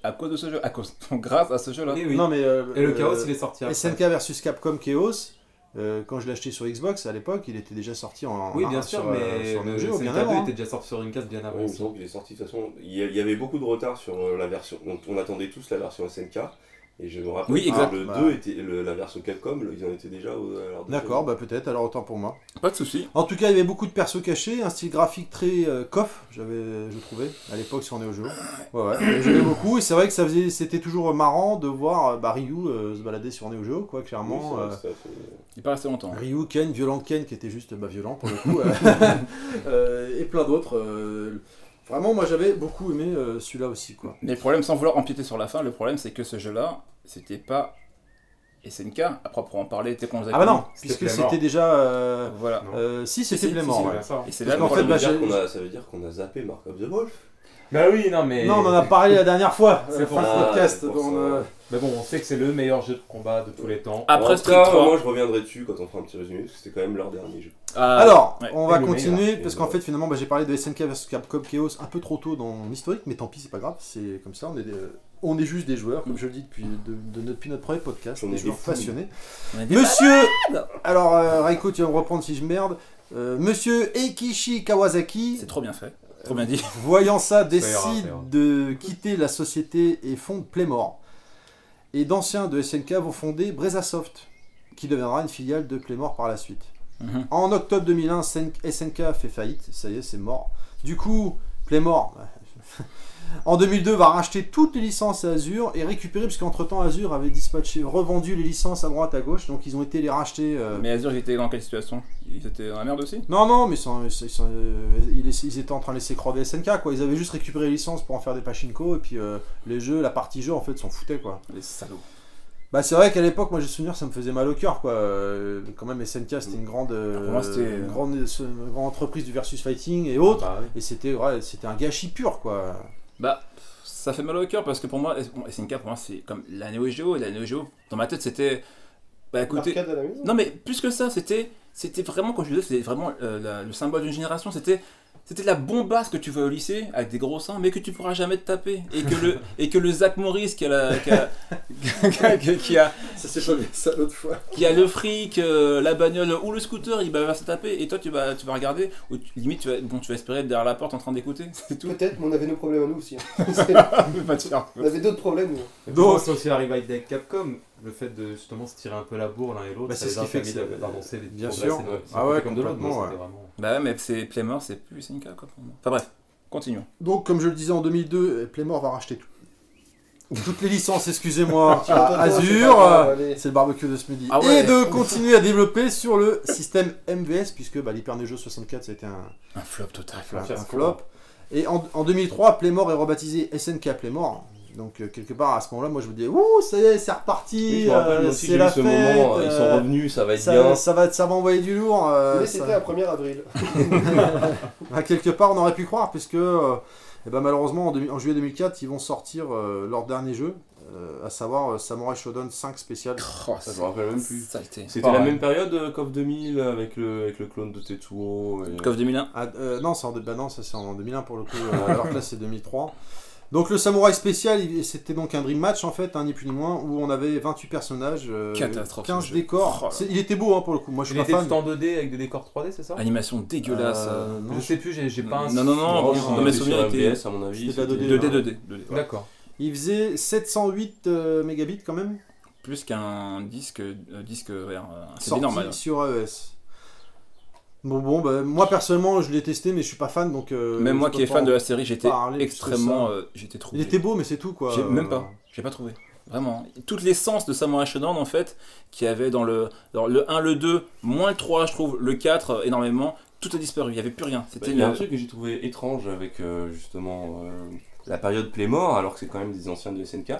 S5: à cause de ce jeu, à cause, grâce à ce jeu-là.
S4: Et, oui.
S2: Non, mais. euh,
S4: et le
S2: euh,
S4: Chaos, il est sorti
S5: Ah,
S4: après.
S2: SNK versus Capcom Chaos. euh, quand je l'ai acheté sur Xbox à l'époque, il était déjà sorti en.
S4: Oui,
S2: en-
S4: bien
S2: sur,
S4: sûr,
S2: euh,
S4: mais
S2: sur Neo
S4: le
S2: Geo, bien
S4: SNK 2
S2: avant.
S4: était déjà sorti sur Dreamcast bien
S3: Ah
S4: avant
S3: oui, il me
S4: aussi.
S3: semble qu'il est sorti de toute façon. Il y, a- il y avait beaucoup de retard sur euh, la version. On, on attendait tous la version SNK. Et je me rappelle
S5: Oui,
S3: que
S5: exact.
S3: le
S2: Bah.
S3: 2 était le- la version Capcom, le- ils en étaient déjà au. à leur
S2: D'accord, bah peut-être, alors autant pour moi.
S5: Pas de souci.
S2: En tout cas, il y avait beaucoup de persos cachés, un style graphique très euh, coff, j'avais, je trouvais, à l'époque sur Neo Geo. Ouais, ouais, et j'aimais beaucoup, et c'est vrai que ça faisait, c'était toujours marrant de voir euh, bah, Ryu euh, se balader sur Neo Geo, quoi,
S3: Oui, c'est
S2: clairement.
S3: vrai
S2: euh,
S3: que ça fait-
S5: Il paraissait longtemps.
S2: Ryu, Ken, Violent Ken, qui était juste bah, violent pour le coup, euh, euh, et plein d'autres. euh, vraiment, moi j'avais beaucoup aimé euh, celui-là aussi. quoi.
S5: Mais le problème, sans vouloir empiéter sur la fin, le problème c'est que ce jeu-là, c'était pas SNK, à proprement parler, dès qu'on les a
S2: Ah bah non,
S5: connus.
S2: puisque
S4: Clément.
S2: c'était déjà. euh,
S5: Voilà.
S4: Non.
S2: euh, si, c'était
S5: Si, si,
S2: Clément.
S5: si,
S2: ouais.
S4: Voilà, ça.
S5: Et c'est
S2: Parce
S5: là
S2: qu'en
S5: pour
S2: fait,
S5: le-
S2: bah,
S3: Ça
S2: j'ai-
S3: veut dire qu'on a- ça veut dire qu'on a zappé Mark of the Wolf.
S4: Bah oui, non, mais.
S2: Non, on en a parlé la dernière fois.
S4: C'est
S2: euh,
S4: pour
S2: fin
S3: ça,
S2: de podcast.
S3: c'est pour
S2: donc,
S3: ça.
S2: euh,
S4: Mais bon, on sait que c'est le meilleur jeu de combat de tous les temps.
S2: Ah,
S5: Après
S3: En tout
S5: Street
S3: cas,
S5: 3.
S3: moi je reviendrai dessus quand on fera un petit résumé, parce que c'était quand même leur dernier jeu.
S5: Ah,
S2: Alors,
S5: ouais.
S2: on va
S4: Et le
S2: continuer
S4: meilleur.
S2: parce
S3: Et
S2: qu'en
S3: le-
S2: fait, finalement, bah, j'ai parlé de SNK vs Capcom Chaos un peu trop tôt dans mon historique, mais tant pis, c'est pas grave. C'est comme ça, on est, des- on est juste des joueurs, comme je le dis depuis, de, de notre, depuis notre premier podcast.
S3: On
S2: On
S3: est
S2: est
S3: des
S2: joueurs
S3: fous.
S2: passionnés.
S5: On a dit-
S2: Monsieur. Alors, euh, Raiko, tu vas me reprendre si je merde. Euh, Monsieur Eikishi Kawasaki,
S5: C'est trop bien fait. Trop bien dit.
S2: voyant ça,
S4: ira, ça
S2: décide
S4: ira.
S2: de quitter la société et fonde Playmore. Et d'anciens de SNK vont fonder Brezasoft, qui deviendra une filiale de Playmore par la suite.
S5: Mhm.
S2: En octobre 2001, SN- SNK fait faillite, ça y est, c'est mort. Du coup, Playmore, en 2002, va racheter toutes les licences à Azure et récupérer, parce qu'entre-temps, Azure avait dispatché, revendu les licences à droite, à gauche, donc ils ont été les racheter... euh,
S5: Mais Azure, ils étaient dans quelle situation Ils étaient dans la merde aussi
S2: Non, non, mais sans- ils, sont- ils sont- euh, ils laissaient- ils étaient en train de laisser crever SNK, quoi. Ils avaient juste récupéré les licences pour en faire des pachinko, et puis euh, les jeux, la partie jeu, en fait, s'en foutaient, quoi.
S5: Les salauds.
S2: Bah c'est vrai qu'à l'époque, moi j'ai souvenir, ça me faisait mal au cœur quoi. Euh, quand même SNK c'était une grande, euh,
S5: pour moi, c'était,
S2: une
S5: euh,
S2: grande, une grande entreprise du versus fighting et autres.
S4: Bah oui.
S2: Et c'était ouais, c'était un gâchis pur quoi.
S5: Bah, ça fait mal au cœur parce que pour moi, S- bon, SNK, pour moi, c'est comme la Neo Geo. Et la Neo Geo, dans ma tête, c'était. Bah écoutez.
S7: L'arcade à la maison.
S5: Non, mais plus que ça, c'était, c'était vraiment, quand je disais, c'était vraiment euh, la- le symbole d'une génération. C'était, c'était la bombasse que tu vois au lycée avec des gros seins, mais que tu pourras jamais te taper. Et que le, et que le Zach Morris qui a, la- qui a, qui a- qui a-
S2: Ça s'est pas ça l'autre fois.
S5: qui a le fric, euh, la bagnole ou le scooter, il va va se taper. Et toi, tu vas, tu vas regarder, ou tu- limite, tu vas, bon, tu vas espérer être derrière la porte en train d'écouter. C'est tout.
S7: Peut-être, mais on avait nos problèmes à nous aussi. hein.
S5: Pas de chance.
S7: on avait d'autres problèmes. nous.
S4: Et
S2: Donc-
S4: pour moi, c'est aussi la rivalité avec Capcom, le fait de justement se tirer un peu la bourre l'un et l'autre,
S2: Bah,
S4: ça
S2: c'est
S4: les
S2: ce
S4: a
S2: qui fait que
S4: permis
S2: c'est-
S4: d'a- d'avancer et de
S2: bien
S4: progresser
S2: sûr.
S4: d'un- d'un
S2: Ah ouais,
S4: côté comme de l'autre.
S2: complètement,
S4: donc
S2: ouais.
S4: c'était vraiment-
S5: Bah ouais, mais c'est Playmore, c'est plus SNK quoi pour moi. Enfin bref, continuons.
S2: Donc comme je le disais en 2002, euh, Playmore va racheter tout. Toutes les licences, excusez-moi,
S7: Tu
S2: à
S7: entends, c'est
S2: Ah, Azure.
S7: pas grave,
S2: euh,
S7: allez.
S2: C'est le barbecue de ce midi.
S5: Ah ouais.
S2: Et de continuer à développer sur le système MVS, puisque bah, l'hyper Neo 64, ça a été un,
S5: Un flop total.
S2: un,
S4: fiasco.
S2: flop. Et en, en 2003, Playmore est rebaptisé SNK Playmore. Donc euh, quelque part à ce moment-là, moi je me dis ouh ça y est c'est reparti,
S3: Oui, je me rappelle
S2: euh,
S3: moi aussi,
S2: c'est
S3: j'ai
S2: la
S3: eu
S2: fête,
S3: ce moment, euh, ils sont
S2: euh,
S3: revenus, ça va être bien.
S2: ça, ça va ça va envoyer du lourd. euh,
S7: Mais
S2: ça-
S7: c'était un 1er avril.
S2: Bah, quelque part on aurait pu croire puisque euh, eh ben, malheureusement en, 2000 en juillet 2004 ils vont sortir euh, leur dernier jeu, euh, à savoir euh, Samurai Shodown 5 spécial.
S3: Oh, Ça, je me rappelle même plus.
S5: Saleté.
S3: C'était la
S5: Pareil.
S3: même période, euh, KOF 2000, avec le, avec le clone de Tetsuo. Et...
S5: Cov 2001.
S2: Ah, euh, non, c'est en, bah non, ça c'est en 2001 pour le coup, euh, alors que là c'est 2003. Donc le samouraï spécial, il- c'était donc un dream match en fait, hein, ni plus ni moins, où on avait 28 personnages, euh,
S5: Catastrophe,
S2: 15
S5: ce jeu.
S2: décors.
S5: Oh là là.
S2: C'est- il était beau hein, pour le coup, moi je suis
S4: Il
S2: pas
S4: était
S2: fan.
S4: tout en 2D avec des décors 3D, c'est ça
S5: Animation dégueulasse.
S2: Euh, non,
S4: Je sais plus, j'ai j'ai pas un.
S5: Non, non, non,
S3: Non,
S5: dans
S3: on
S5: mes
S3: était sur
S5: souvenirs, il était-
S3: MVS, à mon avis.
S2: c'était de la
S3: c'était-
S2: 2D,
S5: 2D, 2D, 2D. ouais.
S4: D'accord.
S2: Il faisait 708 euh, mégabits quand même,
S5: Plus qu'un disque, euh, disque vert. euh, C'est
S2: sorti
S5: normal.
S2: sur AES. Bon, bon, bah, moi personnellement je l'ai testé, mais je suis pas fan donc. euh,
S5: Même
S2: je
S5: moi
S2: peux
S5: qui est
S2: pas
S5: fan
S2: en-
S5: de E la série, j'étais
S2: parler plus que
S5: extrêmement.
S2: ça.
S5: euh, j'étais trop.
S2: Il était beau, mais c'est tout quoi.
S5: J'ai- même pas.
S2: Euh,
S5: J'ai pas trouvé. Vraiment. Toutes les sens de Samurai Shodown, en fait, qui avait dans le, dans le 1, le 2, moins le 3, je trouve, le 4, euh, énormément, tout a disparu. Il n'y avait plus rien.
S3: Bah,
S5: C'était
S3: Il y a
S5: le-
S3: un truc que j'ai trouvé étrange avec euh, justement euh, la période Playmore, alors que c'est quand même des anciens de SNK,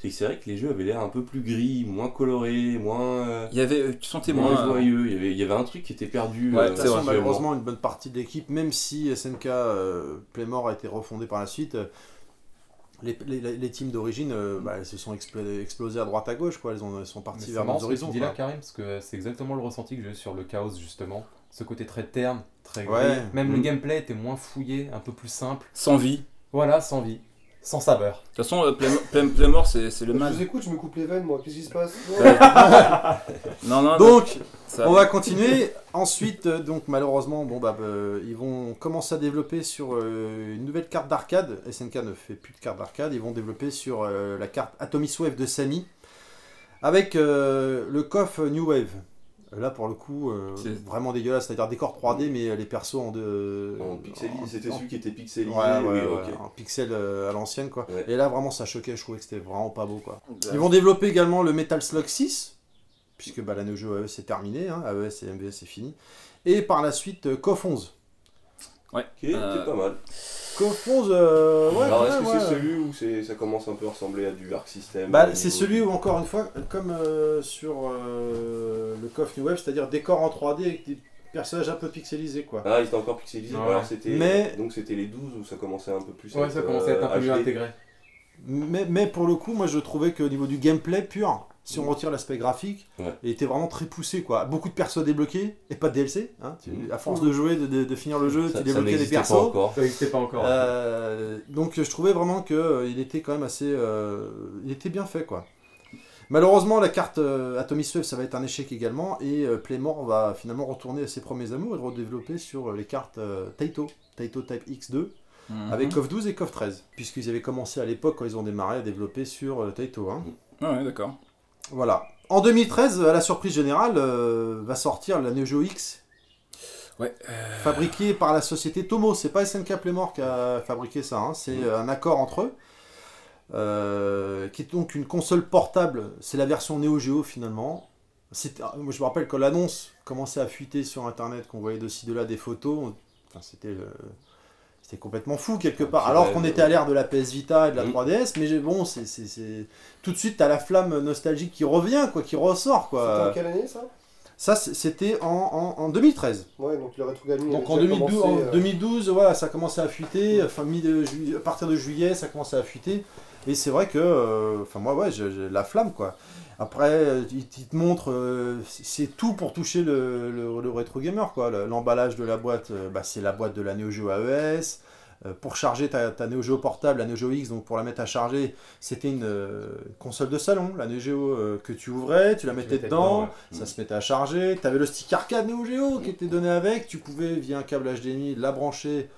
S3: c'est que c'est vrai que les jeux avaient l'air un peu plus gris, moins colorés, moins, euh,
S5: Il y avait. euh, Tu sentais
S3: moins
S5: moins. euh,
S3: joyeux. Il y, avait, il y avait un truc qui était perdu.
S5: Ouais,
S3: euh,
S5: de
S2: De
S5: toute
S2: toute façon,
S5: C'est vrai,
S2: malheureusement, une bonne partie de l'équipe, même si SNK euh, Playmore a été refondé par la suite, euh, les, les- les- les teams d'origine euh, bah, elles se sont expl- explosées à droite à gauche. Quoi. Elles, ont, elles sont
S4: Mais
S2: parties
S4: C'est
S2: vers
S4: marrant
S2: d'autres
S4: ce que tu
S2: horizons.
S4: dis là,
S2: quoi.
S4: Karim, parce que c'est exactement le ressenti que j'ai eu sur le Chaos, justement. Ce côté très terne, très gris.
S2: Ouais.
S4: Même le
S2: Mhm.
S4: gameplay était moins fouillé, un peu plus simple.
S5: Sans vie.
S4: Voilà, sans vie, sans saveur.
S5: De toute façon, euh, Playmore- Play- Playmore, c'est c'est le
S7: Je
S5: mal.
S7: vous écoute, je me coupe les veines, moi. Qu'est-ce qui se passe
S5: Non, non,
S2: Donc,
S5: ça-
S2: on va continuer. Ensuite, euh, donc malheureusement, bon, bah, euh, ils vont commencer à développer sur euh, une nouvelle carte d'arcade. SNK ne fait plus de carte d'arcade. Ils vont développer sur euh, la carte Atomic Wave de Samy avec euh, le coffre New Wave. Euh, Là, pour le coup, euh,
S5: C'est-
S2: vraiment dégueulasse. C'est-à-dire décor 3D, mais euh, les persos en deux.
S3: en pixelisé,
S2: euh, en-
S3: c'était
S2: en-
S3: celui qui était pixelisé.
S2: Ouais, ouais,
S3: oui,
S2: ouais,
S3: ok.
S2: en pixel euh, à l'ancienne quoi.
S3: Ouais.
S2: Et là vraiment ça choquait, je trouvais que c'était vraiment pas beau quoi. Ils vont développer également le Metal Slug 6, puisque bah, la Neo Geo AES est terminée, hein, AES et MVS c'est fini. Et par la suite euh, KOF 11.
S5: Ouais.
S3: Qui est- qui est
S5: Euh,
S3: pas mal.
S2: Confuse, euh, ouais,
S3: Alors,
S2: ouais,
S3: est-ce que
S2: ouais.
S3: c'est celui où c'est- ça commence un peu à ressembler à du Arc System
S2: Bah,
S3: au
S2: c'est
S3: niveau-
S2: celui où, encore une fois, comme euh, sur euh, le Coff New Wave, c'est-à-dire décor en 3D avec des personnages un peu pixelisés, quoi.
S3: Ah, il était encore pixelisé.
S4: Ouais.
S3: Alors, c'était...
S2: Mais-
S3: Donc, c'était les 12 où ça commençait un peu plus
S4: Ouais, ça commençait à
S2: Ah,
S4: être un peu
S3: euh,
S4: mieux
S3: HD.
S4: intégré.
S2: Mais, mais pour le coup, moi, je trouvais qu'au niveau du gameplay pur, si on retire l'aspect graphique,
S3: Mm. Ouais.
S2: il était vraiment très poussé, quoi. Beaucoup de persos débloqués, et pas de DLC, hein. Tu-
S3: Mhm.
S2: À force de jouer, de, de- de finir le jeu,
S3: Ça-
S2: tu
S3: ça
S2: débloquais des
S3: n'existait pas
S2: persos.
S3: encore.
S4: Ça n'existait pas encore.
S2: Euh, donc je trouvais vraiment que euh, il était quand même assez, euh, il était bien fait quoi. Malheureusement la carte euh, Atomic Swift ça va être un échec également et euh, Playmore va finalement retourner à ses premiers amours et redévelopper sur euh, les cartes euh, Taito, Taito Type X2
S5: Mhm.
S2: avec CoF 12 et CoF 13 puisqu'ils avaient commencé à l'époque quand ils ont démarré à développer sur euh, Taito. hein.
S5: Ouais, ouais, d'accord.
S2: Voilà. En 2013 à la surprise générale euh, va sortir la Neo Geo X.
S5: Ouais,
S3: euh,
S2: Fabriquée par la société Tomo, c'est pas SNK Playmore qui a fabriqué ça, hein, c'est euh, un accord entre eux. Euh, qui est donc une console portable, c'est la version Neo Geo finalement. C'était- ah, Moi je me rappelle que l'annonce commençait à fuiter sur internet, qu'on voyait de ci de là des photos. On- Enfin, c'était le- c'était complètement fou quelque part.
S3: petit
S2: Alors
S3: rêve,
S2: qu'on
S3: ouais.
S2: était à l'ère de la PS Vita et de la
S3: Mm.
S2: 3DS, mais j'ai- bon, c'est c'est- c'est- tout de suite t'as la flamme nostalgique qui revient, quoi, qui ressort,
S7: C'était
S2: quoi.
S7: en quelle année ça
S2: Ça c'est- c'était en, en- en 2013.
S7: Ouais, donc le rétro gaming.
S2: Donc
S7: avait
S2: en
S7: déjà
S2: 2012,
S7: commencé,
S2: en
S7: euh,
S2: 2012, voilà, ça a commencé à fuiter. Enfin, mi de ju- à partir de juillet, ça a commencé à fuiter. Et c'est vrai que, euh, enfin moi, ouais, j'ai j'ai la flamme, quoi. Après, euh, il il te montre, euh, c'est- c'est tout pour toucher le, le, le rétro gamer, quoi. Le- L'emballage de la boîte, euh, bah, c'est la boîte de la Neo Geo AES. Euh, pour charger ta, ta Neo Geo portable, la Neo Geo X, donc pour la mettre à charger, c'était une euh, console de salon, la Neo Geo euh, que tu ouvrais, tu la mettais, dedans, Mm.
S4: ouais.
S2: ça se mettait à charger, t'avais le stick arcade Neo Geo qui était donné avec, tu pouvais via un câble HDMI la brancher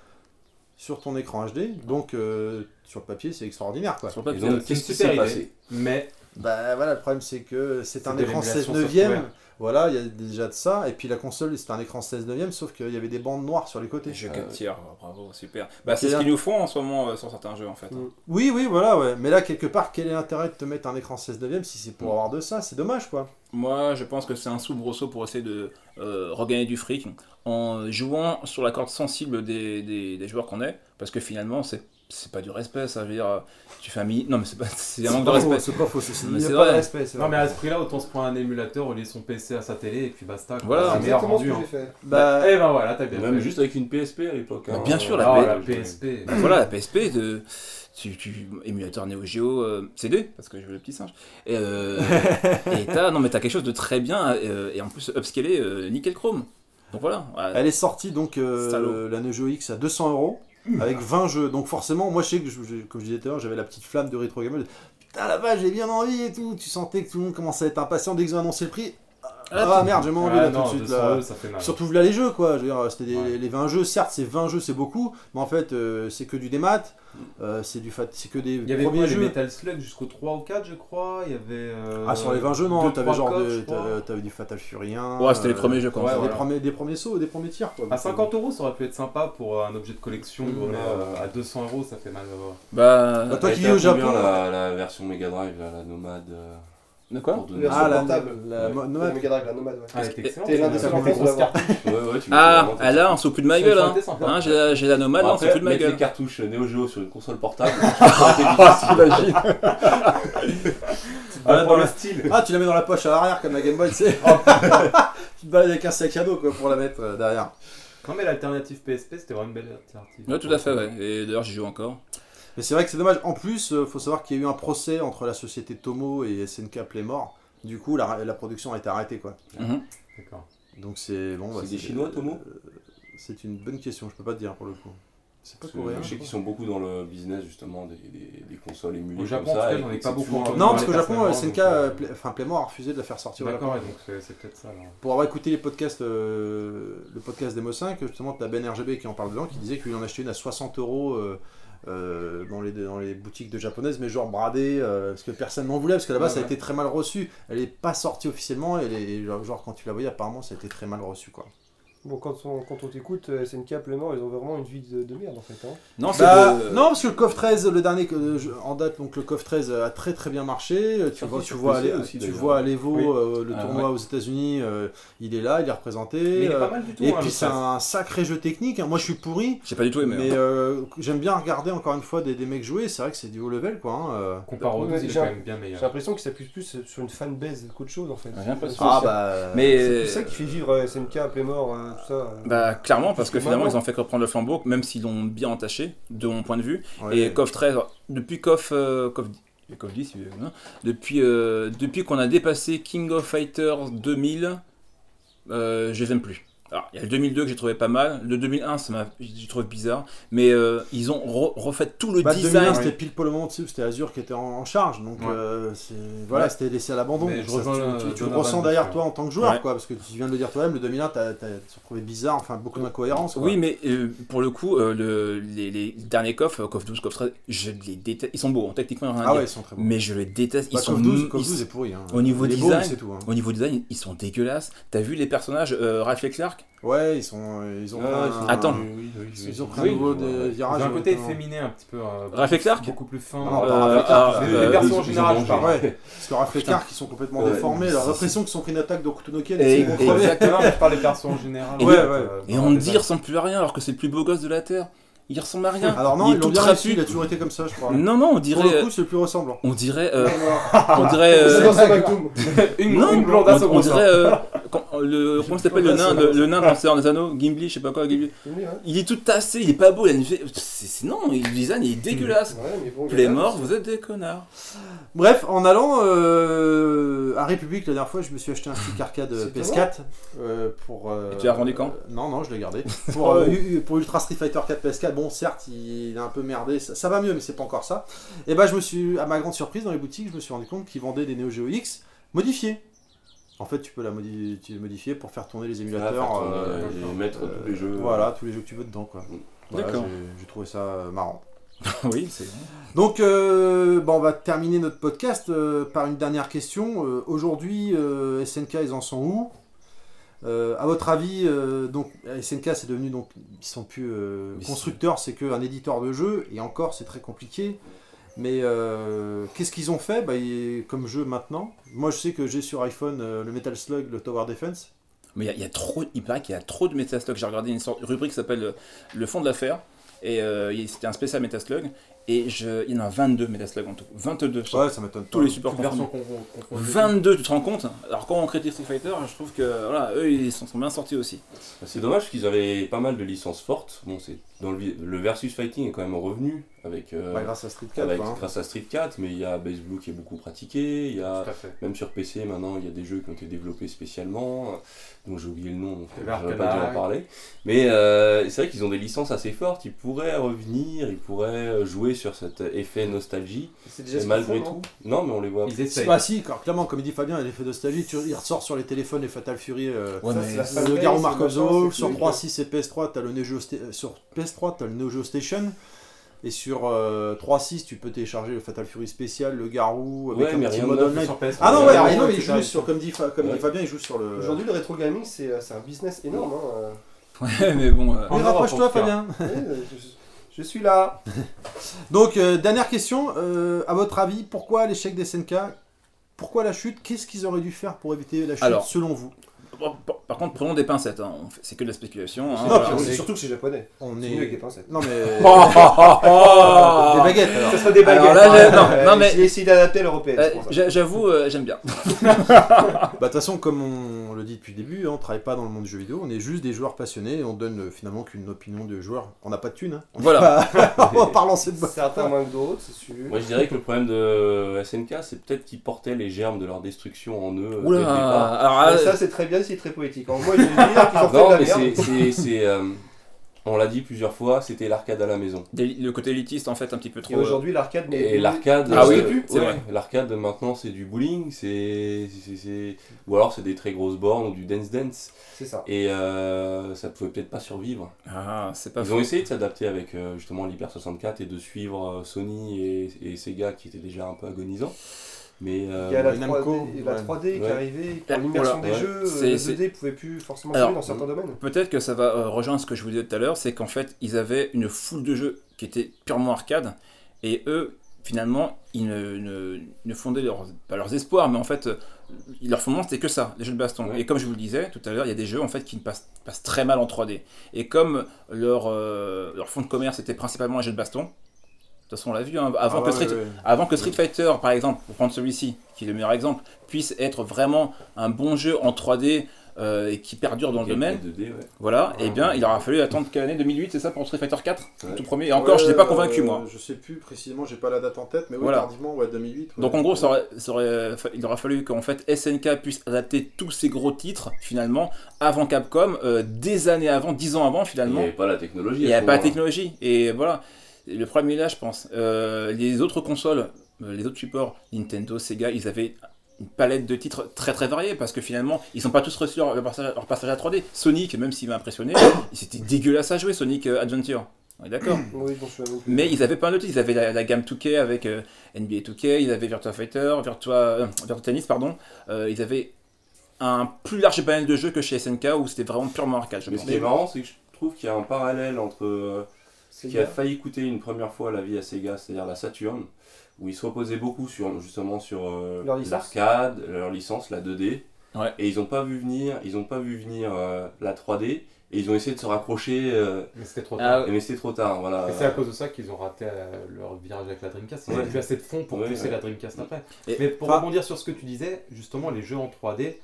S2: sur ton écran HD, donc euh, sur le papier c'est extraordinaire quoi.
S5: Sur le
S3: Et
S5: papier,
S3: donc, qu'est-ce qui s'est
S4: idée.
S3: passé
S4: Mais
S2: Bah voilà, le problème c'est que c'est un
S4: C'était
S2: écran
S4: l'émulation
S2: 16
S4: sur
S2: 9
S4: couvert.
S2: voilà, il y a déjà de ça, et puis la console c'était un écran 16 9 sauf qu'il y avait des bandes noires sur les côtés.
S5: Je
S3: Ah,
S5: capte
S3: ouais.
S5: tiers, oh, bravo, super. Bah, c'est ce
S2: Tiers.
S5: qu'ils nous font en ce moment euh, sur certains jeux en fait.
S7: Mm.
S2: Oui, oui, voilà, ouais. Mais là, quelque part, quel est l'intérêt de te mettre un écran 16 9 si c'est pour
S3: Mm.
S2: avoir de ça C'est dommage quoi.
S5: Moi, je pense que c'est un sou grosso pour essayer de euh, regagner du fric en jouant sur la corde sensible des, des- des joueurs qu'on est, parce que finalement, c'est c'est pas du respect, ça veut dire euh, tu fais un mini- Non, mais c'est pas c'est un manque de
S2: pas faux,
S5: respect.
S2: C'est pas faux, c'est
S5: Mais
S2: il y a
S5: c'est
S2: pas de
S5: vrai.
S2: respect, c'est
S4: non, mais
S2: vrai.
S4: à ce prix-là, autant se prendre un émulateur, relier son PC à sa télé et puis basta. quoi.
S5: Voilà.
S4: c'est
S7: C'est
S4: le meilleur
S7: exactement ce
S4: rendu.
S7: que j'ai
S4: Hein.
S7: fait.
S2: Bah,
S4: Eh ben voilà, t'as bien
S3: Même
S4: fait.
S3: juste avec une PSP à l'époque.
S5: Bah,
S3: hein.
S5: bien sûr, la
S4: Ah,
S5: P-
S4: la PSP.
S5: Bah, voilà, la PSP, de, tu, tu- émulateur Neo Geo euh, CD, parce que je veux le petit singe. Et, euh, et t'as, non, mais t'as quelque chose de très bien, euh, et en plus upscalé, euh, nickel chrome. Donc voilà. voilà.
S2: Elle est sortie donc euh,
S5: Salaud.
S2: la Neo Geo X à 200 euros avec 20 jeux. Donc forcément, moi je sais que, je- je- comme je disais tout à l'heure, j'avais la petite flamme de rétro gamer. Putain la vache, j'ai bien envie et tout. Tu sentais que tout le monde commençait à être impatient dès qu'ils ont annoncé le prix. Ah, merde, j'ai moins envie
S4: Ah
S2: là
S4: non,
S2: tout de suite.
S4: 200
S2: Là.
S4: euros, ça fait mal.
S2: Surtout là les jeux quoi, je veux dire, euh, c'était des-
S4: Ouais.
S2: les 20 jeux, certes c'est 20 jeux c'est beaucoup, mais en fait euh, c'est que du démat, euh, c'est du fat, c'est que des
S4: Il y avait
S2: premiers
S4: quoi, les
S2: jeux.
S4: Metal Slug jusqu'au 3 ou 4, je crois. Il y avait. euh,
S2: Ah sur les 20 jeux non,
S4: deux,
S2: t'avais
S4: trois
S2: genre
S4: codes,
S2: de-
S4: je crois.
S2: t'avais- euh, t'avais du Fatal Furien.
S5: Ouais, c'était les
S2: euh,
S5: premiers jeux
S2: ouais,
S5: qu'on faisait.
S2: des,
S4: voilà.
S2: premiers, des premiers sauts, des premiers tirs quoi.
S4: À 50 euros, ça aurait pu être sympa pour euh, un objet de collection,
S2: Mm.
S4: mais euh, à 200 euros, ça fait mal. euh,
S5: Bah,
S2: Bah, toi
S3: Elle
S2: qui
S3: était
S2: vis au
S3: à combien,
S2: Japon,
S3: La, la version Mega Drive, là, la Nomade. euh,
S5: de quoi
S3: pour donner-
S7: Version
S2: Ah, la-
S7: portable.
S2: la
S3: Ouais.
S2: mo-
S7: La
S2: nomade.
S7: Mega Drive, la nomade, ouais.
S4: Ah, elle était excellente.
S7: T'es l'un
S2: des
S7: des seuls
S2: seuls
S7: en France à l'avoir.
S3: Ouais, ouais, tu
S5: Ah,
S3: mets-
S5: ah là, on s'en fout de ma
S4: Ça
S5: gueule, hein.
S4: sentait sympa.
S5: Hein, j'ai, la- j'ai la nomade, là, on
S3: Après,
S5: s'en fout de ma
S3: mettre
S5: gueule.
S3: les cartouches Neo Geo sur une console portable, c'était difficile.
S2: Ah,
S4: pour
S2: dans
S4: le
S2: la-
S4: style.
S2: Ah, tu la mets dans la poche à l'arrière comme la Game Boy, tu sais.
S4: Oh.
S2: tu te balades avec un sac à dos quoi, pour la mettre euh, derrière.
S4: Non, mais l'alternative PSP, c'était vraiment une belle alternative.
S5: Ouais, tout à fait, ouais. Et d'ailleurs, j'y joue encore.
S2: Mais c'est vrai que c'est dommage. En plus, euh, faut savoir qu'il y a eu un procès entre la société Tomo et SNK Playmore. Du coup, la, la production a été arrêtée quoi.
S4: D'accord.
S2: Donc c'est bon.
S3: C'est des Chinois, Tomo
S2: euh, C'est une bonne question, je peux pas te dire pour le coup. C'est pas
S3: Parce que
S2: coréen.
S3: Je sais qu'ils sont beaucoup dans le business justement des, des, des consoles émulées.
S4: Au Japon,
S3: comme ça,
S4: en tout cas,
S3: et
S4: j'en ai
S3: c'est
S4: pas beaucoup
S3: toujours-
S4: entendu.
S2: Non, parce
S4: Ouais,
S2: qu'au Japon, euh, SNK,
S4: personnellement,
S2: euh,
S4: donc,
S2: Pla- enfin Playmore a refusé de la faire sortir. au
S4: D'accord,
S2: Japon.
S4: ouais, donc c'est c'est peut-être ça. alors.
S2: Pour avoir écouté les podcasts, euh, le podcast d'Emo5, justement, t'as Ben RGB qui en parle dedans, qui disait qu'il en achetait une à 60 euros euh, euh, dans les, dans les boutiques de japonaises, mais genre bradée, euh, parce que personne n'en voulait, parce que là-bas,
S4: Ouais,
S2: ça a
S4: ouais.
S2: été très mal reçu. Elle est pas sortie officiellement, et les- genre, genre, quand tu la voyais, apparemment, ça a été très mal reçu, quoi.
S7: Bon, quand on, quand on t'écoute, euh, SNK, Plément, ils ont vraiment une vie de, de merde en fait. Hein.
S5: Non, c'est
S2: Bah,
S5: le-
S2: Non, parce que le COF 13, le dernier que, euh, je- en date, donc le COF 13 a très très bien marché. Euh, Tu
S3: Sur-
S2: vois, tu
S3: sur
S2: vois,
S3: PC
S2: à l'E-
S3: aussi,
S2: tu
S3: d'ailleurs.
S2: vois à l'Evo
S4: Oui.
S2: euh, le
S5: Ah,
S2: tournoi aux États-Unis, euh, il est là, il est représenté.
S4: Mais il est
S2: euh,
S4: pas mal du tout.
S2: et
S4: hein,
S2: puis
S4: le
S2: c'est
S4: stress.
S2: un sacré jeu technique. hein. Moi, je suis pourri.
S5: J'ai pas du tout aimé.
S2: Mais
S5: hein.
S2: euh, j'aime bien regarder encore une fois des, des mecs jouer, c'est vrai que c'est du haut level quoi. hein, euh.
S4: Comparé au
S7: Ouais,
S4: 12, il est
S7: déjà,
S4: quand même bien
S7: J'ai
S4: meilleur.
S7: l'impression qu'ils s'appuient plus sur une fanbase qu'autre chose en fait.
S5: euh, J'ai l'impression.
S2: Ah
S7: C'est-
S2: bah.
S5: Mais
S7: C'est ça qui fait vivre euh, SNK, Playmore, euh, tout ça. euh.
S5: Bah clairement parce que
S7: Parce que
S5: finalement
S7: maintenant-
S5: ils ont fait que reprendre le flambeau même s'ils l'ont bien entaché de mon point de vue
S1: euh,
S2: ouais.
S5: et CoF 13 depuis CoF euh, CoF, CoF 10 euh, non, depuis euh, depuis qu'on a dépassé King of Fighters 2000 euh, je les aime plus. Alors il y a le 2002 que j'ai trouvé pas mal, le 2001 ça m'a je trouve bizarre mais euh, ils ont re- refait tout le
S2: Bah, 2001,
S5: design
S2: c'était pile poil au moment dessus, c'était Azure qui était en, en charge, donc
S4: Ouais.
S2: euh, c'est- voilà,
S4: Ouais.
S2: c'était laissé à l'abandon.
S4: Mais je
S2: Ça,
S4: rejoins, euh,
S2: tu, tu- tu le
S4: Donovan,
S2: ressens
S4: donc,
S2: derrière
S4: euh,
S2: toi en tant que joueur,
S5: ouais.
S2: quoi, parce que tu viens de le dire toi-même, le 2001, t'as t'as trouvé bizarre, enfin beaucoup d'incohérences. quoi.
S5: Oui, mais euh, pour le coup, euh, le- les, les derniers coffres, euh, coffre 12, coffre 13, je les déteste. Ils sont beaux, hein, techniquement, rien à
S2: ah
S5: dire.
S2: ouais, ils sont très bons.
S5: Mais je les déteste. Ils
S2: Bah,
S5: sont
S2: Cov 12,
S5: m-
S2: Cov
S5: ils-
S2: 12 est pourri. Hein.
S5: au niveau
S2: Il est beau, mais
S5: design-
S2: c'est tout. hein.
S5: Au niveau design, ils sont dégueulasses. T'as vu les personnages euh, Ralph et Clark
S2: Ouais, ils sont, euh, ils ont. pris un-
S5: Attends.
S2: Ils ont pris un
S4: Oui,
S2: nouveau
S3: je
S2: de-
S3: vois, ouais.
S2: virage.
S4: J'ai un côté
S2: maintenant.
S4: efféminé un petit peu. euh,
S5: Ralph et Clark
S4: Beaucoup plus fin.
S2: Non, non,
S4: Euh,
S2: pas Raphaël
S5: euh,
S2: Clark,
S5: ah,
S2: mais
S4: les
S5: euh,
S4: versions
S3: ils-
S4: en
S3: ils
S4: général,
S3: ont
S4: je parle.
S2: Bah Ouais, parce que Raphaël Clark, ils sont complètement
S3: Ouais,
S2: déformés.
S3: c'est-
S2: Leur
S3: c'est-
S2: l'impression qu'ils ont pris une attaque d'Okutunoken.
S5: Et-
S2: c'est bon,
S5: et-
S2: crevé.
S5: Exactement.
S4: Non, mais je parle des persos en général.
S5: Et-
S2: Ouais, ouais.
S4: euh,
S5: Et
S4: dans
S5: on
S4: les
S5: dit, ils
S4: années.
S5: ressemblent plus à rien alors que c'est le plus beau gosse de la Terre. Il ressemble à rien.
S2: Alors non,
S5: il
S2: ils
S5: est
S2: l'ont
S5: tout
S2: bien reçu,
S5: trapu.
S2: il a toujours été comme ça, je crois.
S5: Non, non, on
S2: Ah,
S5: dirait.
S2: Pour le
S5: euh,
S2: coup, c'est le plus ressemblant.
S5: on dirait. euh,
S7: C'est
S5: on dirait. euh,
S7: dans Sanctum.
S4: Une,
S5: non,
S4: une
S5: on,
S4: blondasse au
S5: on
S4: gros
S5: dirait. euh, quand- le, comment s'appelle le nain, le, le nain dans Seigneur des Anneaux Gimli, je sais pas quoi, Gimli.
S7: C'est mieux, hein.
S5: Il est tout tassé, il est pas beau, il a une... c'est- c'est- non, il le design il est dégueulasse.
S7: Ouais, mais bon,
S5: Les
S7: gars,
S5: morts, vous êtes des connards.
S2: Bref, en allant euh, à République la dernière fois, je me suis acheté un stick arcade
S7: C'est
S2: PS4 euh, pour. euh,
S5: Et tu l'as rendu quand
S2: euh, Non, non, je l'ai gardé. Pour, euh, U- U- pour Ultra Street Fighter 4 PS4, bon, certes, il est un peu merdé, ça, ça va mieux, mais c'est pas encore ça. Et bah, je me suis, à ma grande surprise, dans les boutiques, je me suis rendu compte qu'ils vendaient des Neo Geo X modifiés. En fait, tu peux la modi- tu les modifier pour faire tourner les
S3: Ah,
S2: émulateurs.
S3: attends,
S2: euh,
S3: euh, et mettre tous les jeux.
S2: Voilà, tous les jeux que tu veux dedans, quoi. Voilà,
S5: D'accord.
S2: j'ai- J'ai trouvé ça euh, marrant.
S5: Oui, c'est
S2: Donc, euh, bah, on va terminer notre podcast euh, par une dernière question. Euh, Aujourd'hui, euh, SNK, ils en sont où Euh, À votre avis, euh, donc SNK, c'est devenu donc ils sont plus euh,
S5: Mais
S2: constructeurs, c'est qu'un éditeur de jeu et encore, c'est très compliqué. Mais euh, qu'est-ce qu'ils ont fait bah, ils- comme jeu maintenant Moi, je sais que j'ai sur iPhone euh, le Metal Slug, le Tower Defense.
S5: Mais il y a- il y, a trop, il paraît qu'il y a trop de Metaslug. J'ai regardé une sorte- rubrique qui s'appelle euh, Le fond de l'affaire. Et euh, il- c'était un spécial Metaslug. Et je, il y en a 22 Metaslug en tout. 22.
S2: Ouais, ça m'étonne. pas.
S5: Tous les supports
S4: Toutes versions
S5: confondus.
S4: qu'on- qu'on- qu'on-
S5: 22, tu te rends compte hein. Alors quand on critique Street Fighter, je trouve que voilà, eux ils s'en sont bien sortis aussi.
S3: Bah, C'est dommage qu'ils avaient pas mal de licences fortes. Bon, c'est dans le, vi- le versus fighting est quand même revenu avec, euh,
S2: Bah, grâce à Street 4.
S3: avec-
S2: quoi, hein.
S3: grâce à Street 4, mais il y a Base Blue qui est beaucoup pratiqué, il y a
S4: Tout à fait.
S3: même sur PC maintenant il y a des jeux qui ont été développés spécialement, euh, dont j'ai oublié le nom, donc
S4: Et
S3: euh,
S4: Dark
S3: j'aurais pas dû en
S4: Knight.
S3: parler. Mais euh, c'est vrai qu'ils ont des licences assez fortes, ils pourraient revenir, ils pourraient euh, jouer sur cet effet nostalgie.
S7: C'est déjà
S3: Et
S7: ce
S3: malgré
S7: qu'ils font,
S3: tout, non mais on les voit.
S4: Ils essayent.
S2: Bah si, car- clairement, comme il dit Fabien, l'effet nostalgie, tu, il ressort sur les téléphones les Fatal Fury, euh,
S5: Ouais,
S7: Ça,
S5: mais-
S7: c'est la
S2: le
S7: fanbase,
S2: Garo
S7: c'est
S2: Marcozo,
S7: machin, c'est
S2: sur
S7: cool.
S2: 3.6 et PS3, t'as le Neo Geo Sta- euh, sur PS3, t'as le Neo Geo Station. Et sur euh, 3.6, tu peux télécharger le Fatal Fury spécial, le Garou, avec
S3: Ouais,
S2: un
S3: mais
S2: petit
S3: rien de
S2: mode
S3: neuf
S2: online.
S4: Sur PS,
S2: Ah non,
S4: euh,
S2: ouais,
S4: Dark
S2: mais non,
S4: Knight,
S2: mais il joue
S4: etc.
S2: sur, comme dit, Fa- comme dit
S3: Ouais.
S2: Fabien, il joue sur le.
S7: Aujourd'hui, le rétro gaming, c'est euh, c'est un business énorme. hein, euh.
S5: Ouais, mais bon. euh,
S4: En
S2: Mais
S4: Europe,
S2: rapproche-toi,
S4: en tout cas.
S2: Fabien.
S7: Ouais, euh, je, je suis là.
S2: Donc, euh, dernière question, euh, à votre avis, pourquoi l'échec des SNK Pourquoi la chute Qu'est-ce qu'ils auraient dû faire pour éviter la chute,
S5: Alors.
S2: selon vous
S5: par, par- par contre, prenons des pincettes. hein. On fait- C'est que de la spéculation. hein.
S2: Non,
S5: Voilà.
S2: puis on
S7: c'est
S2: est-
S7: surtout que c'est japonais.
S2: On
S7: C'est mieux avec des pincettes.
S2: Non, mais.
S5: Oh
S2: Des baguettes, alors.
S7: Ça serait des
S5: Alors
S7: baguettes.
S5: là, j'ai- non,
S7: Euh,
S5: non, mais-
S7: J'ai essayé d'adapter à l'européenne.
S5: Euh,
S7: c'est pour ça.
S5: j'a- J'avoue, euh, j'aime bien.
S2: Bah, de toute façon, comme on le dit depuis le début, hein, on travaille pas dans le monde du jeu vidéo, on est juste des joueurs passionnés et on donne euh, finalement qu'une opinion de joueur. On n'a pas de thune, hein. on
S5: Voilà.
S2: va pas lancer de boîte.
S7: Certains moins que d'autres, c'est sûr.
S3: Moi je dirais que le problème de SNK c'est peut-être qu'ils portaient les germes de leur destruction en eux euh, dès le départ.
S5: Oula. Alors,
S7: Mais
S5: euh,
S7: ça, c'est très bien, c'est très poétique. En moi, je vais dire qu'ils ont fait de
S3: Non,
S7: la
S3: mais
S7: merde.
S3: c'est. c'est- c'est, euh, on l'a dit plusieurs fois, c'était l'arcade à la maison.
S5: des- le côté élitiste en fait un petit peu trop.
S7: Et
S5: euh,
S7: aujourd'hui, l'arcade. n'est-
S3: Et l'arcade.
S5: Ah oui,
S3: euh,
S5: c'est
S3: ouais,
S5: vrai.
S3: L'arcade maintenant c'est du bowling, c'est. c'est- c'est- Ou alors c'est des très grosses bornes ou du dance dance.
S7: C'est ça.
S3: Et euh, ça pouvait peut-être pas survivre.
S5: Ah, c'est pas
S3: Ils ont
S5: faux.
S3: essayé de s'adapter avec euh, justement l'Hyper 64 et de suivre euh, Sony et, et Sega qui étaient déjà un peu agonisants. Mais euh,
S7: Il y a la
S2: ouais,
S7: 3D,
S2: Namco,
S7: et la
S2: ouais.
S7: 3D qui est
S3: Ouais.
S7: arrivée,
S5: Ah,
S7: quand l'immersion
S3: voilà,
S7: des
S3: ouais.
S7: jeux,
S5: C'est-
S7: euh, le
S5: c'est-
S7: 2D pouvait plus forcément
S5: Alors, euh,
S7: jouer dans certains domaines.
S5: Peut-être que ça va euh, rejoindre ce que je vous disais tout à l'heure, c'est qu'en fait, ils avaient une foule de jeux qui étaient purement arcade, et eux, finalement, ils ne, ne- ne fondaient leurs, pas leurs espoirs, mais en fait, euh, leur fondement, c'était que ça, les jeux de baston.
S3: Ouais.
S5: Et comme je vous le disais tout à l'heure, il y a des jeux en fait qui ne passent, passent très mal en 3D. Et comme leur, euh, leur fond de commerce était principalement un jeu de baston, de toute façon, on l'a vu, hein, avant
S2: Ah
S5: que
S2: ouais,
S5: Street
S2: ouais, ouais.
S5: avant que Street Fighter, par exemple, pour prendre celui-ci, qui est le meilleur exemple, puisse être vraiment un bon jeu en 3D euh, et qui perdure dans le domaine,
S3: 2D, ouais.
S5: voilà, et
S2: Ouais.
S5: bien il aura fallu attendre quelle année 2008, c'est ça, pour Street Fighter 4
S3: Ouais.
S5: Tout premier. Et encore, je n'étais pas convaincu,
S2: Ouais,
S5: moi.
S2: euh, Je sais plus précisément, j'ai pas la date en tête, mais oui,
S5: Voilà.
S2: tardivement, ouais, 2008. ouais.
S5: Donc en gros, ça aurait- ça aurait fa- euh, il aura fallu qu'en fait SNK puisse adapter tous ces gros titres, finalement, avant Capcom, euh, des années avant, dix ans avant,
S3: Il n'y
S5: finalement.
S3: avait pas la technologie.
S5: Il n'y
S3: à
S5: a
S3: ce
S5: pas de
S3: moment-là.
S5: technologie. Et voilà, le problème est là, je pense. Euh, les autres consoles, euh, les autres supports, Nintendo, Sega, ils avaient une palette de titres très très variée parce que finalement ils sont pas tous reçus leur leur passage, leur passage à 3D. Sonic, même s'il m'a impressionné, c'était dégueulasse à jouer Sonic euh, Adventure. On est d'accord.
S7: Oui, bon, je suis avec-
S5: Mais ils avaient plein d'autres. Ils avaient la, la gamme 2K avec euh, NBA 2K, ils avaient Virtua Fighter, Virtua, euh, Virtua Tennis, pardon. Euh, ils avaient un plus large panel de jeux que chez SNK où c'était vraiment purement arcade. Je
S3: Mais
S5: pense.
S3: ce qui est marrant, c'est que je trouve qu'il y a un parallèle entre euh, ce qui a failli coûter une première fois la vie à Sega, c'est-à-dire la Saturn, où ils se reposaient beaucoup sur, justement sur euh,
S7: Leur licence.
S3: l'arcade, leur licence, la 2D.
S5: Ouais.
S3: Et ils n'ont pas vu venir, ils ont pas vu venir euh, la 3D, et ils ont essayé de se raccrocher, euh,
S4: Mais c'était trop
S6: Ah,
S4: tard.
S3: mais c'était trop tard. Voilà.
S4: Et c'est à cause de ça qu'ils ont raté euh, leur virage avec la Dreamcast. Ils
S3: Euh, Ouais.
S4: n'avaient plus assez de fonds pour
S3: Ouais,
S4: pousser
S3: ouais.
S4: la Dreamcast après.
S5: Et-
S4: Mais pour
S2: Enfin-
S4: rebondir sur ce que tu disais, justement, les jeux en 3D,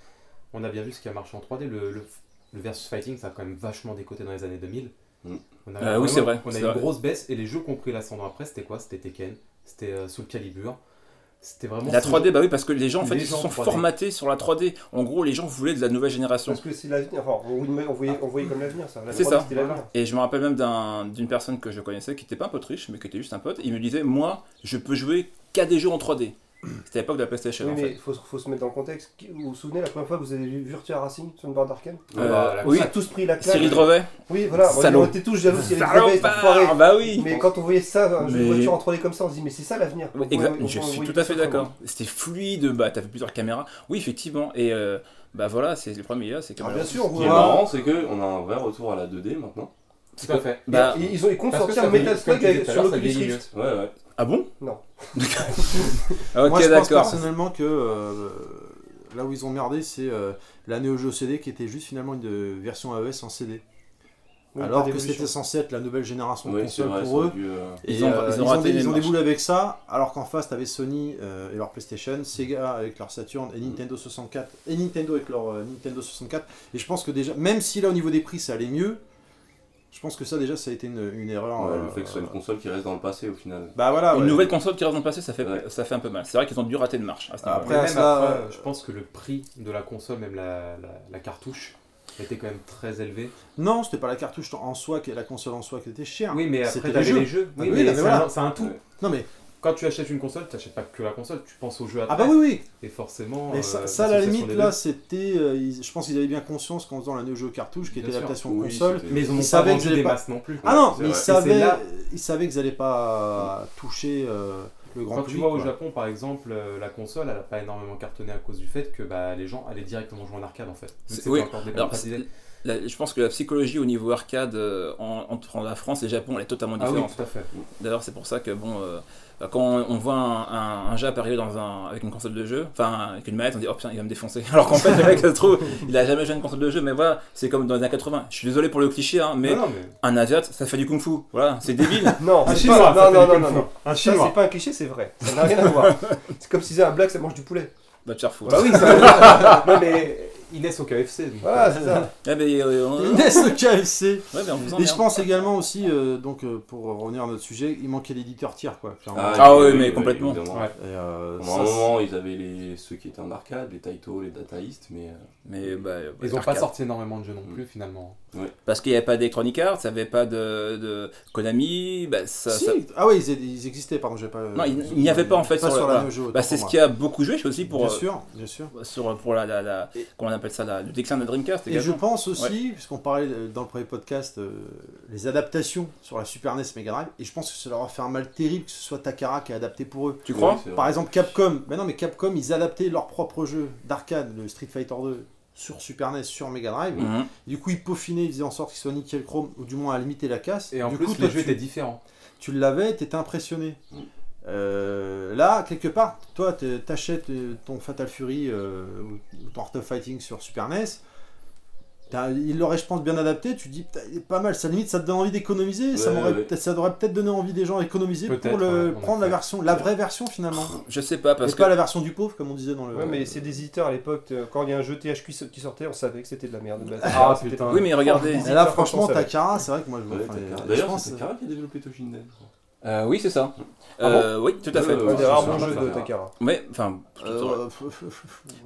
S4: on a bien vu ce qui a marché en 3D. Le, le, le versus fighting, ça a quand même vachement décoté dans les années 2000.
S3: Mm.
S4: On a,
S5: Euh, oui, c'est vrai,
S4: On a
S5: c'est
S4: eu une
S5: vrai.
S4: grosse baisse et les jeux compris l'ascendant après, c'était quoi C'était Tekken, c'était euh, Soul Calibur. C'était vraiment.
S5: La
S4: ce
S5: 3D, bah oui, parce que les gens, en fait,
S4: Les
S5: ils se
S4: gens
S5: sont
S4: 3D.
S5: formatés sur la 3D. En gros, les gens voulaient de la nouvelle génération.
S7: Parce que c'est l'avenir, enfin, on, on voyait, on voyait comme l'avenir ça. La
S5: C'est
S7: 3D,
S5: ça.
S7: C'était l'avenir.
S5: Et je me rappelle même d'un- d'une personne que je connaissais qui n'était pas un pote riche, mais qui était juste un pote. Il me disait Moi, je peux jouer qu'à des jeux en 3D. C'était à l'époque de la PlayStation,
S7: Oui,
S5: en
S7: mais
S5: fait.
S7: il faut, se- faut se mettre dans le contexte. Qui- Vous vous souvenez la première fois que vous avez vu Virtua Racing sur une barre d'arcade
S4: Ah
S5: Euh,
S4: bah, la-
S5: oui,
S7: On a tous pris la claque.
S5: Cyril Drevet.
S7: Oui, voilà, on-
S5: Salaud.
S7: on était tous jaloux Cyril
S5: Salopard
S7: Drevet, cet enfoiré.
S5: Bah oui
S7: Mais quand on voyait ça, un jeu de
S5: Mais-
S7: voiture en 3D comme ça, on se dit mais c'est ça l'avenir.
S5: Ouais,
S7: On
S5: exact,
S7: voit- on
S5: je
S7: voit- on
S5: suis
S7: voit
S5: tout à
S7: ça
S5: fait
S7: comme-
S5: d'accord. C'était fluide, bah t'avais plusieurs caméras. Oui, effectivement. Et euh, bah voilà, c'est le premier là, c'est que.
S7: Ah, bien sûr, on
S3: Ce qui est
S7: voit.
S3: marrant, c'est qu'on a un vrai retour à la 2D maintenant.
S4: Tout à fait.
S5: Bah,
S7: Et Ils ont ils comptent
S4: Parce que
S7: sortir
S4: ça
S7: un Metal
S4: vieillit, comme
S7: Strike
S4: tu disais
S7: avec-
S4: tout à
S7: sur
S4: l'heure, ça
S7: l'Oculus
S4: vieillit
S7: Rift.
S3: Ouais, ouais.
S5: ah bon
S7: Non.
S2: Moi,
S5: ok,
S2: je pense
S5: d'accord.
S2: personnellement que euh, là où ils ont merdé, c'est euh, la Neo Geo CD qui était juste finalement une euh, version AES en CD.
S7: Oui,
S2: Alors
S7: pas
S2: que
S7: d'évolution.
S2: c'était censé être la nouvelle génération de
S3: Oui, c'est
S2: consoles
S3: vrai,
S2: pour
S3: ça a
S2: eux.
S3: dû, euh,
S5: Ils
S2: Et,
S5: ont-
S2: euh,
S5: ils ont
S2: ils ont,
S5: raté
S2: des-
S5: les
S2: ils ont des
S5: marches.
S2: boules avec ça, alors qu'en face t'avais Sony euh, et leur PlayStation, Sega avec leur Saturn et Nintendo 64 et Nintendo avec leur euh, Nintendo 64. Et je pense que déjà, même si là au niveau des prix ça allait mieux, je pense que ça déjà ça a été une, une erreur.
S3: ouais,
S2: euh,
S3: le fait que ce soit une console qui reste dans le passé au final.
S2: Bah voilà.
S5: Une
S2: ouais.
S5: nouvelle console qui reste dans le passé, ça fait,
S3: Ouais.
S5: ça fait un peu mal. C'est vrai qu'ils ont dû rater de marche.
S7: Ah,
S5: à ce niveau-là.
S2: Après,
S4: Mais même
S2: ça,
S4: après,
S2: euh,
S4: je pense que le prix de la console, même la, la- la cartouche, était quand même très élevé.
S2: Non, c'était pas la cartouche en soi, qui- la console en soi qui était chère.
S4: Oui, mais
S2: C'était
S4: après,
S2: les
S4: t'avais
S2: jeux.
S4: les jeux.
S2: Ah
S4: Oui,
S2: oui,
S4: mais
S2: non, mais
S4: c'est
S2: voilà.
S4: un- c'est un tout.
S2: Non mais
S4: Quand tu achètes une console, t'achètes pas que la console, tu penses au jeu après.
S2: ah bah oui oui.
S4: Et forcément.
S2: Mais
S4: euh,
S2: ça, ça, à la
S4: l'association
S2: limite
S4: des
S2: là
S4: deux.
S2: c'était, euh, ils- je pense qu'ils avaient bien conscience qu'en faisant la Neo Geo cartouche qui
S4: Bien
S2: était
S4: sûr.
S2: l'adaptation
S3: Oui,
S2: console,
S3: c'était-
S4: Mais ils ont
S2: ils
S4: pas
S2: savaient que
S4: vendu
S2: j'allais
S4: des
S2: pas-
S4: masses non plus.
S2: Ah non,
S3: C'est
S2: mais ils
S3: vrai.
S4: Et c'est
S2: savaient,
S4: là-
S2: ils savaient qu'ils allaient pas toucher euh, le grand
S4: Quand tu
S2: public.
S4: vois au
S2: quoi.
S4: Japon, par exemple, euh, la console, elle a pas énormément cartonné à cause du fait que bah, les gens allaient directement jouer en arcade en fait.
S5: C'est-
S4: C'était
S5: oui.
S4: encore
S5: Alors,
S4: démocratisé.
S5: La- je pense que la psychologie au niveau arcade euh, en- entre la France et le Japon elle est totalement
S4: Ah oui,
S5: différente.
S4: tout à fait.
S5: D'ailleurs, c'est pour ça que bon, euh, bah, quand on, on voit un, un, un Jap arriver dans un, avec une console de jeu, enfin avec une manette, on dit oh putain, il va me défoncer. Alors qu'en fait, le mec, ça se trouve, il a jamais joué à une console de jeu, mais voilà, c'est comme dans les années 80. Je suis désolé pour le cliché, hein, mais
S4: Non, non, mais-
S5: un Asiat, ça fait du kung fu. Voilà, c'est débile.
S7: Non,
S4: Un
S7: c'est
S4: chinois, ça
S7: pas- non, non,
S4: fait
S7: non,
S4: du
S7: non,
S4: kung
S7: non.
S4: Un
S7: Ça,
S4: chinois.
S7: c'est pas un cliché, c'est vrai. Ça n'a rien à voir. C'est comme si disait un black, ça mange du poulet.
S5: Va te faire fou.
S7: Bah oui, ça.
S4: Non, mais il laisse au KFC. donc,
S7: Voilà, c'est ça.
S5: Ah, mais, euh, on- ouais,
S2: Inès au KFC.
S5: mais on vous
S2: Et je
S5: emmerde.
S2: pense également aussi, euh, donc euh, pour revenir à notre sujet, il manquait d'éditeur tiers quoi. clairement.
S5: Ah oui, mais complètement.
S3: évidemment.
S4: Ouais.
S2: Et, euh,
S3: Pendant
S2: ça,
S3: un
S2: c'est-
S3: moment, ils avaient les... ceux qui étaient en arcade, les Taito, les Dataistes, mais. euh,
S5: Mais bah,
S4: Ils ont pas
S5: arcade.
S4: Mm. sorti énormément de jeux non plus finalement.
S3: Ouais.
S5: Parce qu'il n'y avait pas d'Electronic Arts, ça avait pas de, de Konami. bah, ça-
S2: Si.
S5: ça-
S2: Ah oui, ils, ils existaient, par contre, j'ai pas.
S5: Non, il- il n'y avait pas, en fait,
S2: sur, la
S5: sur le- voilà.
S2: Neo Geo,
S5: bah,
S2: autant
S5: c'est
S2: pour
S5: ce
S2: moi.
S5: qui a beaucoup joué, je sais aussi pour,
S2: Bien
S5: euh,
S2: sûr, bien sûr.
S5: sur, pour la, la, la- Comment on appelle ça la- Le déclin de la Dreamcast
S2: Et je
S5: également.
S2: pense aussi, puisqu'on parlait euh, dans le premier podcast, euh, les adaptations sur la Super NES Mega Drive, et je pense que ça leur a fait un mal terrible que ce soit Takara qui a adapté pour eux.
S5: Tu crois
S3: Oui, c'est vrai.
S2: Euh, Par exemple, Capcom, ben non, mais Capcom, ils adaptaient leur propre jeu d'arcade, le Street Fighter 2, sur Super NES, sur Mega Drive.
S4: Mm.
S5: Mhm.
S2: Du coup, ils peaufinaient, ils faisaient en sorte qu'ils soient nickel chrome, ou du moins à limiter la casse.
S4: Et en
S2: du
S4: plus,
S2: coup, toi,
S4: les jeux
S2: tu-
S4: étaient Mm. différents.
S2: tu l'avais, t'étais impressionné. Euh, là, quelque part, toi, t'es- t'achètes euh, ton Fatal Fury euh, ou ou ton Art of Fighting sur Super NES. T'as- Il l'aurait, je pense, bien adapté. Tu te dis, putain, il est pas mal. Ça limite, ça te donne envie d'économiser. ça,
S3: Ouais,
S2: m'aurait
S3: ouais.
S2: peut-être- ça aurait peut-être donné envie des gens à économiser pour
S4: Peut-être,
S2: le,
S4: ouais, en
S2: prendre la
S4: effet.
S2: version, la vraie version finalement.
S5: Je sais pas, parce
S2: Et
S5: que.
S2: pas la version du pauvre, comme on disait dans le.
S7: Ouais, mais c'est des éditeurs à l'époque. euh, Quand il y a un jeu THQ so- qui sortait, on savait que c'était de la merde. de base.
S4: Ah,
S7: C'était-
S4: putain.
S5: Oui, mais regardez.
S2: Et là,
S7: éditeurs,
S2: franchement,
S7: franchement, ça va.
S2: Takara, c'est vrai que moi, je,
S3: Ouais,
S2: enfin,
S3: Takara.
S2: je
S3: D'ailleurs,
S2: pense-
S3: c'est Takara qui a développé Toshinden. je crois.
S5: Euh, oui, c'est ça.
S7: Ah bon
S5: Euh, oui, tout à fait.
S3: Euh,
S7: Un des rares
S3: c'est
S7: bons
S3: ça,
S7: jeux
S3: ça,
S7: de
S3: ça.
S7: Takara.
S5: Mais, enfin.
S2: Euh,
S5: Mais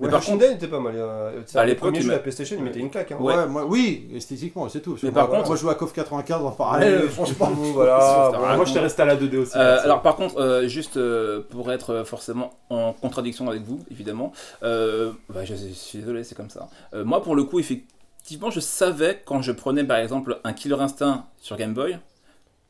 S7: Mais
S5: par
S7: par
S5: contre-
S7: était pas mal. euh, C'est
S5: À
S7: un des
S5: l'époque,
S7: premiers
S5: il
S7: jeux de
S5: m'a-
S7: la PlayStation, il mettait une claque. hein.
S5: Ouais.
S2: ouais, moi, oui, esthétiquement, c'est tout.
S5: Mais par
S2: Moi,
S5: contre-
S2: moi, je joue à KOF 95 en
S7: Ah,
S2: parallèle,
S7: euh,
S2: franchement.
S7: bon, voilà.
S5: Ça
S7: bon,
S5: sert à
S4: Moi, je t'ai resté à la 2D aussi.
S5: Euh,
S4: là-dessus.
S5: alors par contre, euh, juste euh, pour être euh, forcément en contradiction avec vous, évidemment, euh, bah, je, je suis désolé, c'est comme ça. Euh, moi, pour le coup, effectivement, je savais quand je prenais par exemple un Killer Instinct sur Game Boy,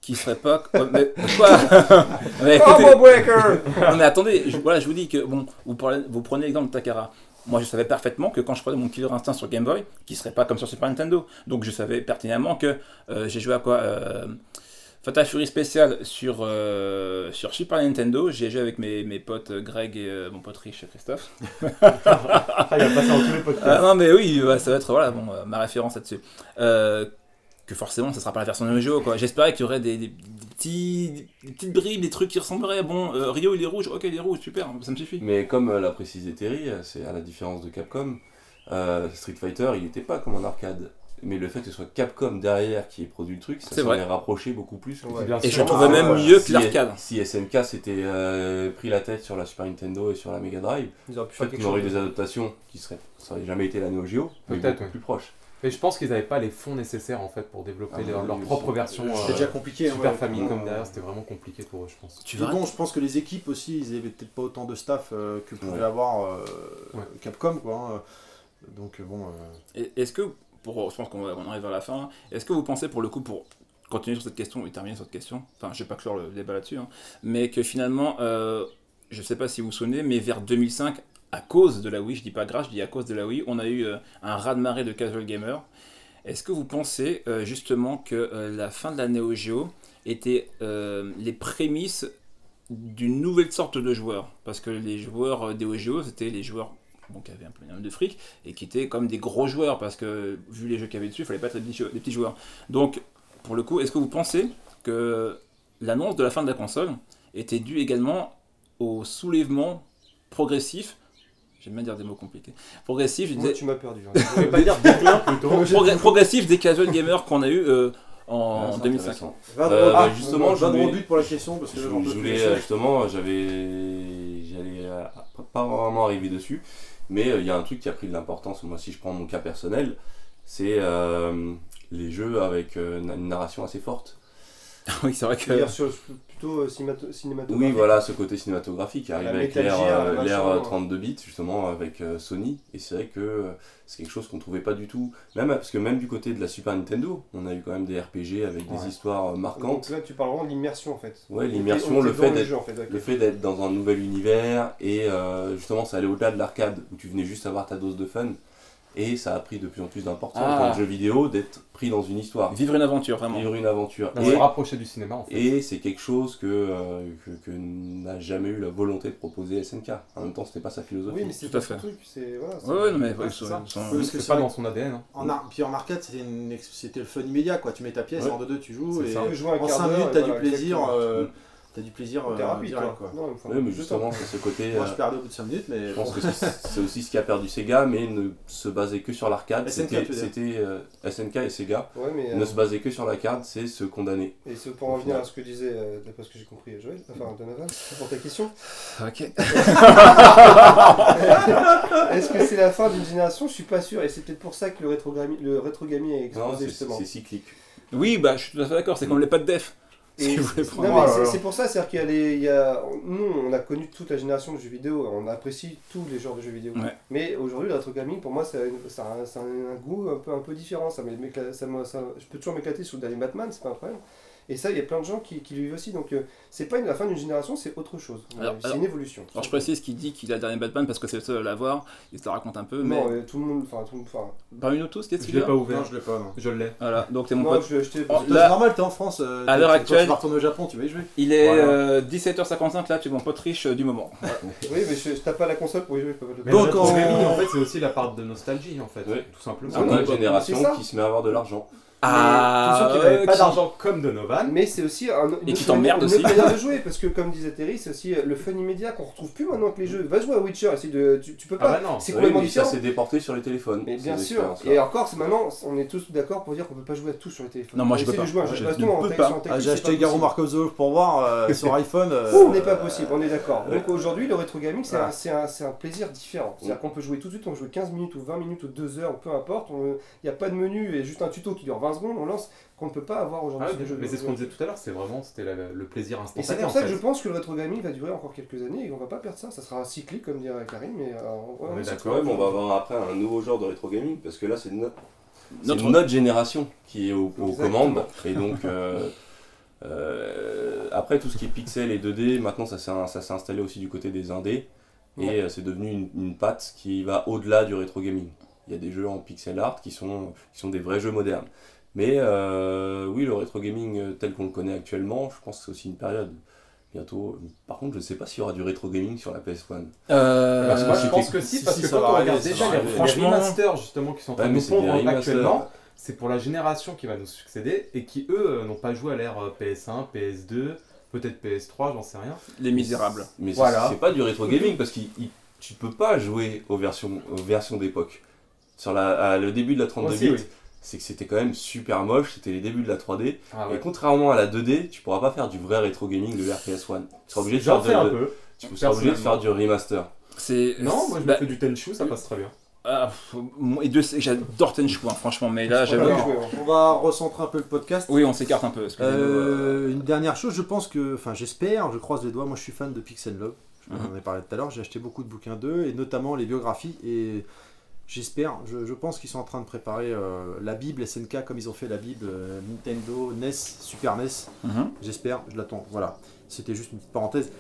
S5: qui serait pas. oh, mais quoi
S2: Ah,
S5: Mais écoutez,
S7: Combo Breaker
S5: non, mais attendez, je, voilà, je vous dis que bon, vous prenez, vous prenez l'exemple de Takara. Moi, je savais parfaitement que quand je prenais mon Killer Instinct sur Game Boy, qui serait pas comme sur Super Nintendo. Donc, je savais pertinemment que euh, j'ai joué à quoi euh, Fatal Fury spécial sur euh, sur Super Nintendo. J'ai joué avec mes, mes potes euh, Greg et euh, mon pote riche Christophe.
S7: Ah, il a passé dans tous les podcasts.
S5: Ah, non, mais oui, bah, ça va être voilà, bon, euh, ma référence là-dessus. Euh, que forcément, ça sera pas la version Neo Geo, quoi. J'espérais qu'il y aurait des, des- des petits, des petites bribes, des trucs qui ressembleraient. Bon, euh, Rio, il est rouge. Ok, il est rouge, super, ça me suffit.
S3: Mais comme euh, l'a précisé Terry, euh, c'est à la différence de Capcom, euh, Street Fighter, il n'était pas comme en arcade. Mais le fait que ce soit Capcom derrière qui ait produit le truc, ça
S5: C'est
S3: s'en
S5: vrai.
S3: est rapproché beaucoup plus. que-
S7: Ouais.
S4: Bien
S5: Et je
S4: sûr.
S5: trouvais
S7: Ah,
S5: même
S7: ouais.
S5: mieux que
S3: Si-
S5: l'arcade.
S3: Si SNK s'était euh, pris la tête sur la Super Nintendo et sur la Mega Drive,
S7: Ils auraient pu faire
S3: peut-être
S7: quelque
S3: qu'on aurait eu
S7: chose.
S3: des adaptations qui seraient, ça aurait jamais été la Neo Geo, mais
S4: Peut-être,
S3: beaucoup
S4: ouais.
S3: plus proche.
S4: Mais je pense qu'ils n'avaient pas les fonds nécessaires en fait pour développer
S3: Ah,
S4: leur,
S3: oui,
S4: leur
S3: oui,
S4: propre
S3: c'est-
S4: version
S3: c'est
S4: euh,
S2: C'est déjà compliqué. hein,
S4: Super
S2: ouais.
S4: Famicom
S2: Euh,
S4: derrière, c'était vraiment compliqué pour eux, je pense.
S5: Tu
S2: Mais
S5: verras.
S2: bon, je pense que les équipes aussi, ils n'avaient peut-être pas autant de staff euh, que pouvait
S3: Ouais.
S2: avoir euh,
S4: Ouais.
S2: Capcom, quoi. hein. Donc euh, bon, euh,
S5: Et- Est-ce que, pour, je pense qu'on va- on arrive vers la fin, hein. est-ce que vous pensez pour le coup, pour continuer sur cette question et terminer sur cette question, enfin je vais pas clore le débat là-dessus, hein, mais que finalement, euh, je sais pas si vous vous souvenez, mais vers 2005, à cause de la Wii, je dis pas grâce, je dis à cause de la Wii, on a eu euh, un raz-de-marée de casual gamers. Est-ce que vous pensez euh, justement que euh, la fin de la Neo Geo était euh, les prémices d'une nouvelle sorte de joueurs Parce que les joueurs euh, Neo Geo, c'était les joueurs bon, qui avaient un peu une âme de fric, et qui étaient comme des gros joueurs parce que vu les jeux qu'il y avait dessus, il fallait pas être des petits, des petits joueurs. Donc, pour le coup, est-ce que vous pensez que l'annonce de la fin de la console était due également au soulèvement progressif J'aime bien dire des mots compliqués. Progressif,
S7: Moi,
S5: des,
S7: tu m'as perdu. hein.
S4: Je vais pas dire déclin plutôt.
S5: progr- progressif des casual gamers qu'on a eu euh,
S3: Ah,
S5: en
S3: c'est
S5: 2005.
S3: intéressant.
S2: va
S3: Euh,
S2: droit-
S3: bah,
S2: ah,
S3: justement,
S2: va
S3: je
S2: droit au
S3: voulais-
S2: but pour la question parce que
S3: Je,
S2: là, j'en peux
S3: je
S2: plus.
S3: voulais euh, justement, j'avais, j'allais euh, pas vraiment arriver dessus, mais euh, il y a un truc qui a pris de l'importance. Moi, si je prends mon cas personnel, c'est euh, les jeux avec euh, une narration assez forte.
S5: oui, c'est vrai que.
S7: Dire sur- plutôt euh, cinémato- cinématographique.
S3: Oui, voilà, ce côté cinématographique qui arrive
S7: La
S3: avec
S7: Metal
S3: l'ère
S7: Gear,
S3: euh,
S7: machin,
S3: l'ère, euh,
S7: ouais.
S3: 32 bits, justement, avec euh, Sony. Et c'est vrai que euh, c'est quelque chose qu'on trouvait pas du tout. Même, euh, parce que même du côté de la Super Nintendo, on a eu quand même des RPG avec des
S7: Ouais.
S3: histoires euh, marquantes.
S7: Donc là, tu parles vraiment de l'immersion en fait. On
S3: Ouais,
S7: était-
S3: l'immersion,
S7: on était
S3: le
S7: dans
S3: fait d'être-
S7: jeu, en fait, ok.
S3: Le fait d'être dans un nouvel univers et euh, justement ça allait au-delà de l'arcade où tu venais juste avoir ta dose de fun et ça a pris de plus en plus d'importance
S5: Ah.
S3: dans le jeu vidéo d'être pris dans une histoire,
S5: Vivre une aventure, vraiment.
S3: vivre une aventure.
S4: On
S3: Et-
S4: se rapprochait du cinéma en fait.
S3: et c'est quelque chose que, euh, que, que n'a jamais eu la volonté de proposer SNK. En même temps, c'était pas sa philosophie.
S7: Oui, mais c'est
S5: Tout à
S7: pas
S5: fait.
S7: ce truc. C'est voilà, c'est-
S5: Ouais, ouais, non, mais
S7: Ouais,
S5: ils
S7: c'est
S5: sont-
S7: ça.
S5: ils sont-
S2: Parce que
S4: C'est
S2: c'est
S4: pas
S2: vrai-
S4: dans son ADN. hein.
S2: En ar- Puis en arcade, c'était une ex- c'était le fun immédiat, quoi. Tu mets ta pièce,
S3: Ouais.
S2: en 2-2, tu joues.
S4: C'est
S2: Et
S4: ça.
S7: Tu peux jouer un
S2: en
S7: quart
S2: 5 minutes,
S7: d'heure, et
S2: t'as du
S7: voilà,
S2: plaisir.
S7: exactement.
S2: euh, T'as du plaisir
S7: En
S2: euh,
S7: thérapie,
S2: direct, quoi.
S7: quoi. Non, enfin,
S3: Ouais, mais justement, c'est ce côté.
S2: Moi,
S3: euh,
S2: je perdais au bout de 5 minutes, mais
S3: Je pense que c'est c'est aussi ce qu'a perdu Sega, mais ne se basait que sur l'arcade.
S2: SNK,
S3: C'était
S2: tu veux dire.
S3: c'était, euh, SNK et Sega
S7: Ouais, mais,
S3: ne
S7: euh,
S3: se basaient que sur la carte, c'est se condamner.
S7: et c'est pour en revenir à ce que disait, euh, d'après ce que j'ai compris, Joël,
S3: Mm.
S7: enfin Donovan, pour ta question,
S3: Ah,
S1: Ok.
S7: est-ce que c'est la fin d'une génération Je suis pas sûr, et c'est peut-être pour ça que le rétrogami, le rétrogami est
S3: Non,
S7: explosé
S3: c'est
S7: justement.
S3: c'est cyclique.
S5: Oui, bah je suis tout à fait d'accord, c'est comme les pattes def.
S7: Et-
S5: Si vous voulez prendre.
S7: Non,
S2: Oh
S7: mais
S2: là
S7: c'est-
S2: là.
S7: c'est pour ça, c'est-à-dire qu'il y a les- il y a- nous, on a connu toute la génération de jeux vidéo, on apprécie tous les genres de jeux vidéo.
S5: Ouais.
S7: Mais aujourd'hui, le rétro gaming, pour moi, ça a, une- ça a un, ça a un goût un peu, un peu différent. Ça m'écla- ça me- ça- je peux toujours m'éclater sur le dernier Batman, c'est pas un problème. Et ça, il y a plein de gens qui, qui le vivent aussi. Donc, euh, c'est pas une- la fin d'une génération, c'est autre chose. Euh,
S5: Alors-
S7: c'est une évolution.
S5: Alors je précise qu'il dit qu'il a le dernier Batman parce que c'est le seul à l'avoir, il se la raconte un peu, mais.
S7: Non, euh, tout le monde. Enfin, tout le monde. enfin,
S5: Parmi nous tous, qu'est-ce
S4: Je
S5: qu'il
S4: l'ai
S5: a
S4: pas ouvert.
S2: Non, je l'ai pas, non.
S4: Je l'ai.
S5: Voilà, donc t'es mon
S7: Non,
S5: pote.
S7: je l'ai acheté.
S5: Oh,
S7: parce que-
S5: là-
S2: C'est normal, t'es en France. euh,
S5: À
S2: t'es-
S5: l'heure
S2: quand
S5: actuelle-
S2: Tu vas retourner au Japon, tu vas y jouer.
S5: Il est
S3: Voilà.
S5: euh, 17h55, là tu es mon pote riche euh, du moment.
S7: Oui, mais je, je tape pas la console pour y jouer, je peux pas le
S2: Mais Donc,
S4: le
S2: on-
S4: Rémi, en fait, c'est aussi la part de nostalgie, en fait,
S3: Ouais.
S4: tout simplement.
S3: C'est une
S7: bah, c'est
S3: génération
S7: ça.
S3: qui se met à avoir de l'argent.
S2: Ah,
S4: Tous ceux qui
S5: euh,
S4: n'avaient pas
S5: qui-
S4: d'argent comme Donovan.
S7: Mais c'est aussi un, une
S5: Et qui
S7: autre
S5: t'emmerde
S7: manière- une autre
S5: aussi.
S7: manière de jouer, parce que comme disait Terry, c'est aussi euh, le fun immédiat qu'on retrouve plus maintenant que les jeux. Va jouer à Witcher, essaye de, tu, tu peux
S4: Ah
S7: pas.
S4: bah non.
S7: c'est
S3: Oui,
S7: complètement
S3: mais ça
S7: différent.
S3: s'est déporté sur les téléphones.
S7: Mais
S3: ces
S7: bien sûr.
S3: expériences-là.
S7: Et encore, c'est maintenant, on est tous d'accord pour dire qu'on peut pas jouer à tout sur les téléphones.
S5: Non, moi, je peux
S7: Essaye
S5: pas.
S7: de jouer à un jeu
S5: Je
S7: de
S5: ne
S7: baston
S5: peux
S7: en tec-
S5: pas.
S7: sur tec-
S2: Ah, J'ai
S7: c'est
S2: acheté
S7: pas
S2: Garou
S7: possible.
S2: Markov the Wolf pour voir euh, sur iPhone. euh,
S7: Ce n'est pas possible, on est d'accord.
S3: ouais.
S7: Donc aujourd'hui, le rétro gaming, c'est
S2: Voilà.
S7: un- c'est un, c'est un plaisir différent. C'est-à-dire qu'on peut jouer tout de suite, on joue 15 minutes ou 20 minutes ou 2 heures, ou peu importe. on- Il n'y a pas de menu et juste un tuto qui dure 20 secondes, on lance, qu'on ne peut pas avoir
S4: Ah
S7: aujourd'hui
S4: ouais,
S7: sur les jeux.
S4: mais c'est ce qu'on disait tout à l'heure, c'est vraiment c'était la- le plaisir
S7: Et c'est
S4: instantané.
S7: pour
S4: en
S7: ça que
S4: fait.
S7: je pense que le rétro gaming va durer encore quelques années et on va pas perdre ça. Ça sera cyclique, comme dirait Karine, mais euh,
S4: On est
S7: c'est-
S4: d'accord.
S3: Ouais, mais on va avoir après un nouveau genre de rétro gaming parce que là, c'est no- c'est
S5: Notre-
S3: notre... génération qui est aux, aux
S7: Exactement.
S3: commandes. Et donc, euh, euh, après tout ce qui est pixel et 2D, maintenant ça s'est ça s'est installé aussi du côté des indés et
S7: Ouais.
S3: euh, c'est devenu une, une patte qui va au-delà du rétro gaming. Il y a des jeux en pixel art qui sont, qui sont des vrais jeux modernes. Mais euh, oui, le rétro gaming euh, tel qu'on le connaît actuellement, je pense que c'est aussi une période. Bientôt. euh, Par contre, je ne sais pas s'il y aura du rétro gaming sur la PS1.
S5: Euh,
S3: Parce que moi,
S4: je
S3: c'était-
S4: pense que si,
S2: si,
S4: parce
S2: si,
S4: que
S2: ça
S4: quand
S2: va
S4: on
S2: arriver,
S4: regarde
S2: ça
S4: déjà
S2: va
S4: les,
S2: arriver.
S4: les
S5: Franchement-
S4: remasters justement qui sont en train
S3: Ouais,
S4: de
S3: mais
S4: nous
S3: c'est des
S4: pondre
S3: remasters.
S4: actuellement, c'est pour la génération qui va nous succéder et qui eux euh, n'ont pas joué à l'ère euh, PS1, PS2, peut-être PS3, j'en sais rien.
S5: Les Misérables.
S3: Mais c'est-
S4: Voilà.
S3: c'est pas du rétro gaming parce que tu peux pas jouer aux versions, aux versions d'époque. Sur la, à le début de la 32
S4: Aussi,
S3: bits,
S4: oui.
S3: c'est que c'était quand même super moche, c'était les débuts de la 3D.
S4: Ah
S3: Et
S4: ouais.
S3: contrairement à la 2D, tu pourras pas faire du vrai rétro gaming de l'RPS1. Tu seras obligé de
S4: J'en
S3: faire,
S4: fais un
S3: de,
S4: peu.
S3: tu seras obligé de faire du remaster.
S5: C'est.
S4: Non, moi je
S5: bah,
S4: me fais du Tenchu, ça passe très bien.
S5: ah, pff, moi, et Dieu sait que j'adore Tenchu, hein, franchement, mais là
S7: on va
S5: j'avoue.
S7: pas jouer, hein.
S2: euh, On va recentrer un peu le podcast.
S5: Oui, on s'écarte un peu. excusez-moi.
S2: Euh, une dernière chose, je pense que, enfin j'espère, je croise les doigts, moi je suis fan de Pixel Love, je vous en ai parlé tout à l'heure, j'ai acheté beaucoup de bouquins d'eux, et notamment les biographies, et j'espère, je, je pense qu'ils sont en train de préparer euh, la Bible SNK comme ils ont fait la Bible euh, Nintendo, NES, Super NES,
S5: Mhm.
S2: j'espère, je l'attends, voilà, c'était juste une petite parenthèse.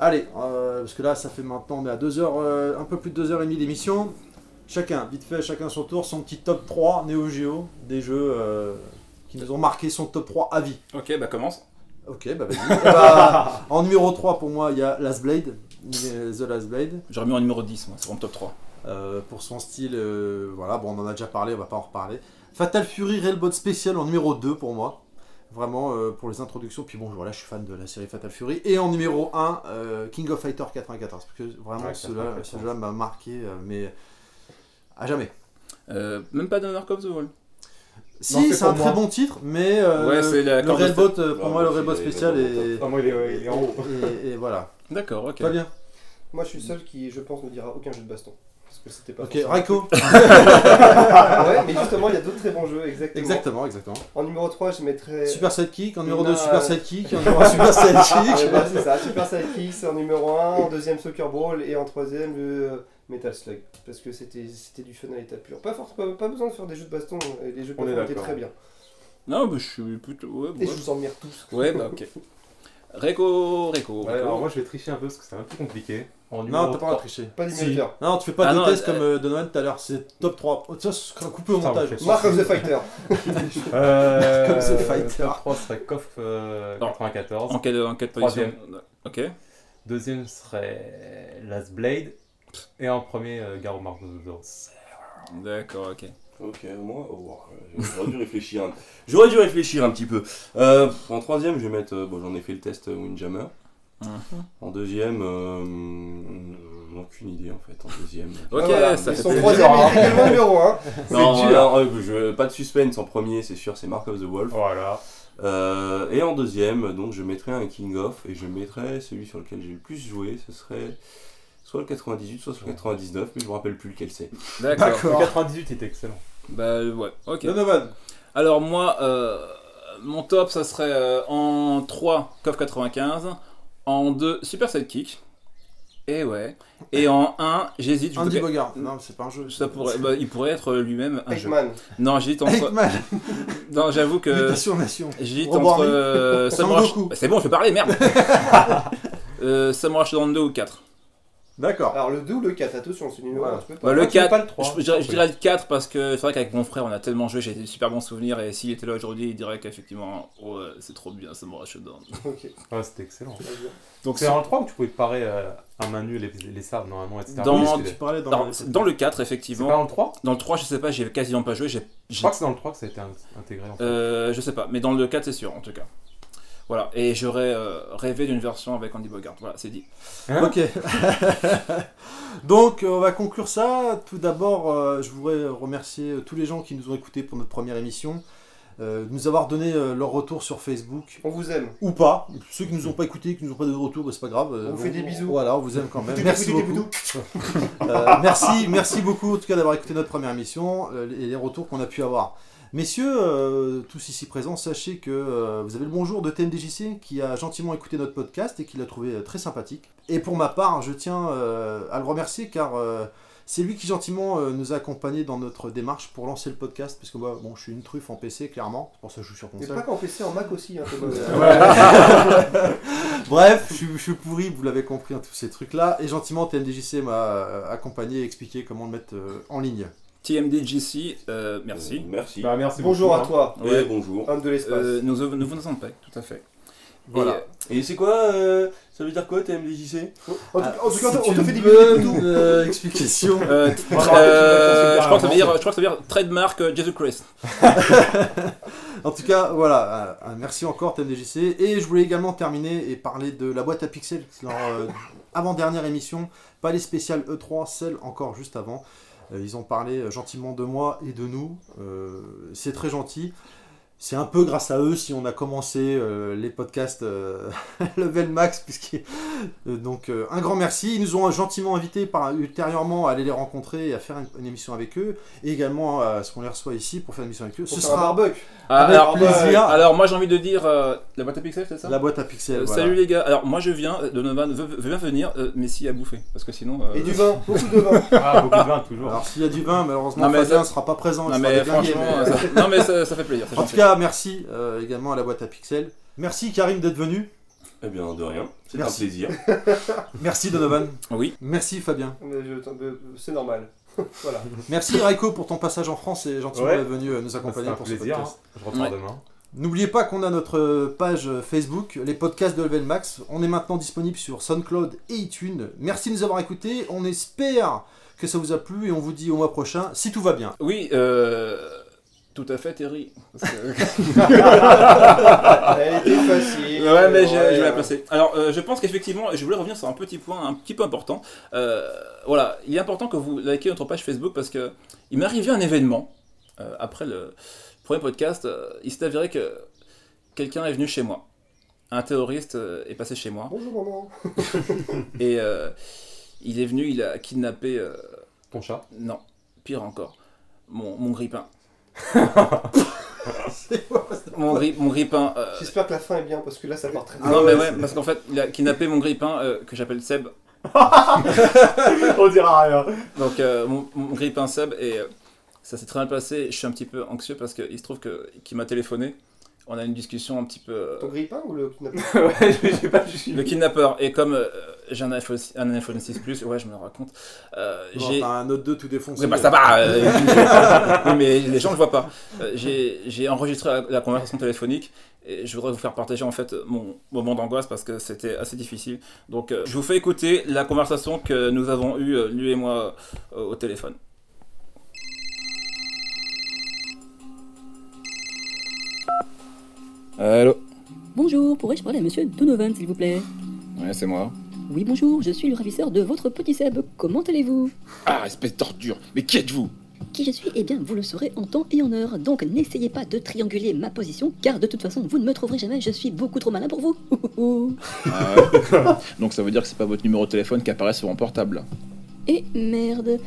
S2: Allez, euh, parce que là ça fait maintenant mais à deux heures, euh, un peu plus de 2 heures et demie d'émission, chacun, vite fait, chacun son tour, son petit top 3 Neo Geo des jeux euh, qui nous ont marqué son top 3 à vie.
S5: Ok, bah commence.
S2: Ok, bah vas-y. Eh bah, en numéro 3, pour moi, il y a Last Blade, il est The Last Blade,
S5: J'aurais mis en numéro 10, moi, c'est mon top 3.
S2: Euh, pour son style. euh, voilà, bon, on en a déjà parlé, on va pas en reparler. Fatal Fury Railbot Special en numéro 2 pour moi. Vraiment euh, pour les introductions, puis bon, voilà, je suis fan de la série Fatal Fury. Et en numéro 1, euh, King of Fighter 94, parce que vraiment,
S4: Ouais,
S2: cela-
S4: 94.
S2: ce jeu-là m'a marqué, euh, mais à jamais.
S5: Euh, même pas Donner of the Wall.
S2: Si,
S4: c'est
S2: c'est un
S4: pour
S2: très
S4: moi.
S2: bon titre, mais euh,
S5: Ouais, c'est la
S2: le
S5: corde de-
S2: Railbot, euh, pour
S3: Ouais,
S2: moi, le
S3: c'est
S2: Railbot
S3: les- les
S2: Special
S3: Railbot
S2: est.
S4: Ah, moi il est, il est en haut.
S2: et- et voilà.
S5: D'accord, ok.
S2: Pas bien.
S7: Moi, je suis le seul qui, je pense, ne dira aucun jeu de baston. Parce que c'était pas.
S2: Ok,
S7: forcément- Ah
S2: Raiko.
S7: ouais, mais justement, il y a d'autres très bons jeux, exactement.
S2: Exactement, exactement.
S7: En numéro 3, je mettrais.
S2: Super Sidekick, en numéro
S7: Non,
S2: 2 Super
S7: euh,
S2: Sidekick, en numéro 1 Super
S7: Ouais, bah,
S2: Sidekick.
S7: c'est ça, Super Sidekicks en numéro 1, en deuxième Soccer Brawl et en troisième le euh, Metal Slug. Parce que c'était c'était du fun à l'état pur. Pas, force- pas, pas besoin de faire des jeux de baston, euh, les jeux de
S4: On est
S7: baston étaient
S4: d'accord.
S7: très bien.
S5: Non, bah je suis plutôt. Ouais, ouais.
S7: Et je vous emmerde tous.
S5: Ouais, bah ok. Réco, Réco.
S4: Ouais,
S5: Réco.
S4: alors moi je vais tricher un peu parce que c'est un peu compliqué. En
S2: Non,
S4: numéro
S2: t'as pas le droit de tricher.
S7: Pas
S4: Si.
S7: d'émulateur.
S2: Non, tu fais pas
S5: Ah
S2: de
S5: non,
S2: test
S5: euh,
S2: comme euh, Donovan tout à l'heure, c'est top 3. Oh, ça, ce sera coupé au
S4: Ça, on
S2: montage.
S4: fait ça.
S7: Mark of the Fighter.
S4: Euh,
S2: Comme The Fighter.
S4: 3 serait KOF euh,
S5: Non.
S4: 94.
S5: En quelle, en quelle position
S4: Troisième.
S5: Ok.
S4: Deuxième serait Last Blade. Et en premier, euh, Garou Mark of the Wolf.
S5: D'accord, ok.
S3: Ok, moi, oh, j'aurais dû réfléchir. un- J'aurais dû réfléchir un petit peu. Euh, en troisième, je vais mettre. euh, Bon, j'en ai fait le test euh, Windjammer.
S5: Mhm.
S3: En deuxième, euh, mm, aucune idée en fait. En deuxième.
S5: Ok,
S7: Ah, voilà.
S5: ça
S7: Et
S5: fait
S7: son
S5: plaisir.
S7: troisième il est également numéro 1.
S3: Non,
S5: dur.
S3: alors, euh, je- pas de suspense en premier, c'est sûr, c'est Mark of the Wolf.
S4: Voilà.
S3: Euh, et en deuxième, donc je mettrais un King of et je mettrais celui sur lequel j'ai le plus joué, ce serait soit le 98, soit le 99, mais je me rappelle plus lequel c'est.
S5: D'accord.
S4: Le 98 était excellent.
S5: Bah ouais, ok.
S2: Donovan.
S5: Alors moi, euh, mon top, ça serait euh, en 3, KOF 95, en 2, Super Sidekick, et ouais, et en 1, j'hésite, je
S2: Andy
S5: voudrais-
S2: Bogard. Non, c'est pas un jeu.
S5: ça pourrait, bah, il pourrait être lui-même un jeu.
S7: Eggman.
S5: Non, j'hésite entre...
S2: Eggman,
S5: Non, j'avoue que...
S2: Mutation Nation.
S5: J'hésite
S2: Robot
S5: entre
S2: Army.
S5: euh, Samurai...
S2: Sangoku.
S5: C'est bon, je vais parler, merde euh, Samurai Shodown 2 ou 4
S2: D'accord.
S7: Alors le 2 ou le 4, attention, c'est numéro
S4: Voilà.
S7: 1.
S5: Bah, le
S4: Ah, tu veux
S5: 4,
S4: pas le trois,
S5: je, je dirais- je
S4: oui.
S5: dirais le 4 parce que c'est vrai qu'avec mon frère on a tellement joué, j'ai des super bons souvenirs et s'il était là aujourd'hui il dirait qu'effectivement oh, euh, c'est trop bien Samurai Shodown.
S4: Ah, c'était excellent.
S5: Donc
S4: C'est dans le 3 que tu pouvais te parer euh, à main nue les, les sables, normalement, etc.
S5: Dans-
S4: Oui,
S5: dans-
S4: c'était-
S2: Tu parlais dans,
S5: dans,
S2: les-
S5: c'est dans le 4
S4: C'est pas
S5: effectivement,
S4: dans le 3
S5: dans le 3 je sais pas, j'ai quasiment pas joué, j'ai,
S4: Je
S5: j'ai-
S4: crois que c'est dans le 3 que ça a été in- intégré en fait.
S5: euh, je sais pas, mais dans le 4 c'est sûr en tout cas. Voilà, et j'aurais euh, rêvé d'une version avec Andy Bogart, voilà c'est dit.
S4: Hein
S2: Ok. Donc, euh, on va conclure ça. Tout d'abord, euh, je voudrais remercier euh, tous les gens qui nous ont écoutés pour notre première émission, euh, de nous avoir donné euh, leur retour sur Facebook.
S7: On vous aime.
S2: Ou pas. Ceux qui nous ont pas écoutés, qui nous ont pas donné de retour, bah, c'est pas grave. euh,
S7: On vous fait des bisous.
S2: Voilà, on vous aime quand même.
S7: Bisous,
S2: Merci
S7: bisous,
S2: beaucoup. Euh, merci, merci beaucoup en tout cas d'avoir écouté notre première émission euh, et les retours qu'on a pu avoir. Messieurs, euh, tous ici présents, sachez que euh, vous avez le bonjour de TMDJC qui a gentiment écouté notre podcast et qui l'a trouvé euh, très sympathique. Et pour ma part, je tiens euh, à le remercier car euh, c'est lui qui gentiment euh, nous a accompagnés dans notre démarche pour lancer le podcast. Parce que moi, bon, je suis une truffe en PC, clairement. C'est pour ça que je joue sur
S7: Et
S2: console.
S7: pas qu'en PC, en Mac aussi. Hein, Thomas.
S2: Bref, je, suis- je suis pourri, vous l'avez compris, hein, tous ces trucs-là. Et gentiment, TMDJC m'a euh, accompagné et expliqué comment le mettre euh, en ligne.
S5: TMDJC, euh, merci.
S3: Euh, merci.
S4: Bah, merci
S7: Bonjour
S4: beaucoup,
S7: à
S4: hein.
S7: toi,
S3: Et
S5: Ouais.
S3: bonjour.
S7: homme de l'espace.
S5: Euh, nous, nous vous en paix, tout à fait.
S2: Voilà.
S3: Et c'est quoi euh, Ça veut dire quoi TMDJC
S7: en,
S2: Ah,
S7: tout, en tout cas,
S2: C'est
S7: on te
S2: une
S7: fait des bisous.
S2: bonne, euh, explication.
S5: Et, euh, t-
S4: Bravo, tu
S5: euh,
S4: m'as
S5: je crois que ça veut
S4: considérablement.
S5: dire, je crois que ça veut dire trademark euh, Jesus Christ.
S2: En tout cas, voilà, euh, euh, merci encore TMDJC. Et je voulais également terminer et parler de la boîte à pixels, leur euh, avant-dernière émission, pas les spéciales E3, celle encore juste avant. Euh, ils ont parlé euh, gentiment de moi et de nous. Euh, c'est très gentil. C'est un peu grâce à eux si on a commencé euh, les podcasts euh, Level Max. Puisqu'il... Euh, donc euh, un grand merci. Ils nous ont gentiment invités par, ultérieurement à aller les rencontrer et à faire une, une émission avec eux. Et également à ce qu'on les reçoit ici pour faire une émission avec eux.
S7: Pour
S2: Ce
S7: faire un
S2: sera
S7: barbecue.
S5: Ah,
S2: Avec
S5: alors,
S2: plaisir.
S5: euh, alors moi j'ai envie de dire euh, la boîte à pixels, c'est ça
S2: La boîte à pixels.
S5: Euh,
S2: voilà.
S5: Salut les gars. Alors moi je viens, euh, Donovan veut, veut bien venir, euh, mais si à bouffer, parce que sinon. euh,
S7: Et du vin, beaucoup de vin.
S4: Ah, beaucoup de vin, toujours.
S2: Alors s'il y a du vin, malheureusement
S5: Non, mais
S2: Fabien
S5: ça-
S2: ne sera pas présent. il
S5: Non
S2: sera
S5: mais
S2: déglingué,
S5: franchement,
S2: mais-
S5: euh, ça- non mais ça, ça fait plaisir. c'est
S2: En tout
S5: gentil.
S2: cas, merci euh, également à la boîte à pixels. Merci Karim d'être venu.
S3: Eh bien, de rien. C'est un
S2: Merci.
S3: plaisir.
S2: Merci Donovan.
S5: Oui.
S2: Merci Fabien.
S7: Mais je- euh, C'est normal. voilà.
S2: Merci Raiko pour ton passage en France et gentiment
S4: Ouais.
S2: d'être venu euh, nous accompagner
S4: C'était un
S2: pour
S4: plaisir.
S2: ce
S4: hein.
S2: podcast.
S4: Je repars
S5: Ouais.
S4: demain.
S2: N'oubliez pas qu'on a notre euh, page Facebook, les podcasts de Level Max. On est maintenant disponible sur SoundCloud et iTunes. Merci de nous avoir écoutés. On espère que ça vous a plu et on vous dit au mois prochain si tout va bien.
S5: Oui. euh, Tout à fait, Terry. Parce que-
S7: Elle était facile.
S5: ouais, mais j'ai- je vais la
S7: euh,
S5: placer. Alors, euh, je pense qu'effectivement, je voulais revenir sur un petit point un petit peu important. Euh, voilà, il est important que vous likiez notre page Facebook parce que il m'est arrivé un événement euh, après le premier podcast. euh, il s'est avéré que quelqu'un est venu chez moi. Un terroriste euh, est passé chez moi
S7: Bonjour maman.
S5: et euh, il est venu, il a kidnappé. euh,
S4: Ton chat.
S5: non, pire encore, mon, mon grippin. mon, gri- mon grippin. euh,
S7: J'espère que la fin est bien parce que là ça part très bien.
S4: Ah
S5: non, mais ouais, parce qu'en fait, il a kidnappé mon grippin euh, que j'appelle Seb.
S4: On dira rien.
S5: Donc, euh, mon, mon grippin Seb, et euh, ça s'est très mal passé. Je suis un petit peu anxieux parce qu'il se trouve que- qu'il m'a téléphoné. On a une discussion un petit peu. euh,
S7: Ton grippin ou le kidnapping
S3: ouais, j'ai pas suivi.
S5: le kidnappeur, et comme euh, j'ai un iPhone, un iPhone 6 Plus, ouais, je me le raconte, euh,
S2: Genre,
S5: j'ai.
S2: t'as un autre 2 tout défoncé.
S5: Ouais, bah, ça va, euh, oui, mais les gens ne le voient pas. Euh, j'ai j'ai enregistré la, la conversation téléphonique et je voudrais vous faire partager en fait mon moment d'angoisse parce que c'était assez difficile. Donc euh, je vous fais écouter la conversation que nous avons eue, euh, lui et moi, euh, au téléphone.
S1: Allô
S11: Bonjour, pourrais-je parler à monsieur Donovan, s'il vous plaît
S1: Ouais, c'est moi.
S11: Oui, bonjour, je suis le ravisseur de votre petit Seb. Comment allez-vous
S1: Ah, espèce de torture Mais qui êtes-vous
S11: Qui je suis Eh bien, vous le saurez en temps et en heure. Donc, n'essayez pas de trianguler ma position, car de toute façon, vous ne me trouverez jamais. Je suis beaucoup trop malin pour vous. Ouh, ouh, ouh.
S1: Ah ouais. Donc ça veut dire que c'est pas votre numéro de téléphone qui apparaît sur mon portable.
S11: Et Eh, merde.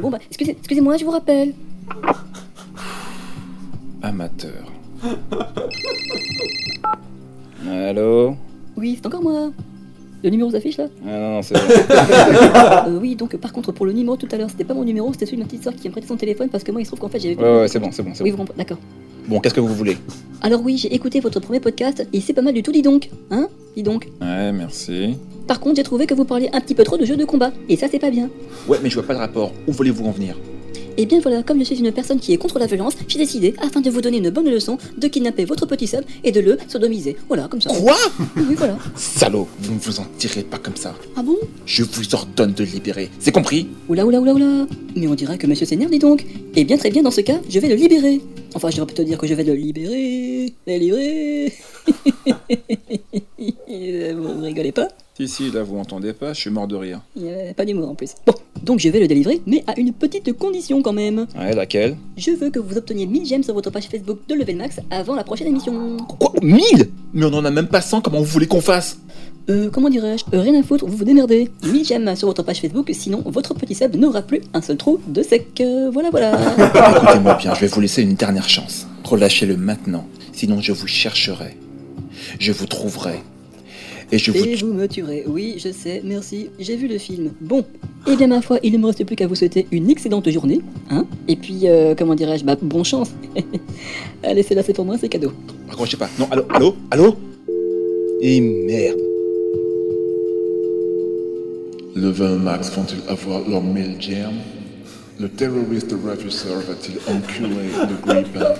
S11: Bon bah, excusez, excusez-moi, je vous rappelle.
S1: Amateur. Allô
S11: Oui, c'est encore moi. Le numéro s'affiche là
S1: Ah non, non, c'est bon.
S11: Euh, Oui, donc par contre, pour le numéro tout à l'heure, c'était pas mon numéro, c'était celui de ma petite soeur qui a prêté son téléphone parce que moi, il se trouve qu'en fait, j'avais.
S1: Ouais, ouais, c'est bon, c'est bon, c'est
S11: Oui,
S1: bon.
S11: vous comprenez, d'accord.
S1: Bon, qu'est-ce que vous voulez
S11: Alors oui, j'ai écouté votre premier podcast et c'est pas mal du tout, dis donc. Hein Dis donc.
S1: Ouais, merci.
S11: Par contre, j'ai trouvé que vous parliez un petit peu trop de jeux de combat, et ça c'est pas bien.
S1: Ouais, mais je vois pas le rapport. Où voulez-vous en venir
S11: Et bien voilà, comme je suis une personne qui est contre la violence, j'ai décidé, afin de vous donner une bonne leçon, de kidnapper votre petit sub et de le sodomiser. Voilà, comme ça.
S1: Quoi
S11: Oui, voilà.
S1: Salaud, vous ne vous en tirez pas comme ça.
S11: Ah bon
S1: Je vous ordonne de le libérer. C'est compris
S11: Oula, oula, oula, oula. Mais on dirait que monsieur s'énerve, dis donc. Et bien très bien, dans ce cas, je vais le libérer. Enfin, je devrais plutôt dire que je vais le libérer. Libérer. vous rigolez pas
S1: Si, si, là, vous m'entendez pas, je suis mort de rire.
S11: Il n'y avait pas d'humour en plus. Bon, donc je vais le délivrer, mais à une petite condition quand même.
S1: Ouais, laquelle
S11: Je veux que vous obteniez 1000 j'aime sur votre page Facebook de Level Max avant la prochaine émission.
S1: Quoi 1000 Mais on en a même pas 100, comment vous voulez qu'on fasse
S11: Euh, comment dirais-je Euh, Rien à foutre, vous vous démerdez. 1000 j'aime sur votre page Facebook, sinon votre petit sub n'aura plus un seul trou de sec. Euh, voilà, voilà.
S1: Écoutez-moi bien, je vais vous laisser une dernière chance. Relâchez-le maintenant, sinon je vous chercherai. Je vous trouverai. Et je vous...
S11: Et vous me tuerez. Oui, je sais, merci, j'ai vu le film. Bon, et bien ma foi, il ne me reste plus qu'à vous souhaiter une excellente journée, hein Et puis, euh, comment dirais-je Bah, bonne chance. Allez, c'est là, c'est pour moi, c'est cadeau.
S1: Raccrochez pas. Non, allô, allô, allô Et merde.
S10: Level Max vont-ils avoir leur mille germes Le terroriste Ravisseur va-t-il enculer le Grippin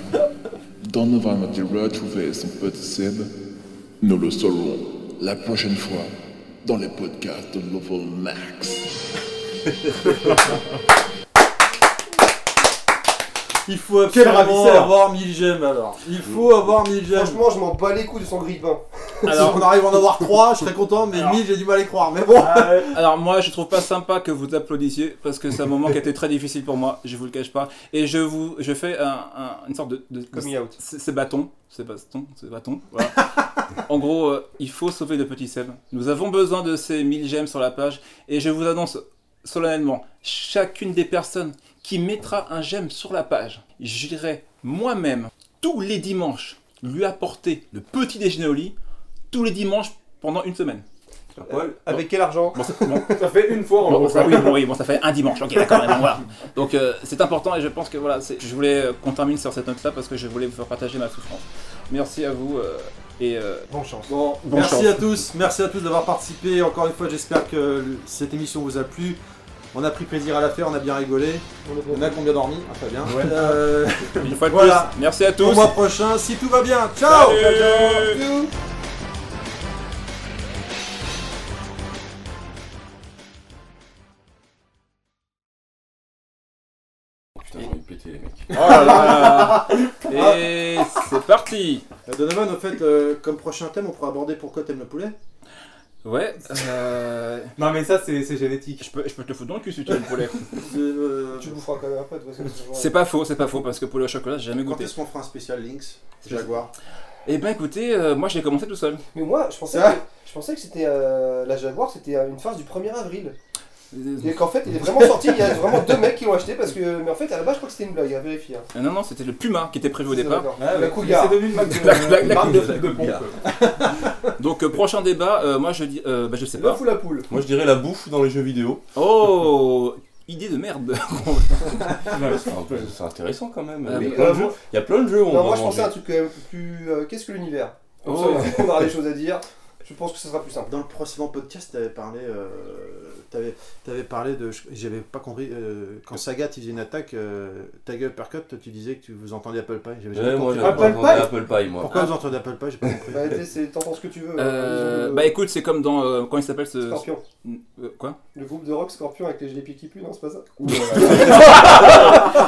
S10: Donovan va-t-il retrouver son petit Seb Nous le saurons la prochaine fois dans les podcasts de Level Max.
S2: Il faut
S7: Quel
S2: absolument
S7: ravisseur.
S2: avoir 1000 gemmes alors. Il faut avoir 1000 gemmes.
S7: Franchement, je m'en bats les couilles de son grippin.
S2: si on arrive à en avoir 3, je serais content, mais
S5: Alors.
S2: 1000, j'ai du mal à y croire. Mais bon,
S5: Euh, Alors moi, je trouve pas sympa que vous applaudissiez parce que c'est un moment qui était très difficile pour moi. Je vous le cache pas. Et je vous, je fais un- un- une sorte de, de- de-
S7: Coming out.
S5: c'est c'est bâton, c'est bâton, c'est bâton. Voilà. en gros, euh, il faut sauver le petit Seb. Nous avons besoin de ces 1000 gemmes sur la page et je vous annonce solennellement, chacune des personnes qui mettra un gemme sur la page, j'irai moi-même tous les dimanches lui apporter le petit déjeuner au lit tous les dimanches pendant une semaine.
S3: À poil
S7: Avec quel argent
S5: Bon, c'est- bon,
S4: Ça fait une fois en
S5: Bon,
S4: gros.
S5: ça, oui, bon, oui, bon, ça fait un dimanche, ok, d'accord, bon, voilà. Donc euh, c'est important et je pense que voilà, c'est- je voulais euh, qu'on termine sur cette note-là parce que je voulais vous faire partager ma souffrance. Merci à vous euh, et euh,
S7: Bonne chance.
S2: Bon,
S5: Bonne
S2: merci
S5: chance.
S2: à tous, merci à tous d'avoir participé. Encore une fois, j'espère que le- cette émission vous a plu. On a pris plaisir à la faire, on a bien rigolé. On a combien dormi Ah, très bien. Euh,
S5: une fois de
S2: Voilà.
S5: plus, merci à tous.
S2: au mois prochain, si tout va bien. Ciao
S5: Salut.
S2: Bisous.
S3: Oh, Putain, j'ai envie de péter les mecs.
S5: Oh là là. Et c'est parti.
S2: Euh, Donovan, en fait, euh, comme prochain thème, on pourra aborder pourquoi t'aimes le poulet.
S5: Ouais, euh,
S4: Non mais ça c'est c'est génétique.
S5: je, peux, je peux te le foutre dans le cul si tu veux le poulet.
S2: C'est, euh,
S7: Tu le boufferas quand même un peu, de toute façon, c'est toujours-
S5: C'est pas faux, c'est pas faux parce que poulet au chocolat, j'ai jamais
S2: Quand
S5: goûté.
S2: est-ce qu'on fera un spécial Lynx Jaguar
S5: Eh ben écoutez, euh, moi j'ai commencé tout seul.
S7: Mais moi, je pensais
S2: Ah.
S7: que, je pensais que c'était euh, la Jaguar, c'était euh, une farce du 1er avril. Et qu'en fait, il est vraiment sorti, il y a vraiment deux mecs qui l'ont acheté parce que. Mais en fait, à la base, je crois que c'était une blague, à vérifier. hein.
S5: Euh, Non non, c'était le puma qui était prévu au
S7: C'est
S5: départ.
S7: d'accord.
S4: Ah,
S7: La hein.
S4: ouais.
S7: cougar.
S4: C'est devenu une marque de,
S5: La- la- la
S4: une marque de-
S3: cougar.
S4: de pompe.
S5: Donc euh, prochain débat, euh, moi je dis, euh, bah, je sais pas.
S7: L'œuf ou la poule
S3: Moi je dirais la bouffe dans les jeux vidéo.
S5: Oh, idée de merde.
S3: C'est un peu- c'est intéressant quand même.
S5: Ah,
S3: Il y a
S5: mais-
S3: plein de
S7: euh,
S3: jeux-
S7: moi-
S3: il y a plein de jeux où on
S7: Non,
S3: va
S7: moi, je pensais
S3: manger.
S7: à un truc quand même plus. euh, Qu'est-ce que l'univers Comme
S5: Oh.
S7: ça, on aura des choses à dire. Je pense que ce sera plus simple.
S2: Dans le précédent podcast, t'avais parlé, euh, t'avais, t'avais parlé de, je- j'avais pas compris, euh, quand Sagat il faisait une attaque, euh, ta gueule percut, toi, tu disais que tu vous entendiez Apple Pie. J'avais jamais
S3: Ouais, moi
S2: compris.
S3: j'ai
S7: Apple
S3: pas entendu
S7: pie
S3: Apple Pie moi.
S2: Pourquoi vous entendez Apple Pie J'ai pas compris.
S7: Bah, t'es- c'est- t'en penses ce que tu veux.
S5: Euh,
S7: hein.
S5: bah écoute, c'est comme dans. euh, comment il s'appelle ce.
S7: Scorpion.
S5: Euh, quoi
S7: Le groupe de rock Scorpion avec les gilets pieds qui puent, non, c'est pas ça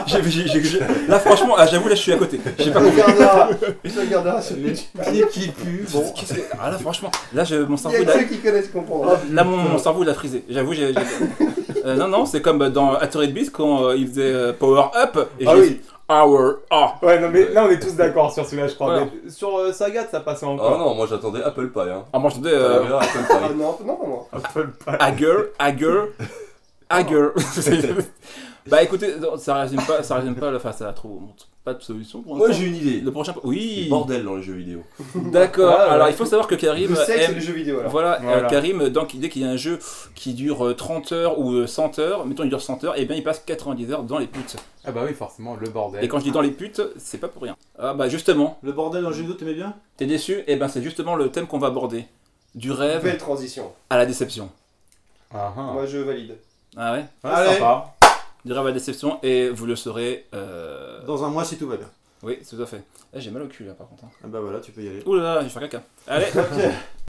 S5: J'ai- j'ai- j'ai- j'ai- Là, franchement, ah, j'avoue, là, je suis à côté. J'ai pas
S7: Tu
S5: compris.
S7: regarderas, tu regarderas sur
S2: Les
S7: YouTube.
S2: pieds qui puent, bon.
S5: Qu'est-ce que- Ah là, franchement, là, je- mon
S7: Il y a
S5: cerveau, il
S7: que
S5: a-
S7: ceux qui connaissent qui comprendront.
S5: là, mon, mon cerveau, il a frisé. J'avoue, j'ai. j'ai- Euh, non, non, c'est comme dans Altered Beast quand euh, il faisait euh, Power Up. Et
S7: Ah
S5: j'ai
S7: oui.
S5: dit, Hour Ah
S4: Ouais, non, mais là on est tous d'accord sur celui-là, je crois.
S5: Voilà.
S4: mais sur euh, Sagat, ça passait
S3: Ah
S4: encore.
S3: non, moi j'attendais Apple Pie. Hein.
S5: Ah, moi, je disais,
S3: Euh,
S5: euh,
S3: là, Apple Pie.
S7: Ah non, non, pas moi.
S5: Hager, Hager, Hager. bah écoutez, non, ça résume pas, ça résume pas, le- enfin ça trouve pas de solution pour
S3: Moi
S5: l'instant.
S3: j'ai une idée.
S5: Le prochain,
S3: Le
S5: oui,
S3: bordel dans les jeux vidéo.
S5: d'accord.
S4: Ah, ouais.
S5: Alors il faut savoir que Karim
S7: Le sexe et
S5: aime,
S7: les jeux vidéo, alors.
S5: voilà, euh,
S4: Voilà.
S5: Karim, donc dès qu'il y a un jeu qui dure euh, 30 heures ou euh, 100 heures, mettons il dure 100 heures, et bien il passe 90 heures dans les putes.
S4: Ah bah oui, forcément, le bordel.
S5: Oh. Et quand je dis dans les putes, c'est pas pour rien. Ah bah justement,
S2: Le bordel dans le jeu vidéo, t'aimais bien
S5: t'es déçu, et ben c'est justement le thème qu'on va aborder, du
S7: Belle
S5: rêve
S7: transition.
S5: à la déception.
S4: Ah, ah.
S7: Moi, je valide.
S5: Ah ouais,
S4: Ouais,
S2: Allez.
S4: sympa.
S5: du rêve à la déception, et vous le saurez. euh,
S2: Dans un mois, si tout va bien.
S5: Oui, tout à fait. Là, Eh, j'ai mal au cul, là, par contre. hein.
S2: Ah bah voilà, tu peux y aller.
S5: Ouh là là, je vais faire caca. Allez,
S7: Ok.